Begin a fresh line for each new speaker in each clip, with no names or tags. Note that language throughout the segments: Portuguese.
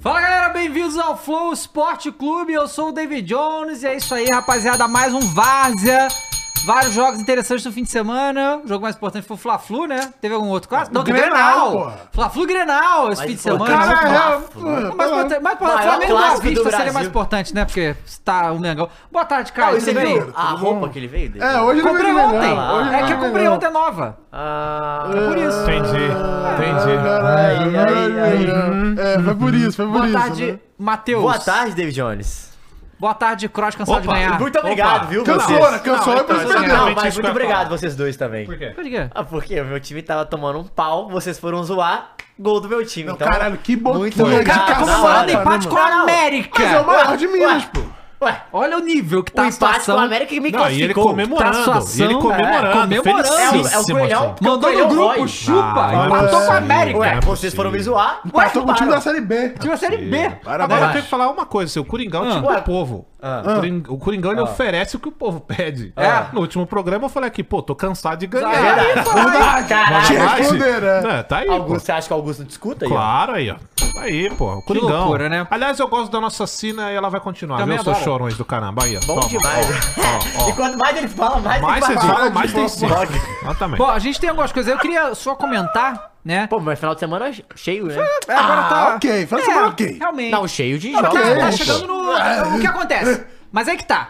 Fala galera, bem-vindos ao Flow Esporte Clube. Eu sou o David Jones e é isso aí, rapaziada. Mais um Várzea. Vários jogos interessantes no fim de semana. O jogo mais importante foi o Fla-Flu, né? Teve algum outro clássico? Não,
Grenal,
Grenal.
pô. é,
Fla-Flu Grenal esse fim de semana. Não, Mas, mas, mas
Maior
Flamengo Boa
clássico do
Vista seria
Brasil.
mais importante, né? Porque está o Mengão. Boa tarde, Caio.
Ah, você
tudo bem?
viu a roupa que ele veio? David?
É, hoje não
Comprei
veio ninguém,
ontem.
não. Hoje
é
não
que eu
veio
comprei
ninguém.
ontem nova. É
Ah,
Por isso.
Entendi, entendi.
Caralho,
Aí, aí,
mano. É, foi por isso, foi por
Boa
isso.
tarde,
né?
Matheus.
boa tarde, David Jones.
Boa tarde, Cross cansado de ganhar.
muito obrigado,
Opa.
viu,
Cansou,
vocês?
né? Cansou, é por isso que
então,
deu.
Não,
Realmente
mas
isso
muito
que eu ia
obrigado
falar.
vocês dois também.
Por quê?
Por quê?
Ah, porque o meu time tava tomando um pau, vocês foram zoar, gol do meu time.
Não,
então,
caralho, que
Muito
boquinha de
obrigado,
Cara,
Tá
comemorando
zoado,
empate
né,
com
mano?
a
Mas é o
América.
maior de Minas,
Ué.
pô.
Ué,
Olha o nível que tá
o
a
empate com
situação.
a América que me
Não, e ele
classificou.
comemorando.
Tá a
e
situação,
ele
é,
comemorando. assim.
comemorando. assim.
É o- é o Coelhão.
Mandou no
Coelhão
grupo,
Roy.
chupa.
Ah,
empatou
não
com a
é
América.
Ué,
Não é
vocês foram me zoar?
Passou com o time
para.
da Série B.
Tive a Série B.
É. Agora eu
Parabéns.
tenho que falar uma coisa, seu Coringão é o time
Ah.
do povo. O Coring- O Coringão
Ah.
ele oferece o que o povo pede.
É.
No último programa eu falei aqui, pô, tô cansado de ganhar.
Verdade.
Verdade.
Caralho.
Te
Mas-
responder, né?
É, Tá aí, pô.
Augusto, você acha que o Augusto não discuta aí? ó?
Claro aí, ó. Aí, pô. o Coringão.
loucura, né?
Aliás, eu gosto da nossa sina e ela vai continuar.
Também
viu, seus
adoro.
chorões do caramba. Aí, ó.
Bom
toma.
demais. Tá
Ó, ó,
E
ó.
quanto mais ele fala, mais,
Mais
ele
vocês
fala.
falam, mais tem sim. Ah,
Pode.
Exatamente.
Bom, a gente tem algumas coisas. Eu queria só comentar, né?
Pô, mas final de semana é cheio, né?
É, agora tá.
ok. Fala assim,
é,
mas ok.
Realmente.
Não, cheio de
Tá,
jogos.
tá
ok,
bons, pô.
chegando no. O que acontece? Mas aí que tá.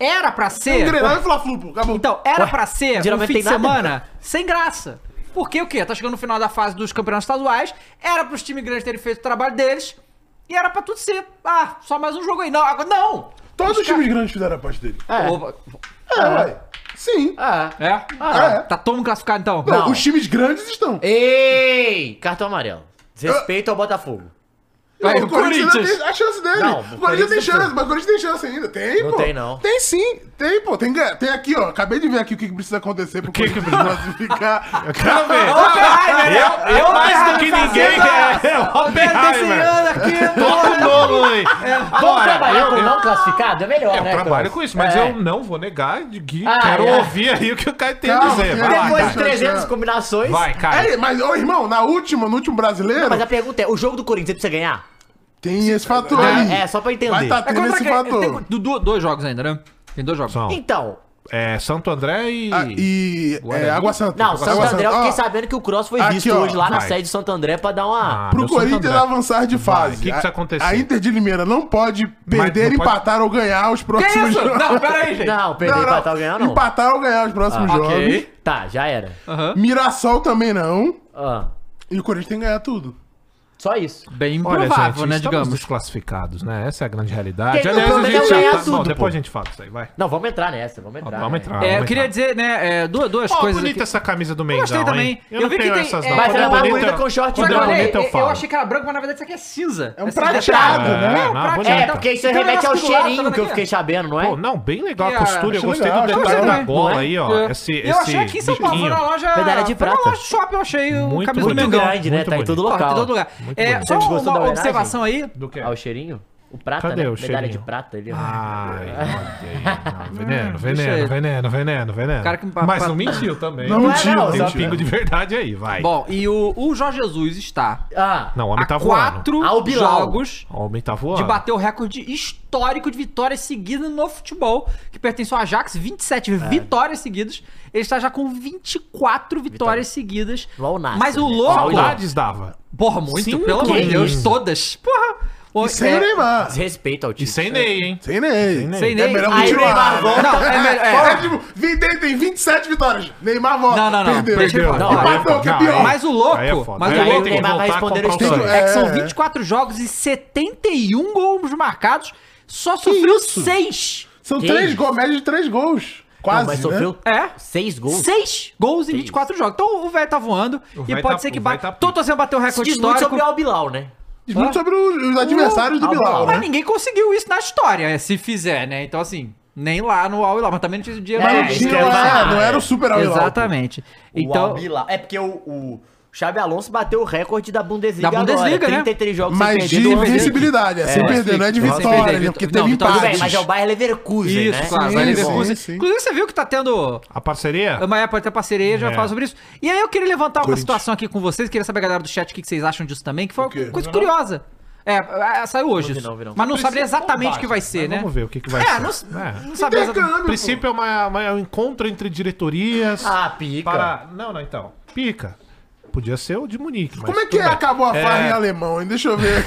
Era pra ser.
Grenal Oh. e Fla-Flu, pô. Acabou.
Então, era pra ser um
geralmente
fim de
tem nada.
semana sem graça. Porque o quê? Tá chegando no final da fase dos campeonatos estaduais, era pros times grandes terem feito o trabalho deles, e era pra tudo ser, ah, só mais um jogo aí. Não, agora não!
Todos os times grandes fizeram a parte dele.
É.
Opa.
É, ué. Sim.
Ah.
É?
é.
Tá todo mundo classificado então?
Não,
não.
os times grandes estão.
Ei! Cartão amarelo. Desrespeito ao Botafogo.
Vai,
Não,
o
ainda
Corinthians.
tem a chance dele.
Não, o
o Corinthians
Corinthians
tem
não
chance,
tem.
mas o Corinthians tem chance ainda. Tem,
Não
pô.
tem, não.
Tem sim. Tem, pô. Tem, ga- tem aqui, ó. Acabei de ver aqui o que, que precisa acontecer pro Corinthians classificar.
Eu, eu mais do que ninguém
Ah,
quer. É o Oppenheimer.
Desenhando aqui,
Todo novo, hein?
É, Vamos
Agora,
trabalhar
eu-
com
eu-
não classificado? É melhor,
Eu
né?
trabalho
Cross?
com isso, mas
É.
eu não vou negar de que
Ah,
quero
é.
ouvir aí o que o Caio tem a
Calma,
dizer.
que
Vai lá,
Depois
Caio.
de 300 combinações...
Vai, Caio.
É, mas, ô, irmão, na última, no último brasileiro,
Mas a pergunta é, o jogo do Corinthians precisa ganhar?
tem esse fator aí.
É, só pra entender.
Vai tá
É
tendo
contra
esse
quem?
fator.
Tem do- do- dois jogos ainda, né? Tem dois jogos.
São,
Então...
é, Santo André e...
Ah, e é,
Guarani?
Água Santa.
Não,
Água
Santo André, eu
Santa.
fiquei
Ó,
sabendo que o Cross foi
Aqui,
visto
ó,
hoje lá na
vai.
sede de Santo Andé pra dar uma...
Ah,
Pro
meu
Corinthians
Santo André.
avançar de
Vai,
fase.
que que
A-
isso aconteceu?
A Inter de Limeira não pode perder,
não pode-
empatar ou ganhar os
Que
próximos
isso?
jogos.
Não, peraí, gente.
Não, perder pra tal ganhar não.
Empatar ou ganhar os
Ah,
próximos jogos.
ok.
Tá, já era.
Aham.
Mirassol também não.
Ah,
E o Corinthians tem que ganhar tudo.
só isso.
Bem
Olha,
improvável,
gente,
né,
estamos
digamos.
desclassificados, né? Essa é a grande realidade.
Quem não
Aliás, a
ganha,
gente
ganha
já tá...
tudo,
Bom,
pô.
depois a gente fala disso aí, vai.
Não, vamos entrar nessa, vamos entrar.
Vamos
né?
entrar,
É, eu
vamos
queria
entrar.
dizer, né, é, duas, duas
Ó,
coisas
bonita
aqui.
essa camisa do Mengão,
gostei também.
hein? Eu,
Eu
não
vi que
tenho
tem-
essas
é,
não.
mas
Quando
ela é uma
bonita-
bonita com short
quando
de
é
branco.
olhei,
bonita, eu
eu,
falo.
achei que era branco, mas na verdade isso aqui é cinza.
É um
Esse
prateado,
detalhe.
né?
É, um
Não,
prateado.
bonito.
É, porque isso aí
Tem um
remete ao
negócio do lado,
cheirinho que
tá
eu
vendo
fiquei
aqui?
sabendo, não é?
Pô, não, bem legal a
Yeah.
postura. Eu
Acho
gostei
legal,
do
acho
detalhe
legal.
da gola
Não é?
aí, ó.
É.
Esse,
eu
esse
achei aqui em São Paulo, foi
biquinho.
na loja.
Medalha de
foi na
prata.
loja do shopping, eu achei o
Muito
camisa do
Muito
bonito.
Mengão.
grande, né?
Muito
tá em todo
bonito.
Ó, tem
local.
todo lugar.
Muito
É,
bonito.
só
Você gostou da
uma
homenagem?
observação aí.
Do que?
Ah, o cheirinho?
O prata,
Cadê
né?
o
Medalha de
cheirinho?
prata ali. ó.
Ai, olha aí. Não, Veneno, veneno,
ele.
veneno, veneno, veneno.
cara que me pa-
Mas
pa-
não mentiu também.
é
Não mentiu,
Não,
não
Dá
mentiu.
pingo de verdade aí, vai.
Bom, e o, o Jorge Jesus está
Ah,
não, o homem
a
tá voando.
Ah,
quatro
Ao Bilal.
jogos
O homem tá voando.
de bater é o recorde histórico de vitórias seguidas no futebol, que pertence ao Ajax, 27 vitórias seguidas. Ele está já com 24 vitórias seguidas.
Igual o Nasser,
Mas o
né?
louco...
Saudades dava.
Porra, muito,
Cinco
pelo amor de Deus,
anos.
todas. Porra. O-
E sem
é-
o Neymar.
Desrespeito ao time.
E sem Ney, hein?
Sem Ney.
Ney.
Sem
É
Ney.
melhor
Aí o
continuar.
Neymar
né?
volta. Não, é melhor- é.
Fala, tipo, Vindem tem 27 vitórias. Neymar volta.
Não, não, não.
Perdeu.
Deixa ele
Perdeu.
falar.
Empatou,
Não,
que é
aí-
pior.
Mas o louco-
Aí é foda.
mas
Aí
o
tem
louco-
que
o Neymar vai
voltar
responder
comprar
os
o
três.
sonho.
É que são
É.
24 jogos e 71 gols marcados. Só sofreu
isso?
6.
São
Que
três
isso?
gols, média de três gols.
Não,
Quase,
mas sofreu
É?
seis gols.
6 gols em 24 jogos. Então o velho tá voando
O
e
velho
pode
tá-
ser que
o velho
bata.
tá
Tô torcendo bater o
Isso
recorde
diz muito
Ah, histórico.
sobre o Albilau, né?
Diz muito sobre os, os adversários do
Ah,
Bilal,
Mas
né?
ninguém conseguiu isso na história, é, se fizer, né? Então assim, nem lá no Al Hilal, mas também não tinha dinheiro.
Mas
pra
não
É,
isso.
isso que
tinha,
eu ia
é,
falar,
não
é.
era o super Al Hilal.
Exatamente.
Então...
Então,
O Albilau. É porque o, o Xabi Alonso bateu o recorde da Bundesliga,
Da Bundesliga,
agora. É,
né?
33 jogos
Mas
sem
de
perder. duas vezes.
invencibilidade, é, sem
É.
perder, não é de
Sem
vitória,
perder,
né?
vitória.
Porque teve
Não, vitória-
Tudo bem,
empate.
mas é o Bayer Leverkusen,
isso,
né?
claro.
Sim,
vai
sim,
Leverkusen.
sim.
Inclusive, você viu que tá tendo
A parceria?
Mas é, pode ter parceria, já
É.
falo sobre isso. E aí eu queria levantar uma
Corinthians.
situação aqui com vocês, queria saber, galera do chat, o que que vocês acham disso também, que foi
O quê?
uma coisa curiosa. É, é, saiu hoje
vi
isso.
não, vi não.
Mas não
Precisa-
sabe exatamente o que vai
Mas
ser, né?
Vamos ver o que, que vai
É,
ser.
não,
É.
não sabe exatamente.
O princípio é, uma, uma- é um encontro entre diretorias.
Ah, pica.
Para... Não, não, então. Pica. Podia ser o de Munique. mas
Como é
tudo
que
bem.
acabou a
É.
farra em alemão, hein? Deixa eu ver.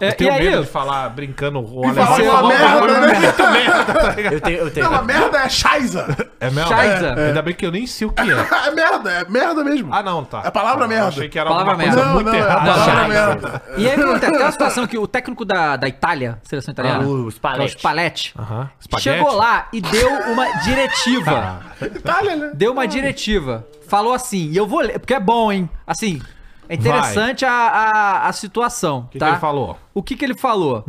É,
Eu tenho
e aí,
medo de falar brincando o alemão.
falar
e
uma
falar um
merda,
bagulho
né?
muito merda, tá ligado?
Eu tenho, eu tenho.
Não, a merda é Scheiße.
É mesmo?
Scheiße.
É, é. Ainda bem que eu nem sei o que é.
É merda, é merda mesmo.
Ah, não, tá.
É palavra
Eu
merda.
Achei que era
Palavra
alguma coisa
merda.
Não,
muito
não, é
errada.
palavra
Scheiße.
merda.
E aí acontece, tem uma situação que o técnico da, da Itália, seleção italiana,
Ah, o Spalletti.
que é o Spalletti,
Aham.
chegou lá e deu uma diretiva.
Ah.
Itália, né?
Deu uma diretiva. Falou assim, e eu vou ler, porque é bom, hein? Assim, é interessante a, a, a situação,
que
tá?
ele falou? Hum.
O que, que ele falou?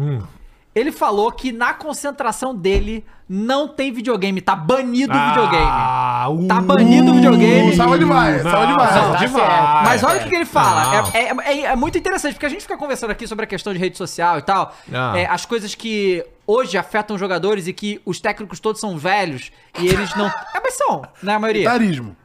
Ele falou que na concentração dele não tem videogame, tá banido
Ah,
o videogame.
videogame.
Tá banido o videogame.
Salva demais, salva demais.
Salva
Tá
demais.
Mas olha o que, que ele fala.
Não.
É, é- é- é muito interessante, porque a gente fica conversando aqui sobre a questão de rede social e tal.
Ah.
Não.
é, as coisas que hoje afetam os jogadores e que os técnicos todos são velhos e eles não. É, mas são, né, a maioria?
Tarismo.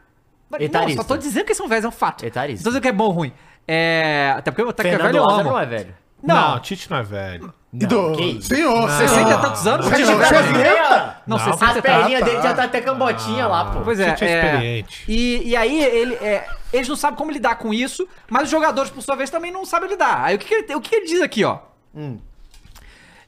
Mas,
Etarista.
Não, só tô dizendo que eles são velhos, é um fato.
Etarista.
Não tô dizendo que é bom ou ruim. É, Até porque o
tá
técnico é
Fernando
velho, eu
Lázaro
amo.
não é velho.
Não,
Não.
o Tite não é velho.
E do-
que isso.
Senhor, senhor.
60 e tantos anos,
Não,
o Tite é
não,
velho.
não. 60?
Não,
Não, 60
As
e tantos.
perninhas dele já tá até com botinha lá, pô.
Pois é,
Tite é
é.
experiente.
E, e aí ele, é, eles não sabem como lidar com isso, mas os jogadores, por sua vez, também não sabem lidar. Aí o que, que, ele, o que que ele diz aqui, ó?
Hum.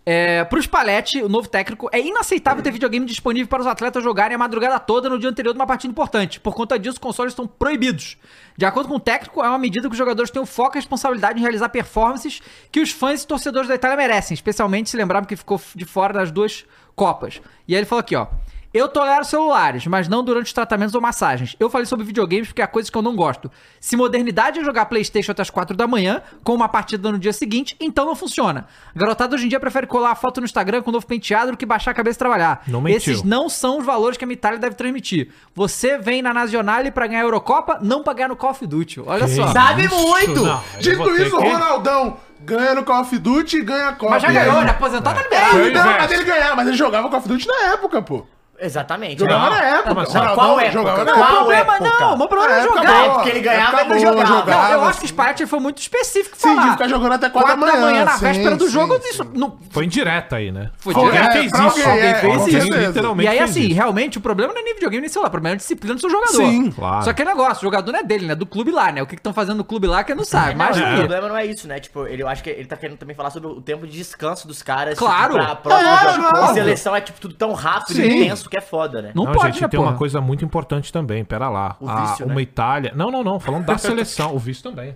É, pro Spalletti, o novo técnico, é inaceitável ter videogame disponível para os atletas jogarem a madrugada toda no dia anterior de uma partida importante. Por conta disso, os consoles estão proibidos. De acordo com o técnico, é uma medida que os jogadores têm o foco e a responsabilidade em realizar performances que os fãs e torcedores da Itália merecem, especialmente se lembrarmos que ficou de fora das duas Copas. E aí ele falou aqui, ó. Eu tolero celulares, mas não durante os tratamentos ou massagens. Eu falei sobre videogames porque é coisa que eu não gosto. Se modernidade é jogar Playstation até as 4 da manhã, com uma partida no dia seguinte, então não funciona. A garotada hoje em dia prefere colar a foto no Instagram com o novo penteado do que baixar a cabeça e trabalhar.
Não mentiu.
Esses não são os valores que a minha Itália deve transmitir. Você vem na Nacional pra ganhar a Eurocopa, não pra ganhar no Call of Duty. Olha só.
Sabe
Isso,
muito!
não, eu
Dito
vou ter
isso, o
que-
Ronaldão ganha no Call of Duty e ganha a Copa.
Mas já ganhou, né? Aposentado tá
É,
liberado.
ele deu- mas ele ganhava, mas ele jogava Call of Duty na época, pô.
Exatamente.
Não.
Jogava na
Mas
época. O
Mas
Ronaldão
qual é?
jogava na
Não,
Qual
época.
o
é?
problema não, o meu problema é
Época
jogar.
boa,
É, porque ele ganhava,
época
ele
boa,
jogava.
Não, eu acho
assim.
que o Spalletti foi muito específico
Sim, de
falar.
ficar jogando até quatro da
Quatro
manhã,
na
sim,
véspera do
sim,
jogo,
sim.
isso não
Foi indireta aí, né?
foi
Foi,
direto.
é,
fez isso.
pra alguém, é,
Alguém
com
fez isso.
certeza.
Literalmente
E aí,
fez
assim,
isso.
realmente, o problema não é nem videogame nem celular, o problema é a disciplina do seu jogador.
Sim,
claro.
Só que é negócio, o jogador não é dele, né? Do clube lá, né? O que estão fazendo no clube lá que não sabe. Mas
Não, o
aí.
problema não é isso, né? Tipo, ele, eu acho que ele tá querendo também falar sobre o tempo de descanso dos caras.
Claro.
Tipo, pra próxima
Claro,
jogo.
claro.
A seleção é, tipo, tudo tão rápido
Sim.
e intenso que é foda, né?
Não,
Não,
pode,
gente,
né,
tem
porra?
uma coisa muito importante também, pera lá.
O
A-
vício,
uma
né?
Itália. Não, não, não. Falando da seleção, o vício também.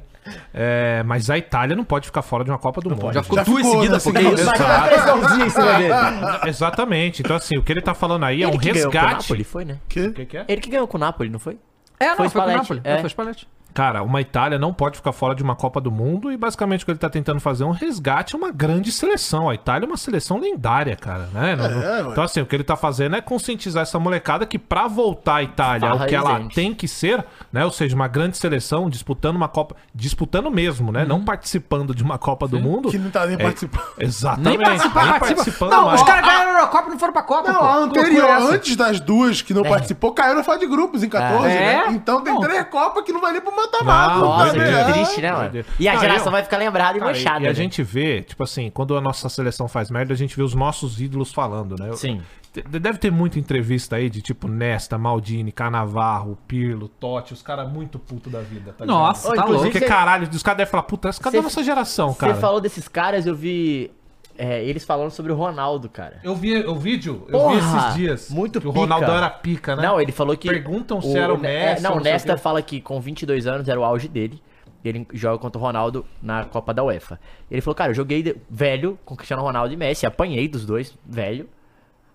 É, mas a Itália não pode ficar fora de uma Copa do Mundo.
Já ficou
Já
duas
ficou,
seguidas,
né?
porque
Ficou-
isso.
Imagina a pressãozinha em cima dele.
Exatamente. Então, assim, o que ele tá falando aí é um
Ele que ganhou com o
resgate.
Napoli, foi, né?
O que, que é?
Ele que ganhou com o Napoli, não foi?
É, não,
Foi
foi, com o
Spalletti,
Napoli.
é.
Foi Spalletti.
Cara, uma Itália não pode ficar fora de uma Copa do Mundo e basicamente o que ele tá tentando fazer é um resgate a uma grande seleção. A Itália é uma seleção lendária, cara, né? Não-
É, ué.
então, assim, o que ele tá fazendo é conscientizar essa molecada que pra voltar à Itália,
Farra
o que ela
isente.
tem que ser, né? Ou seja, uma grande seleção disputando uma Copa, disputando mesmo, né?
Uhum.
Não participando de uma Copa do Mundo.
Que não tá nem
É,
participando.
Exatamente.
Nem participar,
nem
participa.
participando
Não,
mais.
os caras ganharam a Eurocopa e não foram pra Copa,
Não,
pô.
a anterior,
Loucura é essa.
antes das duas que não participou, caiu na fase de grupos em 14,
É?
né? Então tem
Não.
três Copas que não vai nem pro mata-mata.
Não,
tá
Nossa,
doideira.
vendo?
que triste, né, mano?
Doideira.
E a
Cara,
geração
eu-
vai ficar lembrada e
Cara, Ah, e-
manchada.
e a
né?
gente vê, tipo assim, quando a nossa seleção faz merda, a gente vê os nossos ídolos falando, né? Eu-
Sim.
de- Deve ter muita entrevista aí de tipo Nesta, Maldini, Canavarro, Pirlo, Totti, os caras muito puto da vida, tá ligado?
Nossa,
Ô,
tá
inclusive,
louco.
Porque
cê-
caralho, os caras devem falar, puta, esse cara é
Cê-
da nossa geração, cara.
Você falou desses caras, eu vi é, eles falando sobre o Ronaldo, cara.
Eu vi o vídeo, eu
Porra,
vi esses dias.
muito
que o
pica.
Ronaldão era pica, né?
Não, ele falou que.
Perguntam se era o Messi,
é, Não,
não
o
sei o
Nesta
quê.
fala que com 22 anos era o auge dele. Ele joga contra o Ronaldo na Copa da UEFA. Ele falou, cara, eu joguei de- velho com Cristiano Ronaldo e Messi, apanhei dos dois, velho.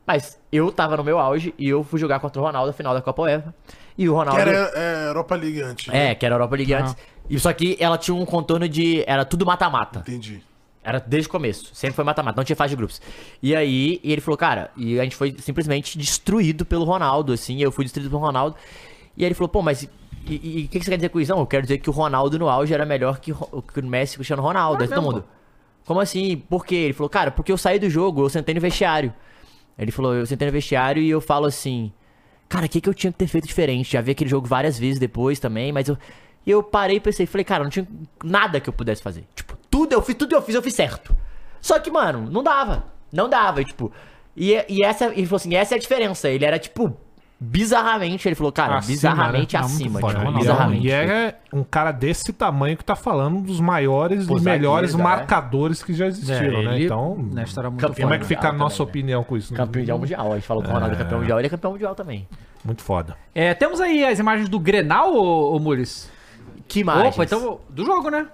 Mas eu tava no meu auge e eu fui jogar contra o Ronaldo na final da Copa UEFA. E o
Que
Ronaldo.
era é, Europa League antes. né?
É, que era a Europa League antes. E só que ela tinha um contorno de. Era tudo mata-mata.
Entendi.
Era desde o começo. Sempre foi mata-mata, não tinha fase de grupos. E aí, e ele falou, cara, e a gente foi simplesmente destruído pelo Ronaldo, assim, eu fui destruído pelo Ronaldo. E aí ele falou, pô, mas. E e- e o que, que você quer dizer com isso? Não, eu quero dizer que o Ronaldo no auge era melhor que, Ro- que o Messi e o Cristiano
Ah,
Ronaldo. Aí todo mundo. Como assim? Por quê? Ele falou, cara, porque eu saí do jogo, eu sentei no vestiário. Ele falou, eu sentei no vestiário e eu falo assim. Cara, o que, que eu tinha que ter feito diferente? Já vi aquele jogo várias vezes depois também, mas eu. E eu parei e pensei, falei, cara, não tinha nada que eu pudesse fazer. Tipo, tudo eu fiz, tudo eu fiz, eu fiz certo. Só que, mano, não dava. Não dava, e, tipo. E, e essa. Ele falou assim, essa é a diferença. Ele era, tipo, bizarramente. Ele falou, cara,
Acima,
bizarramente
né? Não, muito
acima.
foda,
tipo,
né?
bizarramente.
E é um cara desse tamanho que tá falando um dos maiores
Pô,
e melhores
zagueiro, né? É,
marcadores que já existiram, né?
Ele-
Então,
Nesta era muito
Campeão
como é
foda. Ah,
que fica a
mundial
nossa
também, né?
opinião com isso?
Campeão mundial. A gente falou que o Ronaldo é campeão mundial, ele é campeão mundial também.
Muito foda.
É, temos aí as imagens do Grenal, ô, ô Muris?
Que mais?
Opa, então, do jogo, né?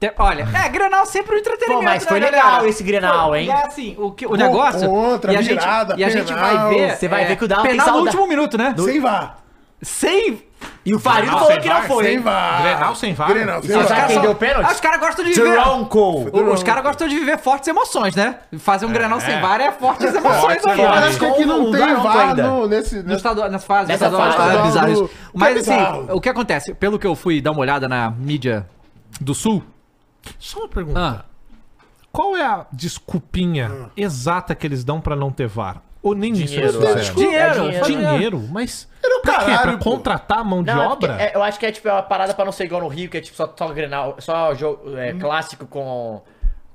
Te- olha, é, Grenal sempre um entretenimento,
Pô, mas
né,
foi
galera?
legal esse Grenal,
Foi,
hein?
E é assim, o, que, o negócio...
contra,
e a gente,
virada,
E a gente vai
penal.
ver...
Você vai ver que o Dallas tem
Penal no
saudade.
último minuto, né?
Sem vá.
Sem...
E o Farido
Grenal
falou
sem
que não
VAR,
foi.
Sem
hein?
vá.
Grenal sem VAR?
Grenal sem
Sabe
Vá.
quem deu pênalti?
Ah, os caras gostam de viver...
Tronco!
O- Os caras gostam de viver fortes emoções, né? Fazer um Grenal sem VAR é fortes emoções né?
Fortes
Eu
agora.
emoções.
acho que aqui não
Não
tem
vai, não
vá
ainda.
no- nesse...
No
nessa-
estadual, nas fases,
Nessa né?
estadual,
fase,
estadual,
do-
é bizarro isso.
do- que
Mas
é
assim,
bizarro.
o que acontece? Pelo que eu fui dar uma olhada na mídia do Sul,
Só uma pergunta. Ah. Qual é a desculpinha
Hum.
exata que eles dão pra não ter VAR? Ou nem isso
Dinheiro,
eles
eu acho.
fizeram?
dinheiro,
É
Dinheiro? Mas
Era o
pra quê?
caralho,
Pra
pô.
contratar a mão de
Não, é porque-
obra?
é, eu acho que é tipo é uma parada pra não ser igual no Rio, que é tipo só, só Grenal, só jogo
Uhum.
é, clássico com,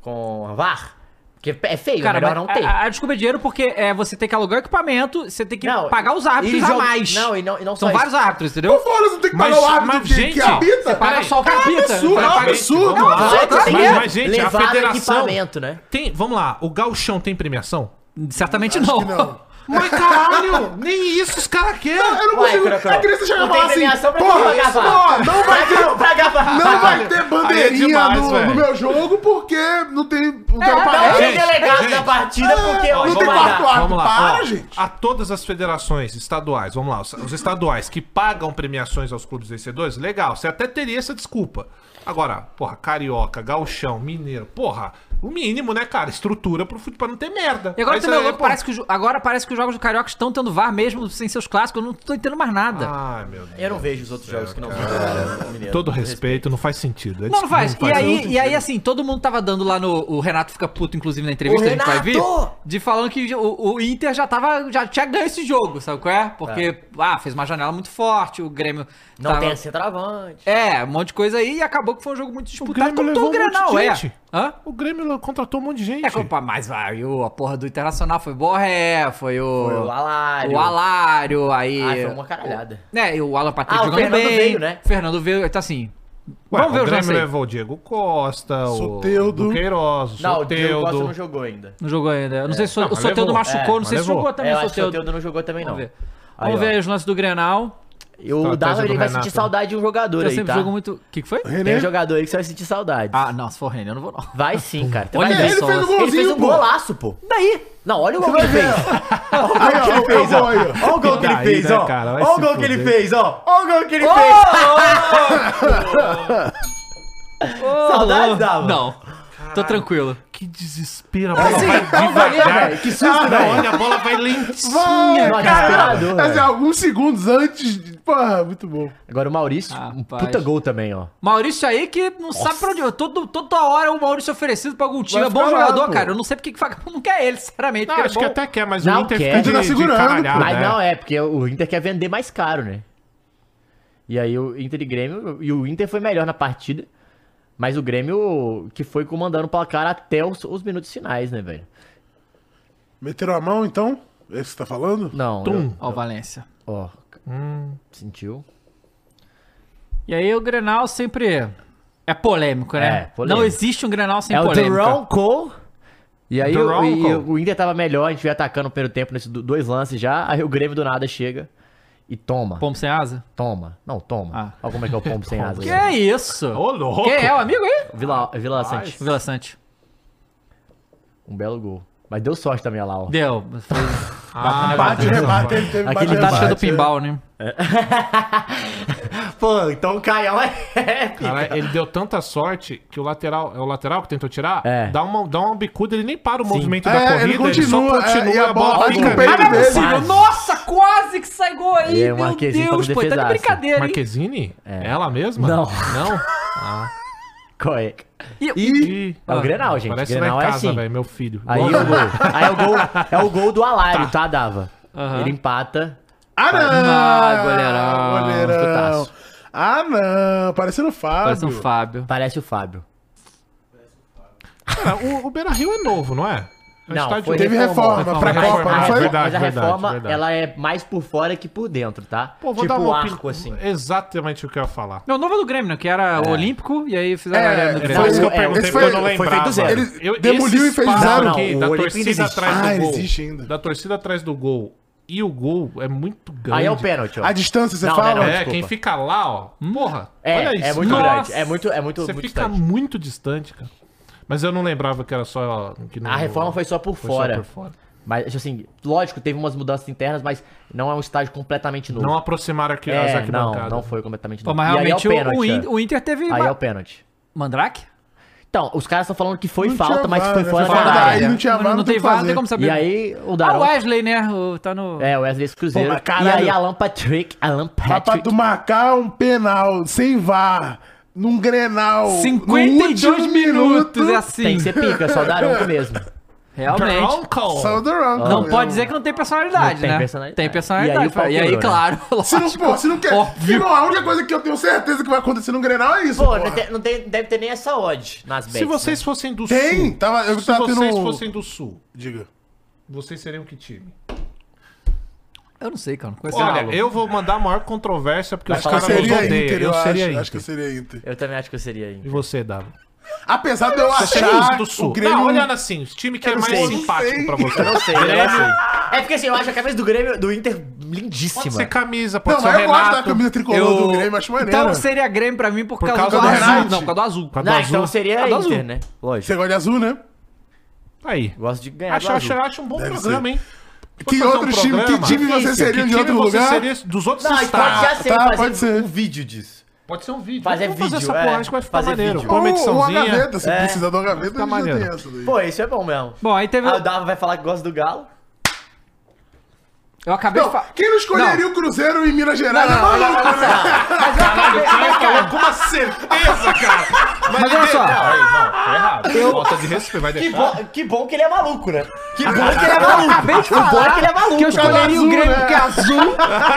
com VAR. Porque é feio, é
Cara,
melhor
mas
não ter.
A, a desculpa é dinheiro porque é, você tem que alugar o equipamento, você tem que
Não,
pagar os
e
árbitros a
jogo-
mais.
Não, e não, e não
São
só
vários
isso.
árbitros,
Pô,
entendeu?
fora, você tem que
Mas-
pagar o árbitro
mas,
que-
gente,
que habita.
Paga
Peraí.
só o capita.
absurdo,
vai
é um
pagar-
absurdo.
Não,
Mas-
claro, claro que
mas,
é.
mas, gente, a
Levaram
federação.
equipamento, né?
Tem, vamos lá, o Gauchão tem premiação?
Certamente
Acho
não.
que não.
Mas caralho, nem isso os caras querem.
Eu não
Ué,
consigo.
Crocó,
A criança chega e
não
fala
tem
assim,
premiação pra quem
porra,
vai
isso,
gravar."
pô, não vai ter...
Pra gravar.
Não vai ter
Aí é
bandeirinha
demais,
no,
velho.
no meu jogo porque não tem. Não tem
Não
parada.
tem
Gente,
delegado
gente.
da partida porque
Ah, Não
hoje
tem
vai
quarto
dar.
árbitro.
Vamos lá,
Para,
ó,
gente.
A todas as federações estaduais, vamos lá, os, os estaduais que pagam premiações aos clubes vencedores, legal, você até teria essa desculpa. Agora, porra, carioca, gauchão, mineiro, porra, o mínimo, né, cara? Estrutura pro futebol pra não ter merda.
E agora
Mas
também é
aí,
louco,
porra-
parece que, os jo- agora parece que os jogos do Carioca estão tendo VAR mesmo sem seus clássicos, eu não tô entendendo mais nada.
Ah.
Ai, meu Deus.
Eu não vejo os outros jogos que não são mineiro.
Todo respeito, não faz sentido. é
Não, não faz. E aí,
sentido.
e aí, assim, todo mundo tava dando lá no. O Renato fica puto, inclusive, na entrevista,
O
a gente vai vir.
Renato!
De falando que o, o Inter já tava. Já tinha ganho esse jogo, sabe qual é? Porque, ah, fez uma janela muito forte, o Grêmio.
Não
tava-
tem assim, centroavante.
É, um monte de coisa aí e acabou que foi um jogo muito disputado,
Grêmio
como todo
levou
o
um monte
Granal,
de
é.
gente.
Hã?
O Grêmio contratou um monte de gente.
É, culpa, mas vai, o- a porra do Internacional foi Borré, foi o.
Foi o Alário.
O Alário, aí.
Ah, foi uma caralhada.
É, e o Alan Patrick
Ah, o
jogando
Fernando
bem.
veio, né?
Fernando veio, então assim.
Ué,
vamos ver
o
os lances
Grêmio
aí.
levou o Diego Costa,
Soteudo.
o Queiroz, o
Não, o Diego Costa não
Soteudo.
jogou ainda.
Não jogou ainda. Eu Não sei se o-
Não,
o
mas
Soteudo
levou.
machucou,
É,
não sei
mas
se jogou
levou.
também
é, eu
o
acho que o
Soteudo.
Teodo não jogou também, não.
Vamos ver.
Aí,
Vamos
ó.
ver os lances do Grenal.
E o
Estratégia
Darwin
do
ele vai
Renato,
sentir
né?
saudade de um jogador
Eu
aí, tá?
sempre jogo muito. O que, que foi?
Tem um
René?
jogador aí que você vai sentir saudade.
Ah, não, se for Renan, eu não vou não.
Vai sim, cara. Você
Olha
vai
aí,
ver.
ele fez um
Ele fez
golzinho,
um
pô.
golaço, pô. Daí? Não, olha o gol que ele fez.
Aí, ó, eu
fez,
vou
ó.
aí, ó.
Olha o gol que ele
Daí,
fez,
né,
ó.
cara? Vai
Olha o
se
gol que ele
fuder.
fez, ó. Olha o gol que ele fez. Saudades, Dava?
Não. Tô tranquilo.
Que desespero. A bola vai
Olha,
devagar.
Que susto,
Não,
velho.
olha, a bola vai lentinha.
Vai,
Olha,
cara.
desesperador,
Mas é
velho.
alguns segundos antes. de- Porra, muito bom.
Agora o Maurício, um
Rapaz.
puta gol também, ó.
Maurício aí que não sabe pra onde. Todo, toda hora o Maurício é oferecido pra algum time.
Vai
É bom
ficar lá,
jogador,
pô.
cara. Eu não sei porque que o vagabundo não quer ele, sinceramente.
Não,
porque
acho que
ele é bom.
até quer, mas o
Não
Inter
quer.
fica
Ele
de,
tá
de
segurando,
encaralhado,
Mas
né?
não, é, porque o Inter quer vender mais caro, né? E aí o Inter e Grêmio. E o Inter foi melhor na partida. Mas o Grêmio que foi comandando o placar até os, os minutos finais, né, velho?
Meteram a mão, então? Esse que você tá falando?
Não.
Tum. Hum.
eu-
Ó, o Valência.
é ó. Sentiu?
E aí o Grenal sempre é polêmico, né?
É, polêmico.
Não existe um Grenal sem
é o
polêmica.
Duronco. E aí o, e
Duronco.
o Inter tava melhor, a gente veio atacando o primeiro tempo nesses do- dois lances já. Aí o Grêmio do nada chega e toma.
Pombo sem asa?
Toma. Não, toma.
Ah.
Olha como é que é o pombo sem asa.
Que
velho.
isso?
Ô, louco.
Quem é o amigo aí?
Vila, Vila Sante.
Vila Sante.
Um belo gol. Mas deu tá sorte também, olha lá, ó.
Deu. Foi
Ah,
Bate, rebate, ele teve
Aquele
bate,
tática do
é.
rebate.
pinball, né?
É. Pô, então o
um
Caião é.
Cara, ele deu tanta sorte que o lateral, é o lateral que tentou tirar,
É.
dá, uma, dá uma bicuda, ele nem para o movimento da
É,
corrida,
ele
ele, só
continua,
continua
é, e a bola bate
fica é
no peito
nele.
dele.
Quase.
Tá Nossa, quase que sai gol aí,
É, o
meu
Marquezinho tá
Deus,
com
pô. Tá de
defesaço.
brincadeira, hein?
Marquezine? Ela mesma?
É. Não.
Não? Ah.
Qual é?
E,
Ih,
É o Grenal, gente.
ah, Parece
Grenal
lá em
é
casa,
assim.
velho, meu filho.
Aí o gol. Aí é o gol. É o gol do Alário, tá, Dava? Ele empata.
Ah,
Ah, goleirão,
não! Goleirão.
chutaço.
Ah, não! Parecendo o Fábio.
parece um Fábio.
Parece o Fábio.
Cara, o, o Beira Rio é novo, não é? É um
Não,
estádio
foi
Teve reforma, pra
reforma,
Copa, não
reforma,
foi?
mas
Verdade,
a
verdade,
reforma,
verdade.
ela é mais por fora que por dentro, tá?
Pô, vou
tipo
dar
o
uma opini-
arco, assim.
Exatamente o que eu ia falar.
Não, o novo é do Grêmio, né? Que era o Olímpico, e
É,
aí fizeram a galera do Grêmio.
Foi isso que eu
é,
perguntei,
esse
porque eu
foi-
não
foi
feito
lembrava.
zero.
Ele demoliu e fez
espaço
zero.
aqui
Não,
da
o Olímpico
torcida
existe.
atrás
Ah,
do gol.
existe ainda.
Da torcida atrás do gol. E o gol é muito grande.
Aí é o pênalti, ó.
A distância, você
Não,
fala?
não,
É,
desculpa.
quem fica lá, ó. Porra,
É,
olha isso.
é muito
cara.
grande. É muito, é muito,
Você
muito
fica
distante.
muito distante, cara. Mas eu não lembrava que era só. Que não-
A reforma foi só por fora.
por fora.
Mas, assim, lógico, teve umas mudanças internas, mas não é um estádio completamente novo.
Não aproximaram aqui as
é, não,
arquibancadas.
não foi completamente
Pô,
novo.
mas
E aí é o
realmente o-
pênalti,
o, In-
ó.
o Inter teve.
Aí
ma-
é o pênalti.
Mandrake?
Então, os caras estão falando que foi
Não
falta,
tinha
mas
VAR,
foi
né?
fora
Foi
da
fora da
área.
área, não tinha
Não,
VAR,
não
não
tem
tem o que
VAR, não
fazer.
tem como saber.
E aí, o
Ah, o
Daronco...
Wesley, né? O- tá no.
é, o Wesley desse Cruzeiro.
Pô, mas
e
caralho.
aí, Alan Patrick, Alan
Pra
Patrick...
tu marcar um penal sem VAR, num Grenal, no
52
último
minutos, é assim.
Tem que ser pica, só o Daronco mesmo.
Realmente.
Tronco!
Só o Duran.
Não pode dizer que não tem personalidade,
Não tem
né?
personalidade.
Tem personalidade.
E aí o pau
E aí,
quebrou, né?
claro.
Se não, pô, se não quer.
Óbvio.
Irmão, a única coisa que eu tenho certeza que vai acontecer no Grenal é isso.
Pô,
Pô,
não, tem- não tem- deve ter nem essa odd nas bets,
Se vocês
né?
fossem do
Tem,
sul.
tava- eu
se
tava
vocês
tendo- um-
fossem do sul,
Diga.
vocês seriam que time?
Eu não sei, cara. Não conheço
Olha,
nada.
eu vou mandar a maior controvérsia porque
Vai
os
falar
caras
Eu
que
nos
eu
seria
odeiam.
Inter, eu,
eu
acho.
seria Inter.
Acho que eu seria Inter.
Eu também acho que eu seria
E
Inter.
você, Dava?
Apesar de eu
Você seria
achar
do sul.
o Grêmio...
Não, olhando assim, os times que é
não
mais
sei.
simpático pra você.
Eu não sei, eu
Grêmio,
não sei. É porque assim, eu acho a cabeça do Grêmio, do Inter, lindíssima.
Pode ser camisa, pode
Não,
ser o
mas eu gosto da
Renato.
camisa tricolor do Grêmio, acho maneiro.
Então seria Grêmio pra mim por, causa,
causa
do,
do
azul.
Renato.
Não, por causa do azul.
Por causa do
Não,
azul.
então seria
Ah, do
Inter,
azul.
né? Lógico.
Você gosta de azul, né?
Aí.
Gosto de ganhar
Acho,
do
acho,
azul.
acho um bom
Deve
programa,
ser.
hein?
Que
fazer um
outro time- que
programa?
time você
Difícil.
seria
Que
de outro
time você
lugar?
seria dos outros
Não,
estados?
pode ser assim,
tá,
fazer
pode ser.
um vídeo disso.
Pode ser um vídeo.
Fazer
Vamos fazer
vídeo,
essa porra,
é.
acho que vai ficar
Fazer
maneiro.
vídeo.
Põe uma
Ou uma
ediçãozinha.
gaveta, se
É.
precisar de uma gaveta,
Fica
a gente já tem
maneiro.
essa daí.
Pô, isso é bom mesmo.
Bom, aí teve.
Ah, o Dava vai falar que gosta do Galo.
Eu acabei de
Não,
falar.
quem não escolheria o Cruzeiro em Minas Gerais é maluco, né?
Caralho, o cara falou com uma certeza, cara. Mas,
olha só.
Não, aí, não, tá errado. Falta de respeito, vai
Que,
deixar.
bom, que bom que ele é maluco, né? Que bom que ele é maluco.
Acabei de
O bom é
falar
que ele é maluco.
que eu escolheria o
azul,
Grêmio
né?
que é azul.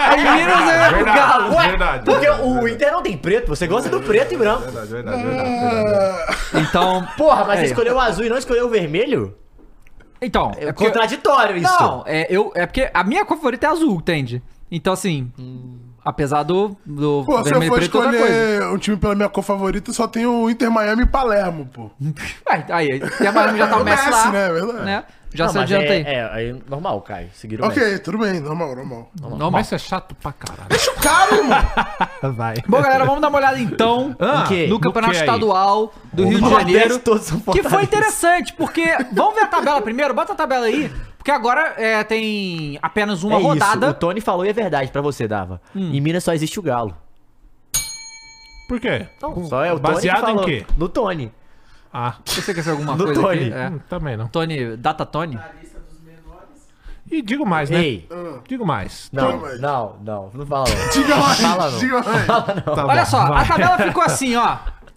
Aí Minas é o Galo.
Verdade,
né? Ué,
verdade.
porque o Inter não tem preto, você gosta do preto e branco.
Verdade, verdade, verdade.
Então,
Porra, mas
é.
você escolheu o azul e não escolheu o vermelho?
Então,
É
porque-
contraditório isso.
Não, é, eu, é porque a minha cor favorita é azul, entende? Então, assim,
Hum.
apesar do, do
Pô, se eu
vermelho e
for
preto, é outra coisa.
escolher um time pela minha cor favorita, só tem o Inter Miami e Palermo, pô.
Ué, Aí, aí, até mais já tá o
O
Messi
Messi,
lá.
né? Verdade.
né? Já se
mas
adianta
é,
aí.
É, aí normal, cai. Seguiram bem.
Ok, tudo bem, normal, normal.
Não, mas isso é chato pra caralho.
Acho caro, irmão.
Vai.
Bom, galera, vamos dar uma olhada então
Ah,
quê?
no
no
campeonato
quê aí?
estadual do Rio de
Nordeste
Janeiro.
todos são
Que foi
fortalecidos.
interessante, porque. Vamos ver a tabela primeiro? Bota a tabela aí. Porque agora é, tem apenas uma
é
rodada.
Isso, o Tony falou e é verdade pra você, Dava. Em Minas só existe o Galo.
Por quê?
só é o Tony
Baseado
que
em
falou.
quê?
No Tony.
Ah,
Você quer ser alguma
No
coisa
Tony.
aqui? É.
hum, também não.
Tony, Data Tony.
E digo mais, né?
Ei.
Digo mais.
Não,
Tony.
não, não. Não fala.
Diga mais,
Fala não.
diga mais.
Tá
Olha
bom,
só,
vai.
a tabela ficou assim, ó.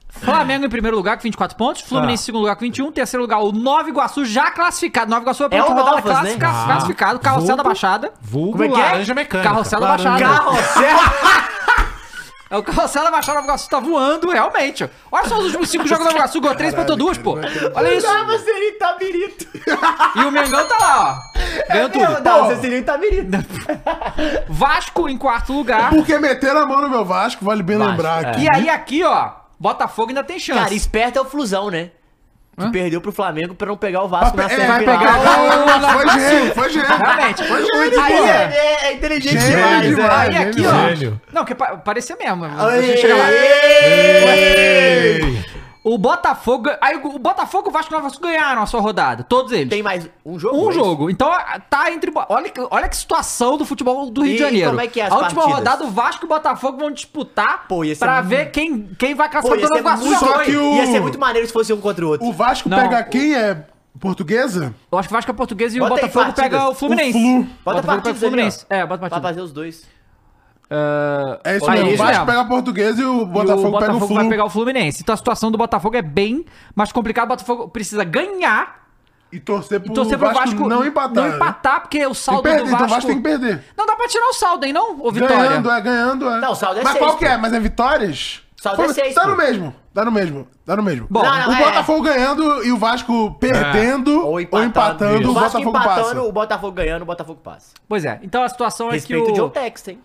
Flamengo em primeiro lugar com 24 pontos,
Tá.
Fluminense em segundo lugar com 21, terceiro lugar o Nova Iguaçu já classificado. Nova Iguaçu é a
É o
penúltima rodada
Novas, né?
classifica-
Ah.
classificado, Carrossel da
Vulgo-
Baixada.
Vulgo
Como é que é?
laranja mecânica.
Carrossel da
Laranja.
Baixada.
Carrossel!
É o Carrossel da Baixada do Iguaçu tá voando, realmente. Olha só os últimos cinco jogos do Nova Iguaçu, ganhou 3.2, pô. Olha isso.
Dava seria Itabirito.
E o Mengão tá lá, ó. Ganhou tudo.
Dava seria
tá
Itabirito.
Vasco em quarto lugar.
É Porque meteram a mão no meu Vasco, vale bem
Vasco,
lembrar
é.
aqui.
E aí aqui, ó, Botafogo ainda tem chance.
Cara, esperto é o Flusão, né? Que perdeu pro Flamengo pra não pegar o Vasco na
É, vai
semifinal.
pegar
Lá-
o... Foi gênio, foi gênio.
Realmente.
Foi
Aí,
gênio,
é,
pô.
É, é inteligente
Gênio
demais,
demais.
né?
Aí aqui,
gênio.
ó.
Gênio.
Não, que pa- parecia mesmo. A gente chega lá.
Aê!
O Botafogo. Aí o o Botafogo e o Vasco Nova Iguaçu ganharam a sua rodada. Todos eles.
Tem mais um jogo?
um
é isso?
jogo. Então a- tá entre. bo- Olha, que- olha que situação do futebol do Rio
E
de Janeiro.
como é que é as
a última
partidas?
rodada, o Vasco e o Botafogo vão disputar
Pô, ia ser
pra
muito-
ver quem, quem vai
Pô,
classificar
ia
o Nova
ser,
Iguaçu.
muito...
Só
que
que
o-
ia ser muito maneiro se fosse um contra o outro.
O Vasco
Não,
pega
o-
quem é portuguesa?
Eu acho que o Vasco é português e o
Bota aí
Botafogo
partidas.
pega o Fluminense.
O Flu.
Bota
Botafogo pega o
partidas ali,
Fluminense.
ó.
É, bota
Pra
partida.
fazer os dois.
É isso
Aí,
mesmo.
é
O
isso
Vasco
mesmo.
pega a portuguesa e o
E
Botafogo,
o Botafogo
pega o Flu.
vai pegar o Fluminense. Então a situação do Botafogo é bem mais complicada. O Botafogo precisa ganhar
E torcer pro,
e torcer pro
Vasco, não empatar.
Não empatar, porque o
Tem que
saldo
perder,
do Vasco...
então o Vasco tem que perder.
Não dá pra tirar o saldo, hein, não? Ô, Vitória.
Ganhando, é, ganhando, é.
Não, o saldo é
Mas
seis,
qual que
pô.
é? Mas é vitórias?
Saldo é
Pô,
seis,
Tá
pô.
no mesmo, dá no mesmo, dá no mesmo.
Bom,
Não, não,
o
é.
Botafogo ganhando e o Vasco
É.
É.
perdendo ou empatando, o,
Vasco
Botafogo
empatando,
passa.
o Botafogo ganhando, o Botafogo passa.
Pois é. Então é, a situação
Respeito
é que
o John
o...
Texton, hein?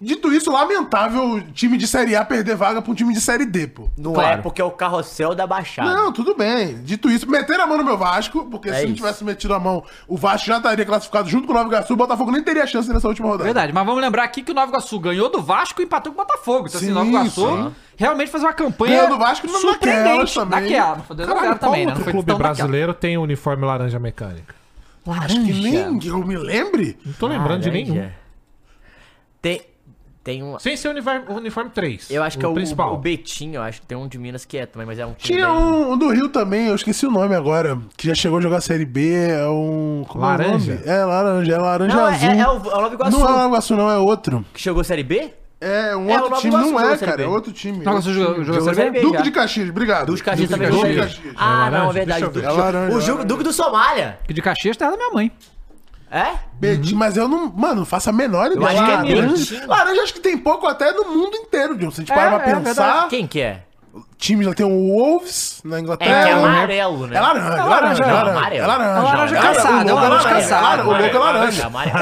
Dito isso, lamentável o time de Série A perder vaga pra um time de Série D, pô.
Não
Claro.
é porque é o carrossel da Baixada. É
Não, tudo bem. Dito isso, meteram a mão no meu Vasco, porque se
isso.
não tivesse metido a mão, o Vasco já estaria classificado junto com o Nova Iguaçu, o Botafogo nem teria chance nessa última rodada.
Verdade, mas vamos lembrar aqui que o Nova Iguaçu ganhou do Vasco e empatou com o Botafogo. Então, assim,
Sim,
o Nova Iguaçu
sim.
realmente fez uma campanha
Ganhou do Vasco, não naquelas
surpreendente
também.
naquela. Não foi 2 a 0
Caralho, qual
também, né?
outro
Não foi
clube
tão naquela.
brasileiro tem um uniforme laranja mecânica?
Acho que nem que eu me lembre.
Não tô lembrando de nenhum.
Laranja. Tem, tem um...
Sem ser o uniforme, o uniforme 3.
Eu acho que é o,
principal.
o, o Betinho, eu acho que tem um de Minas que é também, mas é um time
Tinha
bem-
um, um do Rio também, eu esqueci o nome agora, que já chegou a jogar Série B, é um... Como
Laranja?
É, o nome? é laranja, é laranja
Não, é,
azul.
é, é o, é o Nova Iguaçu,
Não é o Nova Iguaçu, não, é outro.
que chegou à Série B?
É um
É, o
outro
Nova
time,
Iguaçu
não
jogou
é,
Série
cara,
B.
é outro time.
Nova Iguaçu
Outro
Tá, jogou-
time.
jogou
Jogou
Série B? né?
Série B
Duque
já.
de Caxias, obrigado.
Dos Caxias também
Caxias.
jogou.
Duque de
Série B.
Caxias.
Ah,
É
não, é
laranja,
verdade.
deixa eu ver.
Duque-
É laranja,
o
é
jogo
laranja.
Duque do Somália.
Que de Caxias tá da minha mãe. Uhum.
É?
Betinho, mas eu não. Mano, não faço a menor ideia.
acho que é
laranja,
Betinho.
laranja acho que tem pouco até no mundo inteiro, John. Se a gente
É,
parar pra
é
pensar,
Quem que é?
times lá tem o Wolves
É,
na
que é
Inglaterra.
amarelo, né?
É laranja, é laranja, é
Não,
laranja.
amarelo.
É laranja.
É laranja cansada,
O
é
logo é
laranja
laranja. é
cansada.
laranja, O logo é
É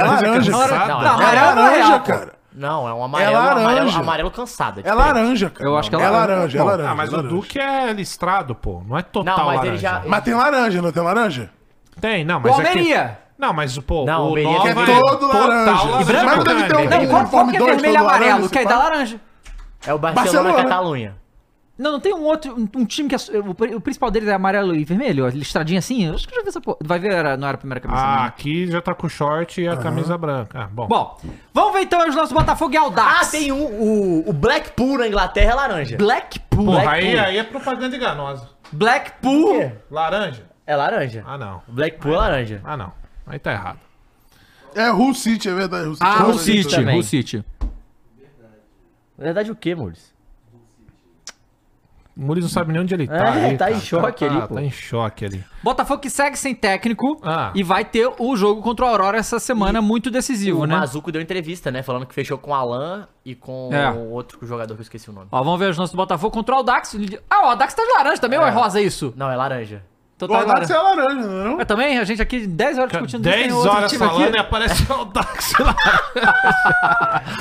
laranja.
amarelo.
É
Não,
Não, amarelo não é
laranja. É laranja,
real, pô.
cara.
Não, é um amarelo,
É laranja.
amarelo, amarelo cansado. tipo,
É laranja, cara.
Eu acho que é
É
laranja.
laranja, é
Bom,
laranja.
Ah, mas
é
o
laranja.
Duque é listrado, pô. Não é total
Não, mas
laranja.
ele já...
Mas tem laranja, não tem laranja?
Tem, não,
O
mas é que-
Almeria.
Não, mas, pô,
Não, o
o
Almeria
Nova
Que
tem
é
Vai,
todo
total
laranja.
laranja
Mas não deve ter
mecânica.
Não,
um
qual, qual
uniforme
que é
dois
vermelho e
todo laranja,
amarelo? Que é
esse
da
pá?
laranja.
É o Barcelona,
Barcelona.
Catalunha.
Não, não tem um outro, um, um time que é, o, pri- o principal deles é amarelo e vermelho, ó, listradinho assim? Eu acho que eu já vi essa porra. Vai ver, era- não era a primeira camisa.
Ah,
né?
aqui já tá com short e a camisa branca. Ah, bom.
Bom, vamos ver então os nossos Botafogo e
Ah,
Aldax.
tem um. O, o Blackpool na Inglaterra é laranja.
Blackpool.
Porra,
Black-
aí, aí é propaganda enganosa.
Blackpool.
Laranja?
É laranja.
Ah, não.
Blackpool é laranja.
Ah, não. Aí tá errado.
É Hull City, é verdade. Hull City.
Ah, o
Hull City.
City.
também.
O City.
Na verdade, o quê, Mules?
O Muris não sabe nem onde ele tá.
É,
aí,
tá em
cara.
choque ali, pô.
Tá em choque ali.
Botafogo que segue sem técnico
Ah.
e vai ter o jogo contra o Aurora essa semana, muito decisivo,
O
né?
Mazuco deu entrevista, né? Falando que fechou com o Alan e com
É.
o Um outro jogador que eu esqueci o nome.
Ó, vamos ver os nossos Botafogo contra o Aldax. Ah, o Aldax tá de laranja também, ou tá? é rosa isso?
Não, é laranja.
Então tá
Guardado sem
agora.
a laranja,
é,
não
Eu também, a gente aqui 10 horas discutindo isso, tem
10
outro
horas
time aqui.
falando e aparece
Então
o
tá.
Dax lá.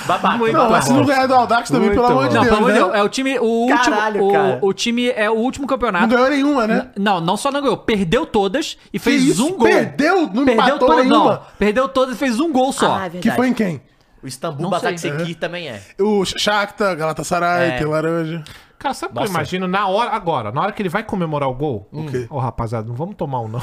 Babaca.
é? Não, mas se não ganhar do Aldax também,
Muito
pelo amor
bom.
de
Não,
Deus,
pelo amor de
né?
Deus, é o time, o
Caralho,
último,
cara.
o, o time é o último
Não
campeonato.
ganhou nenhuma, né?
Não, não só não ganhou, perdeu todas e fez
isso?
um gol.
Perdeu? Não
perdeu
empatou
todas,
nenhuma?
não. Perdeu todas e fez um gol só.
Ah, é verdade.
Que foi em quem?
O Istambul
Não
Basaksehir também é.
O Shakhtar, Galatasaray,
É.
tem laranja.
Cara, sabe o que eu
Nossa.
imagino na hora, agora, na hora que ele vai comemorar o gol? O
quê?
Ô, rapaziada, não vamos tomar um não.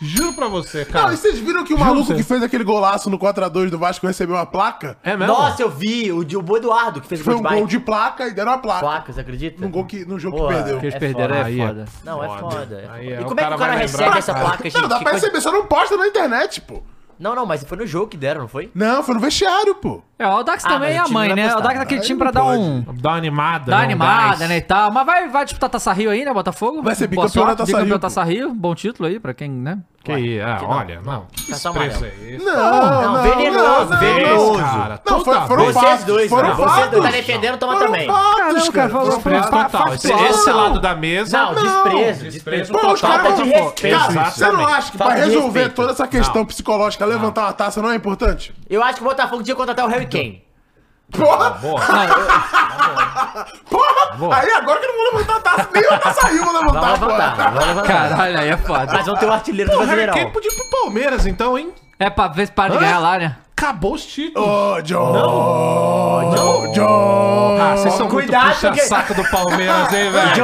Juro pra você,
Não,
cara.
e vocês viram que o maluco que fez aquele golaço no 4x2 do Vasco recebeu uma placa?
É mesmo?
Nossa, eu vi o de o Bo Eduardo que fez o
Foi
gol
um
de bike.
gol de placa e deram a placa.
Placa, você acredita?
Num gol que- num jogo que
Pô,
perdeu.
Que eles perderam,
foda.
é
Aí é
foda.
Não, é
Foda.
foda.
Aí é,
e
o
como é que
cara
o cara
vai
recebe
lembrar,
essa
cara.
placa, gente?
Não, dá
Que
pra
coisa-
receber, só não posta na internet, pô.
Não, não, mas foi no jogo que deram, não foi?
Não, foi no vestiário, pô.
É, o Dax
Ah,
também
mas
é
o
a
time
mãe,
vai
né? O
apostar.
Dax é aquele
Aí
time
não
pra dar
pode.
um.
Dá uma animada.
Dar
né? Um
animada,
gás.
né? E tal. Mas vai, vai disputar Taça Rio aí, né? Botafogo.
Vai ser
Boa
bicampeão
sorte,
da Taça
bicampeão
Rio,
da Taça Rio. Bom título aí, pra quem, né?
Que aí, é, olha, não. Que
Cartão Tá
expresso é
amarelo.
esse?
Não, não, não.
venenoso,
não,
venenoso.
cara.
Não, foi-
toda
foram
vez.
fatos,
Vocês dois,
foram
cara. Você dois tá
fatos.
defendendo, toma
Foram
também.
fatos,
Caramba, cara,
cara.
falou-
Foram
falou-
fatos.
Desprezo total. Esse,
factual.
esse lado da mesa.
Não, desprezo, desprezo.
desprezo
Pô, os
total.
caras
Falta de
tão-
respeito.
Cara, você não
Exatamente.
acha que
Falta
pra
de
resolver
respeito.
toda essa questão psicológica, levantar uma taça não é importante?
Eu acho que o Botafogo tinha que contratar o Harry Kane.
Então. Porra!
Boa.
Porra!
Boa.
Aí agora que eu não vou levantar a taça, nem a taça Rio vou
Vai
levantar,
levantar,
porra.
vai levantar.
Caralho, aí é foda.
Mas vão ter o artilheiro do
O Harry
Brasileirão.
Kane podia ir pro Palmeiras, então, hein?
É pra ver se para de
Hã?
ganhar lá, né?
Acabou os títulos.
Ô, John! Não! John!
Ah, vocês são
Cuidado,
muito puxa-saco do Palmeiras, hein, velho?
John,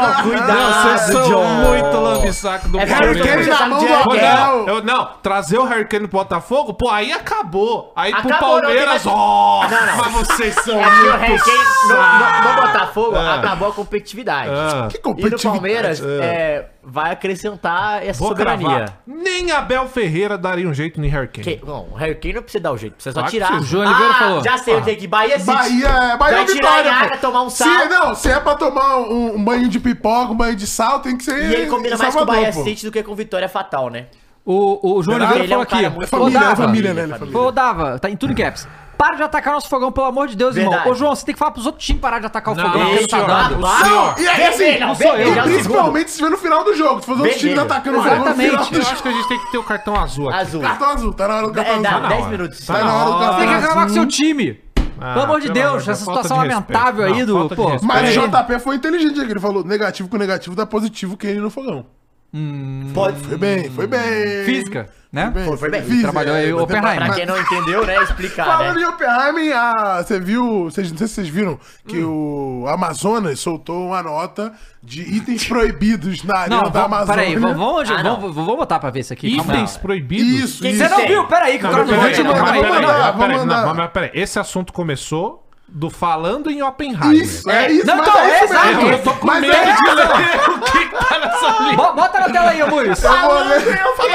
Não,
cuidado,
vocês são
John.
muito lambe-saco do
É
Harry Kane
Palmeiras.
na mão do
Pô,
Abel!
não, eu, não, trazer o Harry Kane pro Botafogo, pô, aí acabou. Aí pro
Acabou, não,
Palmeiras,
tem mais-
ó,
Não, não.
mas vocês são
Porque o Harry
muito
Kane, no, no- no Botafogo,
Ah.
acabou a competitividade.
Ah.
É. Que
E no
competitividade.
Palmeiras, é, vai acrescentar essa
Vou
soberania.
cravar. Nem Abel Ferreira daria um jeito em Harry Kane.
Que- não, o Harry Kane não precisa dar o jeito, precisa só
Claro que
tirar. Ah,
sim. O
João Oliveira falou.
Já
Ah.
sei, eu tenho que ir. Bahia City.
Bahia é Bahia
Vai
é
tirar
vitória,
a
pô.
água, tomar um sal.
Se, não, se é pra tomar um, um banho de pipoca, um banho de sal, tem que ser.
E ele combina
em
mais com o
Salvador,
Bahia
pô.
assim,
City do que com Vitória Fatal, né?
O, o João
Ele
Oliveira
é
falou
um cara
aqui.
muito
É família,
Ô,
é
Dava,
família, né? Ele é
família.
família.
Ô, Dava, tá em tudo em caps. Para de atacar nosso fogão, pelo amor de Deus, irmão.
Verdade.
Ô, João, você tem que falar pros outros times parar de atacar o
Não,
fogão, porque não
isso,
tá
ó.
dando.
O senhor-
E aí, assim,
Vermelho,
não
sou eu, né,
vermelho,
E
é o segundo.
principalmente se vê no final do jogo. Se for os outros times
Vermelho.
atacando o jogo no final
Exatamente.
do
Eu
jogo.
acho que a gente tem que ter o cartão azul aqui.
Azul.
Cartão azul, tá na hora do cartão
É,
azul.
dá
na
10
hora.
minutos.
Tá
Tá na hora
Tem
do
que
cartão azul.
acabar com seu time.
Ah,
pelo amor de
pelo amor
Deus,
de Deus,
essa
falta
situação
de respeito.
lamentável aí
Não,
do.
falta de
Pô,
respeito.
Mas
peraí.
o JP foi inteligente aqui. Ele falou: negativo com negativo dá positivo que ele no fogão.
Hum.
Pode-
Foi bem, foi bem.
Física, né?
Bem,
foi bem.
Física,
Trabalhou aí
é,
o
foi
Oppenheimer.
Pra
bem.
quem não entendeu, né? Explicar,
Falando
né?
de Oppenheimer, a- você viu. Vocês, não sei se vocês viram que
Hum.
o Amazonas soltou uma nota de itens proibidos na arena
Não,
é da
vamos,
Amazônia. né?
peraí, vamos, vamos,
Ah, não.
vamos, vamos botar pra ver isso aqui. calma aí.
Itens proibidos.
Isso,
Que
isso.
Você não
Sim.
viu? Peraí, que o
Não,
cara
mas
não vai
peraí,
te
não,
mandar,
mas
vou
peraí,
mandar,
não,
vou
peraí,
mandar.
não, mas peraí. Esse assunto começou do falando em Oppenheimer.
Isso, é
É,
isso,
não,
mas
então,
é isso
exato.
mesmo.
Eu tô com
Mas
medo
é
de
isso.
ler o que que tá nessa lista.
Bo- Bota na tela aí, Muris.
Eu vou ler.
Falando em Oppenheimer, você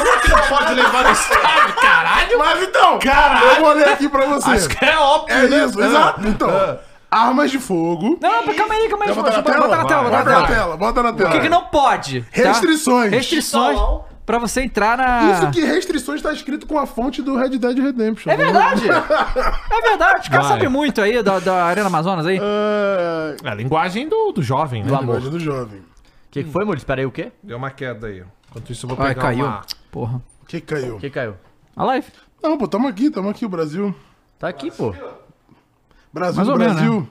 viu que não um pode levar no estádio, caralho?
Mas então,
Caralho.
eu vou ler aqui pra você.
Acho que é óbvio.
É
né?
isso, exato. Então, armas de fogo.
Ah. Não, não, calma aí, calma aí.
Quer botar
Bota
na
bota na tela,
Bota na
tela.
tela, bota na tela.
O que, que não pode? tá?
Restrições.
Restrições
Solão.
pra você entrar na.
Isso que restrições tá escrito com a fonte do Red Dead Redemption. né?
É verdade! é verdade, o cara
Vai.
sabe muito aí da, da Arena Amazonas aí.
É,
É a linguagem do, do jovem, né?
linguagem do jovem.
O que que foi, Muris? Pera aí, o quê?
Deu uma queda aí. Enquanto isso, eu vou
Ai,
pegar
caiu.
uma...
Porra.
O que caiu?
O que caiu?
A live.
Não, pô, tamo aqui, tamo aqui, o Brasil.
Tá aqui, pô.
Brasil,
Mais ou menos,
Brasil.
né?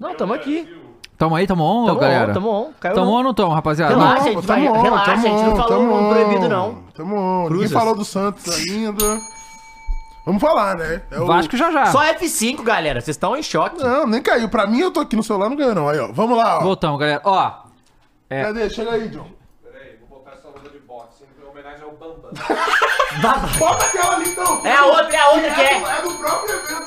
Não, tamo aqui.
Tamo aí, tamo on,
Tamo
galera.
on, tamo on. Caiu
Tamo
não.
on ou não tamo, rapaziada?
Relaxa.
Tamo,
gente,
tamo
vai,
on,
relaxa,
tamo
a gente não
on,
falou
tamo
um
on.
proibido, não.
Tamo on. Ninguém
Cruzes.
falou do Santos ainda. Vamos falar, né? É o-
Vasco já já.
Só F5, galera. Vocês estão em choque.
Não, nem caiu. Pra mim, eu tô aqui no celular, não ganhou, não. Aí, ó. Vamos lá, ó.
Voltamos, galera. Ó,
é-
Cadê? Chega aí, John.
Peraí, vou botar essa luta de boxe em homenagem ao Bambam.
Bota aquela ali, então.
É a outra, é a outra que é.
do- do próprio evento.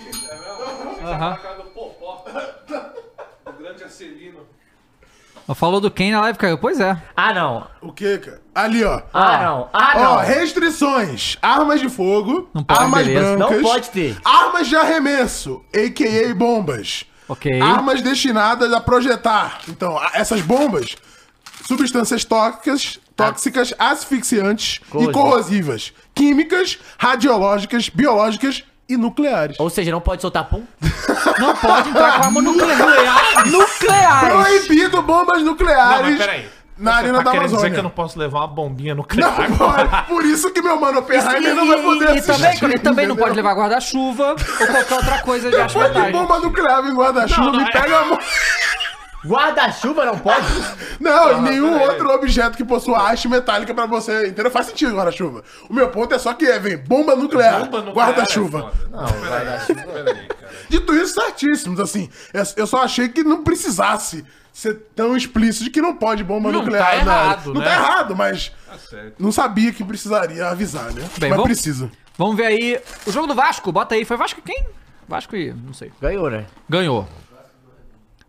Falou do Ken na live, caiu. Pois é.
Ah, não.
O que, cara? Ali, ó.
Ah, não. Ah,
Ó,
não.
restrições. Armas de fogo,
Não
Ah,
pode,
armas
beleza.
brancas.
Não pode ter.
Armas de arremesso, a.k.a. bombas.
Ok.
Armas destinadas a projetar. Então, a- essas bombas, substâncias tóxicas, tóxicas, asfixiantes
Corrosivo.
e corrosivas. Químicas, radiológicas, biológicas e nucleares.
Ou seja, não pode soltar pum.
Não pode entrar com arma nuclear. Nucleares!
Proibido bombas
Não,
nucleares
mas peraí.
na
Você
Arena
tá
da
querendo
Amazônia.
dizer que eu não posso levar uma bombinha
Não
nuclear?
pode. Por isso que meu mano Oppenheimer não vai poder
e, e
assistir.
também, e também não
entendeu?
pode levar guarda-chuva ou qualquer outra coisa de é
Põe de
aspetagem.
bomba nuclear em
Não, não,
guarda-chuva
é-
e pega a mão.
Guarda-chuva não pode. Ah,
Não, e nenhum
peraí.
outro objeto que possua haste metálica pra você inteira faz sentido, guarda-chuva. O meu ponto é só que é, vem, bomba nuclear,
Bomba nuclear é
guarda-chuva.
foda. Não, peraí, peraí, cara.
Dito isso, certíssimos, assim. Eu, eu só achei que não precisasse ser tão explícito de que não pode bomba
Não
nuclear.
tá
na área.
errado,
Não
né?
tá errado, mas
Tá certo.
não sabia que precisaria avisar, né?
Bem,
mas
vamos-
precisa.
Vamos ver aí. O jogo do Vasco, bota aí. Foi Vasco quem? Vasco e. não sei.
Ganhou, né?
Ganhou.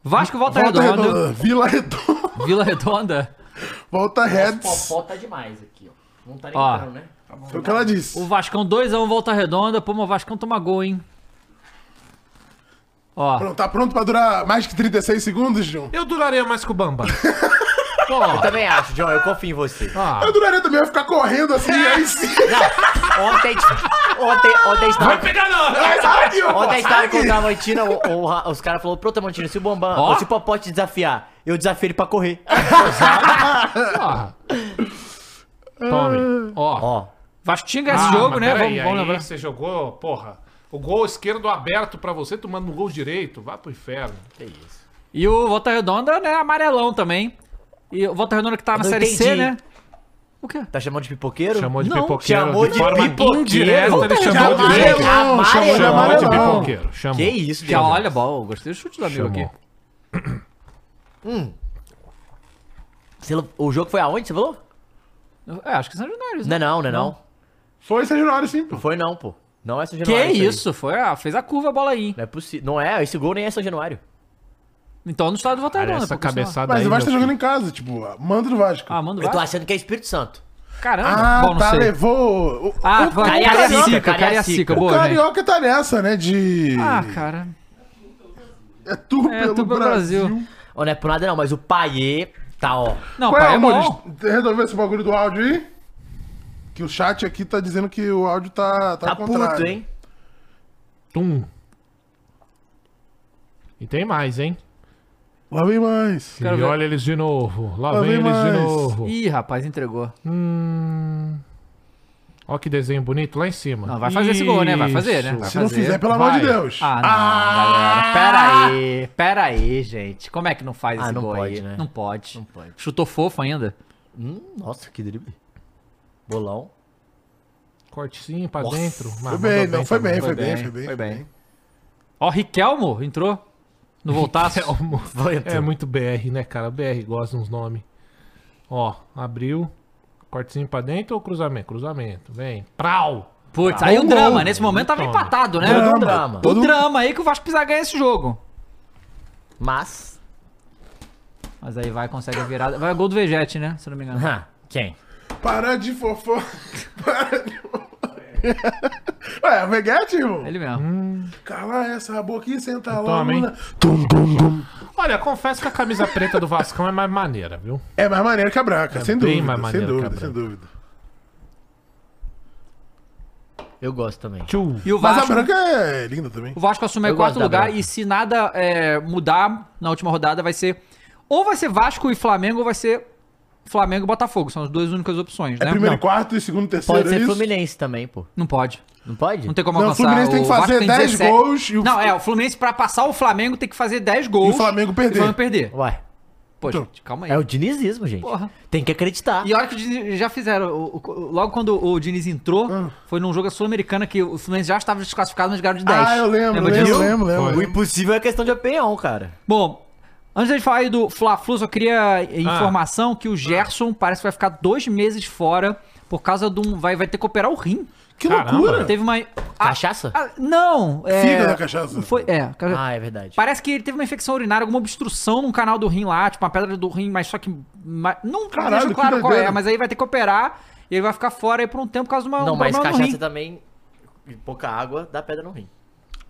Vasco volta,
Volta
redonda.
redonda. Vila redonda.
Vila Redonda.
Volta Reds.
Popó tá demais aqui, ó. Não tá nem
Ó.
entrando, né?
Foi o que ela disse.
O Vascão 2x1 volta redonda. Pô, mas o Vascão toma gol, hein? Ó,
Pronto, tá pronto pra durar mais que 36 segundos, John?
Eu duraria mais com o Bamba.
Eu também acho, John. Eu confio em você.
Ah,
Eu duraria também, eu ia ficar correndo assim, aí sim.
Ontem, ontem, ontem estava...
Pegar não!
Ai, sabe, ó,
Ontem estava com o
é sabe?
Tramontina, o- o Ra- os caras falaram, pro Tramontina, se o Bambam,
Ó.
ou se o Popó te desafiar, eu desafio ele pra correr.
tome. Ó.
Ó,
Vasco tinha ganho
Ah,
esse jogo, né?
Ah, Peraí,
Vamos, vamos
aí
lembrar.
Você jogou, porra, o gol esquerdo aberto pra você, tomando um gol direito. Vá pro inferno.
E o Volta Redonda, né? Amarelão também. E o Volta Redonda que tá na
Não
Série C,
entendi.
né? O quê?
tá chamando de pipoqueiro?
Chamou de
Não,
pipoqueiro.
chamou de pipoqueiro.
indireta, ele
Volta
chamou de
amarelão,
pipoqueiro.
amarelão.
chamou de
Chamou de
amarelão.
pipoqueiro. Chamou.
Que isso,
Já,
Diego?
olha, bom, gostei do chute do amigo
Chamou.
aqui.
Hum. Você- o jogo foi aonde, você falou?
É, acho que são jornais, né?
Não, não, não, é não.
Foi Sérgio Nório, sim, pô.
Não foi não, pô. Não é São
Que
Januário. aí.
isso? Foi, ah, fez a curva a bola aí. hein?
Não é possível. Não é, esse gol nem é São Januário.
Então no estado do Volta
Olha
Redonda,
essa
pra continuar.
cabeçada
Mas
aí,
o Vasco tá
meu
jogando
filho.
em casa, tipo, a manda do Vasco.
Ah, manda o
Eu tô
Vasco.
achando que é Espírito Santo.
Caramba,
Ah,
bom, não
tá,
sei.
levou. O,
Ah,
o-
Cariacica,
vai-
o
Cariacica,
Cariacica.
Cariacica,
o
boa, né?
Carioca tá nessa, né? De.
Ah, cara.
é tudo
É,
pelo
tudo pelo
Brasil.
Brasil.
Ó, não é por nada não, mas o Paier tá, ó.
Não,
Qual
pai,
é,
é bom.
amores? Resolveu esse bagulho do áudio aí? Que o chat aqui tá dizendo que o áudio tá. Tá,
Tá
ao contrário.
puto, hein?
Tum. E tem mais, hein?
Lá vem mais.
Quero
e
ver.
olha eles de novo. Lá
Lá
vem
vem
eles de
mais.
novo.
Ih, rapaz, entregou.
Hum. Ó que desenho bonito lá em cima.
Não, vai fazer esse gol, né? Vai fazer, né?
Isso.
Vai
Se não
fazer.
fizer, pelo amor
Vai.
de Deus.
Ah, não, galera. Pera aí, pera aí, gente. Como é que não faz
Ah,
esse
não
gol
pode,
aí?
né?
Não pode.
Não pode.
Chutou fofo ainda.
Hum, nossa, que drible. Bolão.
Cortezinho pra
Nossa.
dentro. mas
Foi
mandou
bem, não, foi
também.
bem, foi bem,
bem,
foi
foi
bem. Foi
bem.
bem.
Ó, Riquelmo entrou no voltaço.
Vai entrar.
É muito BR, né, cara? BR gosta uns nomes. Ó, abriu. Cortezinho pra dentro ou cruzamento? Cruzamento. Vem. Prau! um
Putz, aí o
Bom
drama.
gol.
Nesse momento tava
Toma.
empatado, né?
Tá Todo um
Drama.
drama.
O
Todo-
drama aí que o Vasco precisa ganhar esse jogo.
Mas...
Mas aí vai, consegue a virada. Vai gol do Vegete, né? Se não me engano.
Ah, quem?
Para de fofo. Para de fofo. Ué, Vegete, irmão?
É Ele mesmo.
Hum. Cala essa boca e senta lá.
Toma, hein?
Luna. Tum, tum, tum.
Olha, confesso que a camisa preta do Vascão é mais maneira, viu?
É mais maneiro que a branca, sem
bem
dúvida.
mais maneiro
sem
que a
dúvida,
branca.
sem dúvida.
Eu gosto também.
Tchu.
E o
Mas
Vasco,
a branca é linda também.
o Vasco assume aí
Eu gosto
quarto
da
lugar
Branca.
e se nada é, mudar na última rodada vai ser ou vai ser Vasco e Flamengo ou vai ser Flamengo e Botafogo. São as duas únicas opções,
É
né?
primeiro e
não,
quarto e segundo e terceiro.
Pode
é
ser
isso?
Fluminense também, pô.
não pode.
Não pode?
Não tem como
Não, o
alcançar.
Fluminense tem que
Vasco
fazer 10 gols e o-
Não, é, o Fluminense pra passar o Flamengo tem que fazer 10 gols.
E o Flamengo
e o Flamengo
perder.
perder.
Ué.
Pô,
Então,
gente, calma aí.
É o dinizismo, gente.
Porra.
Tem que acreditar.
E olha que o Diniz- já fizeram. o- o- o- logo quando o Diniz entrou,
Ah.
foi num jogo sul-americana que o Fluminense já estava desclassificado, mas ganharam de 10.
Ah, eu lembro,
Lembra
lembro,
disso?
lembro, lembro.
O impossível é questão de opinião, cara.
Bom, antes de falar aí do Fla-Flu, só
Ah.
queria informação que o Gerson parece que vai ficar dois meses fora por causa de um... Vai, vai ter que operar o rim.
Que
Caramba.
loucura.
Teve uma... a-
Cachaça?
a- Ah, não. É,
Fígado da cachaça.
Foi, é. ca-
Ah, é verdade.
Parece que ele teve uma infecção urinária, alguma obstrução num canal do rim lá, tipo uma pedra do rim, mas só que... ma- não
Caralho,
deixa
que
claro qual é,
doideira.
mas aí vai ter que operar e ele vai ficar fora aí por um tempo por causa de uma,
Não,
um
mas
problema no
cachaça
rim.
também. e Pouca água dá pedra no rim.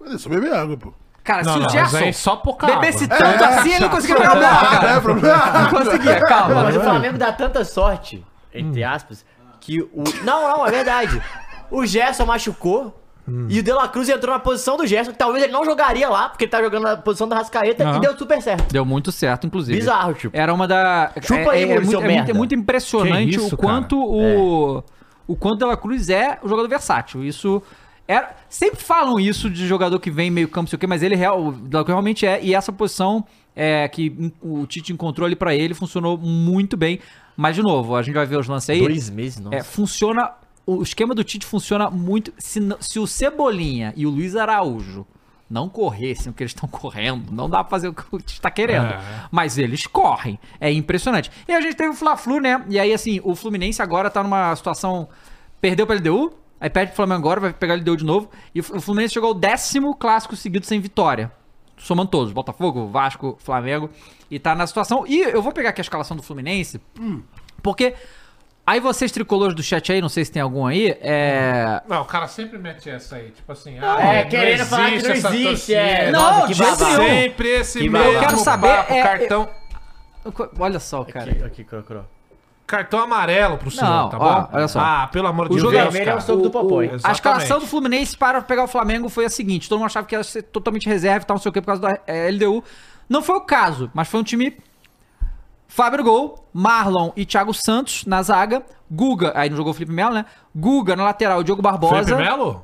Mas é só beber água, pô.
Cara,
Não,
se
não,
o
mas
é
aí
Gerson
só por causa.
bebesse tanto assim, ele não conseguia pegar o bola,
Ah,
cara.
é problema. é
Não conseguia, calma.
é.
Mas o Flamengo dá tanta sorte, entre aspas, que o. Não, não, é verdade. O Gerson machucou. E o De La Cruz entrou na posição do Gerson, que talvez ele não jogaria lá, porque ele tá jogando na posição da Rascaeta
Aham.
e deu super certo.
Deu muito certo, inclusive.
Bizarro, tipo.
Era uma da.
Chupa
é,
aí,
é, é,
Maurício,
muito, é, muito,
merda.
é muito impressionante
Que isso,
o quanto o.
É.
O quanto Dela Cruz é o jogador versátil. Isso. Era, sempre falam isso de jogador que vem meio campo, não sei o quê, mas ele real, o De La Cruz realmente é. E essa posição é, que o Tite encontrou ali pra ele funcionou muito bem. Mas, de novo, a gente vai ver os lances aí.
Dois meses, nossa.
É, funciona. O esquema do Tite funciona muito. Se, n- se o Cebolinha e o Luiz Araújo não corressem o que eles estão correndo, não dá pra fazer o que o Tite tá querendo. Mas eles correm. É impressionante. E a gente teve o Fla-Flu, né? E aí, assim, o Fluminense agora tá numa situação. Perdeu pra LDU, aí perde pro Flamengo agora, vai pegar o LDU de novo. E o F- o Fluminense chegou ao décimo clássico seguido sem vitória. Somando todos: Botafogo, Vasco, Flamengo. E tá na situação. E eu vou pegar aqui a escalação do Fluminense. Porque aí vocês tricolores do chat aí, não sei se tem algum aí, é...
Não, o cara sempre mete essa aí, tipo assim. ah,
é,
não
querendo falar que não
essa
existe,
torcida.
é.
Não,
Nossa,
de jeito
babado.
nenhum.
Sempre esse
Que
mesmo
babado.
Quero saber,
papo,
é-
cartão,
Olha só, cara.
Aqui, aqui, Crocro.
cartão amarelo pro senhor,
Não,
tá bom?
ó, olha só.
Ah, pelo amor de
O
Deus,
jogador-
Vermelho é o
cara.
soco do Popó. hein?
o-
A
Exatamente.
escalação do Fluminense para pegar o Flamengo foi a seguinte: todo mundo achava que ia ser totalmente reserva e tal, não sei o que, por causa da eh, LDU. Não foi o caso, mas foi um time. Fábio no Gol, Marlon e Thiago Santos na zaga. Guga, aí não jogou o Felipe Melo, né? Guga na lateral, Diogo Barbosa. É,
Felipe Melo?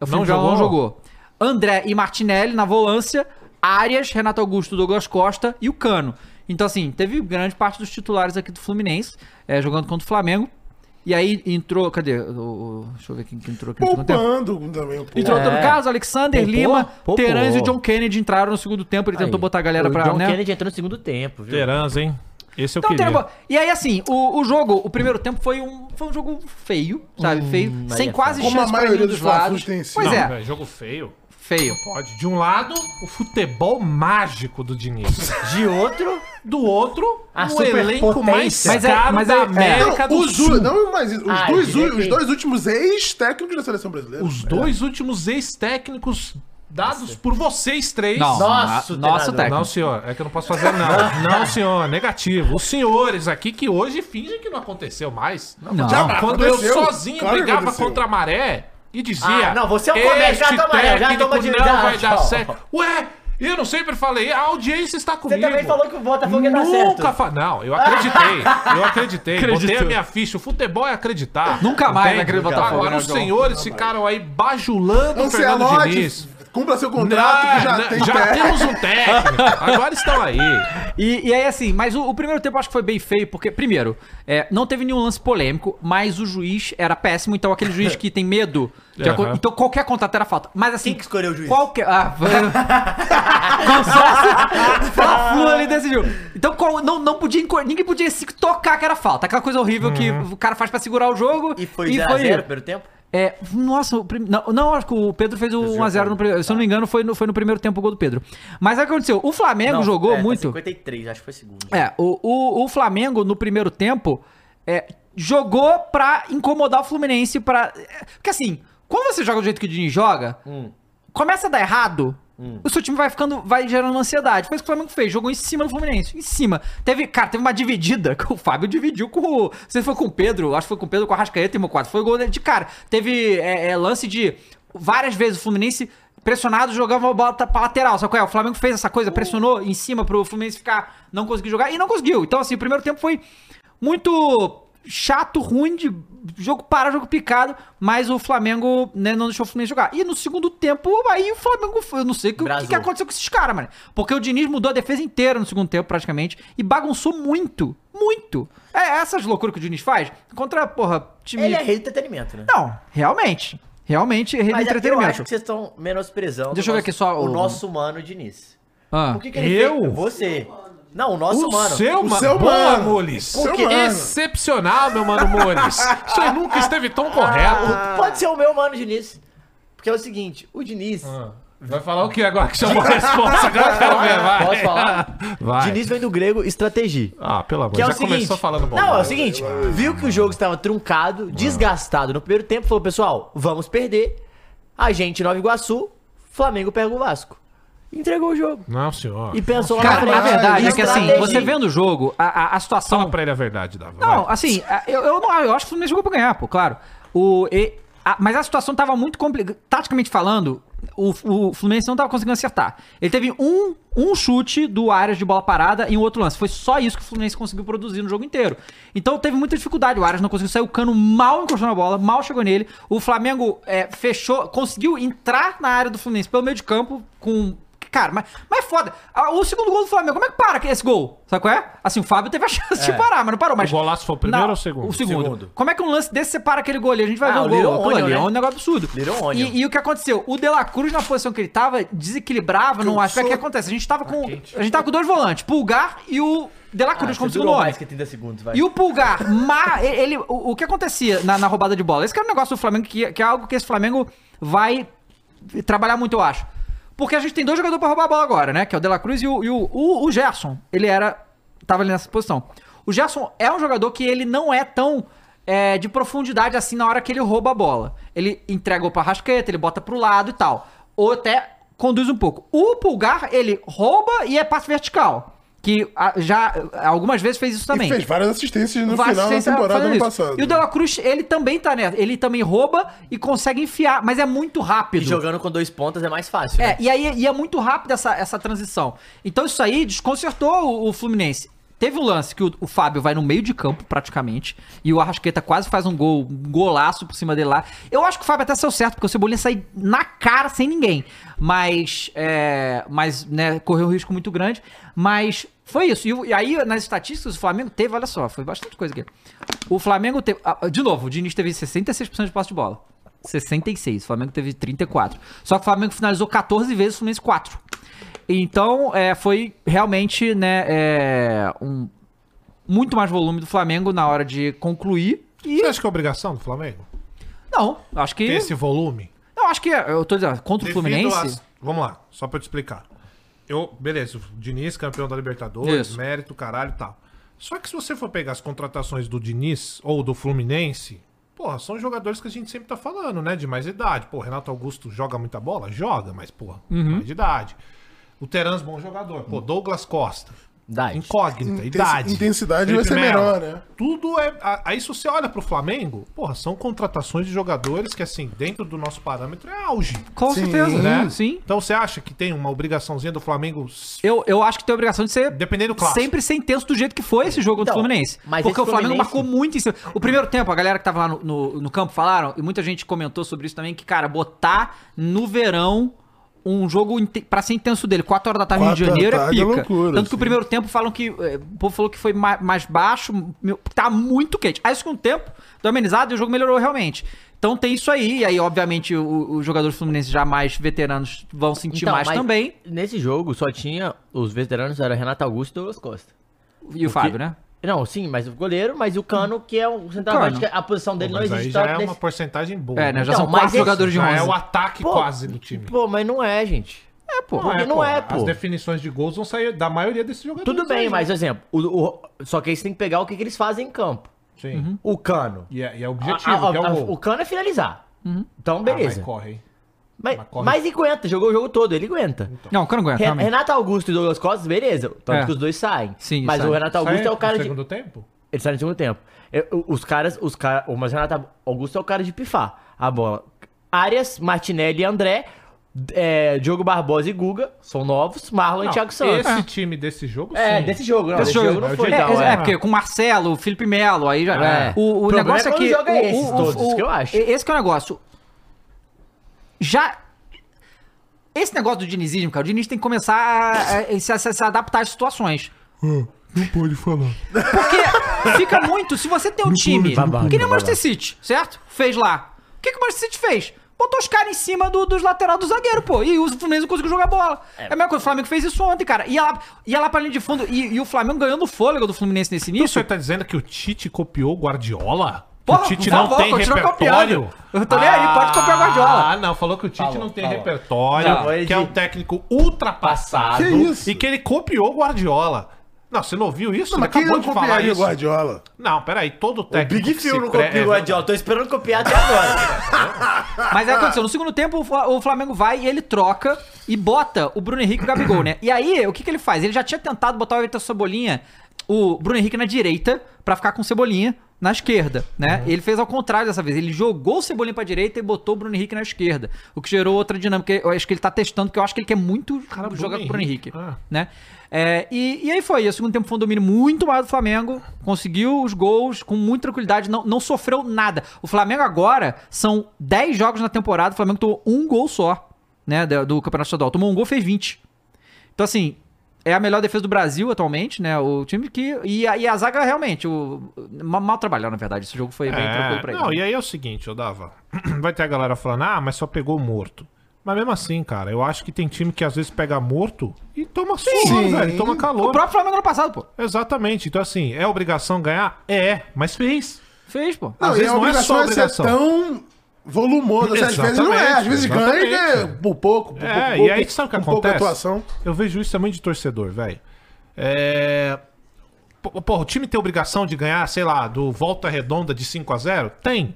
O Felipe Melo não jogou. André e Martinelli na volância, Arias, Renato Augusto, Douglas Costa e o Cano. Então, assim, teve grande parte dos titulares aqui do Fluminense eh, jogando contra o Flamengo. E aí entrou. Cadê? O- o- deixa eu ver quem que entrou aqui no segundo tempo.
Poupando também um pouco.
Entrou todo caso, Alexander
Poupou,
Lima,
poupou.
Terãs e o John Kennedy entraram no segundo tempo. Ele tentou
Aí,
botar a galera
o
pra.
John
né?
Kennedy entrou no segundo tempo, viu?
Terans, hein? Esse é eu
Então,
É, queria.
tem uma- E aí, assim, o, o jogo, o primeiro tempo foi um, foi um jogo feio, sabe? feio,
Hum,
aí
sem
é
quase
Como a
chance pra
maioria
nenhum
dos
dos lados.
Fla-Flus tem sido.
Pois
Não,
é,
velho, jogo feio.
feio.
Pode. De um lado, o futebol mágico do Diniz.
De outro,
Do outro,
A
o um elenco
superpotência.
mais
Mas é-
caro
mas
da
é- é.
América
Não,
do
os,
Sul.
u- não, mas os,
Ah, eu
dois,
diria
u- os
que-
dois últimos ex-técnicos da seleção brasileira. É.
Os dois últimos ex-técnicos dados por vocês três.
Não,
Nosso
na-
treinador.
nosso técnico.
É Não, senhor. É que eu não posso fazer nada. não, senhor. Negativo. Os senhores aqui que hoje fingem que não aconteceu mais.
Não.
Já, quando eu
Aconteceu.
sozinho
Claro que
brigava
aconteceu.
contra a maré é, e dizia...
Ah, não, você é um comédia,
começo
já toma maré, já toma de-
não
já,
vai dar
tchau.
certo. Ué, eu não sempre falei. A audiência está comigo.
você também falou que o Botafogo ia dar Tá certo.
Nunca fa... Não, eu acreditei. Eu acreditei. Botei a
Acreditou.
minha ficha. O futebol é acreditar.
Nunca mais vai acreditar no Botafogo,
Tá, Agora
né,
os
João?
senhores ficaram aí bajulando o Fernando Diniz.
Ancelotti, cumpra seu contrato que já
Não,
tem
não, já
técnico.
temos um técnico. Agora estão aí.
E, e aí, assim, mas o, o primeiro tempo eu acho que foi bem feio, porque, primeiro, é, não teve nenhum lance polêmico, mas o juiz era péssimo, então aquele juiz que tem medo. de aco-
Aham.
Então qualquer contato era falta. Mas assim.
Quem que escolheu o juiz?
Qualquer. Ah, foi- Como se fosse- Fla-Flu, ele decidiu. Então qual- não, não podia. encor- Ninguém podia se tocar que era falta. Aquela coisa horrível que
Uhum.
o cara faz pra segurar o jogo.
E foi 0x0 pelo tempo?
É, nossa, o prim- não, não, acho que o Pedro fez o 1x0 no primeiro. Se eu não me engano, foi no, foi no primeiro tempo o gol do Pedro. Mas aí o que aconteceu? O Flamengo
Não,
jogou
é, tá
muito.
53, acho que foi segundo.
É, o, o, o Flamengo, no primeiro tempo, é, jogou pra incomodar o Fluminense. Pra, é, porque assim, quando você joga do jeito que o Dini joga,
Hum.
começa a dar errado,
Hum.
o seu time vai ficando, vai gerando uma ansiedade. Foi isso que o Flamengo fez, jogou em cima do Fluminense, em cima. Teve, cara, teve uma dividida que o Fábio dividiu com o, se foi com o Pedro, acho que foi com o Pedro, com a Rascaeta e meu quadro. Foi gol de cara. Teve é, é, lance de várias vezes o Fluminense pressionado jogava a bola ta- pra lateral, sabe qual é? O Flamengo fez essa coisa, pressionou em cima pro Fluminense ficar, não conseguir jogar e não conseguiu. Então assim, o primeiro tempo foi muito chato, ruim de jogo para jogo picado, mas o Flamengo né, não deixou o Flamengo jogar. E no segundo tempo, aí o Flamengo, eu não sei o que, o que
Brasou.
que aconteceu com esses caras, mano. Porque o Diniz mudou a defesa inteira no segundo tempo, praticamente, e bagunçou muito, muito. É essas loucuras que o Diniz faz contra, porra, time...
Ele é rei do entretenimento, né?
Não, realmente, realmente, é rede de
Mas eu
entretenimento.
acho que vocês estão menosprezando o
Deixa eu ver
nosso-
aqui só
o
o-
nosso mano Diniz.
Ah.
Por que, que ele
Eu?
fez- Você. Não, o nosso
O
mano.
seu, mano.
seu
Boa,
mano.
Mules.
Seu
Porque-
mano.
Excepcional, meu mano Mules. Isso aí nunca esteve tão correto.
Pode ser o meu mano Diniz. Porque é o seguinte, o Diniz.
Ah. Vai falar o que agora que chamou a resposta? Agora eu quero ver, vai.
Posso falar?
Vai.
Diniz vem do grego estratégia.
Ah, pelo amor,
Que é
já
o seguinte.
começou falando Ah. mal.
Não, é o seguinte. Viu que o jogo estava truncado, desgastado no primeiro tempo, falou, pessoal, vamos perder. A gente Nova Iguaçu, Flamengo pega o Vasco. Entregou o jogo.
Não, senhor.
E pensou lá
Cara,
na
a
frente.
verdade é que assim,
Estratégia.
você vendo o jogo, a, a, a
Fala
situação.
pra ele a verdade, Dava.
Não,
vai.
assim, a- eu, eu não eu acho que o Fluminense jogou pra ganhar, pô, claro. O, e- a- mas a situação tava muito complicada. Taticamente falando, o, o Fluminense não tava conseguindo acertar. Ele teve um, um chute do Arias de bola parada e um outro lance. Foi só isso que o Fluminense conseguiu produzir no jogo inteiro. Então teve muita dificuldade. O Arias não conseguiu sair, o cano mal encostou na bola, mal chegou nele. O Flamengo é, fechou, conseguiu entrar na área do Fluminense pelo meio de campo com Cara, mas, mas foda. Ah, O segundo gol do Flamengo, como é que para esse gol? Sabe qual é? Assim, o Fábio teve a chance de parar, mas não parou. Mas
É. O golaço foi o primeiro
Na-
ou o segundo?
O segundo.
Segundo.
Como é que um lance desse você para aquele gol ali? A gente vai
Ah,
ver
o
o gol.
Little
Aquilo
Onion,
ali é
né?
um negócio absurdo.
Little Onion.
E, e o que aconteceu? O De La Cruz, na posição que ele tava, desequilibrava num aspecto que acontece. A gente tava
Tá
com. A gente tava com dois volantes, Pulgar e o De La Cruz
Ah, Você
como segundo
durou
homem.
mais que 30 segundos, vai.
E o Pulgar, ma- ele, o, o que acontecia na, na roubada de bola? Esse que era o negócio do Flamengo, que, que é algo que esse Flamengo vai trabalhar muito, eu acho. Porque a gente tem dois jogadores pra roubar a bola agora, né? Que é o De La Cruz e o, e o, o- o Gerson. Ele era. Tava ali nessa posição. O Gerson é um jogador que ele não é tão é, de profundidade assim na hora que ele rouba a bola. Ele entrega o pra rasqueta, ele bota pro lado e tal. Ou até conduz um pouco. O Pulgar, ele rouba e é passe vertical. Que ah, já ah, algumas vezes fez isso também.
E fez várias assistências no
Vasco
final da
sem-
temporada
fazendo
ano
isso.
passado.
E o Dela Cruz, ele também tá nessa. Ele também rouba e consegue enfiar, mas é muito rápido.
E jogando com dois pontas é mais fácil. né?
É, e aí e é muito rápida essa, essa transição. Então isso aí desconcertou o, o Fluminense. Teve um lance que o, o Fábio vai no meio de campo, praticamente, e o Arrasqueta quase faz um gol, um golaço por cima dele lá. Eu acho que o Fábio até saiu certo, porque o Cebolinha sai na cara sem ninguém. Mas, é, mas né, correu um risco muito grande. Mas foi isso. E, o- e aí, nas estatísticas, o Flamengo teve, olha só, foi bastante coisa aqui. O Flamengo teve. ah, ah, De novo, o Diniz teve 66% de posse de bola. 66. O Flamengo teve 34. Só que o Flamengo finalizou 14 vezes, o Fluminense 4. Então, é, foi realmente, né, é, um, muito mais volume do Flamengo na hora de concluir. E,
Você acha que é obrigação do Flamengo?
não, acho que...
Ter esse volume?
Não, acho que, é, eu tô dizendo, contra o
Devido
Fluminense...
às- Vamos lá, só pra eu te explicar. Eu, beleza, o Diniz, campeão da Libertadores,
Isso.
mérito, caralho e tal. Só que se você for pegar as contratações do Diniz ou do Fluminense, porra, são jogadores que a gente sempre tá falando, né? De mais idade. Pô, Renato Augusto joga muita bola? Joga, mas, porra,
Uhum.
mais de idade. O Terans, bom jogador.
Hum.
Pô, Douglas Costa.
Idade.
Incógnita,
Intensi-
idade.
intensidade vai ser
Melo.
menor, né?
Tudo é. a- Aí se você olha pro Flamengo, porra, são contratações de jogadores que, assim, dentro do nosso parâmetro é auge.
Com
Sim,
certeza,
né?
Sim.
Então você acha que tem uma obrigaçãozinha do Flamengo, s-
Eu, eu acho que tem a obrigação de ser...
dependendo do clássico?
Sempre ser intenso do jeito que foi esse jogo contra o
Então,
Fluminense.
mas
Porque
esse
o Flamengo
Fluminense-
marcou muito em cima. O primeiro tempo, a galera que tava lá no, no, no campo falaram, e muita gente comentou sobre isso também, que, cara, botar no verão um jogo inte- pra ser intenso dele, 4 horas da tarde no Rio de
Quatro da
Janeiro, é
tarde
pica.
é loucura,
Tanto que o
sim.
primeiro tempo falam que. eh, O povo falou que foi ma- mais baixo, meu, tá muito quente. Aí, com o tempo, deu amenizado e o jogo melhorou realmente. Então tem isso aí, e aí, obviamente, o- os jogadores fluminenses já mais veteranos vão sentir
Então,
mais
mas
também.
Nesse jogo só tinha os veteranos, era Renato Augusto e Douglas Costa.
E o, Fábio, né?
Não, sim, mas o goleiro, mas o Cano, que é o centroavante,
Cano.
que a posição dele não
Mas aí
existe.
já
tanto
é
nesse-
uma porcentagem boa.
É, né? Já
Então,
são
mas
quatro
esse-
jogadores de
Já
11.
é o ataque
Pô,
quase do time.
Pô, mas não é, gente.
É, pô.
Não é, não é, pô.
As definições de gols vão sair da maioria desses jogadores.
Tudo bem,
aí, né?
mas, exemplo, o- o- só que aí você tem que pegar o que, que eles fazem em campo.
Sim.
Uhum.
O Cano.
E, é, e é o objetivo,
A- a-
que é o
a-
gol.
o Cano é finalizar. Então,
Ah, mas
beleza.
corre, hein?
mas,
mas
mas,
corre. Então.
ele aguenta, jogou o jogo todo, ele aguenta.
Não, o cara não aguenta.
É,
Re-
realmente.
Renato Augusto e Douglas Costa, beleza. Tanto
É.
que os dois saem.
Sim,
mas
saem.
o Renato Augusto
Sai
é o cara
no
de.
segundo tempo?
Ele sai no segundo tempo. Eu- eu- os caras, os caras, mas o Renato Augusto é o cara de pifar a bola. Arias, Martinelli e André
é, Diogo Barbosa e Guga são novos, Marlon e
Não,
Thiago Santos. Ah.
Esse time desse jogo,
É,
sim.
desse jogo,
né?
não. Desse
Esse jogo-
jogo, não foi
É,
tal,
é,
é.
porque com o Marcelo, o Felipe Melo, aí já.
É.
O, o
O problema é
negócio é
quando
que.
joga
o- o-
esses
o-
todos,
o-
isso que eu acho.
Esse que é o negócio. Já. Esse negócio do dinizismo, cara, o Diniz tem que começar a, a- se, se- se adaptar às situações.
Ah, Não pode falar.
Porque fica muito. Se você tem um time.
babado,
que nem o
babado.
Manchester City, certo? Fez lá. O que, que o Manchester City fez? Botou os caras em cima do, dos lateral do zagueiro, pô. E o Fluminense não conseguiu jogar bola. É a mesma coisa. O Flamengo fez isso ontem, cara. Ia lá, ia lá pra linha de fundo. E, e o Flamengo ganhando o fôlego do Fluminense nesse
E o
início.
senhor tá dizendo que o Tite copiou o Guardiola? Que
Porra,
o Tite
por
não
favor,
tem
continua
repertório?
copiando. Eu tô nem aí, pode copiar o Guardiola.
Ah, não, falou que o Tite
Falou,
não tem
falou.
repertório,
Não, ele
que é um
de-
técnico ultrapassado
Que isso?
e que ele copiou o Guardiola. Não, você não ouviu isso?
Não,
Ele
mas quem
acabou
não
de falar
copiaria o
isso.
Guardiola?
Não, peraí, todo
O
técnico.
Big
que
Phil
se
não
pre-
copiou
é,
o Guardiola, tô esperando copiar até agora.
Mas é o que aconteceu. No segundo tempo, o Fla- o Flamengo vai e ele troca e bota o Bruno Henrique e o Gabigol, né? E aí, o que, que ele faz? Ele já tinha tentado botar o Everton Cebolinha, o Bruno Henrique na direita, pra ficar com o Cebolinha na esquerda, né? Ele fez ao contrário dessa vez. Ele jogou o Cebolinha pra direita e botou o Bruno Henrique na esquerda. O que gerou outra dinâmica. Eu acho que ele tá testando, porque eu acho que ele quer muito
Cara, Bruno
jogar com o Bruno Henrique,
Henrique. Ah.
né? É, e, e aí foi. E o segundo tempo foi um domínio muito maior do Flamengo. Conseguiu os gols com muita tranquilidade. Não, não sofreu nada. O Flamengo agora são 10 jogos na temporada. O Flamengo tomou um gol só, né? da- Do, Campeonato Estadual. Tomou um gol, fez 20. Então, assim, é a melhor defesa do Brasil atualmente, né? O time que. E a, e a zaga realmente. O, ma- mal trabalhou, na verdade. Esse jogo foi bem tranquilo pra
É,
ele.
não, e aí é o seguinte, eu dava. Vai ter a galera falando, ah, mas só pegou morto. Mas mesmo assim, cara, eu acho que tem time que às vezes pega morto e toma suor,
Sim.
velho, toma
O
calor.
próprio Flamengo ano passado, pô.
Exatamente. Então, assim, é obrigação ganhar? É, mas fez.
Fez, pô.
Às
Não,
vezes
e a
não é só
obrigação é ser
obrigação.
tão volumosa. assim, Às vezes não é, às vezes ganha
Exatamente,
e ganha
exatamente.
por pouco, por pouco,
É,
pouco,
e aí sabe o que
com pouca
acontece?
atuação.
Eu vejo isso também de torcedor, velho. É. Pô, pô, o time tem obrigação de ganhar, sei lá, do volta redonda de 5 a 0 Tem.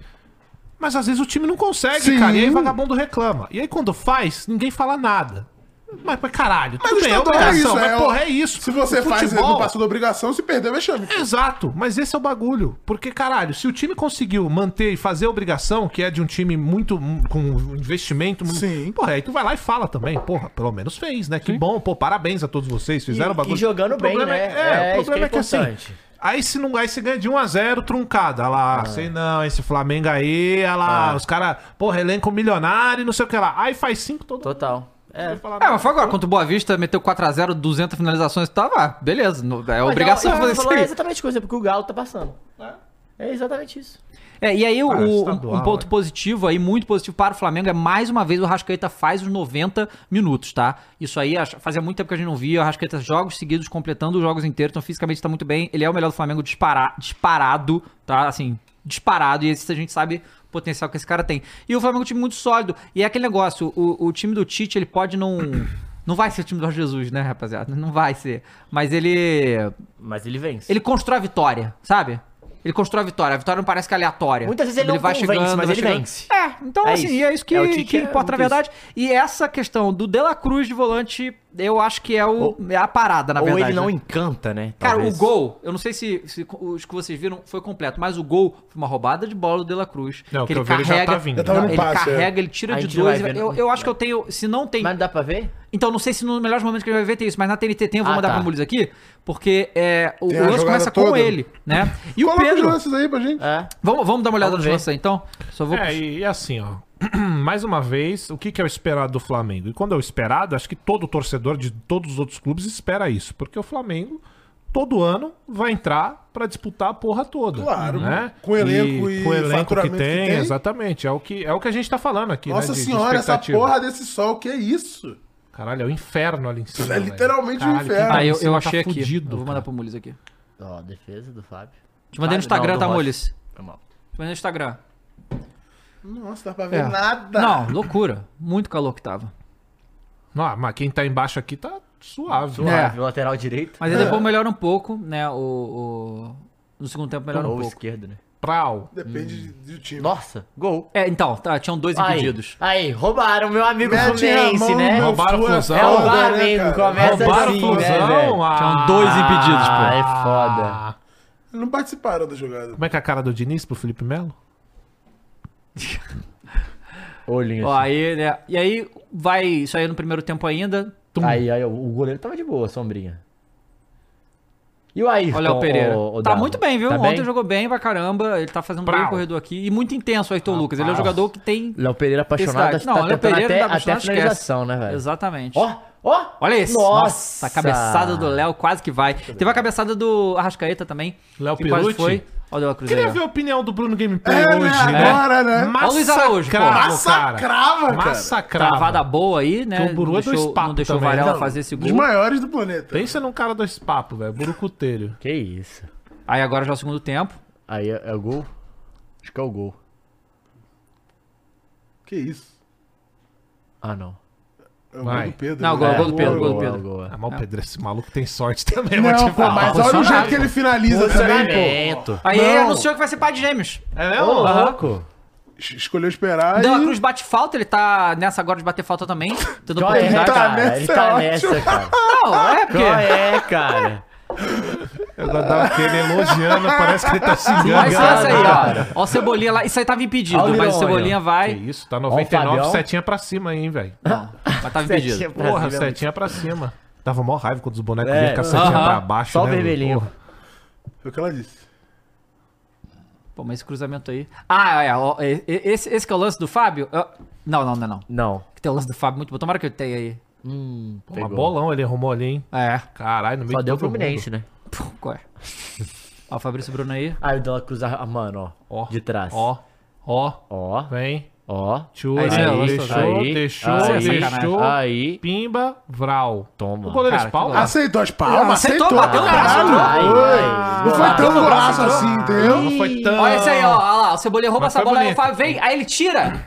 Mas às vezes o time não consegue,
Sim.
cara. E aí vagabundo reclama. E aí quando faz, ninguém fala nada. Mas, mas caralho,
Mas
tudo
o
bem, é
estadual é
obrigação,
isso,
mas
é,
porra, é isso.
Se você
O
faz e
futebol-
não passou da obrigação, se perdeu, é chame.
Exato, mas esse é o bagulho. Porque, caralho, se o time conseguiu manter e fazer a obrigação, que é de um time muito hum, com investimento. mu-
Sim.
Porra, é aí tu vai lá e fala também. Porra, pelo menos fez, né? Que bom, pô, parabéns a todos vocês.
E-
Fizeram o bagulho.
e jogando
O problema
bem,
é-
né? É,
É, o
isso que é
problema é que assim.
importante.
Aí se não, aí você ganha de 1 a 0 truncada. Ah lá, sei não, esse Flamengo aí, ah lá, os caras, porra, elenco milionário, não sei o que lá. Aí faz 5 todo
Total. É.
mundo fala,
É,
não.
mas foi agora. Contra o Boa Vista, meteu 4x0, 200 finalizações e tava. beleza.
um
no- É
Mas
obrigação
não,
fazer
ele
isso
falou
aí.
exatamente coisa, porque o Galo tá passando. É exatamente isso.
É, e aí o-
Cara,
o-
estadual,
um ponto
né?
positivo aí, muito positivo para o Flamengo, é mais uma vez o Rascaeta faz os 90 minutos, tá? Isso aí acho- fazia muito tempo que a gente não via, o Rascaeta jogos seguidos, completando os jogos inteiros, então fisicamente tá muito bem, ele é o melhor do Flamengo dispara- disparado, tá? Assim, disparado, e esse a gente sabe o potencial que esse cara tem. E o Flamengo é um time muito sólido, e é aquele negócio, o, o time do Tite, ele pode não... Não vai ser o time do Jorge Jesus, né, rapaziada? Não vai ser. Mas ele...
Mas ele vence.
Ele constrói a vitória, sabe? Ele constrói a vitória. A vitória não parece que é aleatória.
Muitas vezes ele não convence, mas ele vence.
É, então
É
assim,
isso.
e é isso que,
É, o Tite
que
é
importa na
muito
verdade. E essa questão do De La Cruz de volante, eu acho que é, o, é a parada, na
Ou
verdade.
ele não
né?
encanta, né?
Cara,
Talvez.
o gol, eu não sei se, se os que vocês viram foi completo, mas o gol foi uma roubada de bola do De La Cruz.
Não, o que eu vi, ele já tá vindo. Já
tava
Não,
no
ele
passe, é.
carrega, ele tira
A
de
gente não vai
dois.
ver,
Eu,
não.
eu acho que eu tenho. Se não tem.
Mas não dá pra ver?
Então, não sei se nos melhores momentos que ele vai ver tem isso, mas na TNT tem, eu vou
Ah,
mandar
tá.
pra Mules aqui, porque é, o,
Tem
o
a
lance
jogada
começa com
toda. é
ele, né? E o
Coloca os
Pedro.
lances aí pra gente.
Ah,
É.
Vamos, vamos dar uma olhada
Vamos
nos
ver.
lances aí, então? Só vou.
É, e, e assim, ó. Mais uma vez, o que, que é o esperado do Flamengo? E quando é o esperado, acho que todo torcedor de todos os outros clubes espera isso. Porque o Flamengo, todo ano, vai entrar pra disputar a porra toda.
Claro,
Né?
com o elenco e
com o elenco que
faturamento
tem,
que tem.
Exatamente. É o que, é o que a gente tá falando aqui.
Nossa
né, de- de
senhora, essa
expectativa.
porra desse sol, que é isso?
Caralho, é o inferno ali em cima.
É
velho.
literalmente um
Caralho, quem
inferno.
tá
Ah,
ali em
eu, eu
cima tá
achei aqui.
fudido,
eu vou
cara.
mandar pro Mules aqui.
Ó, defesa do Fábio.
Te mandei no
Fábio,
Instagram,
não,
tá,
do Rocha.
Mules?
Foi mal.
Te mandei no Instagram.
Nossa, dá pra ver
É.
nada.
Não, loucura. Muito calor que tava.
Não, mas quem tá embaixo aqui tá suave.
Suave, o lateral direito. É.
É. Mas aí depois melhora um pouco, né? O, o- No segundo tempo melhora um
Ou
pouco.
esquerdo, né?
Prau.
Depende de- do time.
Nossa, gol.
É, então, tá, tinham dois
Aí,
impedidos.
aí, roubaram meu amigo
Mete a
Fluminense,
mão
né?
no meu
Roubaram o
flu,
Flusão.
é
É
foda,
roubar,
né,
amigo.
cara?
Começa
Roubaram
assim,
o
né,
Flusão,
velho?
ah.
Tinham
dois impedidos, pô.
Ah, é foda.
Não participaram da jogada.
Como é que é a cara do Diniz pro Felipe Melo?
Olhinho
Ó,
assim.
aí, né? E aí vai isso aí no primeiro tempo ainda. Tum.
Aí, aí, o goleiro tava de boa, sombrinha. E o Ayrton?
Olha o Pereira.
ô, ô,
tá
Dado?
muito bem, viu?
Tá
Ontem
bem?
jogou bem pra caramba. Ele tá fazendo bem
Brau.
o corredor aqui. E muito intenso
Ah,
o Ayrton Lucas. Ele é um jogador que tem.
Léo Pereira apaixonado,
intensidade.
acho que tá
Léo
tentando
Pereira
até,
não dá pra
até a
apaixonar,
finalização,
esquece.
né, velho?
Exatamente.
Ó, ó!
Olha esse.
Nossa!
a cabeçada do Léo quase que vai. Teve a cabeçada do Arrascaeta também.
Léo
que quase
Pelucci?
foi. Olha o
Queria
Cruzeiro.
ver a opinião do Bruno Gameplay
É, né?
hoje, né?
Agora, né?
Ó o Luiz Araújo, pô.
Massacrava,
Massacrava,
cara.
cara.
Massacrava.
Travada boa aí, né?
Então, o Buru
não
é dois
deixou,
papos
não deixou o
também,
Varela
né?
fazer esse
Dos
gol.
maiores do planeta.
Pensa num cara dois papos, velho. Burucuteiro.
Que isso.
Aí agora já é o segundo tempo.
Aí é, é o gol? Acho que é o gol.
Que isso.
Ah, não.
É o
Vai.
gol do Pedro.
Não,
né?
gol,
É,
gol do Pedro,
É o
gol do
é o
Pedro.
gol, é.
Ah, mas o Pedro, esse maluco tem sorte também, eu vou
Não,
te
pô,
falar.
mas olha o jeito que ele finaliza também, pô.
Funcionamento.
Tá Aí
Não.
ele anunciou que vai ser pai de gêmeos.
É
Ô,
mesmo?
louco.
Es- Escolheu esperar
Dan
e...
Cruz bate falta, ele tá nessa agora de bater falta também. Tendo
Qual é,
oportunidade.
cara? Ele
nessa,
tá
ótimo.
nessa, cara.
Não, é porque.
Qual é, cara?
Eu gosto daquele elogiando, parece que ele tá se
Mas
enganando.
essa aí,
cara.
ó. Ó o Cebolinha lá. Isso aí tava impedido,
Olha o
mas o
Leon aí,
Cebolinha
Que
vai.
isso, tá
Ó o
99,
Fabião.
setinha pra cima aí, hein, velho.
Mas tava impedido.
Porra, setinha pra cima. Dava
Ah,
mó raiva quando os bonecos
É,
vinham com a setinha
aham.
pra baixo,
Só o
né?
vermelhinho.
Porra.
Foi o que ela disse.
Pô, mas esse cruzamento aí. Ah, é. ó, e- e- esse, esse que é o lance do Fábio? Ó, Não, não, não, não.
Não.
Que tem o lance do Fábio muito bom. Tomara que eu tenha aí. Hum,
Pô, mas bolão ele arrumou ali, hein?
É.
Caralho, no meio
Só
de
deu o
todo mundo.
Fluminense, né?
Pô, qual é? Ó, o Fabrício Bruno aí.
Aí o Dela cruzar, ah, mano, ó,
Ó,
de trás. Ó,
Ó, ó,
ó,
vem.
ó.
Tchura,
Aí,
deixou,
aí,
deixou,
aí,
deixou,
aí,
deixou.
aí.
Pimba, Vral.
Toma.
O goleiro é
Cara,
espalma?
que golaço.
Aceitou as palmas,
Aceitou,
aceitou.
um
bateu o braço,
caralho.
Ai,
né?
Oi.
ai.
Não foi tão golaço assim, entendeu?
Não foi tão...
Olha esse aí, ó. Olha lá. O Cebolinha rouba
Mas
essa
foi
bola aí. O
bonito.
Fábio vem, aí ele tira.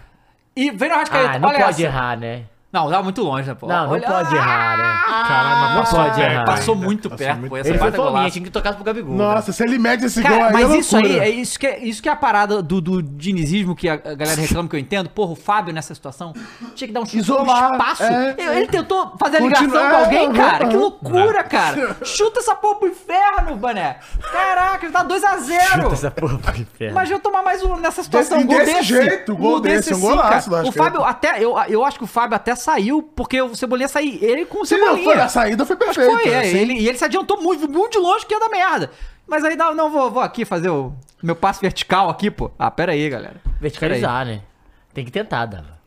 E vem no Arrascaeta.
Ah, não
é Olha
pode
essa.
errar, né?
Não, tava muito longe, né, pô?
Não, não
Olha-
pode errar, né?
Caralho, mas passou
pode
perto
errar.
ainda.
Passou muito perto, pô. Essa
Ele foi
baita
fominha,
golaço.
tinha que tocar pro Gabigol.
Nossa, se ele mete esse gol
Cara,
aí,
mas
é
isso aí,
loucura.
é isso que é, isso que é a parada do, do dinizismo que a a galera reclama que eu entendo. Porra, o Fábio nessa situação tinha que dar um chute
Isolar,
no espaço.
é.
Ele- Ele tentou fazer a ligação
Continua-
com alguém,
é,
cara.
é.
Que loucura, cara. Chuta essa porra pro inferno, mané. Caraca, ele tá 2x0.
Essa porra foi um inferno.
Imagina eu tomar mais um nessa situação.
Desse-
um gol
desse jeito, um gol desse, um golaço
cara.
do
O
Arrascaeta.
Fábio até, eu, eu acho que o Fábio até saiu, porque o Cebolinha saiu, ele com o
Se não
Cebolinha.
foi, a saída foi perfeita.
Foi, é,
assim.
ele, e ele se adiantou muito, muito de longe que ia dar merda. Mas aí, não, não vou, vou aqui fazer o meu passo vertical aqui, pô. Ah, pera aí, galera.
Verticalizar, né? Tem que tentar, Dava.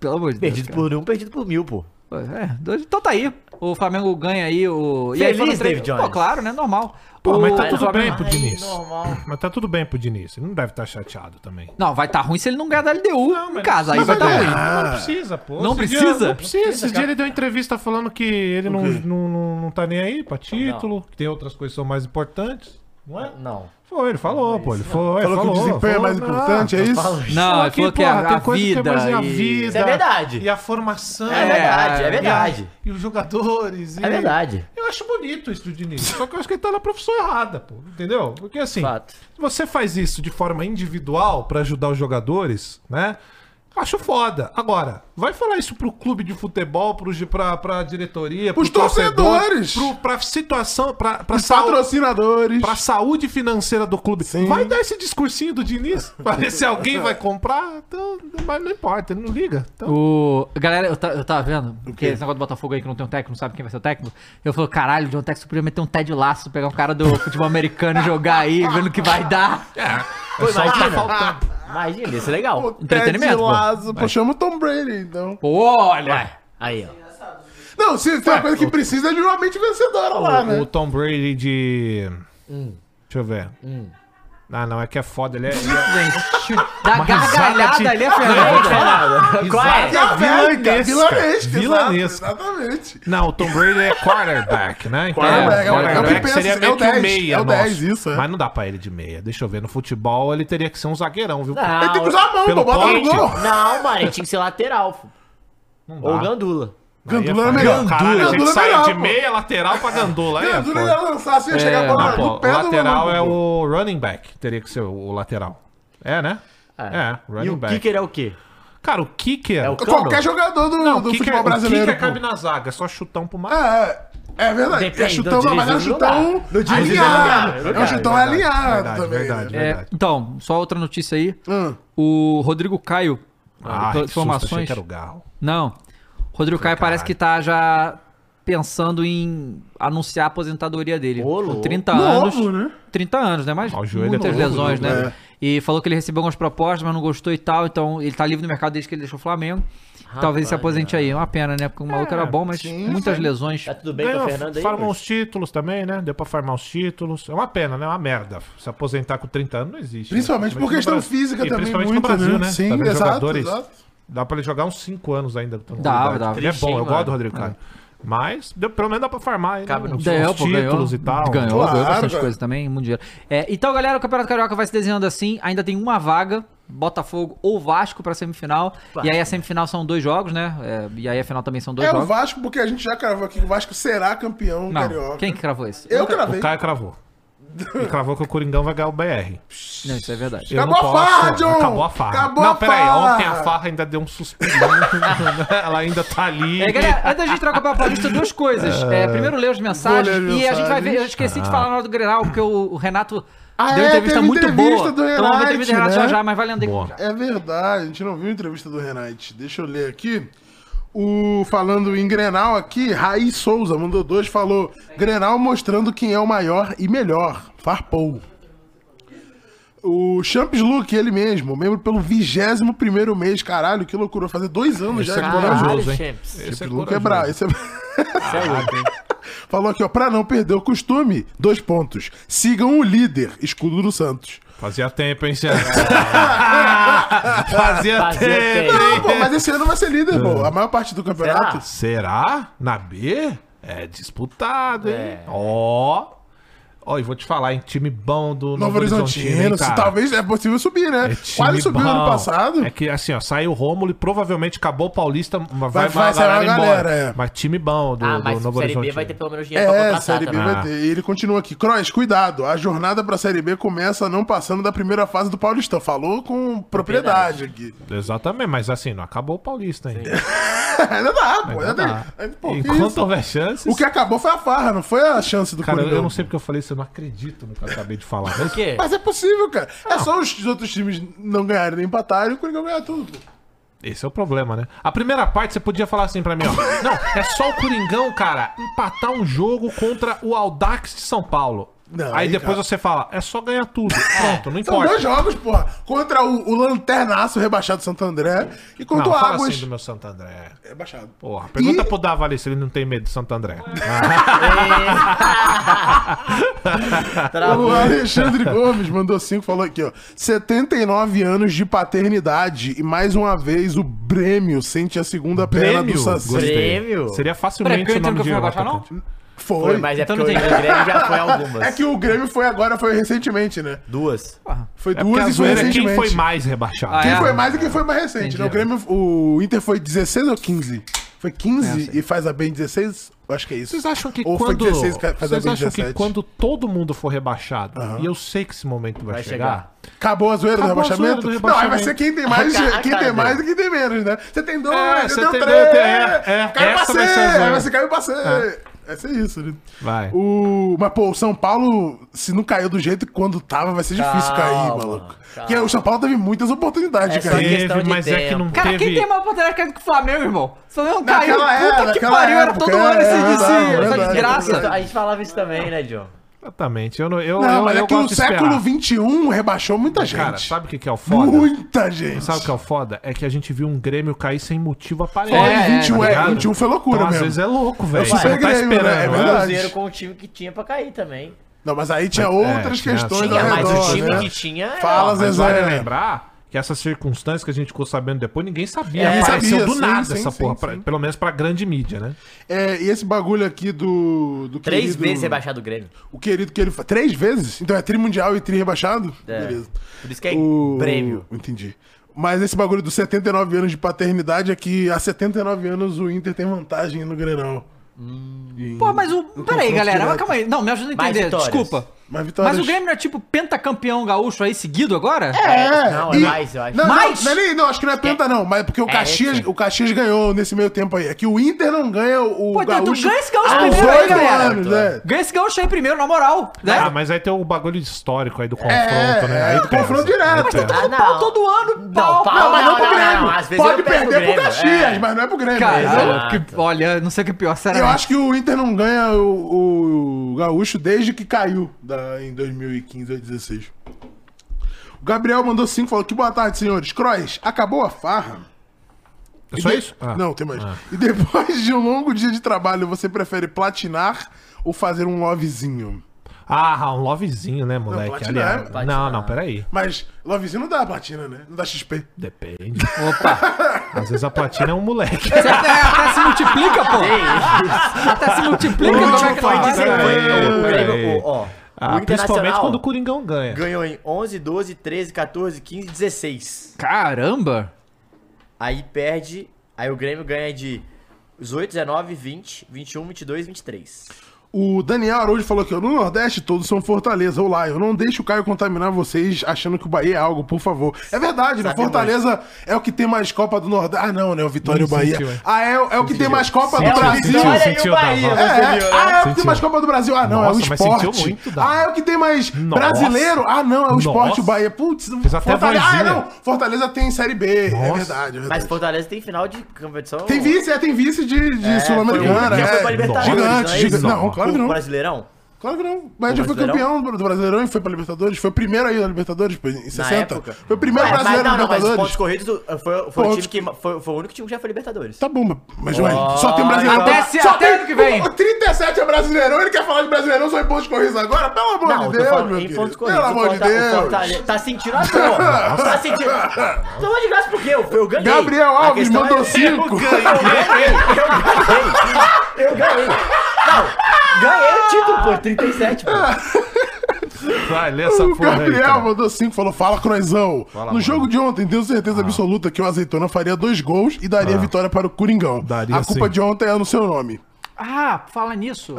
Pelo amor de Deus.
Perdido por um, perdido por mil, pô.
Pô, é, dois- então tá aí. O Flamengo ganha aí o... e aí
Feliz,
foram três-
David Jones.
Pô, claro, né? Normal.
Pô,
O-
mas tá tudo
Flamengo-
bem pro
Ai,
Diniz.
normal.
Mas tá tudo bem pro Diniz. Ele não deve estar chateado também.
Não, vai tá ruim se ele não ganhar da LDU em casa. Aí
Mas vai
vai tá
dar
ruim.
ruim.
É.
Não precisa, pô.
Não
Esse dia-
precisa?
Não precisa. Esse dia ele deu entrevista falando que ele não, não, não, não tá nem aí pra título, que tem outras coisas que são mais importantes. Não é?
Não.
Foi, ele falou, pô. Ele foi,
Falou que o desempenho é mais importante, é isso?
Não, ele falou que é a vida
a
e-
vida.
Isso é verdade.
E a formação.
É verdade, é
e a-
verdade.
E, os jogadores. e-
É verdade.
Eu acho bonito isso do Diniz. Só que eu acho que ele tá na profissão errada, pô. Entendeu? Porque assim,
Fato.
se você faz isso de forma individual pra ajudar os jogadores, né? Acho foda. Agora, vai falar isso pro clube de futebol, pro, gi- pra, pra diretoria,
Pros
pro torcedor,
torcedores.
pro, pra situação, pra, pra
Os
saúde.
patrocinadores.
Pra saúde financeira do clube.
Sim.
Vai dar esse discursinho do Diniz? Pra ver se alguém vai comprar? Então, mas não importa, ele não liga. Então,
O... Galera, eu, tá, eu tava vendo, porque esse negócio do Botafogo aí que não tem um técnico, não sabe quem vai ser o técnico. Eu falo, caralho, o John Texas podia meter um Ted Laço, pegar um cara do futebol americano e jogar aí, vendo o que vai dar.
Pô, imagina. Imagina, isso é legal.
entretenimento,
Ted
pô.
Lasso, pô, chama o Tom Brady, então.
Olha!
Aí, ó.
Não, se tem uma coisa que precisa é de uma mente vencedora lá,
o, o
né?
Tom Brady de.
Hum.
Deixa eu ver. Ah, não, é que é foda, ele é. ele é-
Gente, da
risada
gargalhada
de-
ali é
né?
Fernanda.
Fernando, Qual é?
Risada
Vilanesca,
vilanesca.
vilanesca,
Vilanesca.
exato, Exatamente.
Não, o Tom Brady é quarterback, né? Então,
Quarterback, é o- é o que pensa,
seria
é
meio
o
que o
10,
meia,
é o
nosso.
10, isso, é.
Mas não dá pra ele de meia. Deixa eu ver, no futebol ele teria que ser um zagueirão, viu?
Não,
Ele tem que usar a mão,
Pelo
pô, bota no
porte.
gol.
Não,
é
mano, ele tinha que ser lateral. pô.
Não dá.
Ou Gandula.
Gandula
Aí
era
é
melhor.
foda. Caralho, a gente
Gandula é
saiu
melhor,
de
pô.
meia lateral pra gandula. Aí é
Gandula
foda.
ia lançar assim, ia chegar a
Ah,
bola
pô,
no
o
pé do
lateral
maluco,
é
pô.
o running back, teria que ser o, o lateral. É, né? É,
E
running
o
back.
kicker é o quê?
Cara, o kicker...
É o
o
Cano?
Qualquer jogador do, do
kicker-
futebol
é- o
brasileiro.
kicker
pô.
cabe na zaga, é só chutão pro mar.
É, é verdade.
Depende,
é chutão,
do
mas é um
Diniz não
chutão
dá. Do Diniz
alinhado.
não dá,
É um
verdade,
chutão
verdade,
alinhado
verdade,
também.
verdade.
né?
É, então, só outra notícia aí.
Hum.
O Rodrigo Caio
Ah,
pelas
que susto, achei
informações.
que era o garro.
Não. Rodrigo Caio parece
caralho.
que tá já pensando em anunciar a aposentadoria dele.
Ô,
Com
louco.
30 anos.
Novo, né?
30 anos, né? Mas
Ó, o joelho
muitas
é novo,
lesões,
né?
né? E falou que ele recebeu algumas propostas, mas não gostou e tal. Então ele tá livre no mercado desde que ele deixou o Flamengo. Talvez se aposente aí. É uma pena, né? Porque o maluco
É,
É,
era bom, mas muitas lesões.
Tá tudo bem com o Fernando aí?
um
farmou
Bruce?
uns títulos também, né? Deu pra farmar os títulos. É uma pena, né? É uma merda. Se aposentar com 30 anos não existe. né?
Principalmente por
no
questão
Brasil.
física
E
também,
Principalmente
muito,
no Brasil,
né?
né?
Sim,
Tá vendo
exato,
jogadores,
exato.
Dá pra ele jogar uns 5 anos ainda. com
Dá, dá.
Ele é
Tristinho,
bom, eu gosto
mano.
do Rodrigo Caio. Mas deu, pelo menos dá pra farmar aí
Cabe no
uns- uns
Ganhou, pô, ganhou.
títulos e tal.
Ganhou,
Claro,
ganhou bastante
cara.
coisas também, muito dinheiro. É, então, galera, o Campeonato Carioca vai se desenhando assim. Ainda tem uma vaga, Botafogo ou Vasco pra semifinal. E aí a semifinal são dois jogos, né? É, e aí a final também são dois
É o
jogos.
Vasco, porque a gente já cravou aqui que o Vasco será campeão
Não,
carioca.
quem que cravou isso?
Eu
O
cravei.
Caio cravou. E cravou que o Coringão vai ganhar o BR.
Não, isso é verdade.
Eu
Acabou
não
a
posso.
farra, John!
Acabou a farra.
Acabou
não,
a
peraí,
farra!
ontem a farra ainda deu um suspiro. Ela ainda tá ali.
É, galera, antes da gente trocar pra Paulista, duas coisas. É, primeiro, ler as mensagens.
Vou ler as
E a gente vai ver.
mensagens.
Eu esqueci
Ah.
de falar na hora do Grenal, porque o, o Renato
Ah,
deu
é,
entrevista
teve
muito
entrevista
boa. então,
do
vamos ter
Renate,
entrevista do Renato já
né?
já, mas vai um lendo
Boa.
aqui já.
É verdade, a gente não viu a entrevista do Renate. Deixa eu ler aqui. O falando em Grenal aqui, Raiz Souza mandou dois, falou: Grenal mostrando quem é o maior e melhor. Farpou. O Champs Luke, ele mesmo, membro pelo 21 mês, caralho, que loucura, fazer dois anos
é
já de Grenal.
corajoso, hein?
Champs.
Esse é
Luke é bravo,
corajoso.
esse é... Falou aqui, ó, pra não perder o costume, dois pontos. Sigam o líder, escudo do Santos.
Fazia tempo, hein, Sérgio? Fazia,
Fazia
tempo.
tempo.
hein?
Não, pô, mas esse ano vai ser líder, pô.
É.
A maior parte do campeonato.
Será? Na B? É disputado, hein?
É.
Ó. Ó, e vou te falar, hein? Time bom do
Novo Horizontino,
hein,
se
cara?
talvez é possível subir, né?
É time
Quase subiu
bom.
ano passado.
É que assim, ó, saiu o Rômulo e provavelmente acabou o Paulista, mas vai, vai,
vai
a
sair
galera
uma
embora.
galera, é.
Mas time bom do,
Ah,
do
mas
Novo
Série B
Horizonte.
vai ter pelo menos dinheiro pra
É,
contratar
Série B
também.
vai ter. E ele continua aqui. Cross, cuidado. A jornada pra Série B começa não passando da primeira fase do Paulistão. Falou com propriedade aqui.
Exatamente, mas assim, não acabou o Paulista ainda.
ainda dá, pô. Ainda,
dá.
dá. Ainda- pô, que
Enquanto
isso?
houver chances.
O que acabou foi a farra, não foi a chance do
Cara, eu,
Coringão.
não sei porque eu falei isso, eu não acredito no que eu acabei de falar.
Por quê?
Mas é possível, cara. É só os outros times não ganharem nem empatarem e o Coringão ganhar tudo. pô.
Esse é o problema, né? A primeira parte você podia falar assim pra mim, ó. Não, é só o Coringão, cara, empatar um jogo contra o Aldax de São Paulo.
Não,
aí
aí,
depois
cara.
você fala, é só ganhar tudo. Pronto, não
São dois
importa.
jogos, porra. Contra o, o Lanternaço rebaixado Santo André e
Não,
contra o
fala
Águas.
assim do meu Santo André.
Rebaixado.
Porra, pergunta
É E-
pro Davali se ele não tem medo de Santo André.
O Alexandre Gomes mandou cinco, falou aqui, ó. 79 anos de paternidade e mais uma vez o Brêmio sente a segunda perna do Saci.
Gostei.
Grêmio.
Grêmio?
Seria facilmente
Peraí,
o nome
Grêmio
de
nunca foi
atacante.
Foi.
Mas é
Então
porque
não tem-
o Grêmio já foi algumas.
É que o Grêmio foi agora, foi recentemente, né?
Duas.
Foi
É porque a
duas e foi
zoeira é
recentemente.
quem foi mais rebaixado.
Ah,
Quem
é?
foi mais e quem foi mais recente, né? O Grêmio, o Inter foi 16 ou 15? Foi
É,
15 e faz a bem 16? Eu acho que é isso.
Vocês acham que
Ou foi
quando
16 que faz a
vocês
bem
acham
17?
que quando todo mundo for rebaixado, e eu sei que esse momento vai,
Vai
chegar,
chegar.
Acabou a zoeira
Acabou
do
a zoeira
rebaixamento?
do
Não, aí vai
rebaixamento.
ser quem tem mais,
Ah,
Acaba-
quem tem
tá,
acaba.
mais e quem tem menos, né? Você tem dois,
É,
você
você
tem
tem
três,
dois, tem- é, é,
caiu pra
essa vai
C,
ser a zoeira. É.
aí você caiu pra C. Vai ser isso, né?
Vai.
O... Mas, pô, o São Paulo, se não caiu do jeito que quando tava, vai ser difícil cair, maluco. Porque o São Paulo teve muitas oportunidades,
É
de
só
cara.
que- questão
Teve,
de
mas é que não
tempo.
Cara,
teve.
quem tem mais oportunidade que o Flamengo, irmão? O Flamengo caiu,
Naquela
puta
era,
que
naquela
pariu, era todo
época,
ano
é,
esse
é
DC,
verdade,
essa
verdade.
desgraça.
A gente falava isso também, né, John?
Exatamente. Eu, não- eu,
Não,
eu,
mas
eu
é que
gosto
o
de esperar.
século XXI rebaixou muita gente.
Cara, sabe o que que é o foda?
muita gente.
Sabe o que é o foda? É que a gente viu um Grêmio cair sem motivo aparente.
Foi,
É,
21,
tá
é,
ligado?
21 foi loucura
então, às
mesmo.
vezes é louco, velho.
super
Você não tá
Grêmio, né? É
esperando.
verdade.
né?
Cruzeiro com o time que tinha pra cair também.
Não, mas aí tinha outras
é, tinha-
questões
tinha,
ao
mas
redor,
o time
né?
que tinha era-
Fala,
Mas
Zezé.
vale lembrar que essas circunstâncias que a gente ficou sabendo depois, ninguém sabia.
É,
Apareceu
sabia,
do
sim,
nada
sim,
essa
sim,
porra,
sim.
pra- pelo menos pra grande mídia, né?
É, e esse bagulho aqui do. do
Três
querido-
vezes rebaixado o Grêmio.
O querido que ele faz. Três vezes? Então é tri mundial e tri rebaixado?
É.
Beleza.
Por isso que é
O...
Grêmio.
Entendi. Mas esse bagulho dos 79 anos de paternidade é que há 79 anos o Inter tem vantagem no Grenal.
Pô, mas o. Peraí,
confronto
galera,
direto.
mas calma aí. Não, me ajuda a
Mais
entender.
vitórias.
Desculpa.
Mas vitórias.
Mas o Grêmio não é tipo pentacampeão gaúcho aí seguido agora?
É,
Não, é mais, eu acho.
Não,
Mais?
Não, não, é nem- não, acho que não é penta, não. Mas porque o
É
Caxias,
esse.
o Caxias ganhou nesse meio tempo aí. É que o Inter não ganha o
Pô, então tu
Gaúcho.
ganha esse Gaúcho
há uns
primeiro aí,
oito
galera.
anos, né?
Ganha esse gaúcho aí primeiro, na moral. Né?
Ah, mas aí tem o bagulho histórico aí do confronto,
É,
né?
é,
Aí
o
pesa.
confronto direto.
Aí
Mas
pesa.
tá
Todo
não.
pau todo ano, pau.
pau.
Não, mas não,
Não,
pro
não,
Grêmio.
não, às vezes
Pode
eu pego
perder
o Grêmio,
pro Caxias,
é.
mas não é pro Grêmio. entendeu?
Cara,
Exato.
que- olha, não sei o que é pior, será?
Eu acho que o Inter não ganha o, o Gaúcho desde que caiu da- em 2015 ou 2016. O Gabriel mandou cinco, falou que boa tarde, senhores. Crois, acabou a farra?
É só
E de-
isso? Ah.
Não, tem mais. E depois de um longo dia de trabalho, você prefere platinar ou fazer um lovezinho?
Ah, um lovezinho, né, moleque?
Platina é,
Aliás, não, não, peraí.
Mas lovezinho não dá platina, né? Não dá XP.
Depende.
Opa.
Às vezes a platina é um moleque.
Você até, até se multiplica, pô. Até se multiplica, como é que
Pode
não vai?
ser.
Peraí,
Peraí.
peraí, ó.
Ah,
o
principalmente
Internacional
quando o Coringão ganha.
ganhou em 11, 12, 13, 14, 15, 16.
Caramba.
Aí perde, aí o Grêmio ganha de 18, 19, 20, 21, 22, 23.
O Daniel Araújo falou aqui, ó, no Nordeste todos são Fortaleza. Olá, eu não deixo o Caio contaminar vocês achando que o Bahia é algo, por favor. É verdade, né?
Sabe
Fortaleza é o que tem mais Copa do Nordeste. Ah, não, né? O Vitória e o
Não
Bahia.
sentiu, é.
Ah, é, é o que tem mais Copa do
o
Brasil.
Vitória
É,
e o Bahia,
Dava.
né?
é.
Sentiu,
Ah, é o que tem
Sentiu.
mais Copa do Brasil. Ah, não, é o
Nossa, mas sentiu
esporte.
muito, Dava.
ah, é o que tem mais
Nossa.
brasileiro. Ah, não, é o esporte,
Nossa.
o Bahia. Putz,
Fiz até
Fortaleza. Ah,
vozinha.
não, Fortaleza tem Série B. É
Nossa.
verdade, é verdade.
Mas Fortaleza tem final de competição.
Tem vice, é, tem vice de, de
foi
Sul-Americana.
pra- já foi pra
É,
Libertadores,
gigante,
não é
gigante.
isso?
Não, claro que
O
não.
Brasileirão?
Claro que não. Mas
Do
já foi
Brasileirão?
campeão do do Brasileirão e foi pra Libertadores. Foi o primeiro aí da Libertadores, pô, em 60.
época.
Foi o primeiro
Ué,
brasileiro
mas,
da
não, não, mas os
Libertadores.
pontos corridos uh, foi, foi,
Pontos-
o time que, ma- foi, foi o único time que já foi Libertadores.
Tá bom, mas- mas ué, só tem brasileirão.
Até
pra-
se-
só
até
tem-
ano que vem.
O 37 é brasileirão, ele quer falar de brasileirão só em pontos corridos agora? Pelo amor
Não, eu
de
tô
Deus,
falando
meu
em
querido.
pontos corridos.
Pelo
o
amor de
Forta- o
Deus.
Fortaleza- Tá sentindo a dor. tá sentindo. Tomou de graça por quê? Eu, eu ganhei.
Gabriel
A
Alves
questão
mandou
é-
5.
Eu ganhei. Eu ganhei. Eu ganhei. Não, ganhei o título, pô. 37, pô.
Vai, lê essa
O
porra aí.
Gabriel
cara.
mandou 5, falou: Fala, Croizão. no jogo de ontem, tenho
Ah.
certeza absoluta que o Azeitona faria dois gols e daria vitória para o Coringão.
Daria,
a culpa
sim.
de ontem é no seu nome.
Ah, fala nisso.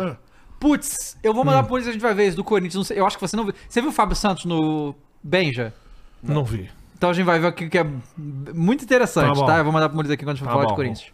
Putz, eu vou
Hum.
mandar pra vocês a gente vai ver isso do Corinthians. não sei- Eu acho que você não viu. Você viu o Fábio Santos no Benja?
Não vi.
Então a gente vai ver aqui que é muito
Tá
interessante, tá?
bom.
Eu vou mandar pro Muniz aqui quando a gente for
Tá
falar de
bom.
Corinthians.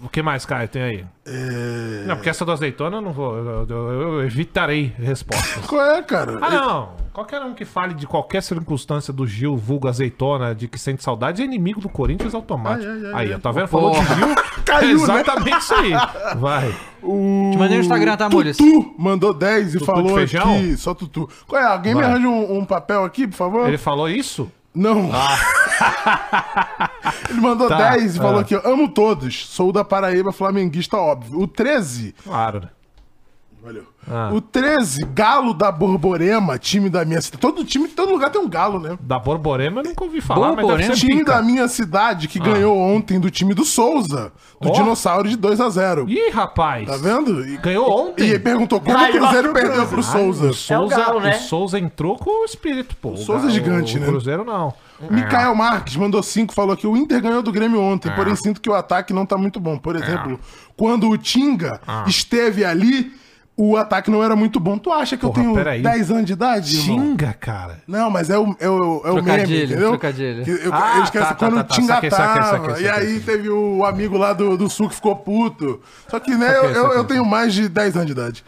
O que mais, Caio, tem aí?
É.
Não, porque essa do azeitona eu não vou. Eu, eu- eu evitarei respostas.
Qual é, cara?
Ah, não. Qualquer um que fale de qualquer circunstância do Gil, vulgo azeitona, de que sente saudade, é inimigo do Corinthians automático.
Ai, ai, ai,
aí,
ai.
ó, tá vendo? Falou de Gil.
Caiu,
é
né?
exatamente isso aí. Vai.
Te mandei no Instagram, tá, Mules?
Tutu mandou 10 e
de
falou
feijão?
aqui. Só Tutu. Qual é? Alguém me
Vai.
arranja um, um papel aqui, por favor?
Ele falou isso? Ah,
Não. Ele mandou
Tá,
10 e falou
ah.
aqui, ó, amo todos. Sou da Paraíba, flamenguista, óbvio. O 13.
Claro. né?
Valeu.
Ah.
O 13, galo da Borborema, time da minha cidade. Todo time, todo lugar tem um galo, né?
Da Borborema eu nunca ouvi falar, mas
Borborema?
deve ser
Time
pica. Ah.
da minha cidade que ganhou ontem do time do Souza, do
Ó.
Dinossauro de 2 a 0
Ih, rapaz.
Tá vendo? E,
Ganhou ontem. É
e ele perguntou como o
Vai,
Cruzeiro
ó,
perdeu pro Souza.
O Souza,
Galo, né?
o Souza entrou com o espírito, pô. O
Souza é
Galo-
gigante,
o
né?
Cruzeiro não.
Mikael Marques mandou 5, falou que o Inter ganhou do Grêmio
É.
ontem, porém sinto que o ataque não tá muito bom. Por exemplo, quando o Tinga
Ah.
esteve ali, o ataque não era muito bom. Tu acha que
Porra,
eu tenho
peraí.
10 anos de idade, irmão?
Xinga, cara.
Não, mas é o, é o, é o meme,
Trocadilho,
entendeu?
trocadilho.
Que eu,
Ah,
eu esqueço
tá, tá,
quando
tá,
o
tá.
Tinga
Saquei, saquei, saquei,
tava, e
saquei,
aí
saquei.
teve o amigo lá do, do Sul que ficou puto. Só que, né, eu, eu- eu tenho mais de 10 anos de idade.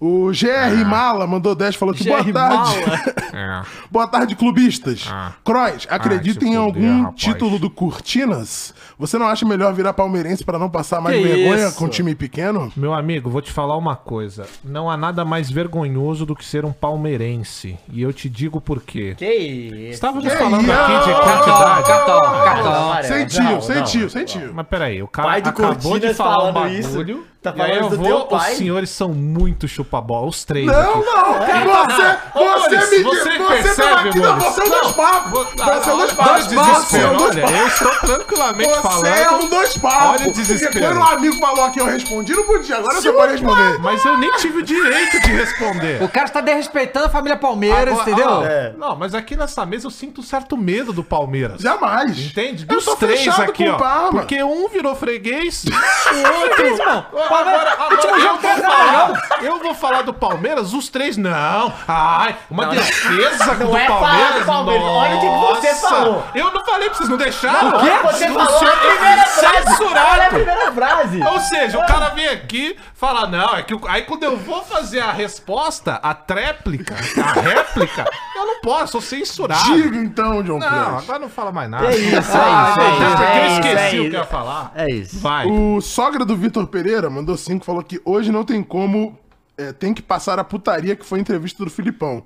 O GR Mala mandou 10, falou que boa
GR
tarde.
É. Ah.
Boa tarde, clubistas. Crois, acredita
se
em
fuder,
algum
rapaz.
título do Cortinas? Você não acha melhor virar palmeirense pra não passar mais
Que
vergonha
isso?
com o time pequeno?
Meu amigo, vou te falar uma coisa. Não há nada mais vergonhoso do que ser um palmeirense. E eu te digo por quê.
Que isso.
Estávamos
Que
falando
isso?
aqui de
Cartão,
quantidade.
cartão, cartão.
Amarelo.
Sentiu,
Não,
sentiu,
não.
sentiu.
Mas peraí, o cara
Pai do
acabou de
Cortinas
falar um
falando isso.
bagulho.
Tá
e aí
falando
eu
do
vou,
teu pai?
Os senhores são muito chupa-bola, os três
Não,
aqui.
não!
É,
Você,
Maurício,
você me
tá. você
Você, tá
percebe,
aqui, não,
Maurício?
você é um dois papos! Você é um dois papos!
Olha o
Você é um
desespero,
dois
olha,
papos!
eu estou tranquilamente
Você
falando.
é um dois papos!
Olha o desespero.
Porque Quando um amigo falou aqui, eu respondi, não podia, agora você pode responder.
Mas é eu nem tive o direito de responder.
O cara tá desrespeitando a família Palmeiras,
Agora-
entendeu?
ah, é. Não, mas aqui nessa mesa eu sinto um certo medo do Palmeiras.
Jamais!
Entende?
Eu
Dos
tô
três
fechado
aqui,
com o
ó.
Palma.
Porque um virou freguês, o outro. agora, agora eu, vou falar, eu vou falar do Palmeiras, os três não. Ai, uma defesa
não
do
é falar do
Palmeiras.
Palmeiras, olha o que você
Nossa.
falou.
Eu não falei pra vocês, não deixaram?
O que você falou? É
senhor
a primeira frase. Olha a
Censurado.
primeira frase. Ah.
Ou seja, o cara vem aqui, fala, não, é que o- aí quando eu vou fazer a resposta, a tréplica, a réplica, eu não posso, sou censurado.
Diga então, John
Não,
Crush.
agora não fala mais nada.
isso, é isso,
Ah, até
é isso,
porque
é
eu
isso,
esqueci
é
o
isso.
que eu ia falar.
É isso.
Vai.
O sogra do Vitor Pereira mandou cinco, falou que hoje não tem como, é, tem que passar a putaria que foi a entrevista do Filipão.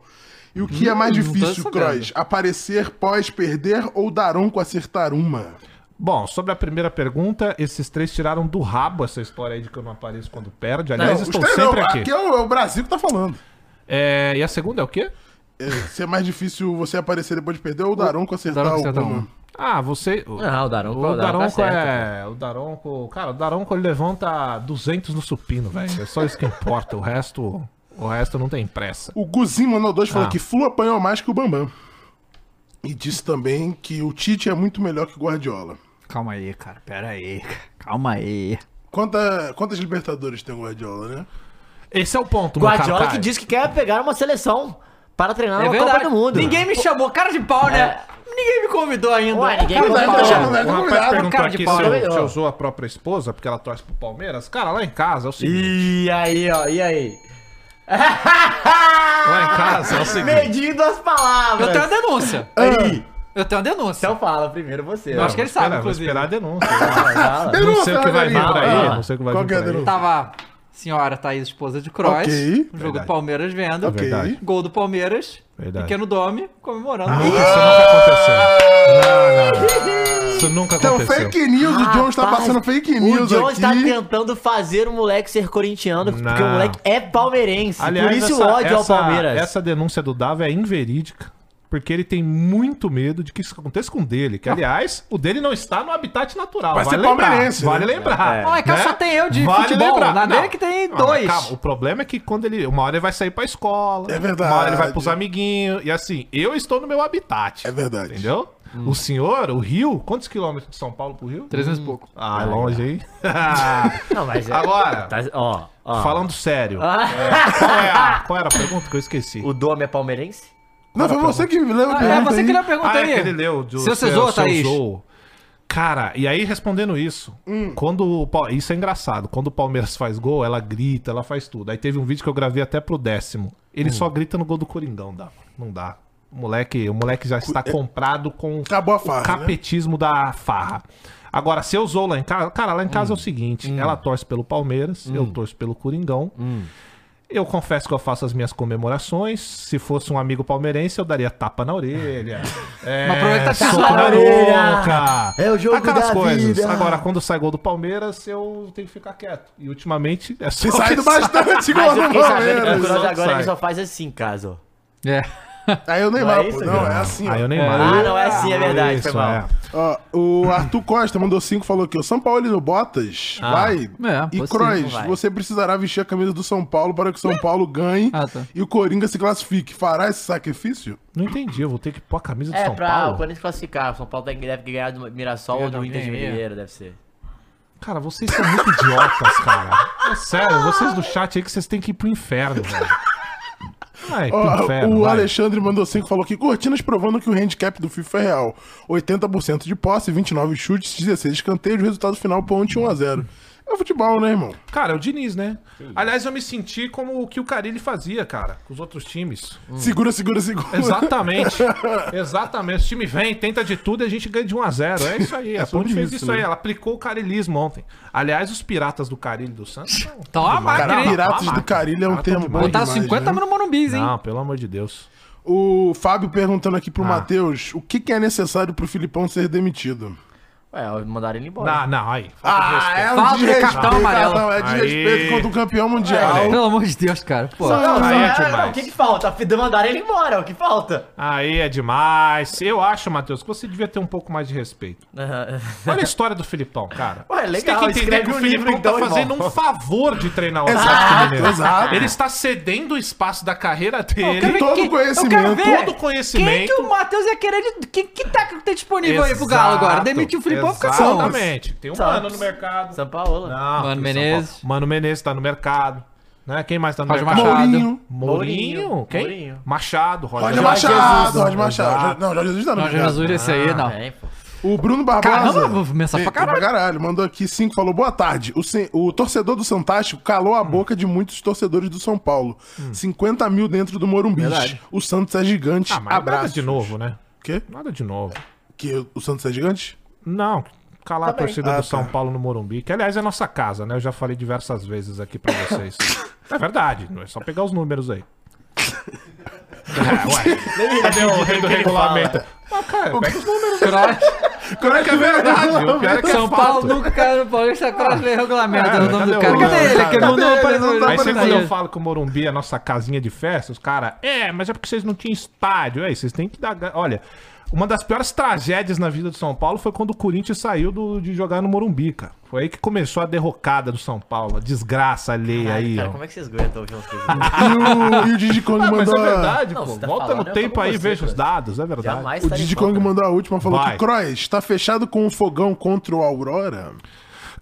E o que é
Hum,
mais
não tô
difícil,
sabendo.
Cross? Aparecer pós perder ou dar um com acertar uma?
Bom, sobre a primeira pergunta, esses três tiraram do rabo essa história aí de que eu não apareço quando perde. Aliás,
Não, os
estou
três
sempre
não,
aqui.
é o, é o Brasil que tá falando.
É, e a segunda é o quê?
É, se é mais difícil você aparecer depois de perder ou dar um com acertar
Daronco
alguma?
acertar uma.
Ah, você. o-
Não, o Daronco-
O
o Daronco tá
Daronco
certo,
é. O Daronco. Cara, o Daronco ele levanta 200 no supino, velho. É só isso que importa. O resto. O resto não tem pressa.
O Guzinho mandou dois falou
Ah.
que Flu apanhou mais que o Bambam. E disse também que o Tite é muito melhor que o Guardiola.
Calma aí, cara. Pera aí. cara. Calma aí.
Quanta, quantas Libertadores tem o Guardiola, né?
Esse é o ponto, meu
Guardiola
Cartaz.
que diz que quer pegar uma seleção para treinar
É
uma
verdade.
Copa do Mundo.
Ninguém me chamou. Cara de pau, né? Ninguém me convidou ainda.
Ué, ninguém
Cara
me
de
convidou.
Um
pau.
Não, não,
rapaz
Cuidado,
perguntou
cara de
aqui
pau.
é
se eu- se
Ó.
eu usou a própria esposa, porque ela torce pro Palmeiras. Cara, lá em casa é o seguinte.
E aí, ó, e aí?
Lá em casa é o seguinte.
Medindo as
Ah,
palavras.
Eu tenho uma denúncia.
é
Aí,
Eu tenho uma denúncia.
então fala primeiro você.
Eu acho
ó.
que ele sabe,
Vou
inclusive.
esperar a denúncia.
Fala, fala.
Não sei o que vai vir por aí.
fala.
Não sei o que vai
Qual
vir
que é a
por aí.
denúncia?
Tava a senhora Thaís, esposa de Cross.
Ok.
Um jogo
Verdade.
do Palmeiras vendo.
Ok.
Verdade.
Gol do Palmeiras.
Verdade.
Pequeno Dome comemorando.
Isso nunca aconteceu. Não, não, não. Isso nunca
Então,
aconteceu.
fake news, o John está
Rapaz,
passando fake news
O John
aqui.
está tentando fazer o moleque ser corintiano, porque o
Não.
moleque é palmeirense. por isso o
essa-
ódio ao
essa-
Palmeiras.
Essa denúncia do Dava é inverídica. Porque ele tem muito medo de que isso aconteça com o dele. Que, aliás, o dele não está no habitat natural.
Vai ser
lembrar,
palmeirense,
Vale
né?
lembrar.
Não, é que só tem eu de futebol, na dele que tem
mas
dois.
calma, o problema é que quando ele. Uma hora ele vai sair pra escola.
É verdade.
Uma hora ele vai pros amiguinhos. E assim, eu estou no meu habitat.
É verdade.
Entendeu? O senhor, o Rio, quantos quilômetros de São Paulo pro Rio?
300 Hum. e pouco.
Ah, é longe, hein?
Não, mas é.
Agora,
Tá- ó,
Ah.
ó.
falando sério.
Ah.
é, qual, é a, qual era a pergunta que eu esqueci?
O Dome é palmeirense?
Não, foi você que me lembra.
Ah, é você que leu a pergunta
Ah,
aí. tá
é que ele leu. do-
Se você
se-
zoa,
se eu
Thaís.
zoo. Cara, e aí respondendo isso, quando o Pal- isso é engraçado, quando o Palmeiras faz gol, ela grita, ela faz tudo. Aí teve um vídeo que eu gravei até pro décimo. Ele
Hum.
só grita no gol do Coringão, dá. Não dá. O moleque, o moleque já está comprado com
é- Acabou a farra,
o
né?
capetismo da farra. Agora, se eu usou lá em casa, cara, lá em
Hum.
casa é o seguinte, ela torce pelo Palmeiras, eu torço pelo Coringão.
Hum.
Eu confesso que eu faço as minhas comemorações. Se fosse um amigo palmeirense, eu daria tapa na orelha. É,
Mas o problema é que tá
soco
tapa
na
na
orelha.
boca.
É o jogo
Aquelas
da
coisas.
vida.
Agora, quando sai gol do Palmeiras, eu tenho que ficar quieto. E ultimamente é só.
Você sai do bastante igual
Mas eu
no
fiquei sabendo que o
Palmeiras.
Cross
Só
agora ele
sai.
só faz assim, caso.
É.
Aí eu nem
Não é
mapo.
isso,
Não, é assim. ó.
Aí eu nem
Ah, não, é assim, é verdade, foi mal.
Ó, o Arthur Costa mandou cinco, falou que o São Paulo no Botas
Ah.
É,
vai. e
possível,
Crois,
vai.
você precisará vestir a camisa do São Paulo para que o São Paulo ganhe
Ah, tá.
e o Coringa se classifique. Fará esse sacrifício?
Não entendi, eu vou ter que pôr a camisa do
É,
São
pra o
Paulo.
Corinthians classificar. O São Paulo deve deve ganhar do Mirassol ou do
é.
Inter de Mineiro, deve ser.
Cara, vocês são muito idiotas, cara. É sério, vocês do chat aí que vocês têm que ir pro inferno, velho. Ai, pro
Ó,
Ah, é inferno.
o
vai.
Alexandre mandou cinco, falou que cortinas provando que o handicap do FIFA é real. 80% de posse, 29 chutes, 16 escanteios, resultado final ponte 1 a 0 É futebol, né, irmão?
Cara, é o Diniz, né? Aliás, eu me senti como o que o Carilli fazia, cara, com os outros times.
Hum. Segura, segura, segura.
Exatamente. Exatamente. O time vem, tenta de tudo e a gente ganha de 1 a 0 É isso aí. a
sobre
Ponte fez
isso,
isso aí.
né?
Ela aplicou o carilismo ontem. Aliás, os piratas do Carilli do Santos. são-
Então a máquina,
Cara,
hein?
piratas do Carilho é um
Ah,
termo
tá
bom
Botar
demais,
50
né?
mil no Morumbis, hein?
Não, pelo amor de Deus.
O Fábio perguntando aqui pro
Ah.
Matheus o que, que é necessário pro Filipão ser demitido.
Ué, mandaram ele embora.
Não, não, aí.
Ah, é
Falta
um
de cartão
desrespeito,
amarelo.
não, é desrespeito
Aí. É.
contra o campeão mundial.
Pelo amor de Deus, cara. Pô.
Não,
Aí é
não, não,
demais.
o que que falta? Mandaram ele embora, é o que falta?
Aí é demais. Eu acho, Matheus, que você devia ter um pouco mais de respeito. Olha a história do Filipão, cara.
Ué,
Você
legal,
tem que entender
escreve
que o
um
Filipão
livro, então,
tá fazendo
irmão.
um favor de treinar o Atlético
Exato,
Mineiro.
exato.
Ele está cedendo o espaço da carreira
Eu quero
dele.
ver
todo
quem- eu
conhecimento,
quero ver
todo conhecimento.
Quem tá que o Matheus ia querer de. Que, que técnico tem disponível aí pro Galo
Exato,
agora? Demitiu o Filipão
é
convocação.
Exatamente. Tem um
Santos.
ano no mercado.
São Paulo.
Não, tem
Mano
o São
Menezes.
Paulo. Ah, Mano Menezes tá no mercado. Né? Quem mais tá no
Roger
mercado?
Machado.
Mourinho.
Mourinho.
Mourinho.
Quem?
Mourinho.
Machado. Roger,
Roger
Jesus.
Machado, Roger Machado.
Exato.
Jorge- Não, Jorge Jesus tá no
Não,
mercado.
Jesus, esse aí, não.
É, pô.
O Bruno Barbosa.
Caramba, mensagem pra
Tem- tem
caralho.
Mandou aqui cinco, falou boa tarde. O, sen- o torcedor do Santástico calou
Hum.
a boca de muitos torcedores do São Paulo. 50 mil dentro do Morumbi.
Verdade.
O Santos é gigante.
Ah, mas
Abraço.
nada de novo, né?
Quê?
Nada de novo.
Que o Santos é gigante?
Não, calar a torcida
Ah,
do
tá.
São Paulo no Morumbi, que aliás é nossa casa, né? Eu já falei diversas vezes aqui pra vocês. é verdade, não é só pegar os números aí. é, ué, cadê o rei do regulamento? Ah, cara, pega os números. Pior que é verdade, o pior é que é
São Paulo
fato.
nunca caiu no Paulista Cross lei regulamento.
É,
É, o nome
cadê
do
o-
cara. Cadê ele? Que
Cadê
ele mandou
ele?
pra
Não tá
Aí sempre
aparecendo.
quando eu
ele.
falo que o Morumbi é a nossa casinha de festa, os caras, é, mas é porque vocês não tinham estádio. Aí, vocês têm que dar. ga- Olha, uma das piores tragédias na vida do São Paulo foi quando o Corinthians saiu do- de jogar no Morumbi, cara. Foi aí que começou a derrocada do São Paulo, a desgraça alheia aí,
Cara,
ó.
como é que vocês aguentam ouvir umas coisas?
E o, e o Didi Kong
Ah, mas
mandou.
é
a-
verdade,
Não,
pô.
você tá
Volta
falando,
no
eu tô
tempo
com
aí,
você,
veja os
cara.
dados, é verdade.
Jamais
O
estaria
Didi
em falta.
Kong mandou a última, falou
Vai.
que Croix tá fechado com o fogão contra o Aurora.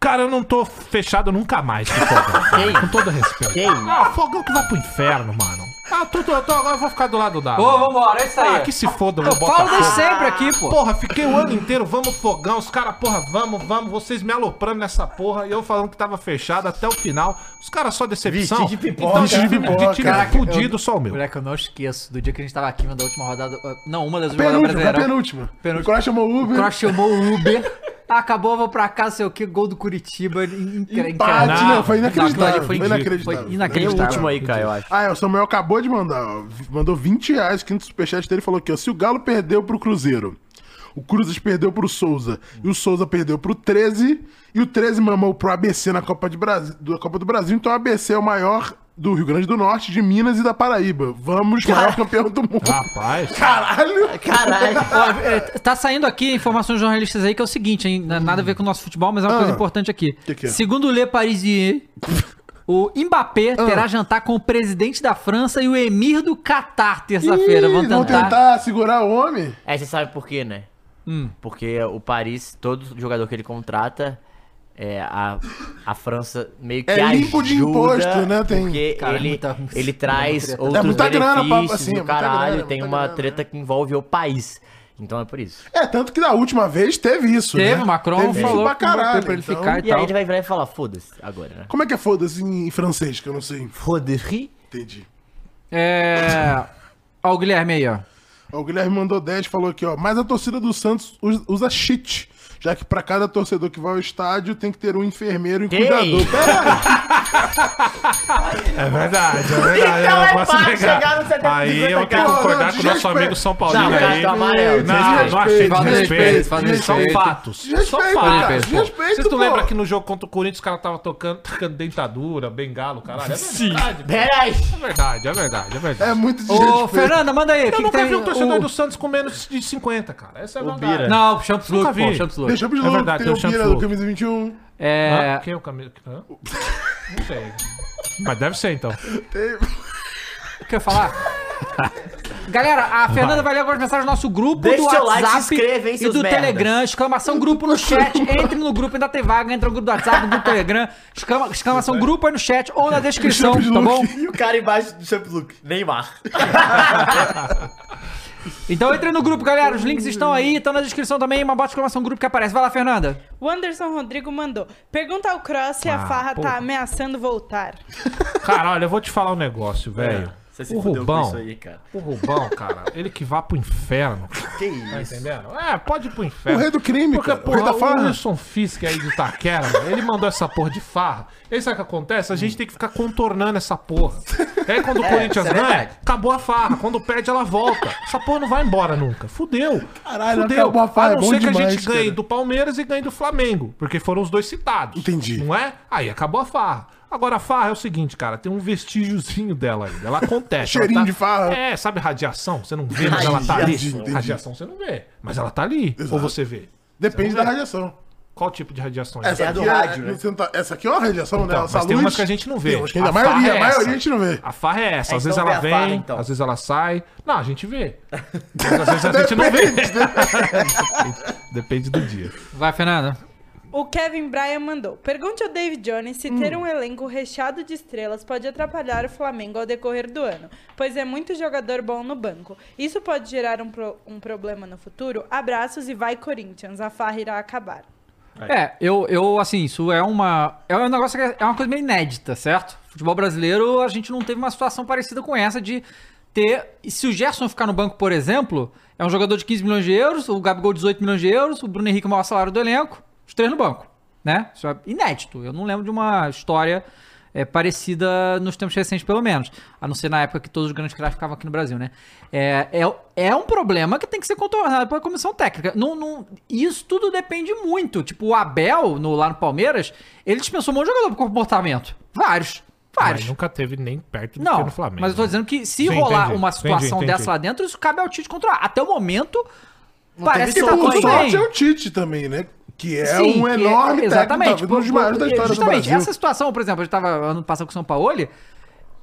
Cara, eu não tô fechado nunca mais com o fogão.
Quem?
Com todo respeito.
Quem?
Ah, fogão que vai pro inferno, mano. Ah, tô, tô, tô- agora eu vou ficar do lado da.
Ô, vambora, é isso aí.
Ah, que se foda,
Eu
meu
falo
Botafogo.
desde sempre aqui, pô.
Porra, fiquei o ano inteiro, vamos fogão, os caras, porra, vamos, vamos, vocês me aloprando nessa porra, e eu falando que tava fechado até o final. Os caras só decepção.
Vestido de pipoca.
Então,
Vestido de
de,
pipoca.
de time
Caraca,
fudido, só o meu.
Moleque, eu não esqueço do dia que a gente tava aqui, mas da última rodada. ah, Não, uma das últimas
Penúltima, foi a
brasileiras.
penúltima.
Penúltima.
O Croix chamou o
O
Uber.
Cross chamou o Uber. Acabou, eu vou pra casa, sei o que, gol do Curitiba. Incre-
Empate,
Não,
não, foi inacreditável.
não,
Foi
foi
inacreditável.
Foi
Tem o
inacreditável.
último aí, Caio, eu acho.
Ah, é, o Samuel acabou de mandar. ó. V- Mandou 20 reais, quinto superchat dele, falou aqui, ó. Se o Galo perdeu pro Cruzeiro, o Cruzes perdeu pro Souza, e o Souza perdeu pro 13, e o 13 mamou pro ABC na Copa, de Brasi- do, Copa do Brasil, então o ABC é o maior do Rio Grande do Norte, de Minas e da Paraíba. Vamos, maior campeão do mundo.
Rapaz.
Caralho!
Ó, é, tá saindo aqui informações jornalistas aí que é o seguinte, hein? na- Nada a ver com o nosso futebol, mas é uma
Ah.
coisa importante aqui.
Que que é?
Segundo o Le Parisien, o Mbappé
Ah.
terá jantar com o presidente da França e o emir do Catar terça-feira.
Ih,
Vão
Vão
tentar.
tentar Ah, segurar o homem?
É, você sabe por quê, né?
Hum.
Porque o Paris, todo jogador que ele contrata, é, a, a França meio que
É limpo de
ajuda,
imposto, né? Tem-
Porque
Cara, é
ele,
muita-
ele traz
muita
outros
muita grana pra-
benefícios
assim, é
do
muita
caralho,
grana,
tem
muita
uma
grana, né?
treta que envolve o país. Então é por isso.
É, tanto que da última vez teve isso,
Teve,
né?
o Macron
teve
falou
isso pra
que não
caralho.
pra ele
então-
ficar
E
e,
aí
tal.
ele vai virar e falar, foda-se, agora, né?
Como é que é foda-se em em francês, que eu não sei.
Foda-se.
Entendi.
É. Ó, o Guilherme aí, ó.
Ó, O Guilherme mandou 10 falou aqui, ó. Mas a torcida do Santos us- usa cheat. Já que pra cada torcedor que vai ao estádio tem que ter um enfermeiro e um
Que
cuidador.
isso?
Pera aí.
É verdade, é verdade.
Então
eu
é
não posso
fácil
negar.
chegar no 750
Aí eu tenho que
cara.
concordar com o nosso
Desrespeito.
amigo São Paulino
Não,
aí.
cartão amarelo.
Não, não achei
Desrespeito,
desrespeito.
desrespeito,
São
desrespeito.
fatos. São
Desrespeito,
fatos.
cara,
pô.
desrespeito,
Vocês tu
pô.
lembra que no jogo contra o Corinthians os caras tava tocando, tocando dentadura, bengalo, caralho? É verdade. pô.
Peraí!
É verdade, é verdade, é verdade.
É muito
Ô,
desrespeito.
Fernanda, manda aí.
Eu
que
nunca
que
vi um torcedor
o-
do Santos com menos de 50, cara. Essa é a verdade.
Bira.
Não, o Champs
Nunca
Luke, pô,
vi.
o Champs Luke.
Deixa eu pedir
É
é
verdade, tem
tem
o
o Bira
Champs
do Camisa 21.
É.
Hã? Quem é o Camilo? Hã? Não sei. Mas deve ser, então.
O que eu ia falar? Galera, a Fernanda vai ler algumas mensagens do nosso grupo,
Deixa
do
seu like,
WhatsApp
se inscreva, hein,
e
seus
do
merdas.
Telegram. Exclamação grupo no chat. Entre no grupo, ainda tem vaga. Entra no grupo do WhatsApp, no grupo do Telegram. Exclama- exclamação grupo aí no chat ou na descrição,
Champs
tá bom?
Luke.
E o cara embaixo do Champ Luke? Neymar.
Então entre no grupo, galera. Os links estão aí, estão na descrição também. Uma bota de exclamação grupo que aparece. Vai lá, Fernanda.
O Anderson Rodrigo mandou. Pergunta ao Cross se
Ah,
a farra tá ameaçando voltar.
Cara, olha, eu vou te falar um negócio, velho.
É, Você se
O
fudeu com
Rubão,
isso aí, cara.
o Rubão, cara, ele que vá pro inferno,
Que isso?
Entendendo? É, pode ir pro inferno.
O rei do crime,
Porque,
cara. O
porra,
rei da farra.
O Wilson Fisk aí de Itaquera, mano, ele mandou essa porra de farra. E aí sabe o que acontece? A gente tem que ficar contornando essa porra. E aí quando o Corinthians
isso é
ganha,
verdade.
acabou a farra. Quando perde, ela volta. Essa porra não vai embora
É,
nunca. Fudeu.
Caralho,
Fudeu.
acabou a farra,
A não
é bom
ser que a
demais,
gente ganhe
cara.
do Palmeiras e ganhe do Flamengo. Porque foram os dois citados.
Entendi.
Não é? Aí acabou a farra. Agora, a farra é o seguinte, cara, tem um vestígiozinho dela ainda. Ela acontece. ela
Cheirinho de farra.
É, sabe radiação? Você não vê, mas ela tá ali.
Entendi, entendi.
Radiação você não vê, mas ela tá ali. Ou você vê?
Depende da radiação.
Qual tipo de radiação?
Essa
é
a
aqui,
do
é,
rádio, né?
não senta- essa aqui é uma radiação, né?
Então,
Essa
mas tem
luz-
umas que a gente não vê.
Tem umas que a,
A farra
maioria,
é
a maioria
essa.
a gente não vê.
A farra é essa. Às
É,
vezes
então
ela
vê
vem,
a farra, então.
às vezes ela sai. Não, a gente vê. Mas às vezes a gente não vê. Depende do dia.
Vai, Fernanda.
O Kevin Bryan mandou. Pergunte ao David Jones se ter
Hum.
um elenco recheado de estrelas pode atrapalhar o Flamengo ao decorrer do ano, pois é muito jogador bom no banco. Isso pode gerar um, pro- um problema no futuro? Abraços e vai Corinthians, a farra irá acabar.
É, eu, eu, assim, isso é uma. É um negócio que é é uma coisa meio inédita, certo? Futebol brasileiro, a gente não teve uma situação parecida com essa de ter. E se o Gerson ficar no banco, por exemplo, é um jogador de 15 milhões de euros, o Gabigol 18 milhões de euros, o Bruno Henrique é o maior salário do elenco, os três no banco, né? Isso é inédito. Eu não lembro de uma história é, parecida nos tempos recentes, pelo menos. A não ser na época que todos os grandes craques ficavam aqui no Brasil, né? É, é, é um problema que tem que ser contornado pela comissão técnica. Não, não, isso tudo depende muito. Tipo, o Abel, no, lá no Palmeiras, ele dispensou um monte de jogador por comportamento. Vários. Vários.
Mas nunca teve nem perto do que
Não,
no Flamengo. né?
mas eu tô dizendo que se
Sim,
rolar
entendi,
uma situação
entendi, entendi.
dessa lá dentro, isso cabe ao Tite controlar. Até o momento, parece que
E
tá
por
tudo bem.
sorte é o Tite também, né? Que é
Sim,
um
que é-
enorme
exatamente,
técnico, talvez um dos
por-
maiores da
por-
história do
Justamente,
Brasil.
essa é situação, por exemplo, a gente tava ano passado com o São Paulo,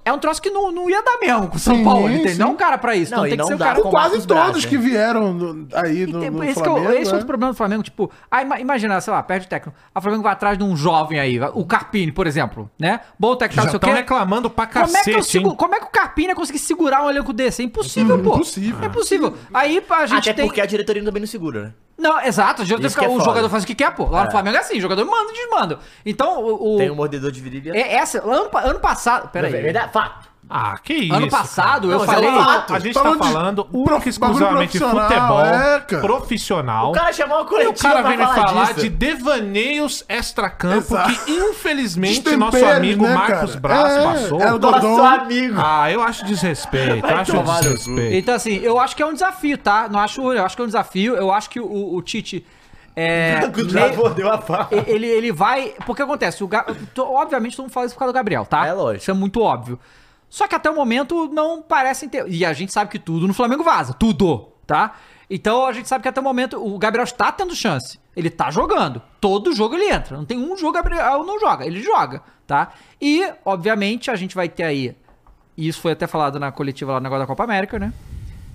é um troço que não, não ia dar mesmo com o São
Sim,
Paulo, entendeu?
sim.
Não é um cara pra isso,
Não,
então
e
tem que
não
ser um
dá
cara...
com o
Quase
Marcos
todos
Braz,
que
né?
vieram no- aí
E
no,
tem-
no
esse que é o-
Flamengo.
esse é
né?
outro problema do Flamengo, tipo, ah, ima- imagina, sei lá, perde o técnico, a Flamengo vai atrás de um jovem aí, o Carpini, por exemplo, né? Bom técnico,
Já
não sei o
tão
quê.
reclamando pra
Como é, que eu
cacete,
sigo-
hein?
como é que o Carpini ia conseguir segurar um elenco desse? É impossível, pô.
impossível.
É impossível. Aí a gente
Até
tem...
porque a diretoria também não segura, né?
Não, exato. O jogador,
Isso que é
o
foda.
jogador faz o que quer, pô. Lá no Flamengo é assim, o jogador manda e desmanda. Então, o. o-
Tem um mordedor de virilha.
é, essa, ano, pa- ano passado. Pera
Não, é
aí.
verdade, fato.
Ah, que isso.
Ano
cara.
passado, eu
Não, mas
falei.
é um fato.
A gente
Falando
tá
de
falando
prof-
única e exclusivamente
bagulho
futebol
profissional, é, cara.
profissional.
O cara chamou a
E o
coletiva
cara vem me
pra
falar
disso.
de devaneios extracampo
Exato.
que, infelizmente,
Destemperos,
nosso amigo
né,
Marcos
cara?
Braz
É,
passou.
é o do-
Nosso
Dodon.
amigo.
Ah, eu acho desrespeito. Eu acho
tomar no cu.
desrespeito.
Então, assim, eu acho que é um desafio, tá? Não acho ruim, eu acho que é um desafio. Eu acho que o, o Tite. É,
O
meio-
Gustavo mordeu a faca.
E- ele, ele vai. Porque acontece, o Ga... to- obviamente todo mundo fala isso por causa do Gabriel, tá?
É lógico.
Isso é muito óbvio. Só que até o momento não parecem ter. E a gente sabe que tudo no Flamengo vaza, tudo, tá? Então a gente sabe que até o momento o Gabriel está tendo chance. Ele tá jogando. Todo jogo ele entra. Não tem um jogo que o Gabriel não joga. Ele joga, tá? E, obviamente, a gente vai ter aí. E isso foi até falado na coletiva lá no negócio da Copa América, né?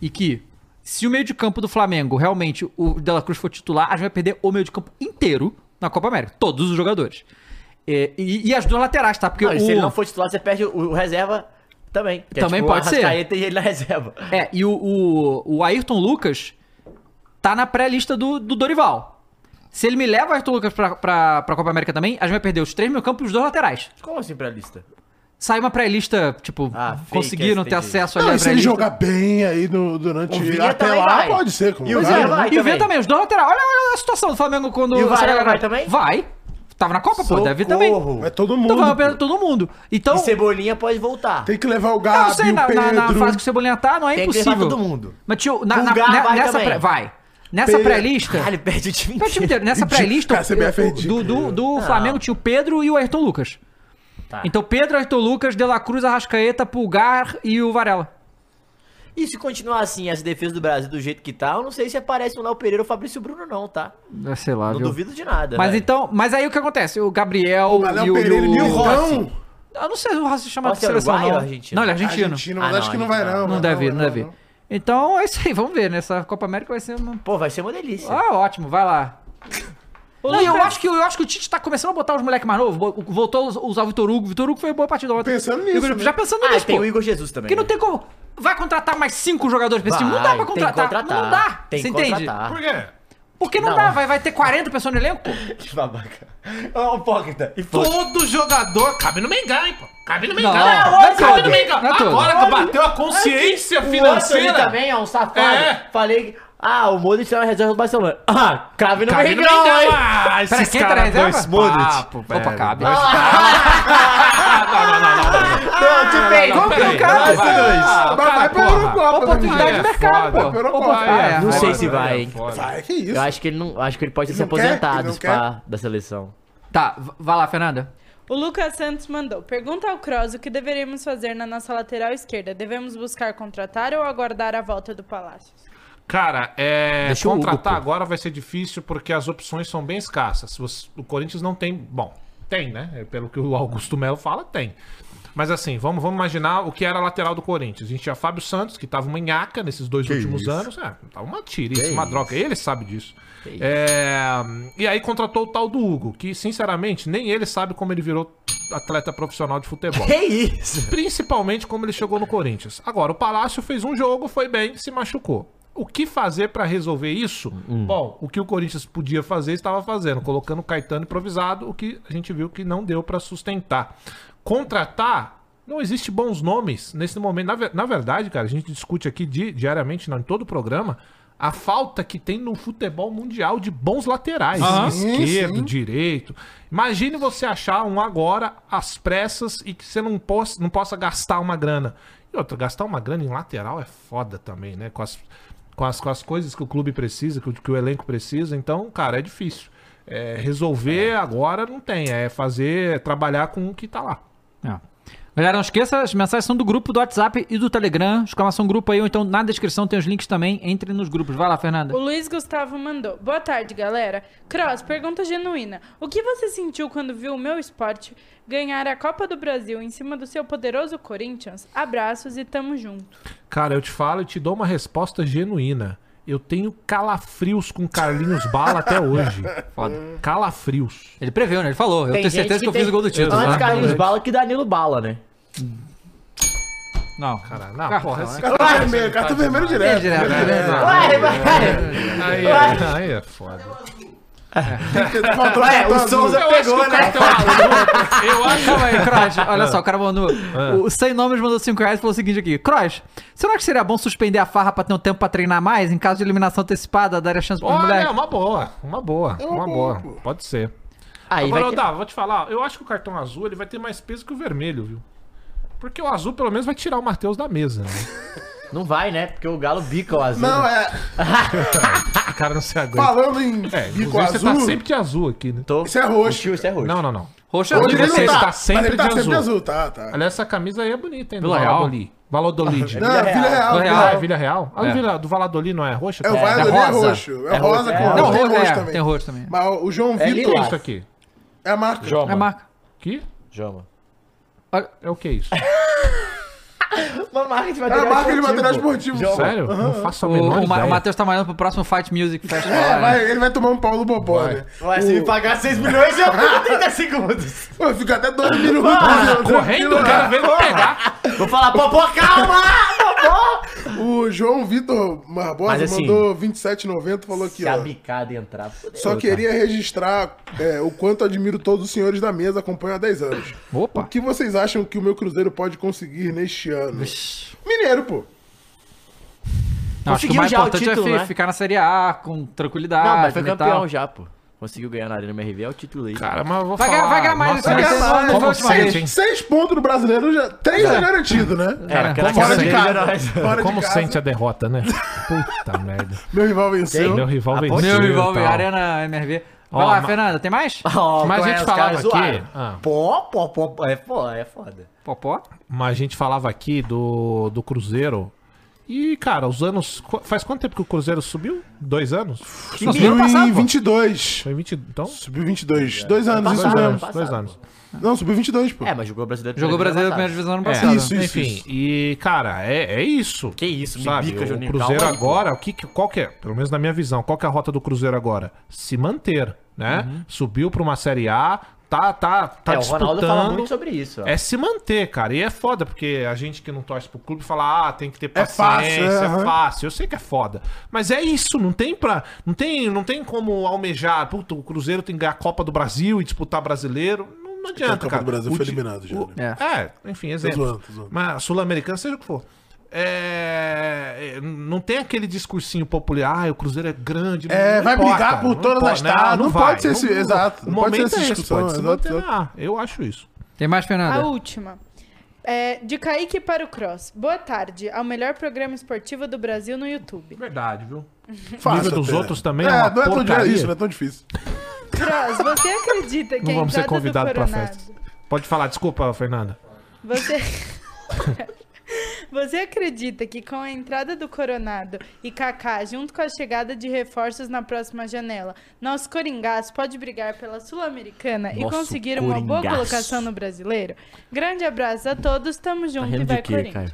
E que se o meio de campo do Flamengo realmente o Dela Cruz for titular, a gente vai perder o meio de campo inteiro na Copa América. Todos os jogadores. É, E, e as duas laterais, tá? Porque
Não, e
o...
se ele não for titular, você perde o, o reserva também. Que é tipo
Também pode
o
ser.
Arrascaeta e ele na reserva.
É, e o, o, o Ayrton Lucas tá na pré-lista do, do Dorival. Se ele me leva o Ayrton Lucas pra, pra, pra Copa América também, a gente vai perder os três meio campos e os dois laterais.
Como assim pra lista?
Sai uma pré-lista, tipo,
Ah, fake,
conseguiram
essa,
ter
entendi.
acesso ali
Não,
à
e se ele
pré-lista.
jogar bem aí no- durante.
O Vinha
Até
também
lá,
vai.
pode ser. Como
E o
vai,
Vinha
né?
vai
e o
também.
Vê É, também, os dois laterais. Olha, olha a situação do Flamengo quando.
E o
essa
Varela
galera-
vai também?
Vai. Tava na Copa, pô, deve também.
Socorro.
É
Vai todo mundo.
Então vai
pô.
perder todo mundo. Então.
E Cebolinha pode voltar.
Tem que levar o
eu
Gabi,
sei,
o
na,
Pedro.
na- na fase que o Cebolinha tá, não é
Tem que
impossível.
levar todo mundo.
Mas, tio, na, na-
Pulgar
ne-
vai
nessa
também.
pré, vai. Nessa
Pedro.
pré-lista.
Caralho, perde o time
Pera,
inteiro. Ah.
time inteiro, nessa
Ridículo,
pré-lista,
cara, CBF é
eu- do,
ridículo.
do, do Flamengo tinha o Pedro e o Ayrton Lucas.
Tá.
Então, Pedro, Ayrton Lucas, De La Cruz, Arrascaeta, Pulgar e o Varela.
E se continuar assim, as defesas do Brasil do jeito que tá, eu não sei se aparece um Léo Pereira ou Fabrício Bruno, não, tá?
É, Sei lá,
Não duvido de nada. É.
Mas
velho.
então, mas aí o que acontece? O Gabriel
Mas
e
Léo
o...
é um Pereira
e
e
o-
Milton.
Eu não sei se o Rossi chama de
Rossi é
seleção,
uruguaio
não.
ou argentino?
Não, ele é argentino.
Argentino, mas
Ah,
acho
não,
que não vai,
tá-
argentino.
não.
Não deve, não deve. Então, é isso aí, vamos ver, né? Essa Copa América vai ser... uma-
Pô, vai ser uma delícia.
Ah, ótimo, vai lá. Não, e eu acho, que, eu acho que o Tite tá começando a botar os moleques mais novos. Bo- Voltou a usar o Vitor Hugo. Vitor Hugo foi uma boa partida ontem.
Pensando nisso,
Igor-
né?
Já pensando
Ah,
nisso,
tem
pô.
o Igor Jesus também.
Porque não
né?
tem como. Vai contratar mais cinco jogadores pra esse time? Não dá
Vai,
pra
tem que
contratar. Não dá.
Tem
você
que
entende?
Por
contratar.
quê?
Porque não,
Não.
dá, vai, vai ter 40 pessoas no elenco? pô.
Que babaca. Ó, hipócrita. Hipócrita.
Todo jogador. Cabe no Mengão, hein, pô? Cabe no Mengão.
Não,
Ah,
não
olha,
cabe.
cabe no Mengão.
Não é todo.
Agora que bateu a consciência
O outro
financeira.
ali também é um safado.
É.
Falei que... Ah, o Modric é uma reserva do Barcelona. Ah, cabe no
Cabe no
Mengão, hein?
Mengão. Ah,
Peraí,
esses
quem tá na
caras dois
reserva?
papo,
Papo, Opa,
velho.
cabe.
Não, tudo bem.
Não,
que não
peraí.
cabe?
Nós dois.
Ah, mas vai pra
porra. É
Eurocopa, né,
Oportunidade
gente?
de mercado,
foda.
pô.
Pelo
Oportunidade.
amor de Deus.
Não
é,
sei
vai.
se vai, hein?
Vai, que isso.
Eu acho que ele não. Acho que ele pode
Ele
ser
não quer? Ele
aposentado,
não
se pá, da seleção.
Tá, v- vai lá, Fernanda.
O Lucas Santos mandou. Pergunta ao Cross o que deveríamos fazer na nossa lateral esquerda. Devemos buscar contratar ou aguardar a volta do Palácios?
Cara, é,
Deixa o Hugo,
contratar
pô.
agora vai ser difícil porque as opções são bem escassas. Você- o Corinthians não tem. Bom, tem, né? É, Pelo que o Augusto Melo fala, tem. Mas assim, vamos, vamos imaginar o que era a lateral do Corinthians. A gente tinha Fábio Santos, que tava uma nhaca nesses dois últimos anos. É, tava uma tirice, uma droga. Ele sabe disso. É, e aí contratou o tal do Hugo, que sinceramente nem ele sabe como ele virou atleta profissional de futebol.
Que isso?
Principalmente como ele chegou no Corinthians. Agora, o Palácio fez um jogo, foi bem, se machucou. O que fazer pra resolver isso?
Hum.
Bom, o que o Corinthians podia fazer, estava fazendo, colocando o Caetano improvisado, o que a gente viu que não deu pra sustentar. Contratar, não existe bons nomes nesse momento. Na, ve- na verdade, cara, a gente discute aqui di- diariamente, não, em todo o programa, a falta que tem no futebol mundial de bons laterais.
Aham.
esquerdo,
Sim.
direito. Imagine você achar um agora às pressas e que você não possa, não possa gastar uma grana. E outra, gastar uma grana em lateral é foda também, né? Com as, com as, com as coisas que o clube precisa, que o, que o elenco precisa. Então, cara, é difícil. É, resolver agora não tem. É fazer, é trabalhar com o que tá lá.
É. Galera, não esqueça, as mensagens são do grupo do WhatsApp e do Telegram. Exclamação grupo aí, ou então na descrição tem os links também. Entre nos grupos. Vai lá, Fernanda.
O Luiz Gustavo mandou. Boa tarde, galera. Cross, pergunta genuína. O que você sentiu quando viu o meu esporte ganhar a Copa do Brasil em cima do seu poderoso Corinthians? Abraços e tamo junto.
Cara, eu te falo e te dou uma resposta genuína. Eu tenho calafrios com Carlinhos Bala até hoje. Foda. Calafrios.
Ele preveu, né? Ele falou. Eu
Tem
tenho
gente
certeza que, eu
tem
fiz o gol do título.
Antes
né?
Carlinhos Bala que Danilo Bala, né?
Não.
Cara, não,
Cartão,
porra,
né?
esse
Cartão vermelho, cartão tá vermelho
É
direto.
direto, é direto.
Vai, vai.
né? Aí, é- aí é foda.
Faltou
Ué,
cartão
É, o
azul.
Souza pegou, né?
Eu acho Ah.
Calma aí, Cross. Olha só, o cara mandou. O Sem Nomes mandou 5 reais e falou o seguinte aqui: Cross, você não acha que seria bom suspender a farra pra ter um tempo pra treinar mais? Em caso de eliminação antecipada, dar a chance pro
Olha, é
moleque?
uma boa, uma boa, uma boa.
É boa, pô.
Pode ser.
Aí
Agora,
vai ter-
Otávio, vou te falar, eu acho que o cartão azul ele vai ter mais peso que o vermelho, viu? Porque o azul pelo menos vai tirar o Matheus da mesa, né?
Não vai, né? Porque o Galo bica o azul.
Não, é.
O cara não se aguenta.
Falando em
É,
bico
inclusive,
azul.
você tá sempre de azul aqui, né?
Tô...
Isso é roxo.
O tio, isso é roxo.
Não, não, não.
Roxa,
Hoje
Onde
ele
você
não
está
tá,
sempre
mas ele tá
de azul.
sempre azul, tá, tá.
Aliás, essa camisa aí é bonita, hein? Do
Vila Real?
Valladolid. Valladolid.
Não, é Vila Real.
Vila
Vila
Real.
Ah, é
Real.
Vila Real? Ah, o Vila- do Valladolid não é roxa?
É o
é
Valladolid é
rosa.
roxo. É rosa com
Não,
rosa. Tem
roxa,
roxo
é, tem
também.
roxo também.
Mas o João
É
O que é
Vitor
isso aqui?
é a marca.
É marca.
Que?
Joma.
É o que isso?
Uma marca de
É a
material
marca de material
esportivo.
esportivo.
Sério? Não faço a
O,
menor
o, Ma-
ideia.
o Matheus tá malhando pro próximo Fight Music Festival.
É,
né?
vai- ele vai tomar um pau no bobó, né?
Ué, se me pagar 6 milhões, eu fico 30 segundos.
Pô, fica até dois minutos.
Correndo, o cara veio me pegar.
Vou falar, Popó, calma! Popó!
O João Vitor Barbosa
Mas assim,
mandou 27,90 e falou aqui,
Se a
ó.
bicada entrar, fodeu.
Só queria registrar é, o quanto admiro todos os senhores da mesa, acompanho há 10 anos.
Opa.
O que vocês acham que o meu Cruzeiro pode conseguir neste ano? Mineiro, pô.
Não, acho que
Conseguiu
o mais
já o
importante
título,
é fi-
né?
ficar na Série A com tranquilidade.
Não, mas foi
e
campeão
tal.
já, pô. Conseguiu ganhar na Arena MRV, é o título aí.
Cara, mas eu vou
Vai ganhar-
falar...
vai ganhar mais
Nossa,
esse
mas
ano,
como
não foi a última
sente,
vez.
hein?
Seis pontos do brasileiro, já, três já é garantido, né?
Era, cara,
como
cara,
sente,
cara,
Fora de
como
casa.
sente a derrota, né? Puta merda.
Meu rival venceu.
Meu rival
Aposto.
venceu.
Meu
e
rival,
tal.
Arena MRV. Vai
Ó,
lá,
ma-
Fernanda, tem mais?
Ó,
Mas a
qual
gente
é? Os
falava
caras
aqui-
zoaram.
Ah.
Pó, pó, pó, pó, é foda, é foda.
Popó?
Mas a gente falava aqui do, do Cruzeiro. E, cara, os anos. qu- Faz quanto tempo que o Cruzeiro subiu? Dois anos?
Que
Subiu
menino passado,
em
pô.
22.
Foi 20. Então?
Subiu 22. Dois anos, isso
Dois
mesmo.
anos.
passado,
Dois
pô.
anos.
Não, subiu 22, pô.
É, mas jogou brasileiro.
Jogou brasileiro na
primeira
primeiro
divisão
divisão ano
É,
passado.
isso, isso,
enfim,
isso.
e, cara, é, é isso.
Que isso, me
sabe?
bica,
O
Juninho,
Cruzeiro
calma aí, pô.
agora, o que, que- qual que é? Pelo menos na minha visão, qual que é a rota do Cruzeiro agora? Se manter, né? Subiu pra uma Série A, tá, tá, tá
Uhum. é, o
disputando.
Ronaldo fala muito sobre isso. ó.
É se manter, cara. E é foda, porque a gente que não torce pro clube fala, ah, tem que ter
fácil,
paciência, é
é,
fácil.
aham.
Eu sei que é foda. Mas é isso, não tem pra. Não tem, não tem como almejar. Puta, o Cruzeiro tem que ganhar a Copa do Brasil e disputar brasileiro. Não, não adianta,
a Copa
cara.
do Brasil
O
foi
ti-
eliminado já,
o-
né?
É. enfim, exemplo.
zoando, tô zoando.
Mas sul-americano, seja o que for. É, é, não tem aquele discursinho popular, ah, o Cruzeiro é grande. não-
É,
não
vai
importa,
brigar por
não
todas
importa,
as taças, não
vai,
pode ser esse- exato,
O
não pode ser
momento
essa
é esse,
discussão,
pode se
exato,
manter na A. Ah, Eu acho isso.
Tem mais,
A
Fernanda?
última. É, de Kaique para o Cross. Boa tarde, ao melhor programa esportivo do Brasil no YouTube.
Verdade, viu?
Fácil
nível dos
até.
outros também
É,
é uma
não é tão
porcaria.
difícil, isso, não é tão difícil.
Cross, você acredita que
Não
a
vamos ser
entrada do
convidados pra
Coronado...
festa. Pode falar, desculpa, Fernanda.
Você... Você acredita que com a entrada do Coronado e Kaká, junto com a chegada de reforços na próxima janela, nosso Coringaço pode brigar pela Sul-Americana e
Nosso
conseguir uma boa
Coringaço.
colocação no Brasileiro? Grande abraço a todos, tamo junto
Tá rindo
e
de
vai
quê,
Corinthians.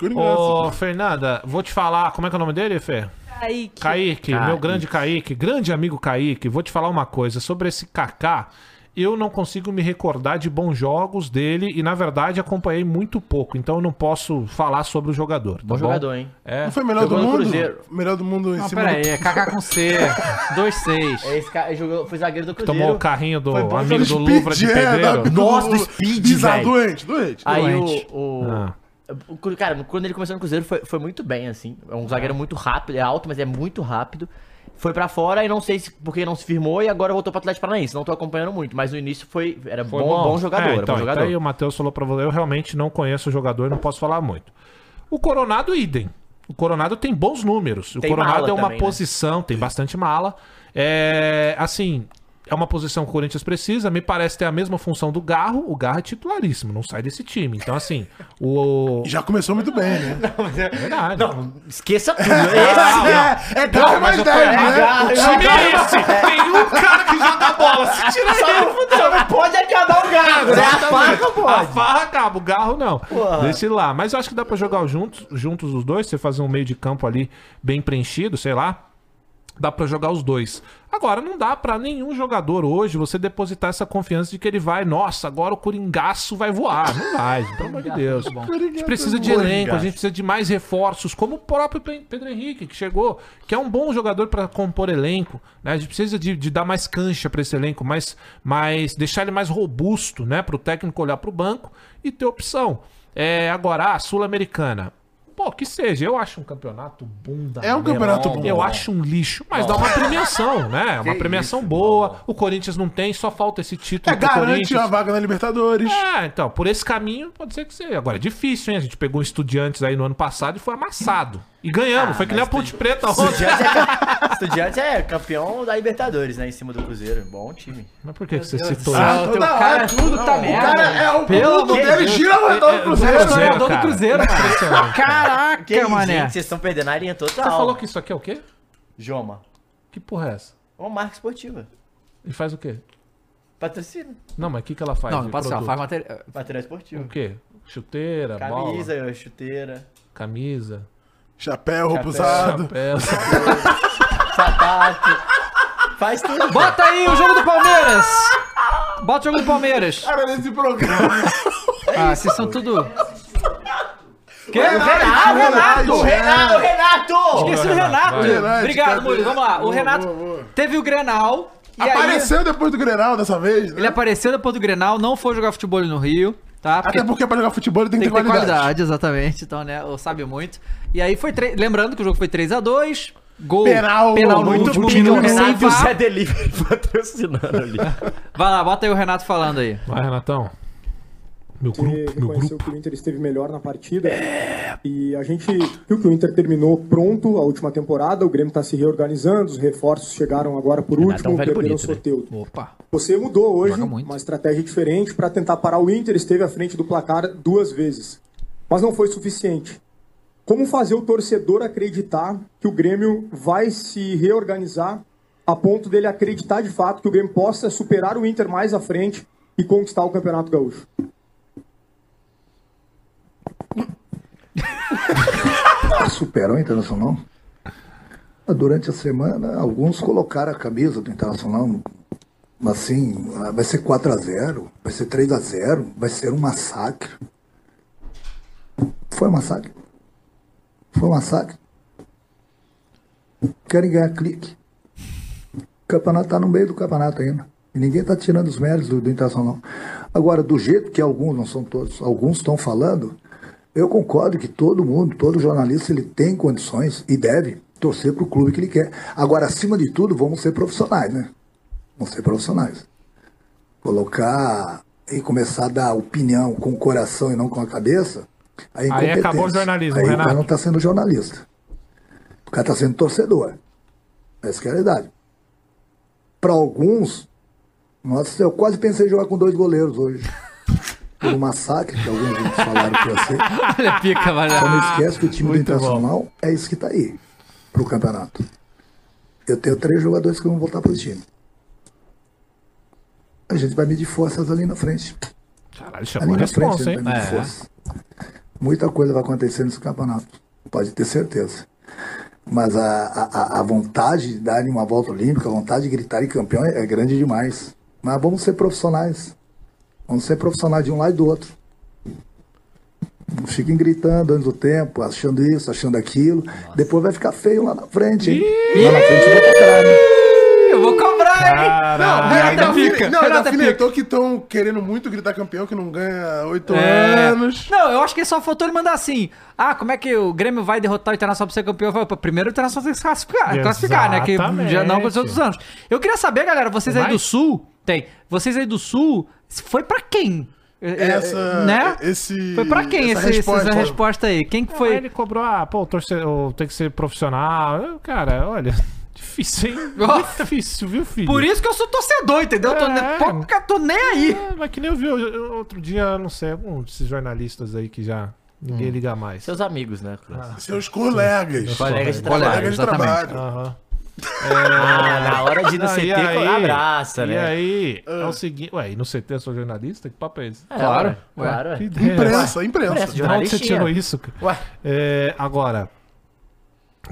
Caio?
Ô, Fernanda, vou te falar. Como é que é o nome dele, Fê?
Kaique.
Kaique,
Kaique.
meu grande Kaique, grande amigo Kaique, vou te falar uma coisa sobre esse Kaká. Eu não consigo me recordar de bons jogos dele e, na verdade, acompanhei muito pouco, então eu não posso falar sobre o jogador. tá
Bom jogador, hein?
É.
Não foi melhor do
Jogou no
mundo?
Cruzeiro.
Melhor do mundo em
Não,
cima
peraí,
do...
é KK com C, 2-6.
É esse cara, ele jogou, foi zagueiro do Cruzeiro.
Tomou o carrinho do
Foi bom
amigo do
Speed,
Louvre de
é,
Pedreiro.
da-
Nossa,
do-
Speed,
Bizarro,
velho.
doente, doente.
Aí
Doente.
o. o-
Ah.
o Cru- Cara, quando ele começou no Cruzeiro foi, foi muito bem, assim. É um zagueiro muito rápido, é alto, mas é muito rápido. Foi pra fora e não sei se porque não se firmou e agora voltou pro Atlético Paranaense. Não tô acompanhando muito, mas no início foi. Era
Foi
bom, bom jogador.
É,
era
então,
bom jogador.
então aí o Matheus falou pra você, eu realmente não conheço o jogador e não posso falar muito. O Coronado, idem. O Coronado tem bons números. O
Tem
Coronado
mala
é uma
também, né?
posição, tem bastante mala. É, assim, é uma posição que o Corinthians precisa. Me parece ter a mesma função do Garro. O Garro é titularíssimo, não sai desse time. Então, assim, o...
E Já começou muito bem, né?
Verdade.
Não, esqueça tudo. Esse-
É, é garra mais 10, né?
O time é esse. Tem um cara que joga bola. Se tira
Só não, só não pode acabar o gado, né? A faca
A
pode.
farra acaba, o garro não. Deixa ele lá. Mas eu acho que dá pra jogar juntos, juntos os dois, você fazer um meio de campo ali bem preenchido, sei lá. Dá pra jogar os dois. Agora, não dá pra nenhum jogador hoje você depositar essa confiança de que ele vai, nossa, agora o Coringaço vai voar. Não vai, gente, pelo amor de Deus. A gente precisa de elenco, a gente precisa de mais reforços, como o próprio Pe- Pedro Henrique, que chegou, que é um bom jogador pra compor elenco. né? A gente precisa de, de dar mais cancha pra esse elenco, mais, mais, deixar ele mais robusto, né? Pro técnico olhar pro banco e ter opção. É, agora, a Sul-Americana. Pô, que seja, eu acho um campeonato bunda.
É um campeonato bom.
Eu acho um lixo, mas dá uma premiação, né? Uma premiação boa. O Corinthians não tem, só falta esse título
É,
pro
garante
Corinthians.
a vaga na Libertadores.
É, então, por esse caminho pode ser que seja. Agora é difícil, hein? A gente pegou um Estudiantes aí no ano passado e foi amassado. E ganhamos, foi que nem a Ponte Preta ontem.
Estudiantes é, ca- Estudiantes é campeão da Libertadores, né? Em cima do Cruzeiro. Bom time.
Mas por que que você citou
Ah,
isso?
o
toda
teu
hora,
cara-
tudo tá
um
Não,
merda.
o
cara é
Pelo
o Pelo mundo
amor de
dele
Deus.
gira a redor do Cruzeiro.
Você é o dono do
cara.
Cruzeiro, mano. Caraca,
Que isso,
mané.
gente? Vocês estão perdendo a linha total.
Você falou que isso aqui é o quê?
Joma.
Que porra é essa?
Uma marca esportiva.
E faz o quê?
Patrocina.
Não, mas o que, que ela faz?
Não, não
de
pode ser, ela
produto?
faz matéria.
Material
O
esportivo.
quê? Chuteira,
Camisa,
bola,
chuteira,
camisa,
Chapéu, roupa
Chapéu.
usada.
chapéu.
sapato. Faz tudo.
Bota aí o jogo do Palmeiras. Bota o jogo do Palmeiras.
Cara, nesse programa.
É
Ah, vocês são tudo... Que?
Ah, Renato!
Renato,
Renato! Renato!
Esqueci o Renato.
Vai.
Renato,
Obrigado,
cadê?
Murilo. Vamos lá. O
Boa,
Renato
boa, boa.
teve o Grenal. E aí,
Apareceu depois do Grenal dessa vez, né?
ele apareceu depois do Grenal, não foi jogar futebol no Rio, tá? Porque
Até porque pra jogar futebol ele tem que
tem
ter
que ter
qualidade.
qualidade, exatamente. Então, né, ou sabe muito. E aí foi... tre- Lembrando que o jogo foi 3x2. Gol.
Penal,
penal no
muito
último
bom.
minuto.
Renato
sem
Renato e o
VAR.
Zé Delivery patrocinando ali.
Vai lá, bota aí o Renato falando aí.
Vai, Renatão. Meu grupo, meu grupo.
que o Inter esteve melhor na partida.
É.
E a gente viu que o Inter terminou pronto a última temporada, o Grêmio está se reorganizando, os reforços chegaram agora por
tá
Renato é
último,
um velho
perderam o
bonito, né?
sorteio.
Opa.
Você mudou hoje
Joga muito.
uma estratégia diferente para tentar parar o Inter, esteve à frente do placar duas vezes, mas não foi suficiente. Como fazer o torcedor acreditar que o Grêmio vai se reorganizar a ponto dele acreditar de fato que o Grêmio possa superar o Inter mais à frente e conquistar o Campeonato Gaúcho?
superam o Tá Internacional. Ah, Durante a semana, alguns colocaram a camisa do Internacional. Mas assim, ah, vai ser 4 a 0 vai ser 3 a 0 vai ser um massacre. Foi um massacre. Foi um massacre. Querem ganhar clique. O campeonato tá no meio do campeonato ainda. E ninguém tá tirando os méritos do, do Internacional. Agora, do jeito que alguns, não são todos, alguns estão falando, eu concordo que todo mundo, todo jornalista, ele tem condições e deve torcer pro clube que ele quer. Agora, acima de tudo, vamos ser profissionais, né? Vamos ser profissionais. Colocar e começar a dar opinião com o coração e não com a cabeça. Aí, é
Aí acabou o
incompetência.
jornalismo,
Aí o
Renato.
cara não tá sendo jornalista. O cara tá sendo torcedor. Essa que é a realidade. Para alguns, nossa, eu quase pensei em jogar com dois goleiros hoje. por um massacre que alguns ouvintes falaram que ia ser.
Olha, pica, mano.
Só não esquece que o time do Internacional é isso que tá aí pro campeonato. Eu tenho três jogadores que vão voltar pro time. A gente vai medir forças ali na frente.
Caralho,
Ali
chamou a
na frente a
responsa,
gente
hein?
vai medir força. Muita coisa vai acontecer nesse campeonato. Pode ter certeza. Mas a, a- a, a vontade de darem uma volta olímpica, a vontade de gritarem campeão é, é grande demais. Mas vamos ser profissionais. Vamos ser profissionais de um lado e do outro. Não fiquem gritando antes do tempo, achando isso, achando aquilo. Depois vai ficar feio lá na frente, hein? Lá na frente eu vou pra trás, né?
Eu vou cobrar, hein?
Caralho.
Não, ainda
pica.
alfinetou- um não, é ainda
Renata
alfinetou que estão querendo muito gritar campeão, que não ganha oito
É.
anos.
Não, eu acho que só faltou ele mandar assim. Ah, como é que o Grêmio vai derrotar o Internacional pra ser campeão? Eu falei, "Pô, Primeiro o Internacional tem que se classificar, classificar né? Que já não aconteceu dos anos. Eu queria saber, galera, vocês aí
Vai?
do Sul, tem. Vocês aí do Sul, foi pra quem? É, é,
Essa,
né?
esse,
Foi pra quem essa, esse- essa resposta. aí? Quem que
Foi.
foi?
Ele cobrou, ah, pô, o torcedor tem que ser profissional. Eu, Cara, olha, difícil, hein?
Ó.
difícil, viu, filho?
Por isso que eu sou torcedor, entendeu? Eu Tô,
É.
pouca- tô nem aí.
É, mas que nem eu vi eu- eu- outro dia, não sei, um desses jornalistas aí que já
Hum.
ninguém liga mais. Ah.
Seus amigos, né? Cruz?
Seus colegas.
Colegas de trabalho.
Colegas de
exatamente.
trabalho.
Aham.
Ah, na hora de ir no
É. Não,
CT,
e aí?
abraça,
E
né?
aí,
Ah.
é o seguinte. Ué, e no CT eu sou jornalista? Que papo é esse?
É,
Claro,
ué,
ué.
Claro,
Que
é.
ideia.
Imprensa, imprensa.
De
Parece
onde você
jornalistinha.
tirou isso, cara?
Ué.
É, agora,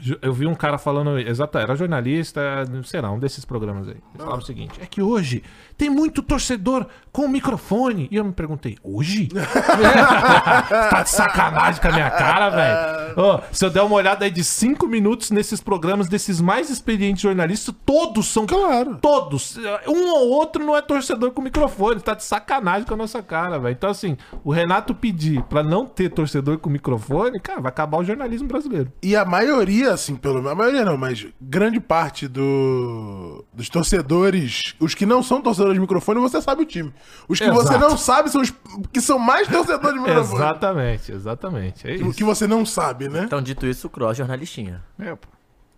ju- eu vi um cara falando, exato, era jornalista, sei lá, um desses programas aí. Ele falava o seguinte: é que hoje tem muito torcedor com microfone. E eu me perguntei, hoje? tá de sacanagem com a minha cara, velho. Ô, se eu der uma olhada aí de cinco minutos nesses programas desses mais experientes jornalistas, todos são.
Claro.
Todos. Um ou outro não é torcedor com microfone. Tá de sacanagem com a nossa cara, velho. Então, assim, o Renato pedir pra não ter torcedor com microfone, cara, vai acabar o jornalismo brasileiro.
E a maioria, assim, pelo menos. A maioria não, mas grande parte do, dos torcedores, os que não são torcedores de microfone, você sabe o time. Os que você
Exato.
não sabe são os que são mais torcedores de microfone.
Exatamente, exatamente. É
O que
isso.
você não sabe, né?
Então, dito isso, o Cross jornalistinha.
O
É,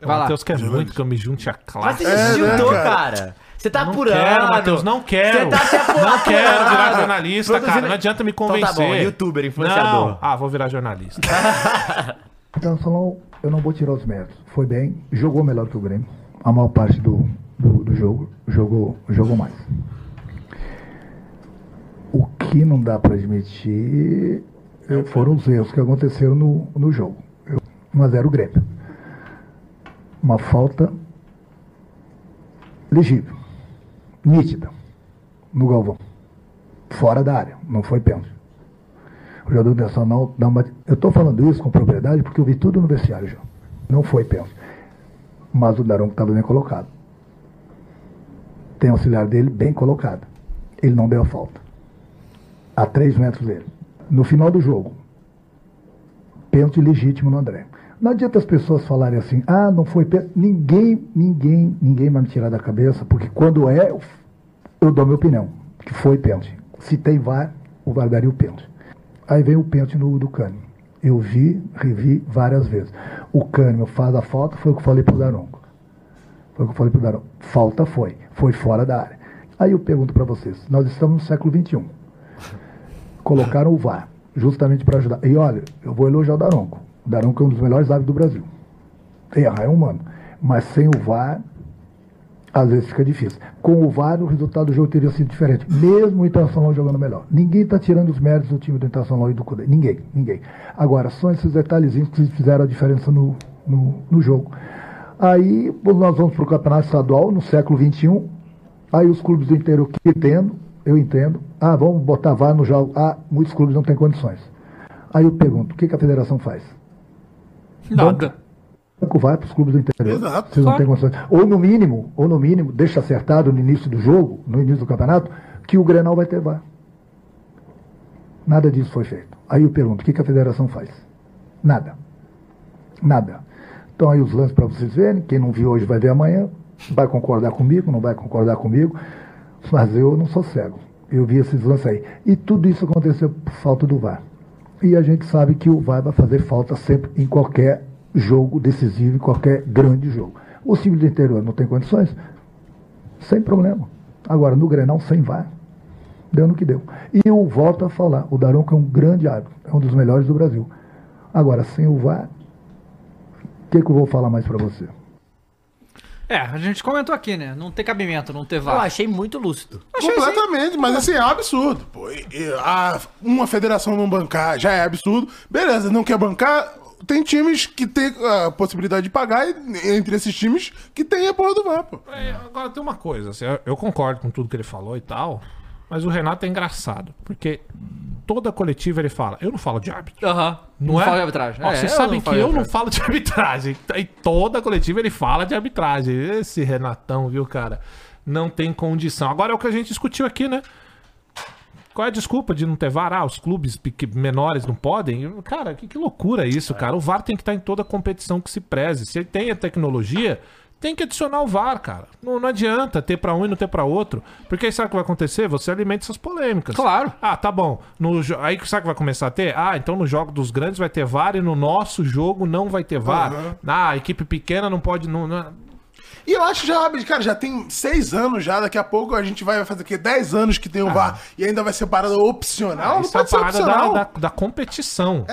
Vai lá.
É um Matheus quer muito que eu me junte à
Mas
classe. é
você se
É né,
juntou,
cara?
cara. Você tá apurando.
Quero, Matheus, não quero.
Você tá se apurando.
Não quero virar jornalista, cara. Não adianta me
tá
convencer.
bom, youtuber, influenciador.
Não. Ah, vou virar jornalista.
Internacional, Então, eu não vou tirar os méritos. Foi bem, jogou melhor que o Grêmio. A maior parte do, do, do jogo jogou, jogou mais. O que não dá para admitir eh, foram os erros que aconteceram no, no jogo. Eu- 1 a 0 Grêmio. Uma falta legível, nítida, no Galvão. Fora da área, não foi pênalti. O jogador do Nacional dá uma. Eu estou falando isso com propriedade porque eu vi tudo no vestiário, João. Não foi pênalti. Mas o Daronco estava bem colocado. Tem o auxiliar dele bem colocado. Ele não deu a falta. A três metros dele. No final do jogo, pênalti legítimo no André. Não adianta as pessoas falarem assim, ah, não foi pênalti. Ninguém, ninguém, ninguém vai me tirar da cabeça, porque quando é, eu- eu dou a minha opinião, que foi pênalti. Se tem VAR, o VAR daria o pênalti. Aí vem o pênalti no, do Cânimo. Eu vi, revi várias vezes. O Cânimo faz a falta, foi o que eu falei pro Daronco. Foi o que eu falei pro Daronco. Falta foi, foi fora da área. Aí eu pergunto para vocês, nós estamos no século XXI. Colocaram o VAR, justamente para ajudar. E olha, eu vou elogiar o Daronco. O Daronco é um dos melhores árbitros do Brasil. Errar é humano. Mas sem o VAR, às vezes fica difícil. Com o VAR, o resultado do jogo teria sido diferente. Mesmo o Internacional jogando melhor. Ninguém está tirando os méritos do time do Internacional e do Cudê. Ninguém, ninguém. Agora, são esses detalhezinhos que fizeram a diferença no, no, no jogo. Aí bom, nós vamos para o campeonato estadual no século XXI. Aí os clubes do interior que entendo, eu entendo. Ah, vamos botar VAR no jogo. Ah, muitos clubes não têm condições. Aí eu pergunto, o que, que a federação faz?
Nada.
banco vai para os clubes do interior.
Exato.
Vocês não têm condições. Ou no mínimo, ou no mínimo, deixa acertado no início do jogo, no início do campeonato, que o Grenal vai ter VAR. Nada disso foi feito. Aí eu pergunto, o que, que a federação faz? Nada. Nada. Então aí os lances para vocês verem, quem não viu hoje vai ver amanhã, vai concordar comigo, não vai concordar comigo, mas eu não sou cego. Eu vi esses lances aí. E tudo isso aconteceu por falta do VAR. E a gente sabe que o VAR vai fazer falta sempre em qualquer jogo decisivo, em qualquer grande jogo. O time do interior não tem condições? Sem problema. Agora, no Grenal, sem VAR. deu no que deu. E eu volto a falar, o Daronco é um grande árbitro, é um dos melhores do Brasil. Agora, sem o VAR, o que, que eu vou falar mais para você?
É, a gente comentou aqui, né? Não tem cabimento, não ter
Eu
VAR.
achei muito lúcido.
Completamente, mas assim, é um absurdo. Pô, e- e a- uma federação não bancar já é absurdo. Beleza, não quer bancar, tem times que tem a possibilidade de pagar, e entre esses times que tem a porra do VAR, pô.
É, agora tem uma coisa, assim, eu- eu concordo com tudo que ele falou e tal, mas o Renato é engraçado, porque toda coletiva ele fala, eu não falo de árbitro.
Aham.
Não, é?
fala de arbitragem.
Ó,
É,
vocês
eu
sabem
não
que
falo de
eu não
arbitragem.
falo de arbitragem. E toda coletiva ele fala de arbitragem. Esse Renatão, viu, cara? Não tem condição. Agora é o que a gente discutiu aqui, né? Qual é a desculpa de não ter VAR? Ah, os clubes pequ- menores não podem? Cara, que, que loucura isso, cara. O VAR tem que estar em toda competição que se preze. Se ele tem a tecnologia, tem que adicionar o VAR, cara. Não, não adianta ter pra um e não ter pra outro. Porque aí sabe o que vai acontecer? Você alimenta essas polêmicas.
Claro.
Ah, tá bom. No, jo- aí sabe o que vai começar a ter? Ah, então no jogo dos grandes vai ter VAR e no nosso jogo não vai ter VAR. Ah, a equipe pequena não pode... Não, é não-
E eu acho já, cara, já tem seis anos já, daqui a pouco a gente vai fazer o quê? Dez anos que
Ah.
tem o VAR e ainda vai ser parada opcional? Ah, não
isso é a
pode ser
parada
opcional. É.
da, da, da competição.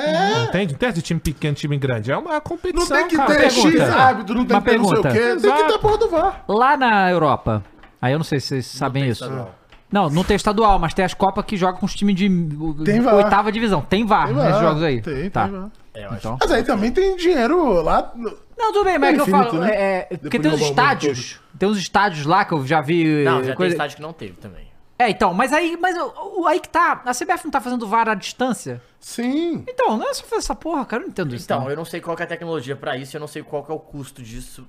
Entende? Não tem esse time pequeno, time grande. É uma competição.
Não tem que
cara.
ter X
pergunta.
árbitro, não tem
Uma
que ter não sei o
pergunta.
quê. Tem que ter a
Exato.
porra do VAR.
Lá na Europa, aí eu não sei se vocês sabem isso. Não, não tem estadual, mas tem as Copas que jogam com os times de
Tem VAR.
oitava divisão. Tem VAR
Tem
nesses
VAR,
jogos aí.
tem, tem
tá.
VAR.
É,
Então.
Mas aí também tem dinheiro lá. no-
Não, tudo bem, mas é que eu
Infinito,
falo.
né?
é, é, porque
Depois
tem uns
jogar o mundo
estádios. Tem uns estádios lá que eu já vi.
Não, já tem
coisa-
estádio que não teve também.
É, então, mas aí, mas o- o- aí que tá. A CBF não tá fazendo VAR à distância?
Sim.
Então, não é só fazer essa porra, cara. Eu não entendo isso.
Tá.
Então,
não.
eu não sei qual que é a tecnologia pra isso, eu não sei qual que é o custo disso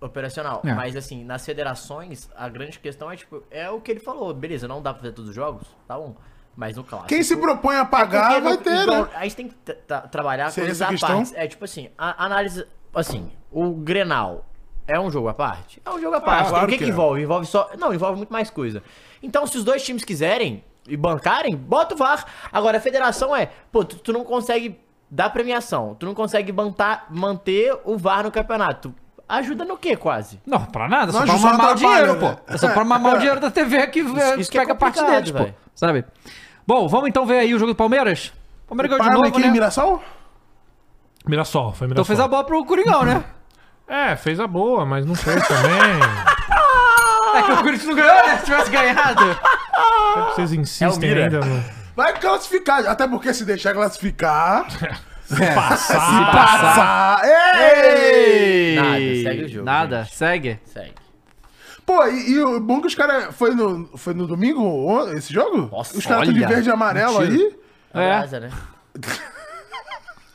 operacional.
É.
Mas assim, nas federações, a grande questão é tipo, é o que ele falou, beleza, não dá pra fazer todos os jogos, tá bom. Mas no clássico.
Quem se propõe a pagar
É Porque
vai
no-
ter,
então,
né?
A gente tem que tra- tra- trabalhar
Seria
coisas
essa a
à
questão?
parte. É tipo assim, a análise. Assim, o Grenal é um jogo à parte? É um jogo à parte. Então,
claro
o que,
que
que,
é.
envolve? Envolve só. Não, envolve muito mais coisa. Então, se os dois times quiserem e bancarem, bota o VAR. Agora, a federação é, pô, tu, tu não consegue dar premiação, tu não consegue bantar, manter o VAR no campeonato. Ajuda no quê, quase?
Não, pra nada, Ah, só
Nós
pra
só
mamar o
atrapalha,
dinheiro,
né?
pô. É só pra mamar o dinheiro da TV que eh,
isso que é
pega a parte
complicado,
deles,
velho.
pô. Sabe? Bom, vamos então ver aí o jogo do Palmeiras? O Palmeiras ganhou de
Parma
novo,
aqui em
né?
Mirassol?
Mirassol, foi Mirassol.
Então fez a bola pro Coringão, né?
É, fez a boa, mas não fez também. Ah!
É que o Corinthians não ganhou, né? Se tivesse ganhado.
Vocês
É
insistem
Mira.
ainda no
Vai classificar, até porque se deixar classificar.
É.
passar.
Passar! Ei!
Nada, segue o jogo.
Nada, segue.
gente, Segue.
Pô, e, e o bom que os caras. Foi no, foi no domingo on- esse jogo?
Nossa,
os caras estão de
olha.
verde e amarelo aí.
É.
Brasa, né?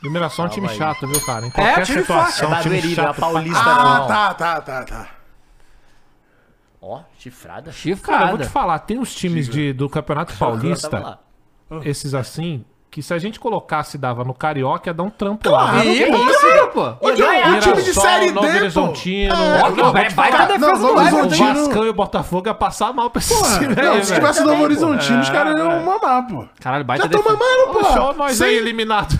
E o Mirassol é um time
aí.
chato, viu, cara? Em
É,
qualquer
time
situação,
É
é um time
Barueri, não é
chato.
paulista,
Ah,
não.
tá, tá, tá, tá.
Ó,
Cara, eu
chifrada.
vou te
Chifrada.
falar, tem uns times de, do Campeonato
Tava
Paulista,
lá.
esses assim, que se a gente colocasse e dava no Carioca, ia dar um trampo lá.
Ih, que isso,
um
pô?
Olha,
ganhar.
o time de
Mirassol,
série D,
Novo
pô.
Horizontino.
É,
Não, vai, vai ter
Cara,
defesa
não,
do
Novo
Everton.
O
Horizontino.
Vascão e o Botafogo ia passar mal pra esse
Porra,
time aí,
não, se
velho. é.
tivesse
É.
Novo Horizontino, os caras iam mamar, pô.
Caralho,
Já
baita
estão
defesa.
mamando, pô.
Só nós aí
Sem-
eliminado.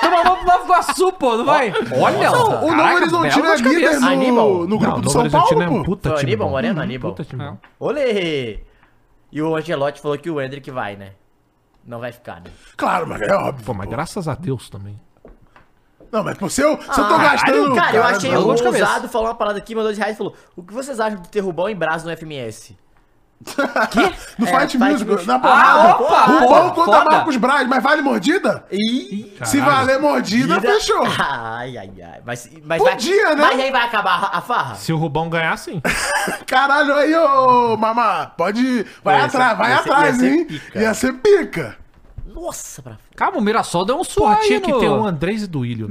Toma mão pro Nova Iguaçu, pô, não vai? Olha,
Não, o Novo Horizontino é líder no,
Aníbal.
Não,
no grupo do
Novo
São
Horizontino
Paulo,
é um
pô.
puta
Foi o
time
Aníbal,
bom.
Moreno, Aníbal.
Puta time bom.
Olê! E o Angelotti falou que o Hendrick vai, né? Não vai ficar, né?
Claro, mas é óbvio.
Pô, mas graças a Deus também.
Não, mas pô, se eu, se eu tô gastando.
Ah,
né?
cara, eu achei
não.
um
gol de cabeça.
ousado falar uma parada aqui, mandou dois reais e falou: O que vocês acham de ter Rubão e Brás no FMS?
No
É, Fight
Fight Music,
Music.
na porrada.
Ah, opa,
Rubão
foda,
contra
foda.
Marcos Braz, mas vale mordida?
Ih!
Se valer mordida,
Ida-
fechou.
Ai, ai, ai. Mas, mas
Podia,
vai,
né?
Mas aí vai acabar a farra?
Se o Rubão ganhar, sim.
Caralho, aí, ô, mamá, pode. Vai
Ia ser-
atrás, vai
ia ser- ia
atrás,
ser
hein?
pica.
Ia ser pica.
Nossa, pra
Calma, o Mirassol deu um suor
Porra,
aí
tinha É que
no-
ter um Andrés e do Ilho.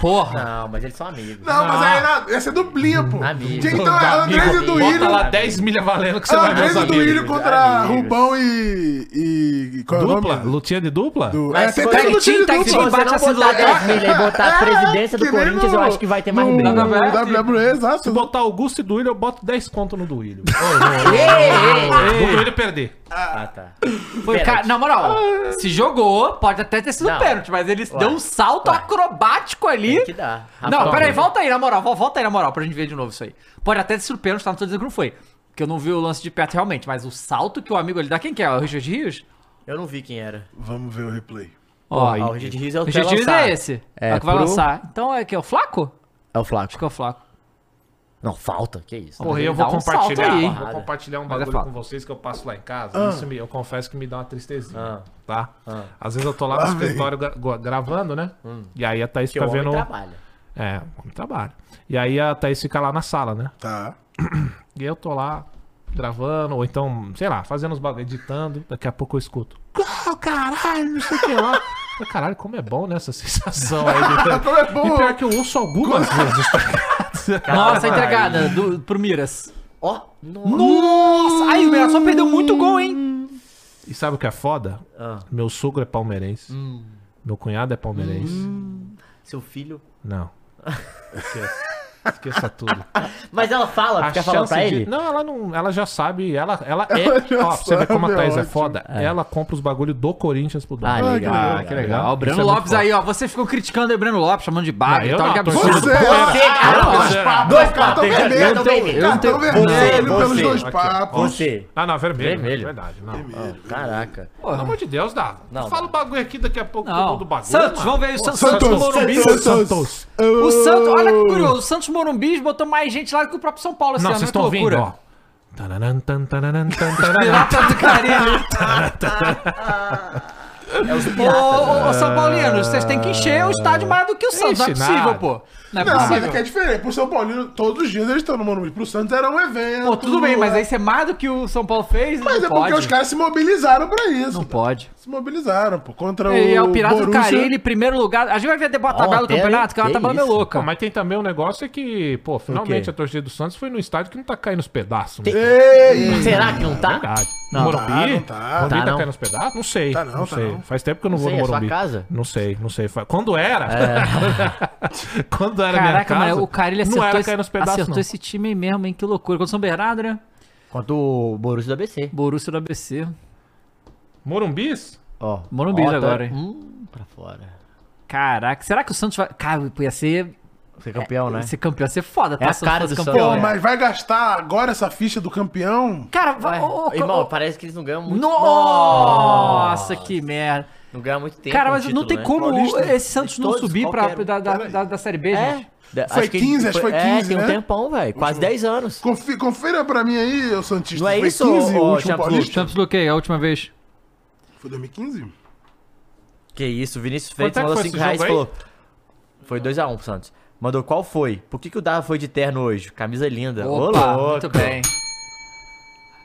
Porra.
Não, mas eles são amigos.
Não, mas aí era, ia ser dublinha, pô.
Amigo.
Tinha que ter o
Amigo,
Andrés e do
Bota
Ilho.
lá 10 milha valendo que você vai ver os
Andrés e do
amigos.
Ilho contra
Amigos.
Rubão e. e qual é o nome?
Dupla? Lutinha de dupla?
Do-
Mas
é, tem
se
tem
for-
Tintim,
do time
Se
dupla.
Tintim,
você
bate
não
assim do
botar
lado.
10 milha e botar a presidência do
Que nem
Corinthians, eu
no-
acho que vai ter mais
no
briga.
WWE, exato.
Se botar Augusto e Duílio, eu boto 10 conto no Duílio. Do Duílio perder.
é-
Ah, tá.
Foi, cara, na moral, se jogou, pode até ter sido
Ah. Não.
pênalti, mas ele deu um salto acrobático ali.
Tem que dar.
Não,
Rafael
peraí,
Veiga.
volta aí, na moral, vol- volta aí, na moral, pra gente ver de novo isso aí. Pode até ter sido pênalti, tá? Não tô dizendo que não foi. Porque eu não vi o lance de perto realmente, mas o salto que o amigo ali dá, quem que é? O Richard Rios?
Eu não vi quem era.
Vamos ver o replay.
Ó,
Ah, o Richard Rios é o que vai
Richard Rios
lançar.
é esse.
É,
É, o que vai
pro-
lançar. Então é que é o Flaco?
É o Flaco.
Acho que é o Flaco.
Não, falta, que isso.
Porra,
Porra, eu
dá
vou
um salto
compartilhar,
aí, hein?
vou compartilhar um
Mas é
bagulho
fato.
com vocês que eu passo lá em casa.
Ah.
Isso me, eu confesso que me dá uma tristezinha, tá? Às vezes eu tô lá
Lá
no
vem.
escritório gra- gra- gravando, né?
Hum.
E aí a Thaís
Que
fica
o homem
vendo...
trabalha.
É, um trabalho. E aí a Thaís fica lá na sala, né?
Tá.
E eu tô lá gravando, ou então, sei lá, fazendo os bagulho, editando. Daqui a pouco eu escuto. Oh, caralho, não sei o que lá. Eu, Caralho, como é bom, né? Essa sensação aí. De...
Como é
E
bom. é
pior que eu ouço algumas vezes. tá ligado?
Nossa, a entregada do, pro Miras.
Ó,
Nossa! Aí o Miras só perdeu muito gol, hein?
E sabe o que é foda?
Ah.
Meu sogro é palmeirense.
Hum.
Meu cunhado é palmeirense.
seu filho.
Não. Esqueça. Esqueça tudo.
Mas ela fala,
A
fica falando pra
chance de-
ele.
Não, ela não. Ela já sabe. Ela, ela é.
Ela já
ó, pra você ver como a
sabe, é
Thaís é,
ótimo.
foda. Ela compra os bagulho do Corinthians pro Dom.
Ah, legal.
legal.
Ah,
que
Legal. o Breno
Isso é muito
Lopes
foda.
aí, ó. Você ficou criticando aí o Breno Lopes, chamando de baga
Não,
e
eu
tal.
não,
Que
tô
absurdo. é,
Você-
Pô,
Dois
Cartão
papos,
vermelho.
cartão vermelho.
Cartão vermelho
você,
pelos dois
aqui,
papos.
Você.
Ah, não, vermelho.
Vermelho.
Verdade, não.
Caraca.
Pelo amor de Deus, Dava.
Não,
Fala o bagulho aqui, daqui a pouco todo
Não.
mundo bagulho.
Santos,
mano.
vamos ver aí o Santos. Santos
Santos,
Morumbi.
Santos,
O Santos, olha que curioso, o Santos Morumbis botou mais gente lá do que o próprio São Paulo esse
Não,
ano,
vocês
assim, olha que
estão ouvindo,
loucura. tá
ó. Tararan, tan, tararan, tan, tararan.
Pirata do Caribe. Ô, ô, ô, São Paulino, vocês têm que encher o estádio mais do que o Santos. Não é
Enche
possível,
nada.
pô. Não é
Não, mas é que
possível.
é diferente. Pro São Paulino, todos os dias eles estão no Morumbi. Pro Santos era um evento.
Pô, tudo bem, mas aí você é mais do que o São Paulo fez.
Mas
não
é porque
pode.
os caras se mobilizaram pra isso.
Não
pô.
pode.
Se mobilizaram, pô. Contra o.
E é o Pirata do
Borussia.
Carilho, primeiro lugar. A gente vai ver a tabela
pera aí,
do campeonato, que é uma
que
tabela meio
isso?
Pô,
louca.
mas tem também um negócio é que, pô, finalmente a torcida do Santos foi no estádio que não tá caindo os pedaços. né?
Ei!
Será que não tá?
Verdade. Não, Morumbi?
não
Morumbi
tá.
Tá
tá,
não.
caindo os pedaços? Não sei.
Tá não,
não,
tá
sei.
não.
Faz tempo que eu não,
Não
vou
sei,
no
é sua
Morumbi.
casa?
Não sei, não sei. Fa- Quando era? Quando era minha
Caraca,
casa?
mano, o Carilho acertou,
não era
esse,
caindo os pedaços,
acertou
não.
esse time aí mesmo, hein? Que loucura. Contra o São Bernardo, né?
Quanto o Borussia do ABC.
Borussia do ABC.
Morumbis?
Ó.
Morumbi
Ó, tá-
agora, hein?
Hum, pra fora.
Caraca, será que o Santos vai... Cara, ia ser...
Você é campeão, né?
Ser campeão ia ser foda, tá?
É a
Se não
cara
fosse
do
campeão.
Pô,
Santos.
mas vai gastar agora essa ficha do campeão?
Cara,
Ué,
vai... ô, ô,
irmão,
ô,
parece que eles não ganham muito
Nossa, que merda.
Não ganham muito tempo.
Cara,
no
mas não
título,
tem
né?
como
Paulista,
esse Santos
de
não
todos,
subir pra,
qualquer um.
da, da,
Peraí.
da- da Série B,
É.
gente.
Da-
Foi 15, acho que foi 15,
É, tem um
né?
tempão, velho. Quase 10 anos.
Confi- confira pra mim aí, ô Santista.
Não é
Foi
isso,
15
ô,
o último
Champions
Paulista?
Champions League, a última vez.
Foi 2015?
Que isso, o Vinícius
Quanto
Freitas
é que
mandou
foi
5
esse
reais e
jogo
falou. Foi 2x1 pro Santos. Mandou qual foi? Por que, que o Dava foi de terno hoje? Camisa linda. Ô,
Opa,
louco.
muito bem.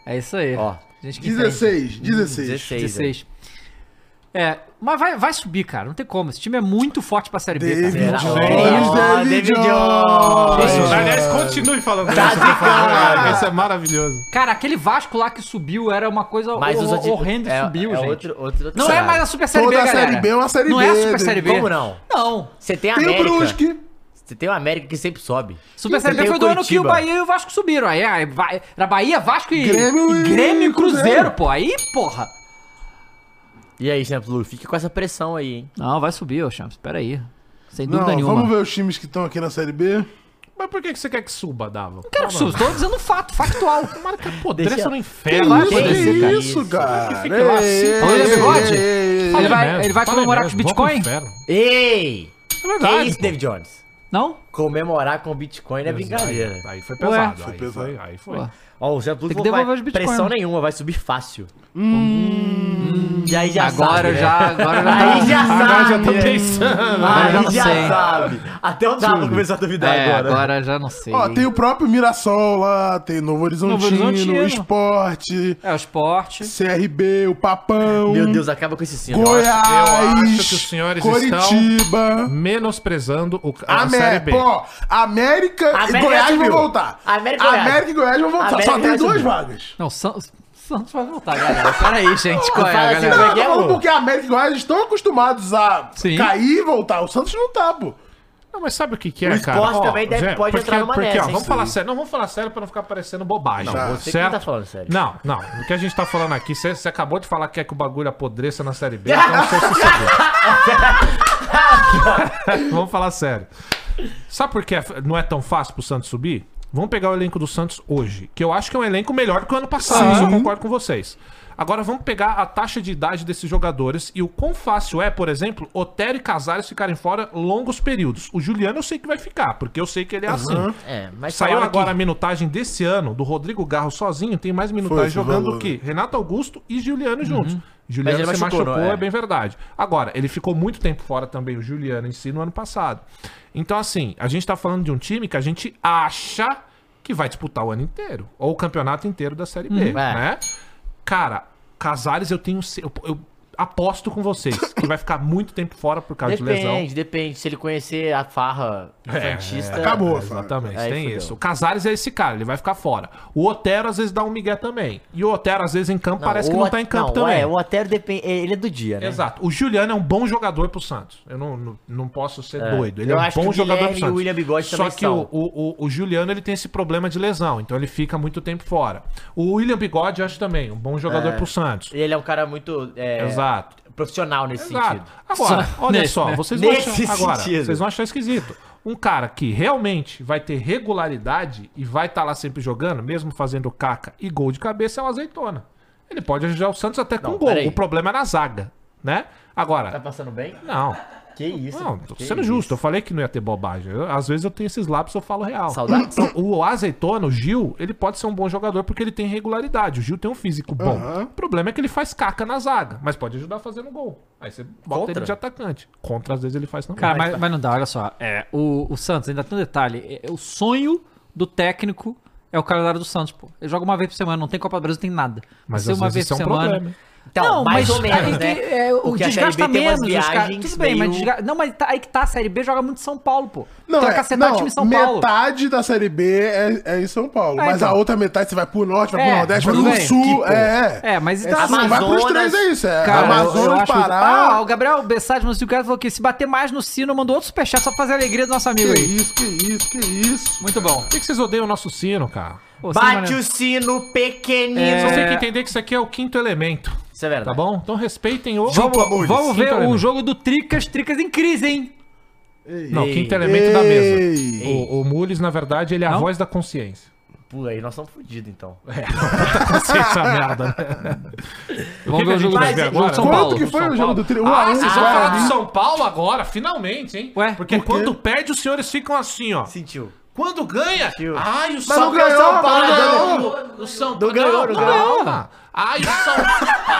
É isso aí.
Ó,
Gente que entende.
16, 16.
16. 16.
16. É, mas vai, vai subir, cara. Não tem como. Esse time é muito forte pra Série B,
David
cara. É,
Será?
tá
Jones,
Ó,
David
David
Jones. Tá
Jones.
Aliás, continue falando. isso,
tá
por favor. Esse é maravilhoso.
Cara, aquele Vasco lá que subiu era uma coisa
Mas
hor-
os anti-
horrenda
é-
subiu,
é
gente.
outro- outro- outro
Não é
cenário.
mais a Super Série
Toda
B,
a
galera.
Série B é uma Série
não
B,
é a Super Série B.
Como não?
Não.
Você tem a
Tem o
América.
Brusque.
Você tem o América que sempre sobe.
Super Série B
tem
foi
o
do ano que o
Curitiba.
Bahia e o Vasco subiram. Aí, aí vai- era Bahia, Vasco e
Grêmio
e
e
Grêmio e Cruzeiro,
Cruzeiro,
pô. Aí, porra.
E aí, Champs Lu, fica com essa pressão aí, hein?
Não, vai subir, ô Champs. Pera aí. Sem
Não,
dúvida nenhuma.
vamos ver os times que estão aqui na Série B.
Mas por que que você quer que suba, Dava? Não
Quero que suba. Tô dizendo fato, factual. Tomara que
Desça
Deixa-
no
Que
inferno.
isso,
vai acontecer,
que
cara.
isso, cara?
Fique lá,
Ei,
assim,
ei,
olha o
ei,
bigode.
ei, ei,
Ele
ei.
vai-
Mesmo,
ele vai
fala
comemorar
mesmo,
com
vão pro
Bitcoin?
inferno.
Ei!
É
que
verdade.
isso, David Jones?
Não?
Comemorar com o Bitcoin é brincadeira.
Aí, aí foi pesado.
Ué.
aí foi. Aí foi.
Ué.
Ó, o Champs Lu
Tem que
vai-
devolver os Bitcoin,
pressão
né?
nenhuma, vai subir fácil. Hum. E aí já
Agora
sabe, né?
já, agora já.
Aí já
Agora já
sabe. é.
tá pensando.
Aí
já não
já
sei.
sabe. Até o Dava começou a duvidar
É,
agora.
agora já não sei.
Ó, tem o próprio Mirassol lá, tem Novo Horizontino,
Novo Horizontino.
Esporte,
É o esporte.
CRB, o Papão,
Meu Deus, acaba com esse sino.
Goiás,
eu acho que os senhores
Coritiba,
Menosprezando o, É, a Série
Amé
B.
pô, América,
América
e Goiás vão
subiu.
voltar.
América e Goiás.
América e Goiás vão voltar.
América
Só
e
tem
Goiás
duas
subiu.
vagas.
Não, o Santos, Santos vai voltar, galera. Pera aí, gente. Qual é,
Fala assim,
galera?
como é
Não,
que é,
não,
Lu?
porque a América e Goiás estão acostumados a
Sim.
cair e voltar. O Santos não tá, pô.
Não, mas sabe o que, que é,
O
cara?
esporte também deve-
gente,
pode entrar numa
porque,
nessa,
ó,
hein?
vamos falar sério. Não, vamos falar sério pra não ficar parecendo bobagem.
Tá.
Você que
certo?
tá falando sério.
Não, não. O que a gente tá falando aqui, você você acabou de falar que é que o bagulho apodreça na Série B, então eu sou
é
sossegado. Vamos falar sério. Sabe por que não é tão é fácil pro Santos subir? Vamos pegar o elenco do Santos hoje, que eu acho que é um elenco melhor que o ano passado, isso eu concordo com vocês. Agora vamos pegar a taxa de idade desses jogadores e o quão fácil é, por exemplo, Otero e Casares ficarem fora longos períodos. O Juliano eu sei que vai ficar, porque eu sei que ele é assim.
É, mas
Saiu
falaram
agora a
que-
minutagem desse ano do Rodrigo Garro sozinho, tem mais minutagem
esse
jogando
valor,
do que Renato Augusto e Juliano juntos. Juliano
Uhum. Mas ele
se
machucou,
machucou,
não é?
é bem verdade. Agora, ele ficou muito tempo fora também, o Juliano em si, no ano passado. Então, assim, a gente tá falando de um time que a gente acha que vai disputar o ano inteiro, ou o campeonato inteiro da Série B,
Uhum.
né?
É.
Cara, Casares, eu tenho. ce- Eu, eu aposto com vocês que vai ficar muito tempo fora por causa de lesão.
Depende, depende. Se ele conhecer a farra
É,
infantista.
Acabou, Fábio.
Exatamente,
é. Aí
tem
fudeu.
isso. O Casares é esse cara, ele vai ficar fora. O Otero às vezes dá um migué também. E o Otero às vezes em campo parece que
o
não
Ot-
tá em campo
não,
também.
É, o Otero depende. Ele é do dia, né?
Exato. O Juliano é um bom jogador pro Santos. Eu não, não, não posso ser doido. Ele
Eu
é um
acho que
bom
o
jogador
Guilherme
pro
e o
Santos.
William Bigode
Só
também
que o,
são.
o, o- o Juliano ele tem esse problema de lesão, então ele fica muito tempo fora. O William Bigode eu acho também um bom jogador pro Santos.
Ele é um cara muito é,
Exato.
profissional nesse
Exato.
sentido.
Agora,
Só-
olha
nesse,
só,
né?
vocês vão
Nesse
achar, agora,
sentido.
vocês vão achar esquisito. Um cara que realmente vai ter regularidade e vai estar lá sempre jogando, mesmo fazendo caca e gol de cabeça, é o azeitona. Ele pode ajudar o Santos até com
Não,
gol.
peraí.
O problema é na zaga, né?
Tá
Agora,
passando bem?
não.
Que isso?
Não,
cara,
tô
que
sendo
isso.
justo, eu falei que não ia ter bobagem. Eu- às vezes eu tenho esses lápis, eu falo real.
Saudades?
Então, o azeitona, o Gil, ele pode ser um bom jogador porque ele tem regularidade. O Gil tem um físico bom. O problema é que ele faz caca na zaga, mas pode ajudar tá fazendo gol. Aí você bota
Contra?
ele de atacante. Contra, às vezes, ele faz também.
Cara, mas, mas não dá, olha só. É, o, o Santos, ainda tem um detalhe. é- é o sonho do técnico é o calendário do Santos, pô. Ele joga uma vez por semana, não tem Copa do Brasil, não tem nada. Vai
Mas
ser
às
uma
vezes
vez por
isso é um
semana.
problema.
Então, mais ou menos,
aí tem-
né?
é, o
Porque a Série
desgasta
B tem umas
menos, os caras.
viagens
Tudo bem, mas
meio-
desga- Não, mas tá- aí que tá, a Série B joga muito em São Paulo, pô. Então
Não,
tem uma
é-
cacetada de
não,
time em São Paulo.
metade da Série B é, é em São Paulo.
Ah,
mas
então.
a outra metade você vai pro norte, vai pro
É,
nordeste, vai
tudo
pro
bem.
sul. É, é.
É, mas então,
é sul,
assim,
vai pros três, é isso. É
Cara, eu, eu
Amazonas,
acho-
Pará.
Ah, o Gabriel Bessade, mas o cara falou que se bater mais no sino, mandou outro superchat só pra fazer a alegria do nosso
Que
amigo aí.
isso, que isso, que isso.
Muito bom.
Por que que vocês odeiam o nosso sino, cara?
Pô,
Bate
sim,
o sino É,
Vocês
pequenino.
têm que entender que isso aqui é o quinto elemento.
Isso é verdade.
Tá bom? Então respeitem o.
Vamos, vamos ver
Quinto
o
elemento.
jogo do Tricas, Tricas em crise, hein?
Não, quinto elemento da mesa.
Ei.
O, o Mules, na verdade, ele é a
Não?
voz da consciência. É.
Pô, aí nós estamos fodidos, então.
Consciência merda, né?
Vamos
que
ver
a gente
o jogo do
vai ver
jogo
agora?
do é São
Quanto
Paulo.
que foi o jogo do um trio?
Ah,
1x1,
vocês vão falar do São Paulo agora, finalmente, hein?
Ué,
porque
por quê?
quando perde, os senhores ficam assim, ó.
Sentiu.
Quando ganha,
Tio.
ai, o
não
São
ganhou,
São Paulo.
mas
Não
ganhou.
O São
Não ganhou, não
ganhou. Ai, o São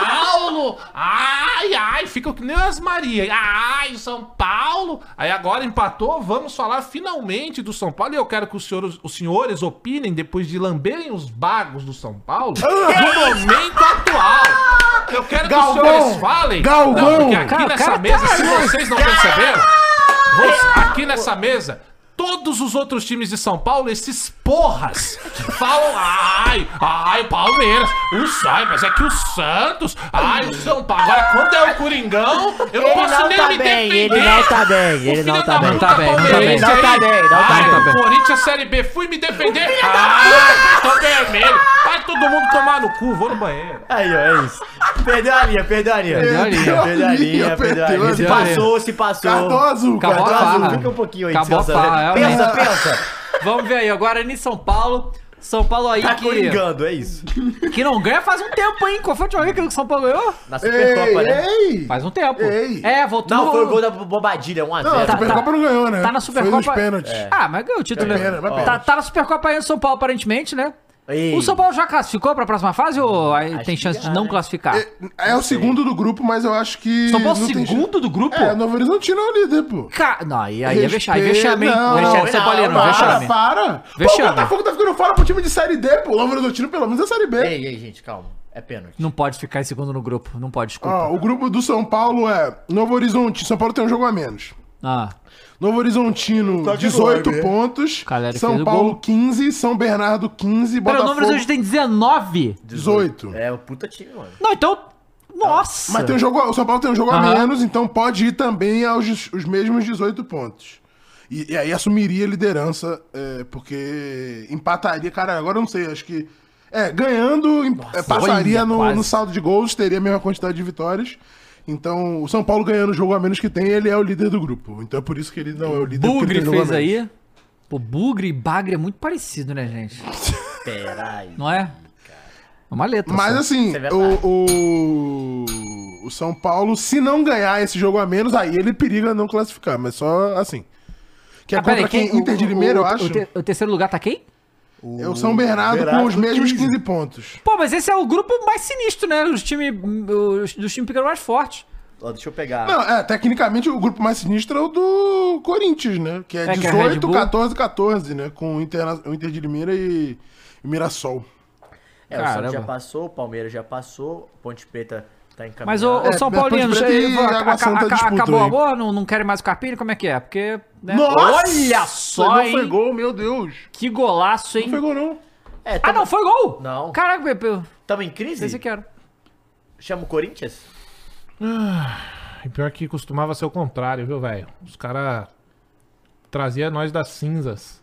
Paulo. Ai, ai, fica que nem as Maria. Ai, o São Paulo. Aí agora empatou, vamos falar finalmente do São Paulo. E eu quero que os senhores, os senhores opinem, depois de lamberem os bagos do São Paulo,
Ah!
no momento atual. Eu quero
Galvão,
que os senhores falem.
Galvão.
Não, porque aqui
Cara, o
nessa
cara tá-
mesa, se vocês não perceberam... Você- aqui nessa mesa, todos os outros times de São Paulo, esses porras, falam: ai, ai, o Palmeiras, o Sai, mas é que o Santos, ai, o São Paulo. Agora, quando é o Coringão, eu não
Ele
posso
não
nem
tá
me
bem,
defender.
ele não tá bem,
O
ele
filho
não
da
tá bem.
puta
Não tá bem, não tá
palmeirense
bem. Não tá
aí,
bem, não tá
ai,
bem.
o Corinthians Série B, fui me defender. Ai, tô vermelho. Vai todo mundo tomar no cu, vou no banheiro.
Aí, ó, é isso. Perdeu a linha, perdeu a linha.
Perdeu a linha,
Perdeu a linha, perdeu a
perdeu a
linha. Se
linha.
passou, se passou.
Cartão azul,
Acabou
cartão
a
azul.
farra.
Fica um pouquinho aí,
Acabou a
descansando.
farra, é a
Pensa,
minha-
pensa.
Vamos ver aí, agora é em São Paulo. São Paulo aí
Tá
que,
coringando, é isso.
que não ganha faz um tempo, hein? Qual foi a última vez que o São Paulo ganhou?
Na Supercopa, né?
Ei, ei.
Faz um tempo.
Ei.
É, voltou.
Não, foi o gol da bobadilha, 1 a 0
Não, a
Tá-
Supercopa não ganhou, né?
Tá na Supercopa.
Foi nos pênaltis. É
Ah, mas ganhou o título, né?
pena, mas
Ó.
pena.
tá, tá na Supercopa aí no São Paulo, aparentemente, né?
Ei.
O São Paulo já classificou pra próxima fase ou aí
que
tem chance
já,
de não
né?
classificar?
É, o segundo do grupo, mas eu acho que...
São Paulo
não tem jeito.
segundo do grupo?
É, Novo Horizontino é o líder, pô.
Ca- Não, aí, aí é vexame,
Respeito,
vexame, hein?
não.
Vexame, São Paulino,
Não,
Para,
vexame.
para. Pô,
Vexame.
o Botafogo tá ficando fora pro time de Série D, pô. O Novo Horizontino, pelo menos, é Série B.
Ei, ei, gente, calma. É pênalti.
Não pode ficar em segundo no grupo, não pode, desculpa.
Ó, o grupo do São Paulo é Novo Horizonte. São Paulo tem um jogo a menos.
Ah,
Novo Horizontino,
Tá de
18
nove, é.
pontos.
Caleri fez
São
o
Paulo,
gol.
15. São Bernardo, 15.
Pera, o
Botafogo,
número hoje tem 19?
18.
É o puta time, mano.
Não, então... Nossa!
Mas tem um jogo, o São Paulo tem um jogo a
Aham.
menos, então pode ir também aos des- os mesmos 18 pontos. E, e aí assumiria a liderança, é, porque empataria, cara, agora eu não sei, acho que. É, ganhando, em- é, passaria
olha,
no,
quase.
no saldo de gols, teria a mesma quantidade de vitórias. Então, o São Paulo ganhando o jogo a menos que tem, ele é o líder do grupo. Então é por isso que ele não é o líder porque ele
Bugre
tem jogo a
fez aí.
menos.
Pô, bugre e bagre é muito parecido, né, gente?
Peraí.
Não é? É uma letra.
Mas
só.
assim,
é verdade.
o, o- o São Paulo, se não ganhar esse jogo a menos, aí ele periga não classificar, mas só assim. Que é
Ah,
contra
peraí,
quem?
quem-
Inter de
o-
Limeira,
o-
eu acho.
O, te- o terceiro lugar tá quem?
É o São Bernardo, com
Bernardo
os mesmos
15.
15 pontos.
Pô, mas esse é o grupo mais sinistro, né? Dos times dos time pequeno mais fortes.
Ó, deixa eu pegar.
Não, é, tecnicamente o grupo mais sinistro é o do Corinthians, né? Que é,
É, que é Red
18,
Bull.
14, 14, né? Com o Interna- o Inter de Limeira e, e Mirassol.
É, o Santos já
Caramba.
passou, o Palmeiras já passou, Ponte Preta tá encaminhada.
Mas o,
É,
São
Ponte
Paulino,
Preta
já-
e
a-
Água
a-
Santa
a- a-
disputam
acabou o
tá aí.
amor, não, não querem mais o Carpini, como é que é? Porque. né? Olha só,
Não
hein?
foi gol, meu Deus.
Que golaço, hein?
Não foi gol, não.
É,
Ah,
tamo,
não, foi gol?
Não.
Caraca, Pepe. eu-
tamo em
Não sei se
crise?
eu quero.
Chama o Corinthians?
Ah, E pior que costumava ser o contrário, viu, velho? Os caras traziam nós das cinzas.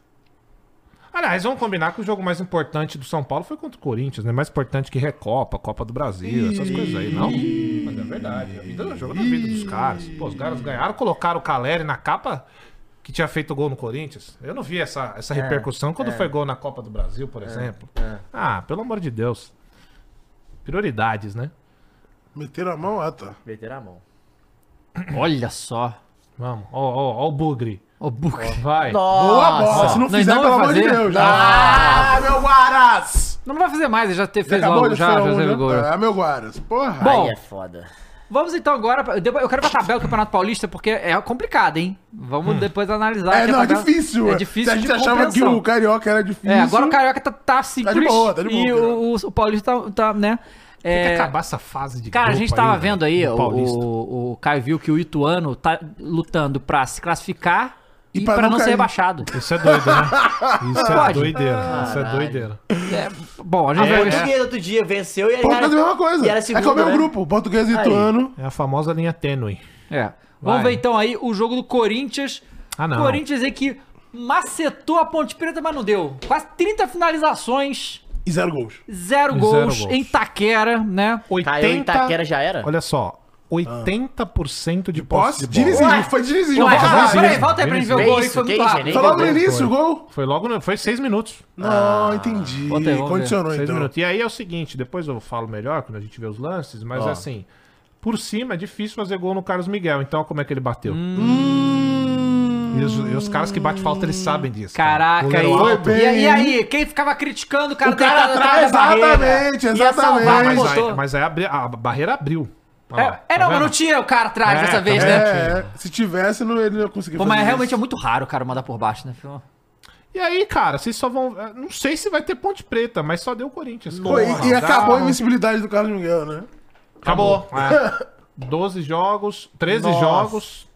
Aliás, vamos combinar que o jogo mais importante do São Paulo foi contra o Corinthians, né? Mais importante que Recopa, Copa do Brasil, essas coisas aí, não? Mas é verdade. A vida, o jogo da vida dos caras. Pô, os caras ganharam, colocaram o Caleri na capa que tinha feito gol no Corinthians. Eu não vi essa, essa repercussão quando foi gol na Copa do Brasil, por exemplo. Ah, pelo amor de Deus. Prioridades, né?
Meteram a mão, ah, tá.
Meter a mão.
Olha só.
Vamos. Ó, ó, ó o bugre.
Ô, Buca.
Ó, vai.
Boa bola, se não
Nós
fizer,
não
pelo
vai
amor de
fazer?
Deus.
Ah,
meu Guaras!
Não vai fazer mais, ele já te- fez
Acabou
logo.
de
Já,
ser
já
um,
fez
né?
o gol.
Ah, meu Guaras. Porra.
Bom,
Aí é foda.
vamos então agora. pra- depois- Eu quero ver a tabela do Campeonato Paulista, porque é complicado, hein? Vamos depois analisar.
é,
aqui a
não, é
tabela.
difícil.
É
ué.
difícil.
Se a
de
gente achava que
compreensão.
o Carioca era difícil.
É, agora o Carioca tá, tá simples.
boa, tá de boa,
E
cara.
o, o- o Paulista tá, tá, né?
Tem que
É,
acabar essa fase de
cara, a
grupo
gente tava
velho,
vendo aí,
do
o,
Paulista.
o, o Caio viu que o Ituano tá lutando pra se classificar e,
E
pra,
pra não
não, ser
cair.
rebaixado.
Isso é doido, né? Isso é
Pode.
doideira. Isso é doideira. É,
Bom, a gente
A
vai ver.
portuguesa outro dia venceu e aí.
Português é a mesma coisa.
E era
é que é o
segundo,
mesmo
né?
grupo, português e ituano.
É a famosa linha tênue.
É. Vamos
Vai.
ver então aí o jogo do Corinthians.
Ah, não.
Corinthians aí que macetou a Ponte Preta, mas não deu. Quase 30 finalizações,
E zero gols.
zero,
Zero
gols,
gols.
em Taquera, né?
80...
Caiu em Itaquera, já era?
Olha só. 80% de posse
Posse?
de bola.
Dinizismo, Ah. foi dinizismo.
Ué,
pra
ah,
caralho.
peraí, volta aí pra gente ver o
Que
gol aí,
isso,
foi muito
que
rápido.
isso,
Foi logo no
Foi.
início o gol?
Foi logo, no... foi 6 minutos.
Não, entendi.
Volta Ah. aí, vamos ver.
Condicionou
Seis
então.
minutos. E aí é o seguinte, depois eu falo melhor quando a gente vê os lances, mas assim, por cima é difícil fazer gol no Carlos Miguel, então olha como é que ele bateu. E, os, e os caras que batem falta, eles sabem disso. cara.
Hum. Caraca,
Goleiro
aí.
alto.
E aí, e aí, quem ficava criticando o cara,
O cara
deitado
atrás,
da barreira?
exatamente,
Ia salvar,
exatamente.
mas
Ah, Mas
botou.
aí, mas aí abri- a barreira abriu. Olha lá,
É, é,
tá
não, mas
vendo?
não tinha o cara atrás
É,
dessa
tá
vez,
vendo?
né?
É, é. se tivesse, não, ele não ia conseguir
Pô, mas
fazer
realmente
isso.
é muito raro o cara mandar por baixo, né? filho?
E aí, cara, vocês só vão. eh, Não sei se vai ter Ponte Preta, mas só deu o Corinthians.
Pô,
cara.
e, e
Dá- um
acabou a invencibilidade do Carlos Miguel, né?
Acabou. É. 12 jogos, 13
Nossa.
jogos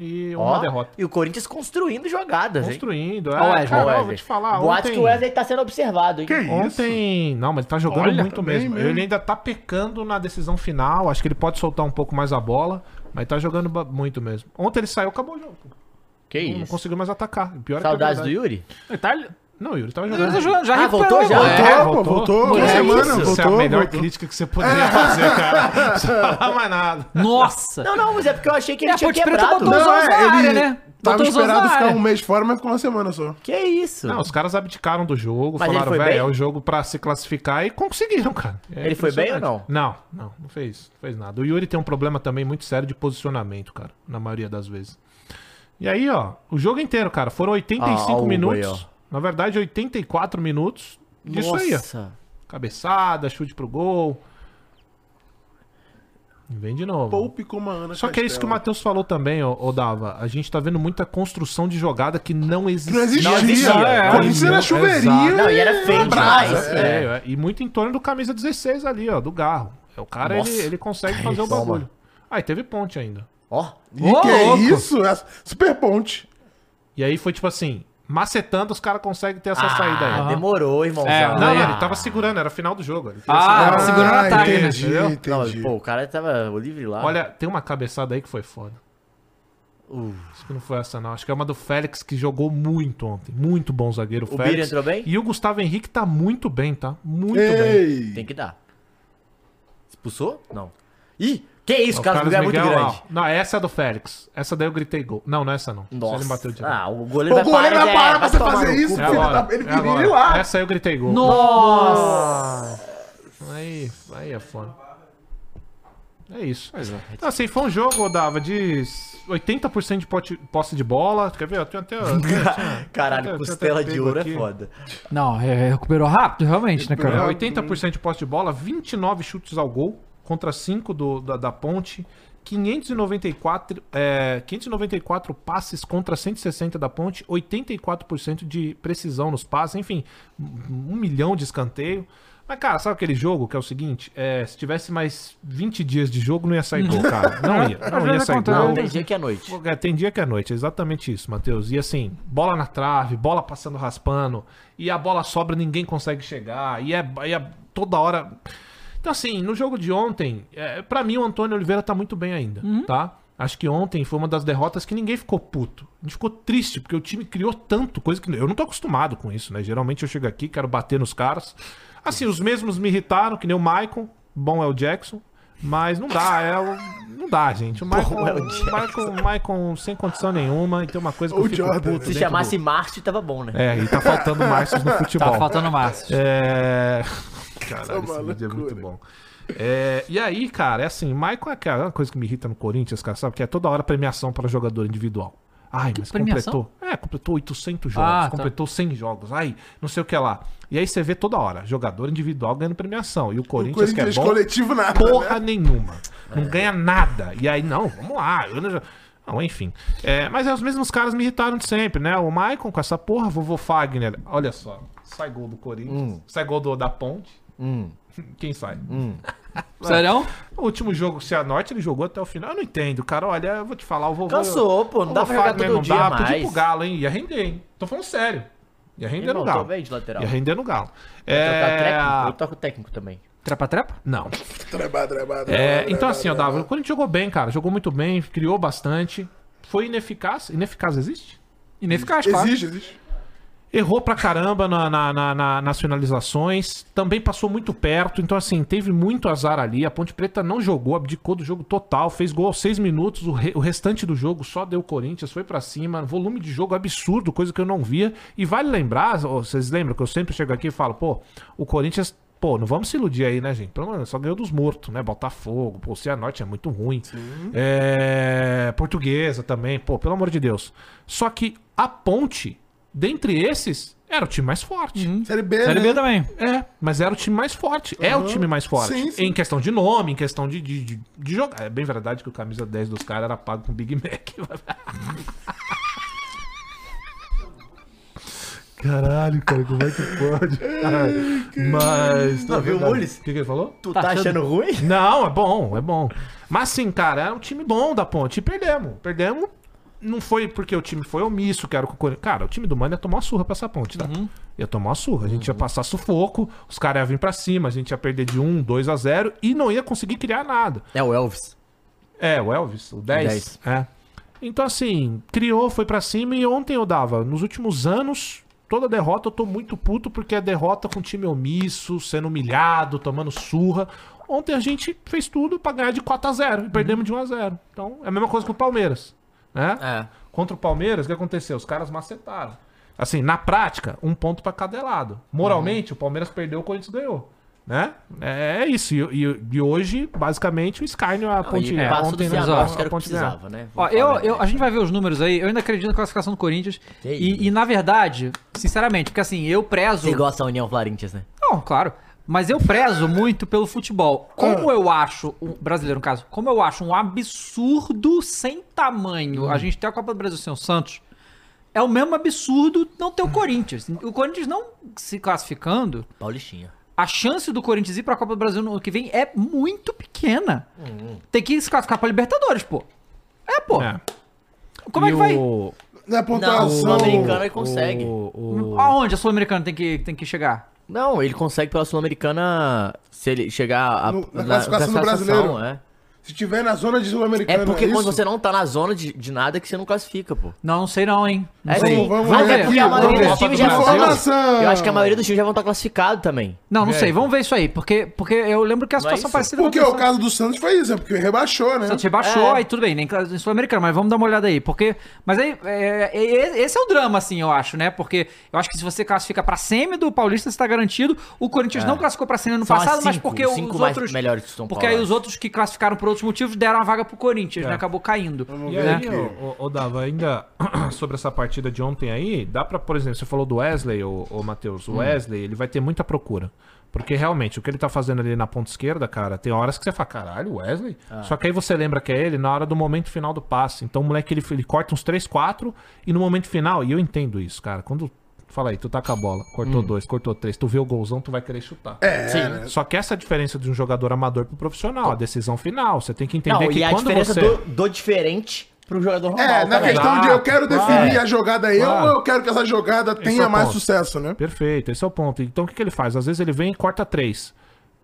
e uma
Ó,
derrota.
E o Corinthians construindo jogadas, hein?
Construindo.
Ó, Wesley,
É,
Ó,
cara, eu
Wesley.
vou te falar.
Boato
Ontem,
que o Wesley tá sendo observado, hein?
ontem. Não, mas ele tá jogando
Olha,
muito
bem
mesmo.
mesmo.
Ele ainda tá pecando na decisão final. Acho que ele pode soltar um pouco mais a bola. Mas tá jogando ba- muito mesmo. Ontem ele saiu, acabou o jogo.
Que
Não
isso?
conseguiu mais atacar. O Pior é que é
Saudades do
verdade.
Yuri? tá-
Não, o Yuri tava
Ele
jogando.
tá jogando, já
Ah,
recuperou,
voltou já?
mano.
Voltou,
É,
pô, voltou.
voltou.
Uma
É
semana,
isso.
voltou.
Essa é a melhor
voltou.
crítica que você poderia fazer, cara. Não falar mais nada.
Nossa!
Não, não, mas é porque eu achei que ele
É, a
tinha
Ponte Preta
quebrado.
botou-
Não,
Usou
é,
na
ele
área, né?
tava
Botou os outros
esperado
na
ficar
área.
um mês fora, mas ficou uma semana só.
Que isso?
Não, os caras abdicaram do jogo,
Mas ele
falaram,
foi
velho,
bem?
é o jogo pra se classificar e conseguiram, cara. É
Ele foi bem ou não?
impressionante. Não, não, não fez, não fez nada. O Yuri tem um problema também muito sério de posicionamento, cara, na maioria das vezes. E aí, ó, o jogo inteiro, cara, foram 85
Ah, o
minutos.
Uber, ó.
na verdade, 84 minutos disso aí, ó.
Nossa.
Cabeçada, chute pro gol. Vem de novo.
Poupe como a Ana
Só que é isso que o
Castela.
Matheus falou também, ô, ô Dava. A gente tá vendo muita construção de jogada que não existe.
Não existia.
Não existia.
É, Corinthians era chuveirinho.
Exato.
Não, e era feio
brasa.
demais.
É,
É.
é, e muito em torno do camisa 16 ali, ó, do Garro. É, O cara, ele,
Nossa.
ele consegue fazer o
Toma.
bagulho. Aí teve ponte ainda.
Ó,
E
Ô,
que
louco.
isso? É super ponte.
E aí foi tipo assim, macetando, os caras conseguem ter essa
ah,
saída aí.
demorou, irmãozão.
É,
Não, não,
Ah.
ele tava segurando, era final do jogo. ele tava segurando.
Ah, segurando o ataque, né?
entendi,
Entendeu?
Não, mas,
entendi.
pô, o cara tava o livre lá.
Olha, tem uma cabeçada aí que foi foda.
Uh.
Acho que não foi essa, não. Acho que é uma do Félix que jogou muito ontem. Muito bom zagueiro,
O
Félix.
Bira entrou bem?
E o Gustavo Henrique tá muito bem, tá? Muito bem.
Ei,
Tem que dar. Expulsou? Não. Ih, Que isso,
O
Carlos, Miguel é muito
Miguel,
grande.
Não, Não, essa é do Félix. Essa daí eu gritei gol. Não, não é essa não. Essa
Nossa.
Ele bateu de
ah, o
O
goleiro vai
goleiro
parar,
vai
é,
parar pra
vai
você
tomar
fazer
no cu.
isso,
É
filho da...
agora,
Ele
é agora.
queria ir lá.
Essa aí eu gritei gol.
Nossa!
Aí, aí é foda. É isso. Então, assim, foi um jogo, Dava, de 80% de pote- posse de bola. Quer ver? Eu tenho até. eu tenho-
Caralho,
Até-
costela
até
de
pego
ouro
aqui.
é foda.
Não, é- recuperou rápido, realmente, né,
É,
cara?
80% de posse de bola, 29 chutes ao gol contra 5 do, da, da Ponte, 594, é, 594 passes contra 160 da Ponte, 84% de precisão nos passes, enfim, um milhão de escanteio. Mas, cara, sabe aquele jogo que é o seguinte? É, se tivesse mais 20 dias de jogo, não ia sair gol, cara. Não ia.
Às
Não ia
vezes
sair
acontece.
gol.
Não, tem dia que é noite.
É, tem dia que é noite, é exatamente isso, Matheus. E assim, bola na trave, bola passando raspando, e a bola sobra, ninguém consegue chegar, e é, e é toda hora. Então, assim, no jogo de ontem, é, para mim o Antônio Oliveira tá muito bem ainda,
Uhum.
tá? Acho que ontem foi uma das derrotas que ninguém ficou puto. A gente ficou triste, porque o time criou tanto, coisa que eu não tô acostumado com isso, né? Geralmente eu chego aqui, quero bater nos caras. Assim, os mesmos me irritaram, que nem o Maicon, bom é o Jackson, mas não dá, é o. Não dá, gente. O Maicon,
é o
o Maicon, o Maicon sem condição nenhuma, e tem uma coisa que
Ou
eu fico
Jordan,
puto
né?
Se
dentro
chamasse
do-
Márcio, tava bom, né?
É, e tá faltando Márcio no futebol.
Tá faltando Márcio.
É. Caralho,
Essa é
esse
uma
vídeo é
loucura.
muito bom. É, e aí, cara, é assim, Michael é aquela coisa que me irrita no Corinthians, cara, sabe? Que é toda hora premiação para jogador individual. Ai, mas
premiação?
completou. É, completou 800 jogos,
Ah, tá.
completou 100 jogos, ai, não sei o que lá. E aí você vê toda hora, jogador individual ganhando premiação. E o
O
Corinthians,
Corinthians
que é bom,
coletivo nada,
porra
né?
nenhuma. Não ganha nada. E aí, não, vamos lá. eu não- Não, enfim. É, mas é, os mesmos caras me irritaram de sempre, né? O Maicon com essa porra, vovô Fagner. Olha só. Sai gol do Corinthians. Sai gol do- da Ponte. Quem sai?
Sério?
O último jogo, o Cianorte, ele jogou até o final. Eu não entendo, cara. Olha, eu vou te falar, o vovô.
Cansou, pô, não dá
o
pra jogar
Fagner
todo
né, não
dia
dá,
mais.
Podia ir pro Galo, hein? Ia render, hein? Tô falando sério. Ia render
Irmão,
no Galo.
tô bem de lateral.
Ia render no Galo.
Trocar técnico,
É...
eu toco técnico também.
Trepa-trepa?
Não.
Treba, treba, treba,
É,
treba,
então assim, ó,
treba.
Dava, o Corinthians jogou bem, cara. Jogou muito bem, criou bastante. Foi ineficaz. Ineficaz existe?
Ineficaz, claro.
Existe, existe.
Errou pra caramba na- na- na- na- nas finalizações. Também passou muito perto. Então, assim, teve muito azar ali. A Ponte Preta não jogou, abdicou do jogo total. Fez gol aos seis minutos. O, re- o restante do jogo só deu Corinthians. Foi pra cima. Volume de jogo absurdo, coisa que eu não via. E vale lembrar, ó, vocês lembram que eu sempre chego aqui e falo, pô, o Corinthians. Pô, não vamos se iludir aí, né, gente? Pelo menos só ganhou dos mortos, né? Botafogo, pô, o Cianorte é muito ruim. É... Portuguesa também, pô, pelo amor de Deus. Só que a Ponte dentre esses, era o time mais forte.
Série B,
Hum. Série
né?
B também.
É, mas era o time mais forte. É o time mais forte.
Sim, sim.
Em questão de nome, em questão de, de, de, de jogar. É bem verdade que o camisa 10 dos caras era pago com Big Mac. Caralho, cara, como é que pode? mas.
Não, viu, Mules?
O que, que ele falou?
Tu tá, achando ruim?
Não, é bom, é bom. Mas sim, cara, era um time bom da ponte. E perdemos. Perdemos. Não foi porque o time foi omisso, que era o que o Corinthians. Cara, o time do Mano ia tomar uma surra pra essa ponte, tá?
Uhum.
Ia tomar uma surra. A gente ia passar sufoco, os caras iam vir pra cima, a gente ia perder de 1, 2 a 0 e não ia conseguir criar nada.
É o Elvis.
É, o Elvis, o 10.
10.
É. Então, assim, criou, foi pra cima e ontem eu dava. Nos últimos anos, toda derrota eu tô muito puto porque é derrota com time omisso, sendo humilhado, tomando surra. Ontem a gente fez tudo pra ganhar de 4 a 0 e perdemos de 1 a 0 Então, é a mesma coisa que o Palmeiras, né? Contra o Palmeiras, o que aconteceu? Os caras macetaram. Assim, na prática, um ponto pra cada lado. Moralmente, o Palmeiras perdeu, o Corinthians ganhou. Né? É é isso. E, e- e hoje, basicamente, o Skyner a ponte.
E
é,
passou
ontem,
do
né?
Cianorte,
A
que era o que
ponte ganhou.
precisava, né?
Ó,
Vamos
eu,
falar,
eu,
né?
a gente vai ver os números aí. Eu ainda acredito na classificação do Corinthians.
Que isso.
E, e, na verdade, sinceramente, porque assim, eu prezo.
Você gosta da União Florentias, né?
Não, claro. Mas eu prezo muito pelo futebol.
Ah.
Como eu acho, o brasileiro no caso, como eu acho um absurdo sem tamanho
Hum.
a gente ter a Copa do Brasil sem o Santos, é o mesmo absurdo não ter o Corinthians. O Corinthians não se classificando,
Paulistinha.
a chance do Corinthians ir pra Copa do Brasil no ano que vem é muito pequena.
Hum,
Tem que se classificar pra Libertadores, pô. É, pô.
É.
Como é
E
que vai?
o-
Na
Não, o
pontuação.
Sul-Americano ele consegue.
o- o-
Aonde a Sul-Americana tem que, tem que chegar?
Não, ele consegue pela Sul-Americana se ele chegar a,
No- na classificação do brasileiro.
é.
Se Se tiver na zona de
É
Sul-Americana,
porque
isso?
quando você não tá na zona de, de nada que você não classifica, pô.
Não, não sei não, hein. Não
É,
sei.
sim.
Vamos
vamos ver
Até
ver.
porque a
vamos
maioria
ver.
dos times já
Informação.
Eu acho que a maioria dos times já vão estar classificados também.
Não, não sei.
Velho.
Vamos ver isso aí. Porque, porque eu lembro que a
Não é
situação
isso?
parecida
Porque
aconteceu.
o caso do Santos foi isso, é porque rebaixou, né?
Santos rebaixou,
É.
aí tudo bem, nem claro, em sul-americano, mas vamos dar uma olhada aí, porque, mas aí, é, é, é, esse é o drama, assim, eu acho, né, porque eu acho que se você classifica pra semi do Paulista, você tá garantido, o
É.
Corinthians não classificou pra semi no
São as
passado, mas
cinco,
porque
os
os
cinco mais
outros,
melhores que São
porque
Paulo,
aí os
acho.
outros que classificaram por outros motivos deram a vaga pro Corinthians,
É.
né, acabou caindo,
E
né?
aí, ô, ô, ô, Dava, ainda sobre essa partida de ontem aí, dá pra, por exemplo, você falou do Wesley, ô, ô Matheus, o
Hum.
Wesley, ele vai ter muita procura. Porque realmente, o que ele tá fazendo ali na ponta esquerda, cara, tem horas que você fala, caralho, Wesley?
Ah.
Só que aí você lembra que é ele na hora do momento final do passe. Então o moleque, ele, ele corta uns 3, 4 e no momento final, e eu entendo isso, cara, quando... Fala aí, tu tá com a bola,
Hum.
cortou dois, cortou três, tu vê o golzão, tu vai querer chutar. É.
né?
Sim. Só que essa é a diferença de um jogador amador pro profissional, a decisão final. Você tem que entender
não,
que
e a
quando
diferença
você...
do, do diferente pro jogador normal.
É, na
também.
questão
Ah.
de eu quero definir
claro,
a jogada eu
Ah, é. claro.
ou eu quero que essa jogada
é
tenha
o
mais
ponto.
sucesso, né?
Perfeito, esse é o ponto. Então o que, que ele faz? Às vezes ele vem e corta três.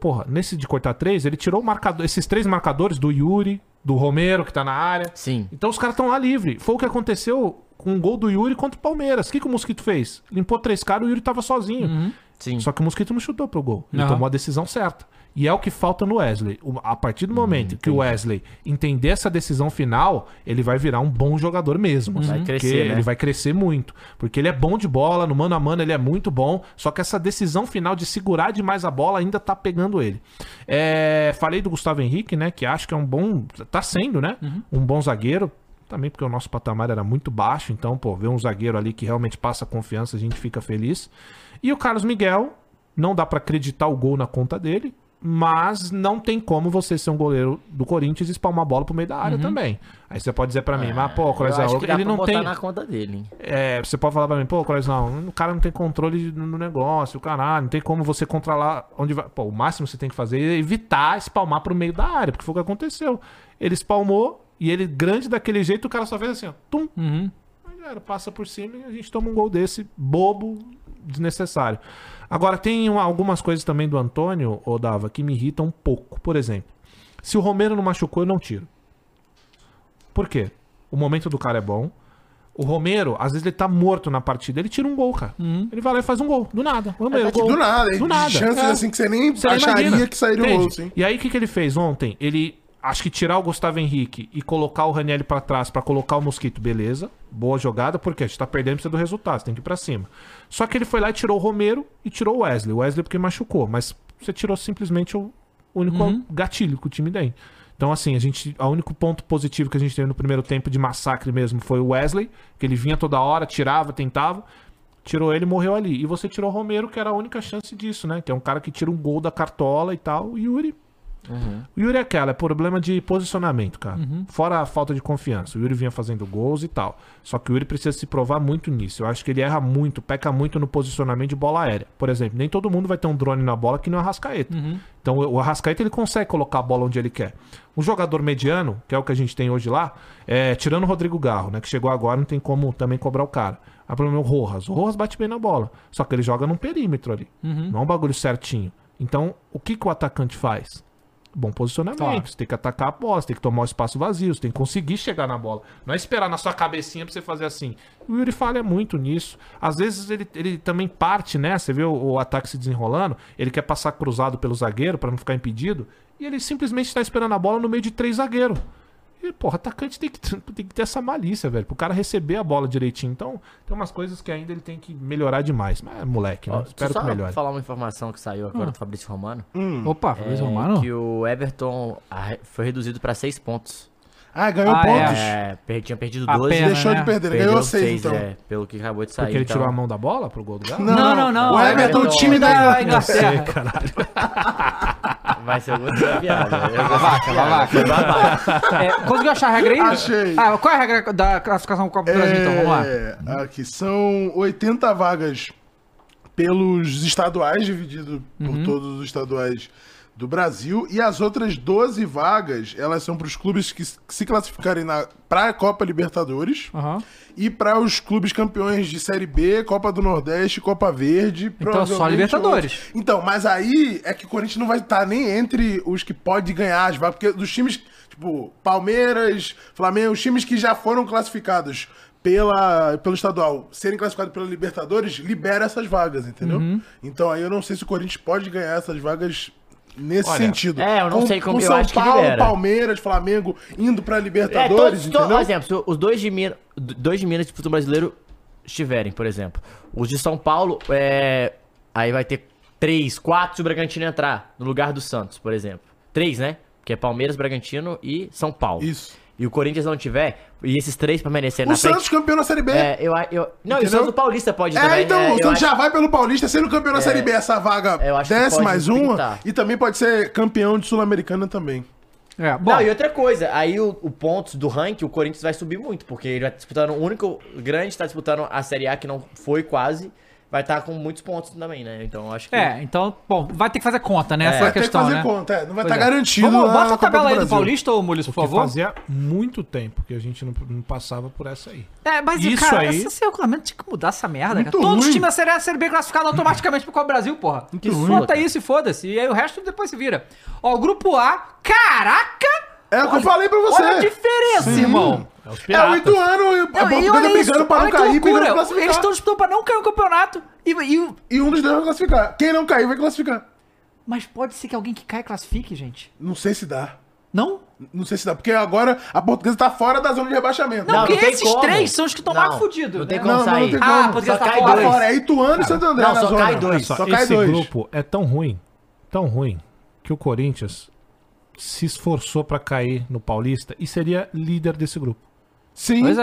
Porra, nesse de cortar três, ele tirou o marcador, esses três marcadores do Yuri, do Romero, que tá na área.
Sim.
Então os caras estão lá livre. Foi o que aconteceu com o gol do Yuri contra o Palmeiras. O que, que o Mosquito fez? Limpou três caras, o Yuri tava sozinho.
Uhum. Sim.
Só que o Mosquito não chutou pro gol. Ele
Aham.
tomou a decisão certa. E é o que falta no Wesley. O- A partir do
Uhum,
momento que o Wesley entender essa decisão final, ele vai virar um bom jogador mesmo. assim,
Vai
porque
crescer, né?
Ele vai crescer muito. Porque ele é bom de bola, no mano a mano ele é muito bom. Só que essa decisão final de segurar demais a bola ainda tá pegando ele. É, falei do Gustavo Henrique, né? Que acho que é um bom. Tá sendo, né?
Uhum.
Um bom zagueiro. Também porque o nosso patamar era muito baixo. Então, pô, ver um zagueiro ali que realmente passa confiança, a gente fica feliz. E o Carlos Miguel, não dá pra acreditar o gol na conta dele, mas não tem como você ser um goleiro do Corinthians e espalmar a bola pro meio da área também. Aí você pode dizer pra mim, mas pô,
Uhum. É, Eu
Croizão,
acho que dá
ele
pra
não
botar
tem.
na conta dele, hein?
É, você pode falar pra mim, pô, Croizão, o cara não tem controle no no negócio, o caralho, não tem como você controlar onde vai. Pô, o máximo que você tem que fazer é evitar espalmar pro meio da área, porque foi o que aconteceu. Ele espalmou e ele, grande daquele jeito, o cara só fez assim, ó, tum, Cara, passa por cima e a gente toma um gol desse bobo, desnecessário. Agora, tem uma- algumas coisas também do Antônio, ô Dava, que me irritam um pouco. Por exemplo, se o Romero não machucou, eu não tiro. Por quê? O momento do cara é bom. O Romero, às vezes ele tá morto na partida, ele tira um gol, cara.
Hum.
Ele vai lá e faz um gol, do nada.
É
O Romero, gol.
É, tá Do nada, hein?
do nada.
Chances
É.
assim que você nem
Você nem
acharia
imagina.
que sairia um
Entende?
gol, sim.
E aí, o que, que ele fez ontem? Ele, acho que tirar o Gustavo Henrique e colocar o Raniel pra trás pra colocar o Mosquito, beleza. Boa jogada, porque a gente tá perdendo, precisa do resultado, você tem que ir pra cima. Só que ele foi lá e tirou o Romero e tirou o Wesley. O Wesley porque machucou, mas você tirou simplesmente o único gatilho que o time tem. Então, assim, a gente. O único ponto positivo que a gente teve no primeiro tempo de massacre mesmo foi o Wesley, que ele vinha toda hora, tirava, tentava. Tirou ele e morreu ali. E você tirou o Romero, que era a única chance disso, né? Que é um cara que tira um gol da cartola e tal. O Yuri. O Yuri é aquela, é problema de posicionamento, cara. Fora a falta de confiança. O Yuri vinha fazendo gols e tal. Só que o Yuri precisa se provar muito nisso. Eu acho que ele erra muito, peca muito no posicionamento de bola aérea. Por exemplo, nem todo mundo vai ter um drone na bola que não é o Arrascaeta. Então o Arrascaeta ele consegue colocar a bola onde ele quer. Um jogador mediano, que é o que a gente tem hoje lá, é, tirando o Rodrigo Garro, né? Que chegou agora, não tem como também cobrar o cara. Aí o problema é o Rojas. O Rojas bate bem na bola. Só que ele joga num perímetro ali. Não é um bagulho certinho. Então, o que, que o atacante faz? Bom posicionamento. Você tem que atacar a bola, você tem que tomar o espaço vazio, você tem que conseguir chegar na bola. Não é esperar na sua cabecinha pra você fazer assim. O Yuri falha muito nisso. Às vezes ele, ele também parte, né? Você vê o, o ataque se desenrolando, ele quer passar cruzado pelo zagueiro pra não ficar impedido. E ele simplesmente tá esperando a bola no meio de três zagueiros. E, porra, atacante tem que, tem que ter essa malícia, velho. Pro cara receber a bola direitinho. Então, tem umas coisas que ainda ele tem que melhorar demais. Mas é moleque, né?
Ó,
Espero
só
que melhore.
falar uma informação que saiu
Hum.
agora do Fabrício Romano.
Opa, Fabrício
é
Romano?
Que o Everton ah, foi reduzido pra 6 pontos.
Ah, ganhou
Ah, é.
pontos.
É, per- tinha perdido
A
12.
pena,
Deixou
né?
de perder, ele
Perdeu
ganhou seis,
seis,
então.
é, pelo que acabou de sair.
Porque ele
então.
tirou a mão da bola pro gol do Galo?
Não, não, não. É
O
é
Everton, o time da...
Inglaterra.
Vai ser o gol de viado.
Babaca, babaca, babaca. É, conseguiu achar a regra aí?
Achei.
Ah, qual é a regra da classificação do Copa do Brasil, então? Vamos lá.
É, aqui são 80
Uhum.
vagas pelos estaduais, dividido por todos os estaduais do Brasil e as outras 12 vagas, elas são para os clubes que s- que se classificarem para a Copa Libertadores
Aham.
e para os clubes campeões de Série B, Copa do Nordeste, Copa Verde. provavelmente
Então, só Libertadores.
outros. Então, mas aí é que o Corinthians não vai estar nem entre os que pode ganhar as vagas, porque dos times, tipo, Palmeiras, Flamengo, os times que já foram classificados pela, pelo estadual serem classificados pela Libertadores, libera essas vagas, entendeu? Então aí eu não sei se o Corinthians pode ganhar essas vagas nesse
Olha,
sentido.
é, eu não sei como-
com
eu
São
acho que
Paulo,
libera.
Palmeiras, Flamengo indo pra
É, todos,
Libertadores,
todos,
entendeu?
por exemplo, se os dois de Minas, dois de Minas de futebol brasileiro estiverem, por exemplo, os de São Paulo, é, aí vai ter três, quatro se o Bragantino entrar no lugar do Santos, por exemplo. Três, né? Que é Palmeiras, Bragantino e São Paulo.
Isso.
E o Corinthians não tiver, e esses três permanecerem
O
na frente.
Santos campeão na Série B.
É, eu, a- eu, não, e o
Entendeu?
Santos Paulista pode
É,
também,
então,
né? Eu
o Santos
acho- É.
já vai pelo Paulista, sendo campeão na Série B, essa vaga
eu acho que
desce
pode
mais uma,
pintar.
e também pode ser campeão de Sul-Americana também.
É, bom,
Não, e outra coisa, aí o, o ponto do ranking, o Corinthians vai subir muito, porque ele vai tá disputando o único grande, está disputando a Série A que não foi quase, vai estar com muitos pontos também, né? Então acho que.
é, então, bom, vai ter que fazer conta, né? Essa é a
Vai ter que
questão,
fazer
né?
conta, é, não vai
Pois
estar
é.
garantido.
Vamos,
na
bota a
Copa
tabela aí do
Brasil.
Paulista, ô Mules, por
Porque
favor.
fazia muito tempo que a gente não, não passava por essa aí.
É, mas,
Isso
cara,
aí-
esse seu regulamento tinha que mudar essa merda,
Muito
cara. Todos os
ruim.
times da Série A e Série B classificaram automaticamente pro Copa Brasil, porra. Que
ruim,
Bota
cara.
isso e foda-se. E aí o resto depois se vira. Ó, o grupo A, caraca!
É o que eu falei pra você.
Olha a diferença, irmão.
É os
É
piratas.
o Ituano e a
Não, e
Portuguesa
olha
brigando
isso,
pra não
olha que
cair, brigando pra
loucura. Eles
classificar.
estão disputando pra não cair o campeonato. E, e-
E um dos dois vai classificar. Quem não cair vai classificar.
mas pode ser que alguém que cai classifique, gente.
Não sei se dá.
Não?
Não sei se dá, porque agora a Portuguesa tá fora da zona de rebaixamento.
Não, porque
tem
esses
como.
três são os que estão mais
Não,
fudidos.
não tem
né?
como
Não, não
sair.
tem
Ah,
como.
Portuguesa
Só
tá
cai
fora.
Tá
dois.
fora, é Ituano e Santo André
Não,
na
só
zona.
cai dois.
Olha só,
Só cai
esse
dois.
grupo é tão ruim, tão ruim, que o Corinthians se esforçou pra cair no Paulista e seria líder desse grupo.
Sim.
Pois é.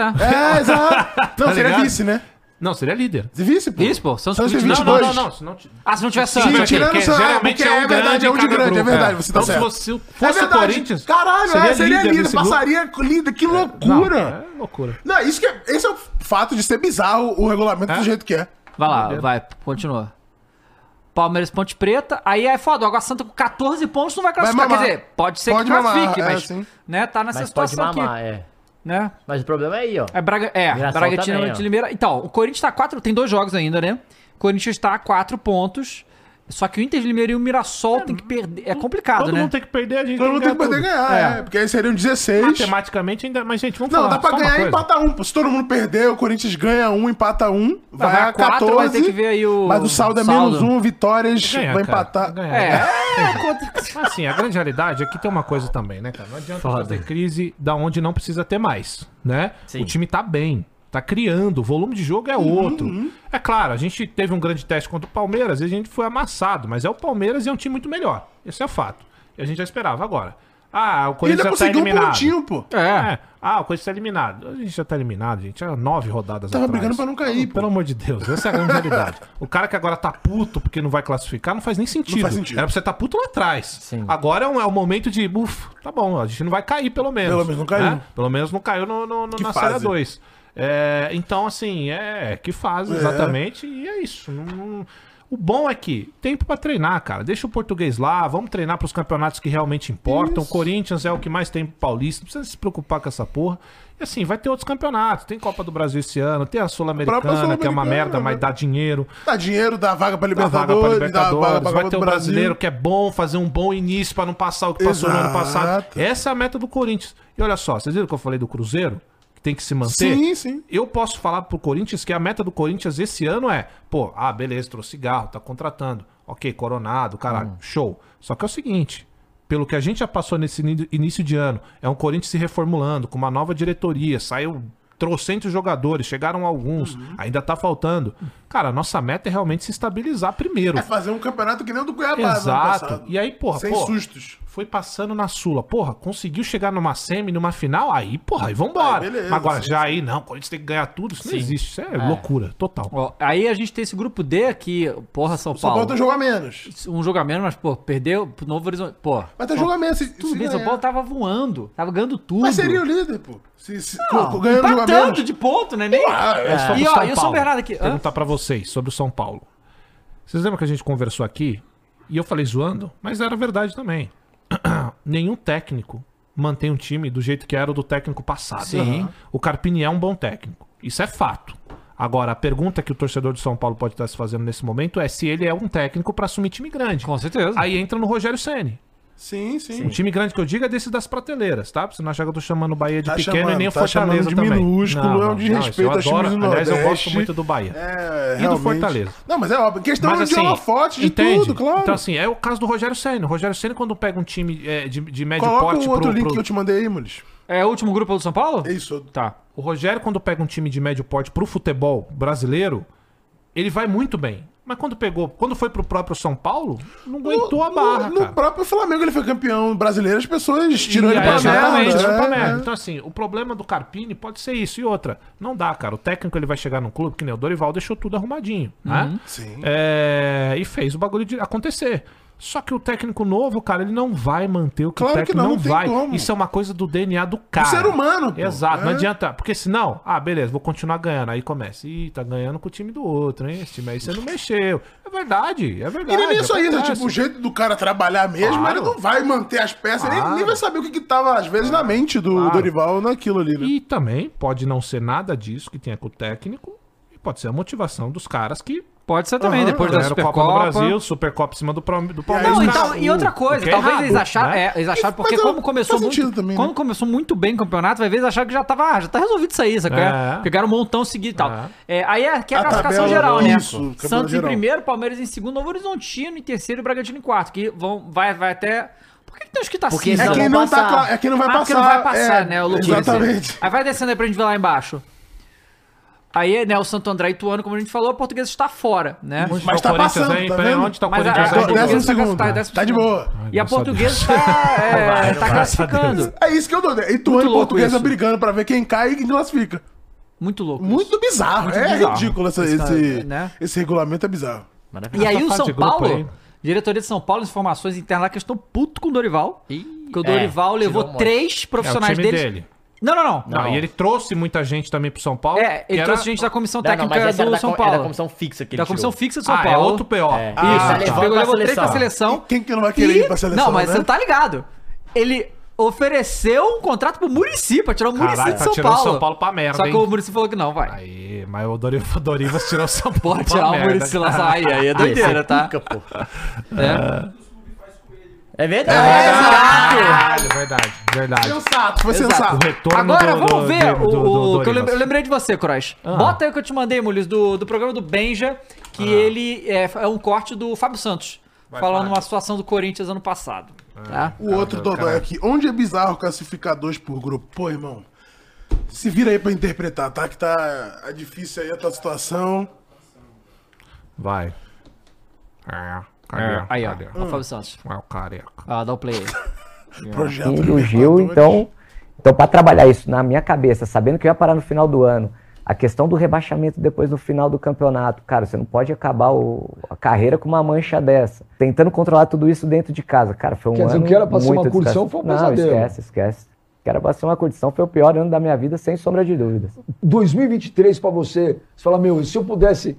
É, exato. Não,
Tá
seria
ligado?
vice, né?
Não, seria líder.
Vice, pô. Então,
Isso, pô, Santos
Santos tem
Corinthians.
22.
Não, não, não, não. senão ti-
Ah, se não tiver
Sim,
sangue.
Porque-
tirando
porque
essa-
geralmente
porque é verdade, é um
em
de
cada
grande, é verdade, você tá
então,
certo.
se você
É
fosse o
verdade.
Corinthians,
Caralho, seria, é, seria líder,
desse grupo.
passaria líder. Que
Não,
loucura.
é loucura.
Não, isso que é, esse é o fato de ser bizarro o regulamento
É.
do jeito que é.
Vai lá, vai, continua. Palmeiras Ponte Preta, aí é foda, o Água Santa com 14 pontos não vai classificar.
mamar.
Quer dizer, pode ser
Pode
que
mamar,
classifique,
é,
mas
sim.
né, tá nessa
Mas pode
situação
mamar,
aqui.
é.
Né?
Mas o problema é aí, ó.
É, Braga, é
Mirassol
Bragantino
também,
de
ó.
Limeira. Então, o Corinthians tá 4, tem dois jogos ainda, né? O Corinthians tá a 4 pontos, só que o Inter de Limeira e o Mirassol tem que perder. É complicado,
Todo
né?
mundo tem que perder, a gente
Todo mundo tem que poder
tudo.
ganhar, é. Porque aí seriam 16.
Matematicamente ainda... Mas, gente, vamos
Não,
falar
dá pra
só uma
ganhar e
coisa.
empata um. pô. Se todo mundo perder, o Corinthians ganha um, empata um, vai,
vai a
a
quatro,
14.
vai ter que ver aí o
Mas o saldo é
saldo.
menos um, vitórias,
Ganhar,
vai
cara,
empatar.
ganhar.
É,
Assim, a grande realidade é que tem uma coisa também, né, cara? Não adianta
Foda.
fazer crise da onde não precisa ter mais, né?
Sim.
O time tá bem, tá criando, o volume de jogo é
Uhum,
outro. É claro, a gente teve um grande teste contra o Palmeiras e a gente foi amassado, mas é o Palmeiras e é um time muito melhor. Esse é fato. E a gente já esperava agora. Ah, o
E ainda
Corinthians já tá
conseguiu um
eliminado.
pontinho, pô.
É. Ah, o Corinthians tá eliminado. A gente já tá eliminado, gente. Há nove rodadas
Tava
atrás.
brigando pra não cair, pô.
Pelo amor de Deus, essa é a grande realidade. O cara que agora tá puto porque não vai classificar não faz nem sentido.
faz sentido.
Era pra você tá puto lá atrás.
Sim.
Agora é, um- é o momento de, uff, tá bom, a gente não vai cair pelo menos. Né?
Pelo menos não caiu.
Pelo menos não caiu no, no- no-
Que
na
fase.
Série 2. então, assim, é que fase, exatamente, e é isso. Não- não- o bom é que tempo pra treinar, cara. Deixa o português lá, vamos treinar pros campeonatos que realmente importam. O Corinthians é o que mais tem pro paulista, não precisa se preocupar com essa porra. E assim, vai ter outros campeonatos. Tem Copa do Brasil esse ano, tem a Sul-Americana, que é uma
Sul-Americana,
merda,
né?
mas dá dinheiro.
Dá dinheiro, dá vaga pra
Dá vaga pra
Libertadores, dá
Libertadores,
vaga pra
vai
Copa
ter
do
o brasileiro
Brasil.
que é bom, fazer um bom início pra não passar o que passou no ano
Exato.
passado. Essa é a meta do Corinthians. E olha só, vocês viram que eu falei do Cruzeiro? Que tem que se manter?
Sim, sim.
Eu posso falar pro Corinthians que a meta do Corinthians esse ano é, pô, ah, beleza, trouxe cigarro, tá contratando. Ok, coronado, caralho,
Hum.
show. Só que é o seguinte, pelo que a gente já passou nesse ini- início de ano, é um Corinthians se reformulando, com uma nova diretoria, saiu trocentos jogadores, chegaram alguns,
Uhum.
ainda tá faltando. Cara, a nossa meta é realmente se estabilizar primeiro.
É fazer um campeonato que nem o do Cuiabá no ano
Exato.
passado.
E aí, porra,
Sem
pô,
sustos.
foi passando na Sula. Porra, conseguiu chegar numa semi, numa final, aí, porra, aí vambora.
Aí, beleza,
Mas Agora,
sim,
já aí, não, o Corinthians tem que ganhar tudo, isso não
Sim.
existe. Isso é, loucura, total.
Ó, aí a gente tem esse grupo D aqui, porra, São
Só
Paulo.
falta um jogo a menos.
Um jogo a menos, mas, pô, perdeu pro Novo Horizonte. Pô,
Mas tem um jogo a menos. se-
tudo
se
bem, São
ganhar.
Paulo tava voando, tava ganhando tudo.
Mas seria o líder, pô. Se, se,
Não,
co- ganhando um jogo a menos.
empatando de ponto, né? Nem...
Ah, é só-
E, ó, e o São Bernardo aqui? Hã?
Perguntar pra vocês sobre o São Paulo. Vocês lembram que a gente conversou aqui e eu falei zoando, mas era verdade também. Nenhum técnico mantém um time do jeito que era o do técnico passado.
Sim.
O Carpini é um bom técnico. Isso é fato. Agora, a pergunta que o torcedor de São Paulo pode estar se fazendo nesse momento é se ele é um técnico pra assumir time grande.
Com certeza.
Aí entra no Rogério Ceni.
Sim, sim.
O time grande que eu digo é desse das prateleiras, tá? Pra você não achar que eu tô chamando o Bahia de
Tá
pequeno e
chamando,
nem o
tá
Fortaleza
chamando de
também.
minúsculo, é um desrespeito
isso eu
aos times
adoro.
do
Aliás, eu gosto
Nordeste.
muito do Bahia.
É,
E do
realmente.
Fortaleza.
Não, mas é óbvio. Questão
Mas
de
assim,
holofote, de
entende?
tudo, claro.
Então assim, é o caso do Rogério Senna. O Rogério Senna quando pega um time é, de, de médio
Coloca
porte
o outro
pro,
link
pro-
que eu te mandei aí, Mules.
É o último grupo do São Paulo?
É isso.
Tá.
O Rogério quando pega um time de médio porte pro futebol brasileiro, ele vai muito bem. Mas quando pegou, quando foi pro próprio São Paulo, não aguentou a
No-
barra,
No,
cara.
próprio Flamengo ele foi campeão brasileiro, as pessoas tiram
E
ele
aí,
pra
exatamente,
merda.
tirou pra
é,
merda.
é.
Então, assim, o problema do Carpini pode ser isso. E outra, não dá, cara. O técnico ele vai chegar num clube que nem o Dorival deixou tudo arrumadinho, né?
Sim.
É, e fez o bagulho de acontecer. Só que o técnico novo, cara, ele não vai manter o que
Claro
o
que
técnico
não,
não,
não tem
vai.
como.
Isso é uma coisa do DNA do cara.
ser humano, pô.
Exato, não
É.
adianta. Porque senão, ah, beleza, vou continuar ganhando. Aí começa. Ih, tá ganhando com o time do outro, hein? Esse time aí você não mexeu. É verdade, é
E
verdade.
nem isso ainda,
acontece.
tipo, o jeito do cara trabalhar é. mesmo,
Claro.
ele não vai manter as peças, ele
Claro.
É,
É,
nem vai saber o que, que tava, às vezes, na mente do
Claro.
Dorival naquilo ali, né?
E também pode não ser nada disso que tenha com o técnico, e pode ser a motivação dos caras que
Pode ser também, depois da
ganharam Copa
Supercopa.
do Brasil, Supercopa em cima do, Prom- do Palmeiras.
Não,
Os
então,
caras-
e outra coisa,
o que é
talvez
errado,
eles acharam,
né?
é, eles acharam porque
Mas,
como
ó,
começou
faz
muito,
sentido também, né?
como começou muito bem o campeonato, às vezes acharam que já tava, ah, já tá resolvido isso aí, sacou?
É.
Pegaram um montão seguido e tal. É, aí é que é a,
A
classificação
tabela,
geral, né?
isso, campeonato
Santos
geral.
em primeiro, Palmeiras em segundo, Novo Horizontino em terceiro e Bragantino em quarto, que vão vai vai até Por que, que tem uns que tá
Porque
É
Não,
quem
vão
não, tá
passar.
cla- é quem não vai
ah,
passar.
porque não vai passar,
é,
né? O loucura.
Exatamente.
Aí vai descendo aí pra gente ver lá embaixo. Aí, né, o Santo André e Ituano, como a gente falou, o português está fora, né?
Onde
Mas
tá o
tá
Corinthians
passando,
aí?
tá
Peraí,
vendo?
onde tá o
Mas
Corinthians aí?
a- a-
Portuguesa?
Décimo
portuguesa tá
segundo.
classificada, décimo
é, Tá de
segundo. E
boa.
a
Graças a
portuguesa tá, é, tá classificando.
É isso que eu dou. né? Ituano
Muito
e
louco
portuguesa
isso.
brigando pra ver quem cai e quem classifica.
Muito louco.
Muito bizarro. é
bizarro.
ridículo essa-
Esse
esse,
cara, né? Tá
esse regulamento, é bizarro.
E aí o
fase
São
Tá de grupo
Paulo,
aí.
diretoria de São Paulo, as informações internas lá que estão puto com o Dorival. Porque o Dorival levou
tirou um monte.
três
É o
profissionais
time
deles.
dele.
Não, não, não.
Não, e ele trouxe muita gente também pro São Paulo.
É,
que
ele
era-
trouxe gente da comissão
Não, não,
técnica
mas essa era
do
da,
São
com-
Paulo.
era da comissão fixa que ele
da comissão
tirou.
fixa do São
Ah, é
Paulo.
outro PO.
É.
Ah,
Isso, ele
tá.
pegou,
Pra
levou três pra
seleção.
seleção.
E quem que não vai querer ir pra seleção,
Não, mas
né?
você não tá ligado. Ele ofereceu um contrato pro Murici, pra tirar o Murici
Caralho,
de
tá
São
tirando
Paulo.
São Paulo pra merda,
Só que
hein?
o Murici falou que não, vai.
Aí, mas o Dorival, Dorivas tirou o São Paulo.
Pode
pra
tirar o
merda,
Murici lá,
cara.
sai, aí é doideira, tá?
Fica, pô.
É.
É verdade.
Caralho, É verdade, verdade.
Sensato, foi um
Exato.
sensato.
O retorno
Agora,
do-
vamos
do-
ver
do-
o,
do- Ah.
o
do
que eu lembrei,
Dorivas.
eu lembrei de você, Croix. Bota aí o que eu te mandei, Mulis, do, do programa do Benja, que
Ah.
ele é, é um corte do Fábio Santos, falando
Fábio.
uma situação do Corinthians ano passado.
Ah.
Tá?
Ah, O outro Dodói aqui. Onde é bizarro classificar dois por grupo? Pô, irmão. Se vira aí pra interpretar, tá? Que tá é difícil aí a tua situação.
Vai. É, cadê?
Aí, ó,
Cadê?
o Fábio Santos.
É o careca.
Ah, dá o play aí.
Projeto
do Gil,
Libertadores.
então, então para trabalhar isso na minha cabeça, sabendo que eu ia parar no final do ano, a questão do rebaixamento depois no final do campeonato, cara, você não pode acabar o- a carreira com uma mancha dessa. Tentando controlar tudo isso dentro de casa, cara, foi um
Quer
ano
dizer, o que era pra ser
muito
uma curtição
desgastante.
foi um
Não,
pesadelo.
esquece, esquece. O que era pra ser uma curtição foi o pior ano da minha vida, sem sombra de dúvidas.
2023 pra você, você fala, meu, se eu pudesse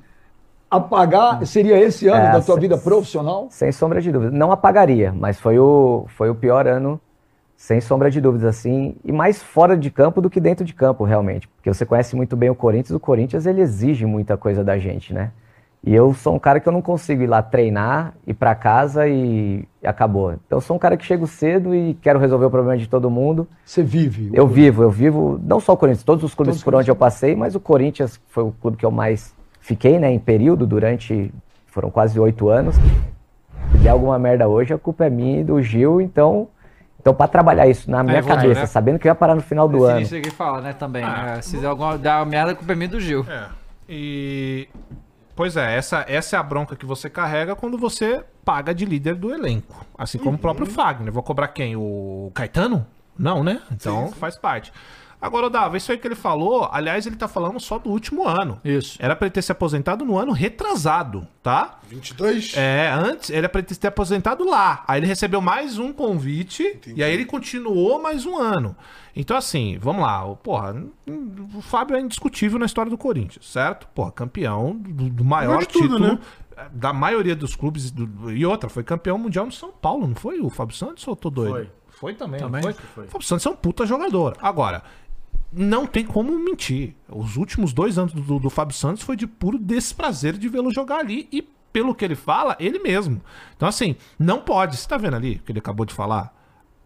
apagar, seria esse ano
É,
da tua
se-
vida profissional?
Sem sombra de dúvida. Não apagaria, mas foi o, foi o pior ano, sem sombra de dúvidas, assim, e mais fora de campo do que dentro de campo, realmente. Porque você conhece muito bem o Corinthians, o Corinthians ele exige muita coisa da gente, né? E eu sou um cara que eu não consigo ir lá treinar, ir pra casa e acabou. Então eu sou um cara que chego cedo e quero resolver o problema de todo mundo.
Você vive.
Eu vivo, eu vivo, não só o Corinthians, todos os clubes
Todos os
por onde eu passei, mas o Corinthians foi o clube que eu mais fiquei, né, em período, durante, foram quase oito anos. Se der alguma merda hoje, a culpa é minha e do Gil, então, então para trabalhar isso na minha
voltou,
cabeça,
né?
sabendo que eu ia parar no final do
Esse
ano,
início aqui fala, né, também.
Ah.
né? Se der alguma dá merda, culpa é minha e do Gil.
É. E. Pois é, essa, essa é a bronca que você carrega quando você paga de líder do elenco.
Uhum.
Assim como o próprio Fagner. Vou cobrar quem? O Caetano? Não, né? Então faz parte. Agora, Dava, isso aí que ele falou, aliás, ele tá falando só do último ano.
Isso.
Era pra ele ter se aposentado no ano retrasado, tá?
22?
É, antes ele era pra ter se aposentado lá. Aí ele recebeu mais um convite e aí ele continuou mais um ano. Então, assim, vamos lá. o- Porra, n- n- o Fábio é indiscutível na história do Corinthians, certo? Porra, campeão do, do maior
de tudo,
título
né?
eh, da maioria dos clubes. do- do- e outra, foi campeão mundial no São Paulo, não foi? O Fábio Santos ou eu tô doido?
Foi.
Foi também,
Também.
não
Acho que
foi? O Fábio Santos é um puta jogador. Agora, não tem como mentir. Os últimos dois anos do, do Fábio Santos foi de puro desprazer de vê-lo jogar ali e, pelo que ele fala, ele mesmo. Então, assim, não pode. Você tá vendo ali o que ele acabou de falar?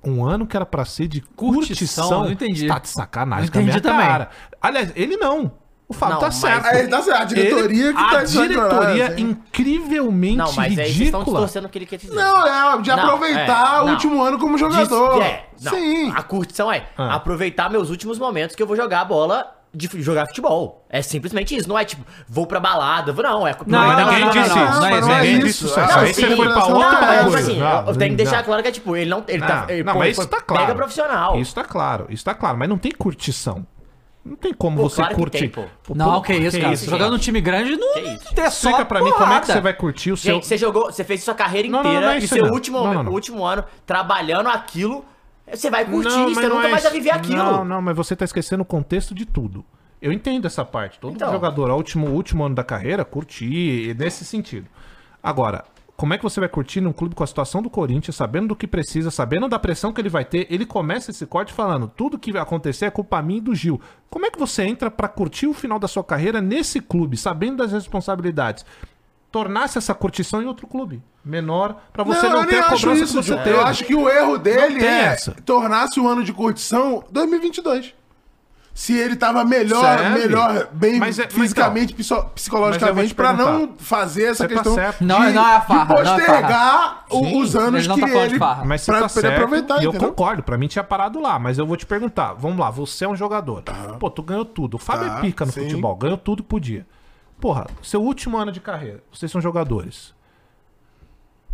Um ano que era pra ser de
Curtição,
curtição.
eu não entendi.
Tá de sacanagem
Não
com a minha
entendi também.
cara. Aliás, ele não. O Fábio
Não,
tá
mas-
certo.
Aí tá certo, a diretoria
Ele-
que tá
A
de sacanagem,
diretoria é
hein?
incrivelmente
Não, mas aí vocês estão
ridícula.
distorcendo o que ele quer dizer.
Não, é de
Não,
aproveitar
é,
o
não.
último ano como jogador.
Diz- é, não.
Sim.
A curtição é
Ah.
aproveitar meus últimos momentos que eu vou jogar a bola de fu- jogar futebol. É simplesmente isso. Não é tipo, vou pra balada. vou- Não, é.
Não,
é-
não,
ninguém
não,
disse isso.
não, não,
mas
não é
Ninguém
isso.
disse isso.
Não,
Aí
sim.
você foi pra
Não,
outra
Não, mas tipo
coisa.
assim,
Não,
eu tenho que deixar
não.
claro que é tipo, ele não. Ele
Não,
tá. Ele
não,
foi-
mas isso
foi
tá claro.
Mega profissional.
Isso tá claro, isso tá claro. Mas não tem curtição. Não tem como
Pô,
você
claro que
curtir.
tem, pô.
Não, que isso, cara.
isso,
Jogando
gente?
um time grande não
Que isso?
é só
Explica pra mim como é que
porrada.
você vai curtir o seu.
Gente, você jogou, você fez sua carreira
Não, não,
inteira
não é
e
isso
seu
não.
último,
Não, não, não.
último ano trabalhando aquilo, você vai curtir,
Não, mas
você
não
nunca
é
mais vai
isso.
viver aquilo.
Não, não, mas você tá esquecendo o contexto de tudo. Eu entendo essa parte. Todo
Então.
jogador, ao último, último ano da carreira, curtir, nesse sentido. Agora, como é que você vai curtir num clube com a situação do Corinthians, sabendo do que precisa, sabendo da pressão que ele vai ter? Ele começa esse corte falando: tudo que vai acontecer é culpa minha e do Gil. Como é que você entra pra curtir o final da sua carreira nesse clube, sabendo das responsabilidades? Tornasse essa curtição em outro clube menor, pra você não,
eu
ter
nem
a
acho
cobrança
isso,
que você
Ju.
teve.
Eu acho que o erro dele
tem
é
essa.
tornar-se um ano de curtição 2022. Se ele tava melhor,
Serve.
melhor, bem
Mas é- mas
fisicamente, piso-
mas
psicologicamente,
eu
pra
vou te
não
perguntar.
fazer essa
Você tá
questão
certo.
de,
Não, não é a farra,
de
não é a farra.
postergar o-
Sim,
os anos
ele não
que
tá falando de
ele...
farra.
Mas você
pra
tá
pra ele
certo,
aproveitar,
e eu
entendeu?
concordo, pra mim tinha parado lá, mas eu vou te perguntar, vamos lá, você é um jogador, pô, tu ganhou tudo, o Fábio
Tá,
é pica no
sim.
futebol, ganhou tudo que podia. Porra, seu último ano de carreira, vocês são jogadores.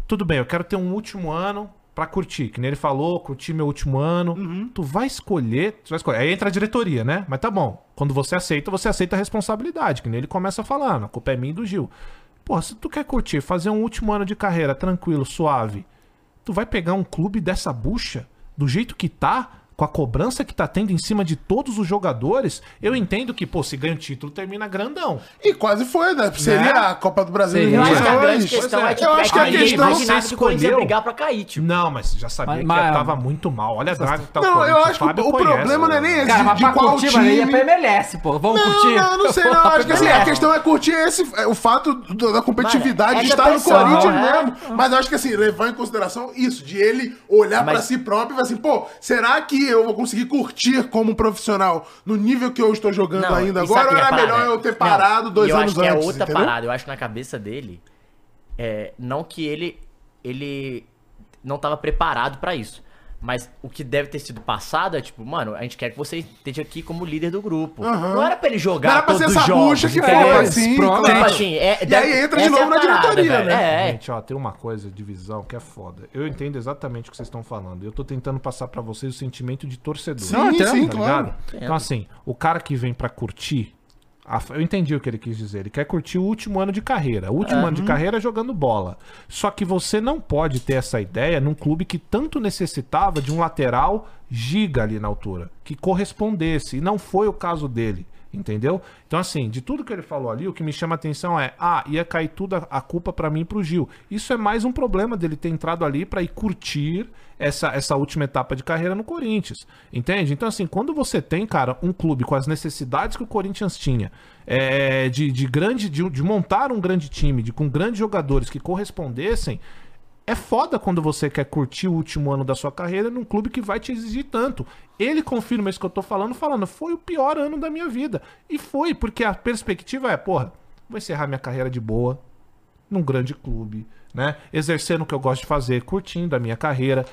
Tudo bem, eu quero ter um último ano pra curtir, que nem ele falou, curtir meu último ano.
Uhum.
Tu vai escolher, tu vai escolher. Aí entra a diretoria, né? Mas tá bom, quando você aceita, você aceita a responsabilidade, que nem ele começa falando, a culpa é minha e do Gil. Porra, se tu quer curtir, fazer um último ano de carreira tranquilo, suave, Tu vai pegar um clube dessa bucha, do jeito que tá, com a cobrança que tá tendo em cima de todos os jogadores, eu entendo que, pô, se ganha o título, termina grandão.
E quase foi, né? Seria a Copa do Brasil
Seria.
em
Eu acho que a grande
22.
questão
é.
é, tipo,
Eu acho que a
ninguém
questão- é
imaginava
você
que o Corinthians ia
escolheu.
brigar pra cair, tipo.
Não, mas já sabia
Mas-
que
mas-
tava muito mal. Olha a draga que tá
Não,
correndo,
eu acho que
Fábio
o
conhece.
problema não é nem esse.
Cara, mas
de
pra
qual
curtir, mano,
time...
ele
é
é
ia pra MLS, pô. Vamos curtir.
Não, não sei, não.
Vamos
Acho que
pra
assim, a
MLS.
questão é curtir esse, é, o fato do- da competitividade
Mano, é
de estar no
depressão,
Corinthians
né?
mesmo. Mas acho que assim, levar em consideração isso, de ele olhar pra si próprio e falar assim, pô, será que eu vou conseguir curtir como profissional no nível que eu estou jogando
Não,
ainda
e sabe
agora?
qual
Ou
é a
era
parada?
melhor eu ter
Não,
parado dois
eu
anos
acho que
antes?
é outra
entendeu?
parada. Eu acho que na cabeça dele, é, não que ele, ele não tava preparado pra isso. Mas o que deve ter sido passado é tipo, mano, a gente quer que você esteja aqui como líder do grupo. Não era pra ele jogar
Não era pra ser
todos
essa
os jogos.
bucha que
entendeu?
foi, assim,
Tipo
claro.
assim, é-
E
deve-
aí entra de
essa é
novo
a
na diretoria,
velho.
né?
É, é.
Gente, ó, tem uma coisa de visão que é foda. Eu entendo exatamente o que vocês estão falando. Eu tô tentando passar pra vocês o sentimento de torcedor.
Sim, Não, sim,
tá
claro.
ligado? Então, assim, o cara que vem pra curtir. a- Eu entendi o que ele quis dizer. Ele quer curtir o último ano de carreira. O último ano de carreira é jogando bola. Só que você não pode ter essa ideia num clube que tanto necessitava de um lateral giga ali na altura, que correspondesse. E não foi o caso dele. Entendeu? Então, assim, de tudo que ele falou ali, o que me chama a atenção é: ah, ia cair tudo a, a culpa pra mim e pro Gil. Isso é mais um problema dele ter entrado ali pra ir curtir essa, essa última etapa de carreira no Corinthians. Entende? Então, assim, quando você tem, cara, um clube com as necessidades que o Corinthians tinha, é, de, de grande de, de montar um grande time, de com grandes jogadores que correspondessem. É foda quando você quer curtir o último ano da sua carreira num clube que vai te exigir tanto. Ele confirma isso que eu tô falando, falando, foi o pior ano da minha vida. E foi, porque a perspectiva é, porra, vou encerrar minha carreira de boa, num grande clube, né? Exercendo o que eu gosto de fazer, curtindo a minha carreira.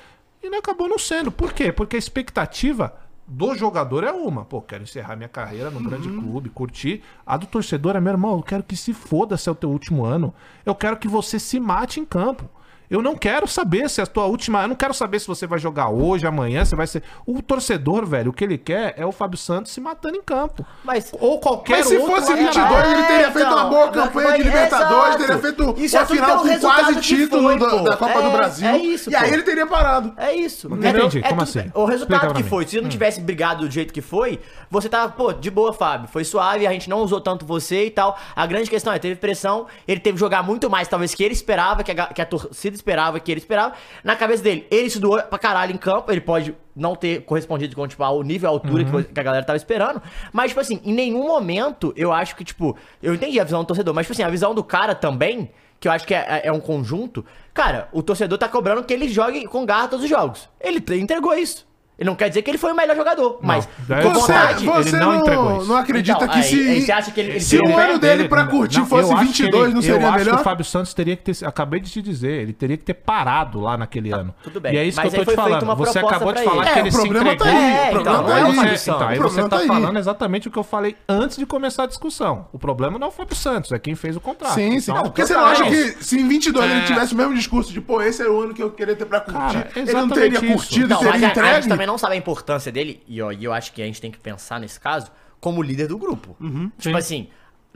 E não acabou não sendo. Por quê? Porque a expectativa do jogador é uma. Pô, quero encerrar minha carreira num grande clube, curtir. A do torcedor é, meu irmão, eu quero que se foda se é o teu último ano. Eu quero que você se mate em campo. Eu não quero saber se a tua última. Eu não quero saber se você vai jogar hoje, amanhã, se vai ser. O torcedor, velho, o que ele quer é o Fábio Santos se matando em campo.
Mas-
Ou qualquer
Mas se
outro
fosse
lateral.
22, ele teria
É,
feito uma
então,
boa
mas-
campanha de
mas-
Libertadores,
exato.
teria feito
Isso
uma
é tudo
final
pelo
com
resultado
quase
que
título
foi,
da,
pô.
da Copa
É,
do Brasil.
é isso,
e aí
pô.
ele teria parado.
É isso.
Não
É-
entendi,
é
como
tudo-
assim?
O
Explica
resultado
pra
que
mim. Hum.
foi, se não tivesse brigado do jeito que foi, você tava, pô, de boa, Fábio. Foi suave, a gente não usou tanto você e tal. A grande questão é, teve pressão, ele teve que jogar muito mais, talvez, que ele esperava, que a, ga- que a torcida esperava, que ele esperava. Na cabeça dele, ele se doou pra caralho em campo, ele pode não ter correspondido com, tipo, ao nível, à
Uhum.
altura que, que a galera tava esperando. Mas, tipo assim, em nenhum momento, eu acho que, tipo, eu entendi a visão do torcedor, mas, tipo assim, a visão do cara também que eu acho que é, é um conjunto, cara, o torcedor tá cobrando que ele jogue com garra todos os jogos. Ele te- entregou isso. Ele não quer dizer que ele foi o melhor jogador, mas
daí
com
eu
vontade.
discordo.
você
é ele não entregou isso.
não acredita
Então,
que
aí- aí você
se,
acha que ele- ele
se
deu
o
bem?
ano dele
Ele-
pra curtir
não,
fosse
eu acho que
22,
ele-
não seria
Eu acho que
melhor?
o Fábio Santos teria que ter... Acabei de te dizer, ele teria que ter parado lá naquele ano.
Tá, tudo bem,
E é isso
mas
que eu tô
aí foi
te
feita
falando.
uma
Você
proposta
acabou de
pra
falar que
ele.
É,
ele
o
se
problema
entregou.
tá
É,
aí. o
então,
problema
não
tá
é o Fábio
aí.
Você- então, aí você
o problema
tá
tá aí.
falando exatamente o que eu falei antes de começar a discussão. O problema não foi o Fábio Santos, é quem fez o contrato.
Sim, sim.
Então,
Porque você não acha
totalmente.
que se em 22 ele
É.
tivesse o mesmo discurso de, pô, esse é o ano que eu queria ter pra curtir,
Cara,
ele não
exatamente
teria
isso.
curtido,
Não, mas
teria
a,
tá
a gente
entregue?
também não sabe a importância dele, e, ó, e eu acho que a gente tem que pensar nesse caso como líder do grupo.
Uhum,
tipo assim,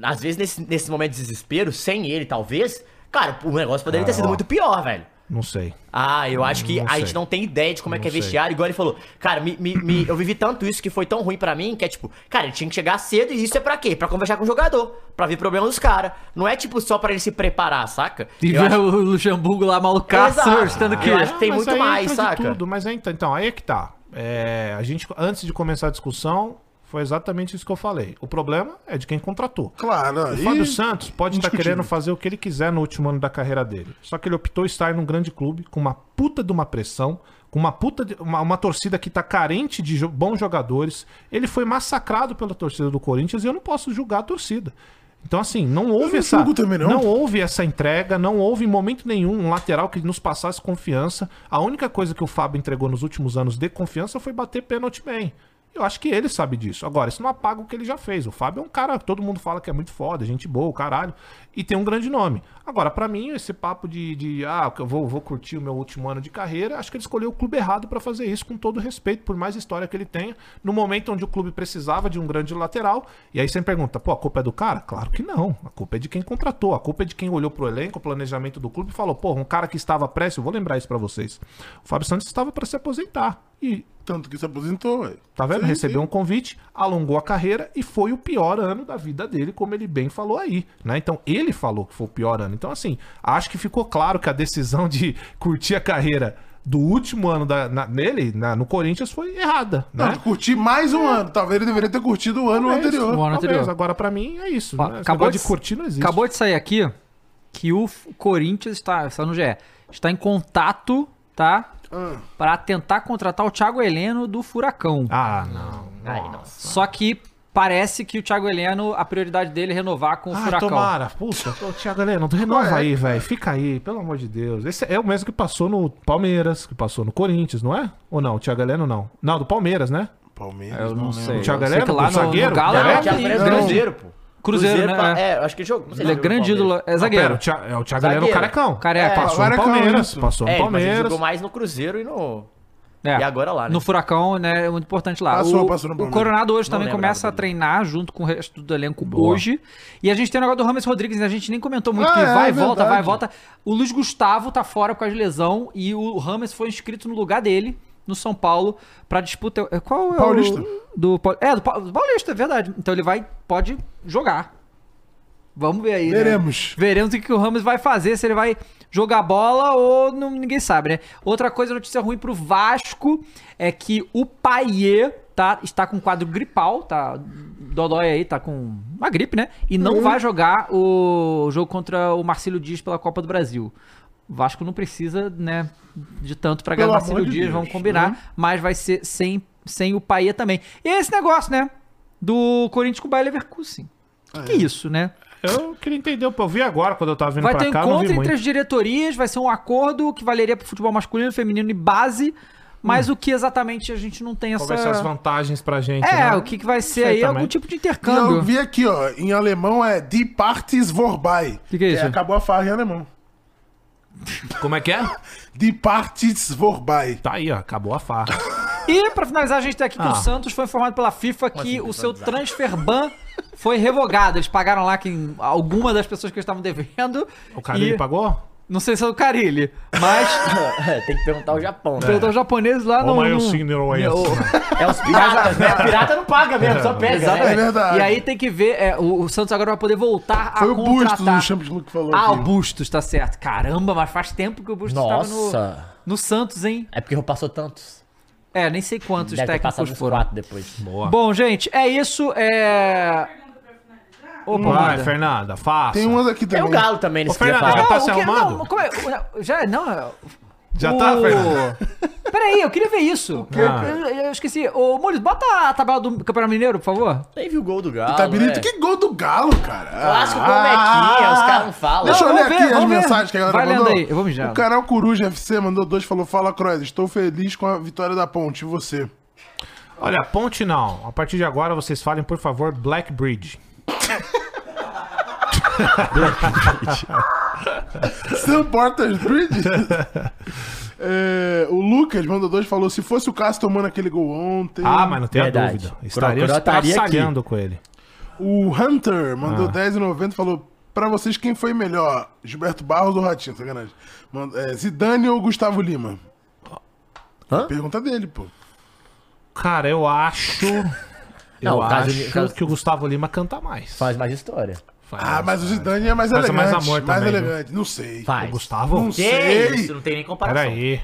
às vezes nesse, nesse momento de desespero, sem ele talvez, cara, o negócio poderia ter sido
ó.
muito pior, velho.
Não sei.
Ah, eu acho que
Não
a
sei.
gente não tem ideia de como é que é
sei.
vestiário. Igual ele falou, cara, me- me- me- eu vivi tanto isso que foi tão ruim pra mim que é tipo, cara, ele tinha que chegar cedo e isso é pra quê? Pra conversar com o jogador, pra ver problema dos caras. Não é tipo só pra ele se preparar, saca?
E
Eu
ver
acho-
o Luxemburgo lá malucaço,
Exato.
estando que.
Eu acho que tem
Ah, mas
muito
aí
mais,
entra de
saca?
Tudo, mas é, então, então, aí é que tá. É, a gente, antes de começar a discussão, foi exatamente isso que eu falei. O problema é de quem contratou.
Claro, não,
O
e-
Fábio Santos pode estar
indiscutível.
querendo fazer o que ele quiser no último ano da carreira dele. Só que ele optou estar em um grande clube com uma puta de uma pressão, com uma puta de, uma, uma torcida que tá carente de jo- bons jogadores. Ele foi massacrado pela torcida do Corinthians e eu não posso julgar a torcida. Então assim, não houve
não
essa
julgo também, não.
houve essa entrega, não houve em momento nenhum um lateral que nos passasse confiança. A única coisa que o Fábio entregou nos últimos anos de confiança foi bater pênalti bem. Eu acho que ele sabe disso. Agora, isso não apaga o que ele já fez. O Fábio é um cara que todo mundo fala que é muito foda, gente boa, o caralho. E tem um grande nome. Agora, pra mim, esse papo de, de, ah, que eu vou, vou curtir o meu último ano de carreira, acho que ele escolheu o clube errado pra fazer isso, com todo respeito, por mais história que ele tenha, no momento onde o clube precisava de um grande lateral. E aí você me pergunta, pô, a culpa é do cara? Claro que não. A culpa é de quem contratou, a culpa é de quem olhou pro elenco, o planejamento do clube e falou, pô, um cara que estava prestes, eu vou lembrar isso pra vocês. O Fábio Santos estava pra se aposentar. E
Tanto que se aposentou, ué.
Tá vendo?
Sim,
Recebeu um convite, alongou a carreira e foi o pior ano da vida dele, como ele bem falou aí, né? Então, ele falou que foi o pior ano. Então, assim, acho que ficou claro que a decisão de curtir a carreira do último ano da, na- nele, na- no Corinthians, foi errada,
Não,
né?
curtir mais um ano. Talvez ele deveria ter curtido o ano
Talvez,
anterior.
O ano
talvez.
anterior.
Agora, pra mim, é isso.
Ó,
né? Esse
acabou
negócio
de-
de curtir não existe.
Acabou de sair aqui que o F- Corinthians está, está no GE, está em contato, tá?
Ah.
Para tentar contratar o Thiago Heleno do Furacão.
Ah, não.
Ai, não.
Só que parece que o Thiago Heleno, a prioridade dele é renovar com o
Ah,
Furacão.
tomara. Puta, ô, Thiago Heleno, renova
Ué.
aí, velho. Fica aí, pelo amor de Deus. Esse é o mesmo que passou no Palmeiras, que passou no Corinthians, não é? Ou não? O Thiago Heleno não. Não, do Palmeiras, né?
Palmeiras,
É, Eu não sei.
O Thiago
Eu sei
Heleno,
que lá
o
no- no
zagueiro,
Galo
né?
era
Não,
um
o Thiago Heleno é
não.
Cruzeiro, pô.
Cruzeiro, né?
pra-
é.
é, acho que ele jogou. não sei
Ele
se
é
jogou no
grande
Palmeiras.
ídolo, é
Pera,
zagueiro.
o Thiago, é, o Thiago Heleno é o
Zagueiro.
carecão.
Cara, é,
É,
passou.
agora-
Passou no
Carecão,
Palmeiras,
isso.
passou
É,
no
ele- mas ele
Palmeiras.
jogou mais no Cruzeiro e no.
É.
E agora lá, né?
No Furacão, né? É muito importante lá.
Passou,
o,
passou no
o
Palmeiras.
Coronado hoje
Não
também
lembrava
começa a
dele.
treinar junto com o resto do elenco hoje. E a gente tem o negócio do Rames Rodrigues, né? A gente nem comentou muito
Ah,
que
é,
vai
é
e volta,
verdade.
vai e volta. O Luiz Gustavo tá fora por causa de lesão e o Rames foi inscrito no lugar dele. No São Paulo, pra disputa. é, Qual é
Paulista.
o. Do, Pau- é, do Pau- do Paulista, é verdade. Então ele vai, pode jogar. Vamos ver aí. né?
Veremos.
Veremos o que o Ramos vai fazer, se ele vai jogar bola ou não- ninguém sabe, né? Outra coisa, notícia ruim pro Vasco é que o Paier tá, está com quadro gripal, tá? Dodói aí tá
um
com uma gripe, né? E
Uhum.
não vai jogar o jogo contra o Marcelo Dias pela Copa do Brasil. O Vasco não precisa, né, de tanto pra ganhar o
Pelo
Marcelo
amor de
Dias,
Deus,
vamos combinar,
né?
mas vai ser sem, sem o Paier também. E esse negócio, né, do Corinthians com o Bayer Leverkusen. Que, que é isso, né?
Eu queria entender, pô, eu vi agora quando eu tava vindo
Vai
pra
ter um
cá, não vi
encontro entre
muito.
as diretorias, vai ser um acordo que valeria pro futebol masculino, feminino e base, mas o que exatamente a gente não tem
Hum. Qual vai ser as
essa.
vantagens pra gente,
É,
né?
o que, que vai ser
sei
aí?
também.
Algum tipo de
E eu
intercâmbio.
vi aqui, ó, em alemão é Die Parties vorbei.
Que que é isso?
acabou a farra em alemão.
Como é que é?
De partes vorbei.
Tá aí, ó. Acabou a farra.
E pra finalizar, a gente tem aqui que
Ah.
o Santos foi informado pela FIFA que o seu transfer ban foi revogado. Eles pagaram lá quem, alguma das pessoas que eles estavam devendo.
O cara ele
E-
pagou?
Não sei se é do Carilli, mas
É, tem que perguntar ao Japão, né?
perdeu os japoneses lá
Ô,
no...
mas eu
no-
sim, não é esse.
É os piratas, né? Pirata não paga mesmo, só pega. né?
Exatamente.
É verdade.
E aí tem que ver, é, o, o Santos agora vai poder voltar a
Foi o
contratar.
Bustos do Champions League que falou
Ah, o
aqui.
Bustos, tá certo. Caramba, mas faz tempo que o Bustos estava no,
Nossa.
no Santos, hein?
É porque eu passou tantos.
É, nem sei quantos
Deve ter passado
técnicos
uns
foram.
quatro depois. Boa.
Bom, gente, é isso. É. Opa,
Vai,
manda.
Fernanda, faça.
Tem umas aqui
É
também.
o Galo também,
Ô,
nesse
Fernando,
falar.
já tá
Não,
se
o que-
arrumando?
não, como é- o- Já, não. é-
Já tá,
o-
Fernanda?
Peraí, eu queria ver isso.
Ah.
Eu, eu- eu esqueci. Ô, Mules, bota a tabela do Campeonato Mineiro, por favor.
Teve o gol do Galo.
Tá bonito.
é.
Que gol do Galo, cara.
Clássico com o Mequinha, os caras não falam.
Ah! Deixa eu
Não,
ler
vamos
aqui
ver,
as
vamos ver.
mensagens que a galera tá
Vai lendo
mandou.
aí, eu vou mijar.
O canal Coruja FC mandou dois, falou, fala, Croix, estou feliz com a vitória da ponte, e você?
Olha, ponte não. A partir de agora vocês falem, por favor, Black Bridge.
Sam Portas Bridge? É, o Lucas mandou dois, falou, se fosse o Cássio tomando aquele gol ontem.
Ah, mas não tenha
Verdade.
dúvida.
Cro-
Estariam
crotaria aqui.
traçalhando com ele.
O Hunter
Ah.
mandou 10,90 e falou, pra vocês quem foi melhor, Gilberto Barros ou Ratinho, sacanagem. Manda- é, Zidane ou Gustavo Lima?
Hã?
Pergunta dele, pô.
Cara, eu acho.
Não,
eu
o caso-
acho
o caso-
que o Gustavo Lima canta mais.
Faz mais história.
Faz
Ah,
mais.
mas o Zidane é mais
Mas é
elegante.
mais amor também, viu?
elegante, não sei.
Faz.
Gustavo?
Não
Que
sei.
Ah, isso? Não tem nem comparação.
Peraí.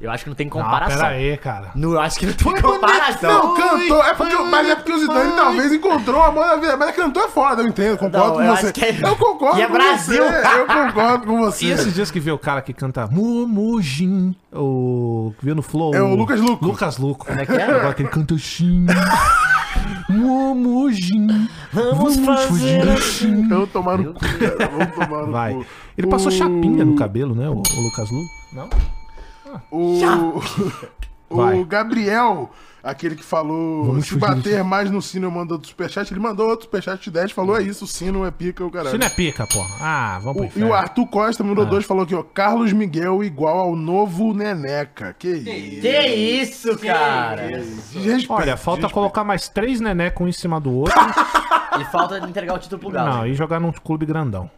Eu acho que não tem
Ah,
comparação.
peraí, cara.
Não, eu acho que não tem comparação.
Não, cantor. É porque, mas é porque o Zidane talvez encontrou a mão da vida. Mas cantor é foda, eu entendo. Concordo
Não,
com
eu
você.
acho que é-
Eu concordo
E é
com
Brasil.
você. Eu concordo com
E
você.
esses dias que vê o cara que canta Mumujin, o que viu no Flow?
É o Lucas Luco.
Lucas Luco. Como
é que é?
Agora que ele canta Xin. Mumujin.
Vamos fazer assim.
fugir. Xin.
Eu vou tomar no cu. cara. Vamos tomar no
Vai.
cu.
Ele passou chapinha no cabelo, né, o, o Lucas Luco? Não?
Ah.
O,
Vai.
o Gabriel, aquele que falou
Vamos
se
fugir do
bater mais no sino, eu mando outro superchat. Ele mandou outro superchat de 10, falou é isso, o sino é pica, o caralho.
Isso não é pica, porra. Ah, vamos pro
O- e o
inferno.
Arthur Costa mandou dois, falou aqui, ó, Carlos Miguel igual ao novo Neneca. Que isso.
Que isso, cara?
Desrespeito,
Olha, falta
desrespeito.
colocar mais três neneco um em cima do outro.
E falta de entregar o título pro Galo.
não, e jogar num clube grandão.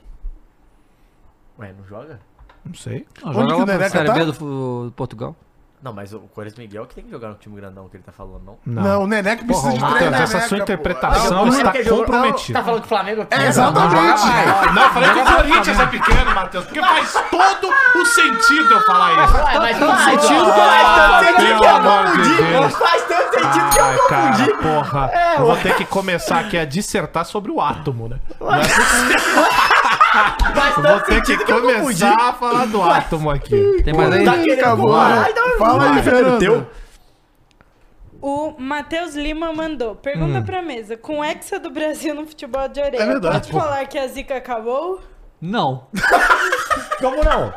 Ué, não joga?
Não sei.
Onde que o Neneca tá?
B do, do Portugal.
Não, mas o Corinthians Miguel que tem que jogar no time grandão que ele tá falando, não.
Não.
Não, o Neneca precisa
Porra,
de
Matheus,
três Neneca,
essa sua
pô.
interpretação
Não,
está
que jogou-
comprometida.
Tá falando que o Flego é
É,
pequeno.
exatamente.
Ah, Não, eu falei que o Corinthians é pequeno, Matheus, porque faz todo o sentido eu falar isso.
Ué, Tá, mas faz
sentido que eu-
faz tanto sentido que é eu
Pelo amor de
confundi.
Deus.
Faz tanto
Ah,
sentido que
Ai,
eu
cara,
confundi.
porra.
É,
eu vou
ué.
ter que começar aqui a dissertar sobre o átomo, né?
Faz
Eu vou
tanto
ter que
sentido que eu confundi.
começar a falar do átomo aqui.
Tem mais aí?
Tá querendo
Acabou.
voar. Então eu
Fala aí,
vou.
Fernando.
O Matheus Lima mandou. Pergunta pra mesa. Com o Hexa do Brasil no futebol de orelha,
Hum. É verdade,
pode
pô.
falar que a zica acabou?
Não.
Como não?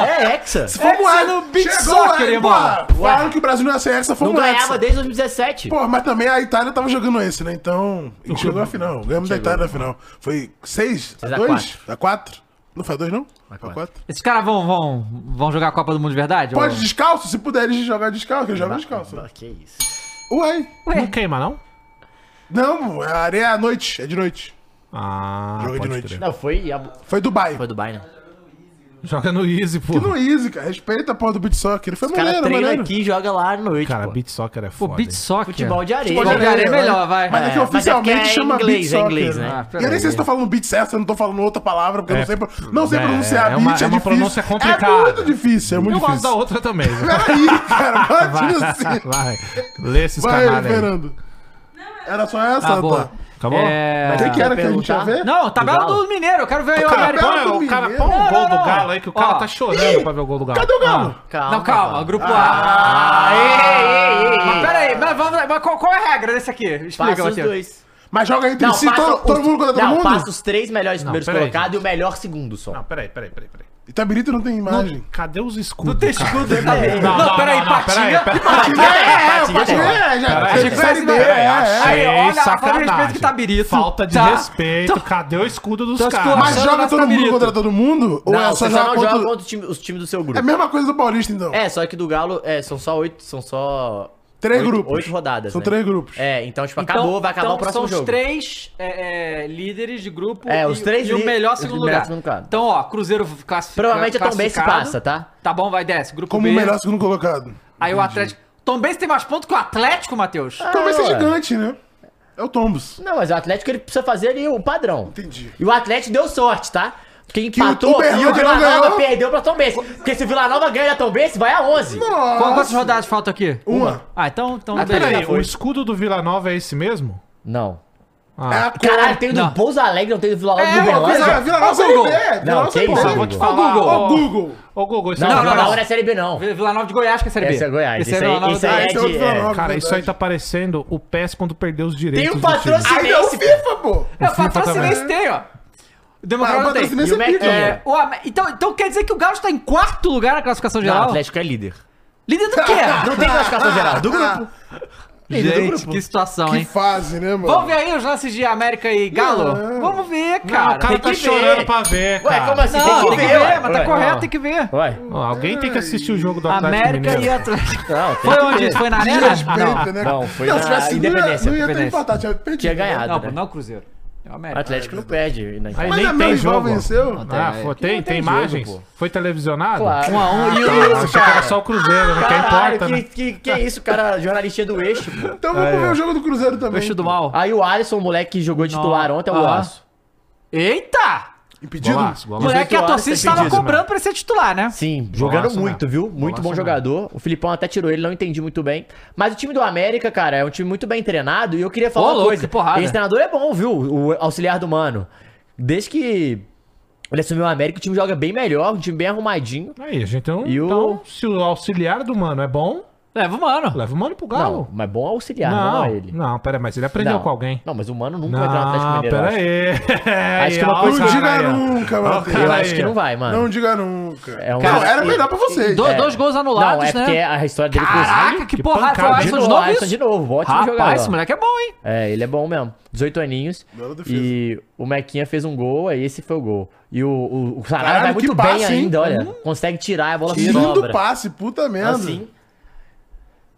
É Hexa.
Vamos lá.
no Big
Chegou
Soccer,
aí,
irmão.
pô. Falaram que o Brasil não ia ser essa,
Não
fomos
ganhava
nessa.
desde 2017.
Pô, mas também a Itália tava jogando esse, né? Então, e chegou a final. Ganhamos da Itália na final. Foi 6 a
a
2? A 4? Não foi a 2, não? A
quatro.
4.
Esses caras vão, vão, vão jogar a Copa do Mundo de verdade?
Pode
Ou-
descalço? Se puder eles jogar descalço, eu jogo descalço.
Ah, Que isso.
Uai.
Não queima, não?
Não, a areia é à noite. É de noite.
Ah,
Jogo de
pode
noite.
crer.
Não, foi, a...
Foi Dubai.
foi Dubai, né?
Joga no Easy, pô.
Que no Easy, cara. Respeita a porra do beat soccer. Foi
Os caras
maneiro,
treinam
maneiro.
aqui e jogam lá à noite,
Cara,
pô.
beat soccer é
Pô,
foda.
beat
hein?
soccer.
Futebol de areia.
Futebol de areia é melhor, vai.
Mas
É,
é que
mas é
oficialmente
porque é
chama
inglês, é
beat soccer.
inglês, né?
Ah,
E eu nem sei se tô falando beat certo, se eu não tô falando outra palavra, porque eu
É,
não sei, pro- não sei pronunciar
é
beat.
uma- é uma
difícil.
pronúncia complicada.
É muito difícil, é muito
Eu gosto da
difícil.
outra também.
Peraí, cara, pode
Vai,
assim.
vai. Lê esses
Vai,
canalhas aí.
Fernando. Era só essa,
Ah, boa.
tá?
Acabou?
É...
O que, que era que a gente ia
Perguntar?
ver?
Não, tabela
Galo?
do Mineiro. Eu quero ver aí o
Cara,
América.
Tabela
põe,
do
o cara põe um
Mineiro.
Não,
gol
não,
do
não.
Galo aí que o cara
Ó.
tá chorando pra ver o gol do Galo. Ah.
Cadê o Galo?
Calma, Ah,
Não, calma. Grupo A. Mas pera aí. Mas, vamos, mas qual, qual é a regra desse aqui? Explica,
Passa os
Matheus.
dois.
Mas Ah, joga entre
Não,
si
passa
todo,
os-
todo mundo contra todo
não,
mundo?
passa os três melhores primeiros
peraí,
colocados e o melhor segundo só.
Não, peraí, peraí, peraí, peraí.
Itabirito Então é não tem imagem. Então,
Cadê os escudos? Não tem escudo,
Não, peraí, Patinga. Patinga
É,
Patinga
pode
tem.
ver, já.
Peraí,
Achei que
peraí,
série B.
peraí,
é, é.
achei.
Aí, olha,
falta de
sacanagem.
respeito que tá birito,
Falta de
tá?
respeito. Cadê o escudo dos
Então,
Tá
caras?
situado.
Mas
Só
joga
no
todo mundo
Itabirito.
contra todo mundo? Ou
Não,
é
você só
só
não
jogar
joga
contra...
contra o time- os times do seu
É
grupo.
a mesma coisa do Paulista, então.
É, só que do Galo é, são só oito. São só.
Três
oito-
grupos.
Oito rodadas.
São
né?
três grupos.
É, então, tipo,
Então-
acabou, vai acabar
então
o próximo
são
jogo.
os três é, é, líderes de grupo
É, os três
e, e o
li-
melhor
os
segundo
melhor
lugar.
segundo colocado.
Então, ó, Cruzeiro classificado.
Provavelmente é Tom Benz que passa, tá?
Tá bom, vai, desce. Grupo
Como
B.
o melhor segundo colocado.
Aí o Atlético. Tom Benz tem mais pontos que o Atlético, Matheus.
Talvez é
ué.
gigante, né? É o Tombos.
Não, mas o Atlético ele precisa fazer ali o padrão.
Entendi.
E o Atlético deu sorte, tá? Porque
o
empatou e o
Uberlândia
Vila
não
Nova
ganhou.
perdeu pra Tom Benz. Porque se o Vila Nova ganha da Tom Benz, vai a 11.
Qu- Quantas rodadas faltam aqui?
Uma.
Ah, então, então
Peraí,
beleza.
o escudo do Vila Nova é esse mesmo? Ah.
Não.
É a cor.
Caralho, tem o do
Não.
Pouso Alegre, não tem o do Vila Nova
É,
do Uberlândia.
Vila- Vila
Ó,
Nova Série
Google.
B. Vila
Não,
Nova
que
Série
isso,
B.
Google.
vou te
Ô,
falar.
Google.
ó,
Ó, Google.
Ô, Google, isso
Não,
é
não,
uma
não,
não.
não, não é Série B, não.
Vila Nova de Goiás, que é Série B.
Esse é Goiás,
Esse é
esse
Vila
aí-
Nova
esse
da-
aí
Ah, esse é outro
de-
Vila
é.
Nova,
Cara, isso aí
verdade.
tá parecendo o PES quando perdeu os
Tem
direitos.
um
do time.
Aí deu o
patrocinense, pô.
FIFA, pô.
É, o
FIFA
patrocinense
também.
tem, ó. O
Ah, o
Democrata tem.
patrocinense
E o
é pica,
Mac-
mano.
É, o Am- então, então quer dizer que o Galo está em quarto lugar na classificação
Não, o
geral?
Atlético é líder.
Líder do quê?
Não tem
Ah.
classificação geral, do grupo. Líder do
Gente,
grupo.
que situação,
Que
hein?
fase, né, mano?
Vamos ver aí os lances de América e Galo?
Não.
Vamos ver,
Não,
cara.
o cara
tem
tá
que
chorando
ver.
pra ver,
Ué,
cara.
como assim?
Não, tem que ver,
ué.
mas tá
Ué,
correto,
não.
tem que ver.
Ué.
Ó, alguém tem que assistir o jogo do Atlético
América
Mineiro.
e Atlético.
Não, tem
Foi
que
onde?
ver.
isso? Foi na Arena? Não.
Desrespeito, né?
Não, foi
se
na
tivesse sido,
Independência,
Não ia ter
Independência.
empatado, tinha perdido.
Tinha ganhado.
Não,
né?
pô, não o Cruzeiro. É o
O
América.
Atlético não perde. né?
Aí
Mas
nem
não, meu
tem
rival
jogo.
venceu.
Ah,
É, tem,
foi-
É, não
tem,
tem
tem
jogo,
imagens?
pô.
Foi televisionado?
Claro.
Um a um. E
Ah,
o-
achei que era só o Cruzeiro, né? Que
é Caralho,
importa,
que,
né?
que, que isso, cara, jornalistinha do eixo, pô.
Então vamos ver o jogo do Cruzeiro também.
Peixe do mal.
Aí o Alisson, o moleque que jogou titular ontem, é o
Ah.
Aço.
Eita!
Impedido?
Golaço, golaço.
Moleque, é a
18 horas,
torcida
tá
estava
impedido,
cobrando pra ele ser titular, né?
Sim, jogando
Golaço
muito,
mesmo.
viu? Muito
Golaço né?
bom
mesmo.
jogador. O Filipão até tirou ele, não entendi muito bem. Mas o time do América, cara, é um time muito bem treinado e eu queria falar
Ô,
uma
louco,
coisa.
que porrada.
Esse treinador é bom, viu? O auxiliar do Mano. Desde que ele assumiu o América, o time joga bem melhor, um time bem arrumadinho.
Aí, a gente não...
E o-
Então, se o auxiliar do Mano é bom,
Leva o mano.
leva o Mano pro
Não,
Galo.
mas bom é o auxiliar, não,
Não,
é
não,
ele.
pera, mas ele aprendeu
Não.
com alguém.
Não, mas o Mano nunca vai entrar no Atlético
Não,
Mineiro. eu
pera
acho.
aí.
Acho que uma
Ó,
coisa-
Não
cara
diga
aí, ó.
nunca,
Ó,
Matheus.
cara
Eu
aí,
acho que
ó.
não vai, mano.
Não diga nunca.
É um-
Não, era
e-
melhor pra vocês.
Do- Dois gols
Não,
anulados,
é porque
né?
a história dele
Caraca, que
que
porrada. Foi
pancada.
o
De
Alisson de
novo,
novo
Alisson
isso?
de novo, ótimo jogador.
Rapaz, esse moleque é bom, hein?
É, ele é bom mesmo. 18 aninhos.
Bela defesa.
E o Mequinha fez um gol, aí esse foi o gol. E o, o, o Saraiva
Caralho,
vai
que
muito bem
passe, hein?
ainda, olha. Consegue tirar, a bola
Que lindo
sobra.
passe, puta merda.
Assim.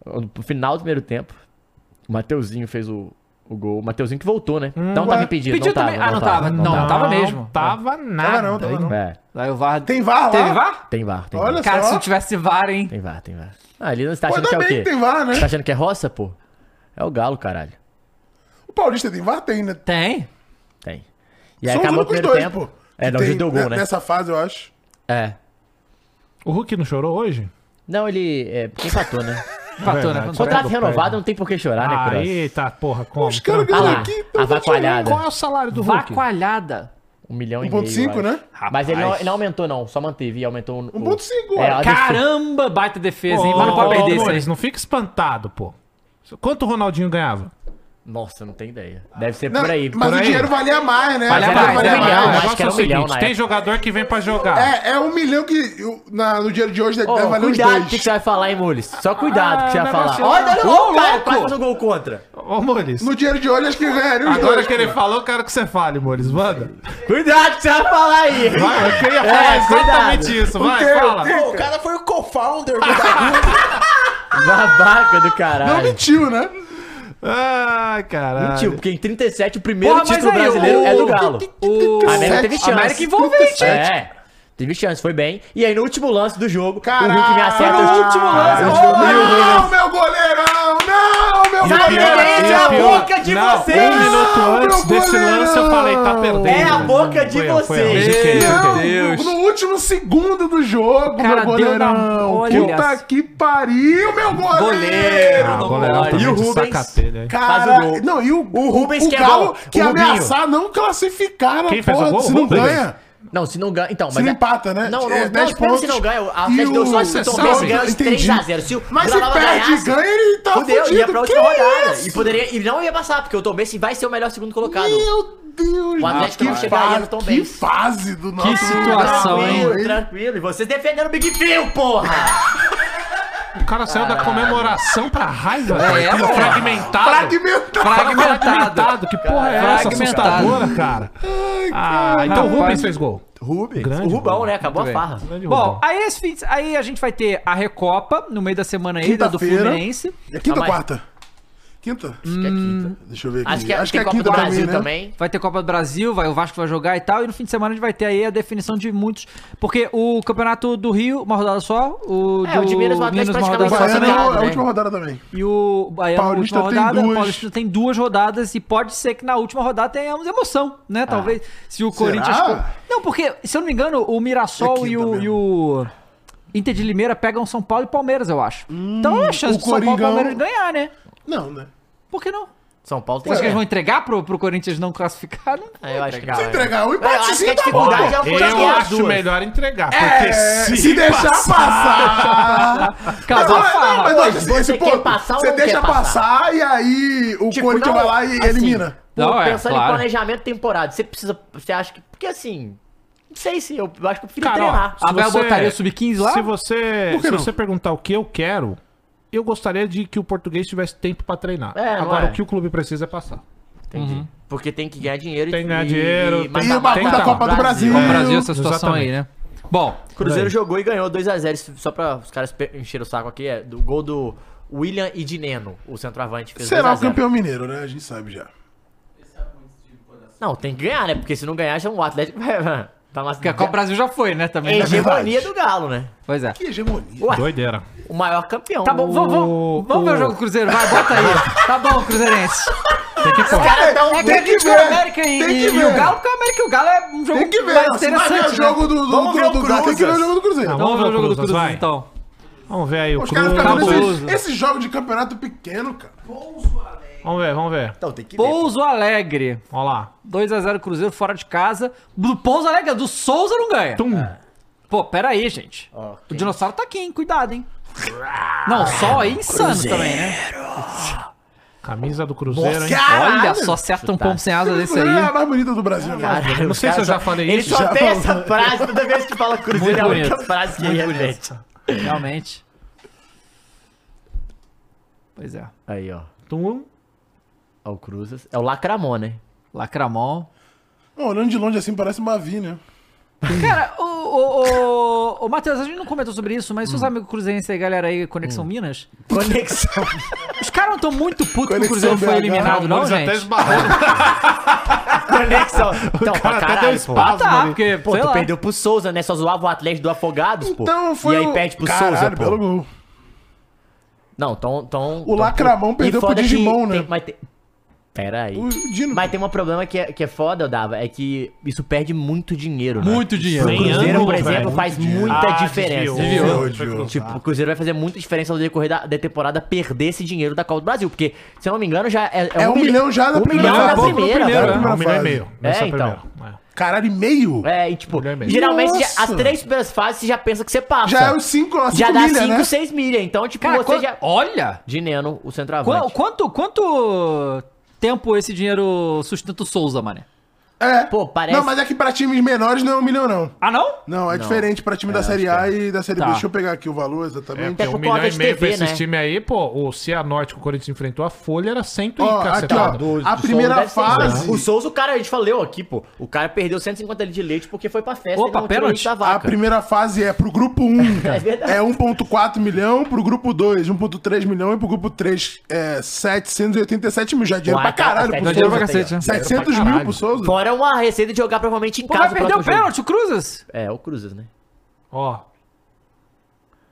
Uhum.
No final do primeiro tempo, o Mateuzinho fez o, o gol. O Mateuzinho que voltou, né? então
Hum, ué.
tava impedido.
Pediu
não tava,
também. Ah, não tava. Não,
Não,
tava
tava
mesmo.
mesmo. Tava
Tava
nada.
não, tava não.
É,
Aí o VAR.
Tem VAR lá?
Teve VAR?
tem VAR, tem
Olha
VAR.
só.
Cara, se tivesse VAR, hein?
Tem VAR, tem VAR. Ah, ele não tá
Pô,
achando que
ainda
é o
bem que
quê?
tem VAR, né?
Tá achando que é roça, pô? É o galo, caralho.
O Paulista tem VAR? Tem, né?
Tem.
Tem. E aí
São os
acabou o
únicos
primeiro
dois,
tempo.
pô.
É,
que
não, o
tem
juiz deu gol, né?
Nessa fase, eu acho.
É.
O Hulk não chorou hoje?
Não, ele. É, porque empatou, né?
Empatou, né?
Verdade.
Contra-
Contrato renovado, não tem por que chorar, né,
Ah,
Cross?
eita, porra, como?
Os caras
Ah
ganham
lá,
aqui. então vai
avacoalhada.
Qual é o salário do Hulk?
Vacoalhada.
Um milhão e meio.
1.5,
eu acho.
né?
Mas ele não,
Rapaz.
ele não aumentou, não. Só manteve e aumentou. o-
1.5,
o-
olha.
a defesa.
Caramba, baita defesa, hein?
Ô,
Mas não pode
ô,
perder isso
Nunes,
aí.
Não fica espantado, pô. Quanto o Ronaldinho ganhava?
Nossa, não tem ideia. Deve ser
Não,
por aí.
mas
por
o
aí.
dinheiro valia mais, né?
Valia
O dinheiro
mais,
valia
é um milhão,
mais.
acho que era um milhão na
tem
época.
jogador que vem pra jogar.
É, é um milhão que eu- na- no dinheiro de hoje deve
Ô,
valer uns
cuidado com o que
dois.
que você vai falar, hein, Mules? Só cuidado com o que você vai
Ah, mas
falar.
você-
Olha,
Ô,
olha o cara
louco!
quase faz um gol contra.
Ô, Mores.
No dinheiro de hoje, acho que ganharia uns
Agora
dois.
que ele falou, eu quero que você fale, Mores. Manda.
Cuidado com o que você vai falar aí.
Vai, eu queria falar
É,
exatamente
cuidado.
isso. Vai,
quê?
fala.
Pô, o cara foi o co-founder do bagulho.
Babaca do
Não
caralho.
mentiu, né?
Ai, caralho.
Mentiu, porque em 37 o primeiro
Porra, mas
título
aí,
brasileiro é do
o-
Galo.
O
A América teve chance.
América envolvente, hein?
É. Teve chance, foi bem. E aí no último lance do jogo,
Caralho.
o Hulk me acerta
Foi no
o
último lance,
Caralho.
Não, meu goleirão! Não, meu
Sai
goleirão!
daí,
E
é a
pior-
boca de
Não,
vocês!
Um minuto
Não,
antes
meu
desse lance eu falei, tá
goleirão.
perdendo.
É a
Não,
boca de
foi eu, foi eu.
vocês.
Fiquei,
Meu
fiquei.
Não,
Deus.
No último segundo do jogo,
Cara,
meu
deu na-
goleirão!
olha
Puta
só.
que pariu, meu
Goleiro,
goleiro!
Ah,
não
o goleirão
pode.
também
E o
de né?
Rubens?
sacatelha, hein?
Cara,
Faz o gol.
não, e o,
O Rubens que é
Galo
bom. O
que ia
Rubinho.
ameaçar não classificar na
Quem fez o
porra,
gol?
se não
Rubens.
ganha.
Não, se não ganha. Então, mas.
Se não empata, né?
Não, não,
É,
não, espera
dez
se
pontos.
não ganha. A
E
Atlético deu
o-
sorte o Tom
Você
Benz
sabe,
ganhou de
entendi.
3x0. Se o
Mas se
Vila Nova
perde e
ganhasse,
ganha, ele tá
então,
Fudeu, ia
fudido.
pra
Que
é
última rodada.
isso?
E, poderia, e não ia passar, porque o Tom Benz vai ser o melhor segundo colocado.
Meu Deus,
O Atlético não chegaria no Tom
que
Benz.
fase do nosso
situação,
Brasil,
Tranquilo, tranquilo. E vocês defendendo o Big Phil, porra!
O cara saiu da comemoração pra raiva,
É,
cara. Tudo
porra.
fragmentado.
Fragmentado.
Fragmentado. Que porra é essa
Fragmentado.
assustadora, cara? Ah, então o
Rapaz.
Rubens fez gol.
Rubens.
Grande
O Rubão,
Rubão.
né? Acabou a
Muito
farra.
Grande
Bom,
Rubão.
aí, esse fim de- aí a gente vai ter a Recopa no meio da semana ainda do
Quinta-feira.
Fluminense.
É quinta ou
Calma aí. é
quarta? Quinta? Hum, Deixa eu ver aqui.
Acho que, é- tem Copa do
quinta
Brasil
né?
também.
Vai ter Copa do Brasil, vai, o Vasco vai jogar e tal. E no fim de semana a gente vai ter aí a definição de muitos. Porque o Campeonato do Rio, uma rodada só. O,
É, o de Minas, o Atlético
uma
praticamente
O
rodada só
Baiano é
também.
a
né?
última rodada também.
tá E o Baiano,
Paulista
última
tem
rodada.
duas.
O Paulista tem duas rodadas e pode ser que na última rodada tenhamos emoção,
Ah.
né? Talvez. Se o Corinthians. Não, porque, se eu não me engano, o Mirassol e
É quinta
o,
mesmo.
e o Inter de Limeira pegam São Paulo e Palmeiras, eu acho. então é uma chance
Hum, o
do São Paulo e
Coringão-
Palmeiras ganhar, né?
Não, né?
Por que não?
São Paulo tem.
Você acha que eles vão entregar pro, pro Corinthians não classificar? Não.
É, eu acho que
Se
não.
entregar o
Eu acho que
empatezinho
a
tá bom.
dificuldade
pô.
é o Corinthians
Eu
ganhar as
acho
duas.
melhor entregar, porque
É, Se,
se,
deixar passar.
Acabou a farra.
é, Mas, mas, esse-
Você
esse
quer
ponto,
passar ou
você
não
deixa
quer passar?
passar e aí o
Tipo, não,
Corinthians vai
é
lá e
assim,
elimina.
Pô,
Não, é,
pensando
claro.
em planejamento temporada, você precisa. Você acha que. Porque assim. Não sei se. Eu, eu acho que eu prefiro
Cara, ó,
treinar.
se
A Bel
você-
botaria o sub-15 lá?
Se você,
que
se
não?
você perguntar o que eu quero, eu gostaria de que o português tivesse tempo pra treinar.
É, não
Agora,
é?
o que o clube precisa é passar.
Entendi. Porque tem que ganhar dinheiro
Tem que ganhar dinheiro, tem-
E o bagulho
tem
da
que
Copa do Brasil.
O Brasil, essa situação
exatamente.
aí, né? Bom,
Cruzeiro jogou e ganhou 2x0. isso Só pra os caras pe- encherem o saco aqui, é do gol do William Idineno, o centroavante. Fez
Será
2 a 0.
o campeão mineiro, né? A gente sabe já.
Não, tem que ganhar, né? Porque se não ganhar, já o Atlético vai. tá
porque a Copa do Brasil já foi, né? Também. né?
Hegemonia do Galo, né?
Pois é.
Que hegemonia.
Ué,
Doideira.
o maior campeão.
Tá bom, vamos, vamos, vamos ver o jogo do Cruzeiro, vai, bota aí. Tá bom, Cruzeirense.
Tem que
Os caras tão-
É que
Tem
a gente
que
viu
ver,
a América e,
tem que
e- e
ver.
o Galo, porque o América e o Galo é um jogo
Tem que ver.
mais
não, Se vai ver o
interessante. né?
jogo do, do,
Vamos ver
do,
o
do Galo, tem que ver o
Cruzas.
jogo do Cruzeiro.
Não,
Vamos ver o jogo do
Cruzas,
Cruzeirenso,
vai.
então.
Vamos ver aí o
Os caras
Cruz.
ficam vendo
Cabuloso.
esse, esse jogo de campeonato pequeno, cara.
Vamos ver, vamos ver.
Então, tem que ver.
Pouso Alegre.
Olha lá.
2x0 Cruzeiro fora de casa. Do Pouso Alegre, do Souza não ganha. É.
Tum.
Pô, pera aí, gente. O dinossauro tá aqui, hein? Cuidado, hein? Não, só aí insano também, né?
Camisa do Cruzeiro, hein?
né?
Olha só, acerta um
Tá.
pombo sem asa desse
É a
aí.
mais bonita do Brasil. né?
Eu não sei se eu já falei
Ele
isso.
só
já.
tem essa frase toda vez que fala Cruzeiro, é a
Muito
única
bonito.
frase que ele repete.
Realmente. Pois é.
Aí, ó.
Tum.
É o Cruzes. É o Lacramon, né?
Lacramon.
Não, Olhando de longe assim, parece uma vi, né?
Cara, o, o, o, o Matheus, a gente não comentou sobre isso, mas
Hum.
seus amigos cruzeirenses aí, galera aí, Conexão Minas,
Conexão.
os caras não estão muito putos que o
Conexão
Cruzeiro foi
BH,
eliminado, não,
Mas até
gente?
esbarrou.
Conexão. Então,
cara
pra
até
caralho,
deu
pô.
espaço.
Ah, tá, porque,
Pô,
sei
tu
lá.
perdeu pro Souza, né? Só zoava o Atlético do Afogados, pô.
Então foi.
E aí
o-
perde pro
Caralho,
Souza, pô.
belo gol.
Não, tão, tão,
O
tão-
Lacramão
e
perdeu pro
foda que
Digimon, né?
tem- mas tem- Pera aí.
O Dino.
Mas tem um problema que é, que é foda, Dava, é que isso perde muito dinheiro, né?
Muito dinheiro.
O
Sem
Cruzeiro,
ângulo,
por exemplo,
velho.
faz
dinheiro.
muita
Ah,
diferença.
desviou.
Desviou,
Foi
desviou.
cruzado.
Tipo, o Cruzeiro vai fazer muita diferença no decorrer da, da temporada perder esse dinheiro da Copa do Brasil. Porque, se eu não me engano, já é.
É um milhão já na
um
primeira
milhão na
fase.
primeira,
primeiro,
velho.
né?
É um milhão e
fase.
meio. Nessa
É, então.
primeira. É.
Caralho, e meio?
É, e tipo,
Milhão e meio.
geralmente já-
Nossa.
as três primeiras fases você já pensa que você passa.
Já é os cinco, as
Já
cinco
dá
milha,
5,
né?
6 milha. Então, tipo,
Cara,
você
quan-
já.
olha!
De Neno, o
Qua-
centroavante.
Quanto, quanto tempo esse dinheiro sustenta o Souza, mané?
É.
Pô, parece-
Não, mas é que pra times menores não é um milhão, não.
Ah, não?
Não, é diferente pra time da Série A
é.
e da Série
Tá.
B. Deixa eu pegar aqui o valor
É,
exatamente.
porque
pro
um milhão
cota
e
de
meio pra
TV,
esses
né?
times aí, pô, o Cianorte que o Corinthians enfrentou a Folha era cento
Ó,
e
aqui, ó.
cacetada.
A
O
primeira
Souza deve ter-
fase.
O Souza, o cara, a gente falou aqui, pô. O cara perdeu 150 litros de leite porque foi pra festa.
Opa,
é um e não tirou
pênalti.
leite da vaca.
A primeira fase é pro grupo 1
É verdade.
é 1.4 milhão, pro grupo 2 1.3 milhão e pro grupo 3 é 787 mil. Já é dinheiro
Uai,
pra caralho
cara,
pro
tá
dinheiro pra
Souza.
cacete, né?
é
700
Dinheiro pra
mil
caralho.
pro Souza.
Fora uma receita de jogar provavelmente em
Pô,
casa.
vai perder o
próximo jogo.
pênalti, o Cruzes?
É, o Cruzes, né?
Ó.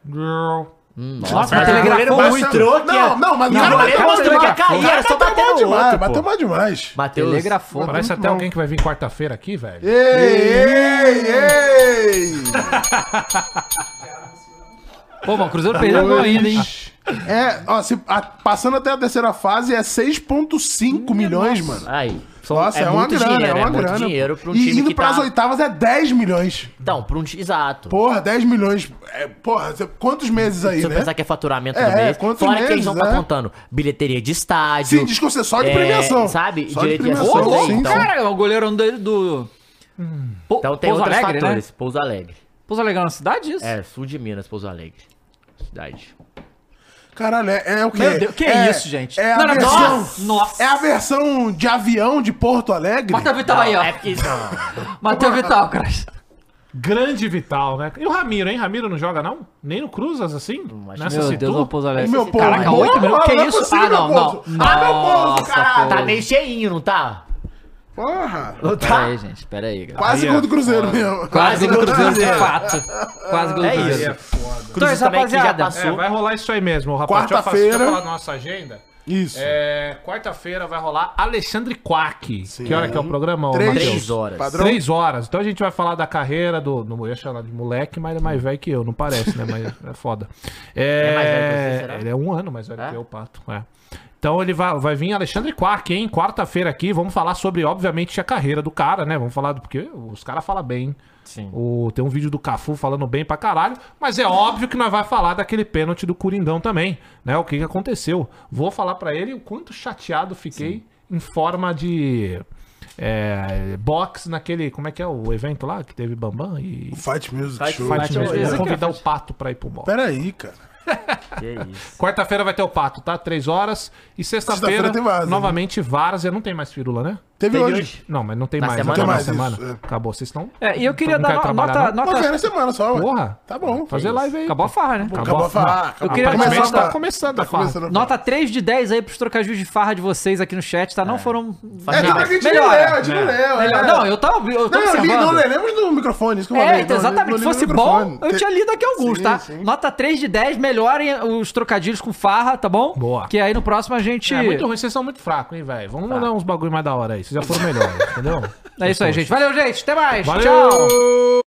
Girl.
Nossa, mas
É,
telegrafou
mas-
muito.
Não, não, mas o
um é. Não, mas
cara bateu
ele
mal
mostrou que ia
demais.
cair,
O cara
era só
bateu
bater
mal
no
tá demais,
outro,
Bateu
pô.
mal demais.
Mateus.
Telegrafou.
Parece até
bom.
alguém que vai vir quarta-feira aqui, velho.
Ei, ei, ei!
Pô, mas o
Tá.
Cruzeiro perdeu gol ainda, hein?
É, ó, se- a- passando até a terceira fase é 6,5 milhões, mano.
Aí. são-
Nossa, é, uma
muito
grana,
dinheiro,
é uma
muito
grana.
dinheiro pra um
e
time
indo
que
pras
tá...
oitavas é 10 milhões.
Então, pra um time... Exato.
Porra, 10 milhões. É, porra, cê- quantos meses aí,
Se eu
né?
pensar que é faturamento
É,
do mês,
quantos
fora que eles
meses,
vão tá
é?
contando bilheteria de estádio.
Sim, desculpa, só de
é,
premiação.
Sabe?
Só de
Direito de
premiação,
acesso,
sim, Hum.
então,
Cara, é o goleiro do... do... Po-
então tem
Pouso
outros
Alegre,
fatores.
né?
Pouso Alegre.
Pouso Alegre é uma cidade, isso?
É, sul de Minas, Pouso Alegre. Cidade.
Caralho, é, é o quê?
Meu Deus, que
é,
isso, gente?
É a
Não, não,
versão...
nossa, nossa.
É a versão de avião de Porto Alegre?
Matheus Vital aí, ó.
É porque...
Matheus Vital, cara.
Grande Vital, né? E o Ramiro, hein? Ramiro não joga, não? Nem no Cruzas, assim? Nessa
Hum, Meu Deus,
situ?
o Pouso Alegre.
Meu povo,
Caraca,
povo,
8 milhões?
não,
Que
não é
isso?
possível,
Ah, não,
meu
não.
povo. Ah, meu povo,
Nossa,
caralho.
Tá
Pouso.
meio cheinho, não tá?
Porra.
Não
Pera
tá?
aí, gente, pera aí, cara.
Quase
Aí,
gol
ó.
do Cruzeiro É. mesmo.
Quase gol do Cruzeiro, de
Cruzeiro.
fato. Quase gol do
É isso.
Aí
Cruzeiro.
é foda.
Então, é isso,
também que já
rapaziada.
passou.
É, vai rolar isso aí mesmo, rapaz. Deixa eu fa-
Quarta-feira.
Deixa eu falar da nossa agenda.
Isso.
É, quarta-feira vai rolar Alexandre Quack.
Sim.
Que hora que é o programa, ô,
Três.
Matheus?
Três horas.
Padrão.
Três horas. Então a gente vai falar da carreira do. Não ia chamar de moleque, mas ele é mais velho que eu. Não parece, né? Mas é foda. É,
Ele é mais velho que você, será?
Ele é um ano mais velho
É?
que eu, Pato. É. Então ele vai, vai vir Alexandre Quark, hein? Quarta-feira aqui. Vamos falar sobre, obviamente, a carreira do cara, né? Vamos falar do. Porque os caras falam bem.
Sim.
O, tem um vídeo do Cafu falando bem pra caralho, mas é óbvio que nós vai falar daquele pênalti do Curindão também, né? O que, que aconteceu. Vou falar pra ele o quanto chateado fiquei em forma de é, box naquele, como é que é o evento lá que teve Bambam e
Fight Music Show.
Fight
Show.
mesmo. Eu Vou convidar o Pato pra ir pro box.
Peraí, cara.
Que isso.
Quarta-feira vai ter o Pato, tá? Três horas e sexta-feira
Sexta-feira tem Várzea, né?
novamente Várzea, não tem mais firula, né?
Teve
Teve
hoje.
Não, mas não tem
Na
mais.
semana
Acabou
não.
a semana.
Isso, é.
Acabou, vocês estão.
É, e eu queria
Não quer
dar no-
trabalhar,
nota...
não?
Não,
nota...
foi na semana só, ué.
né? Porra.
Tá bom.
Fazer live aí.
Acabou a farra, né?
Acabou a farra.
Eu queria
Aparentemente
começar-
tá começando a
tá
farra.
começando a
Nota 3 de 10 aí pros trocadilhos de farra de vocês aqui no chat, tá? Não foram...
É, tipo, a gente não
Melhora.
leu, a gente não leu.
Melhor.
é.
Não, eu tava, eu
Não,
tava
eu li,
observando.
não lemos no microfone, isso que eu
É,
falei.
então,
Não, eu li-
exatamente. Se
não li
fosse
no
bom,
microfone.
eu
Te-
tinha lido aqui alguns,
Sim,
tá?
sim.
Nota 3 de 10, melhorem os trocadilhos com farra, tá bom?
Boa.
Que aí no próximo a gente.
É muito ruim, vocês são muito fracos, hein, velho.
Tá.
Vamos mandar uns bagulho mais da hora aí. Vocês já foram melhores, entendeu?
É isso aí, gente. Valeu, gente. Até mais.
Valeu!
Tchau.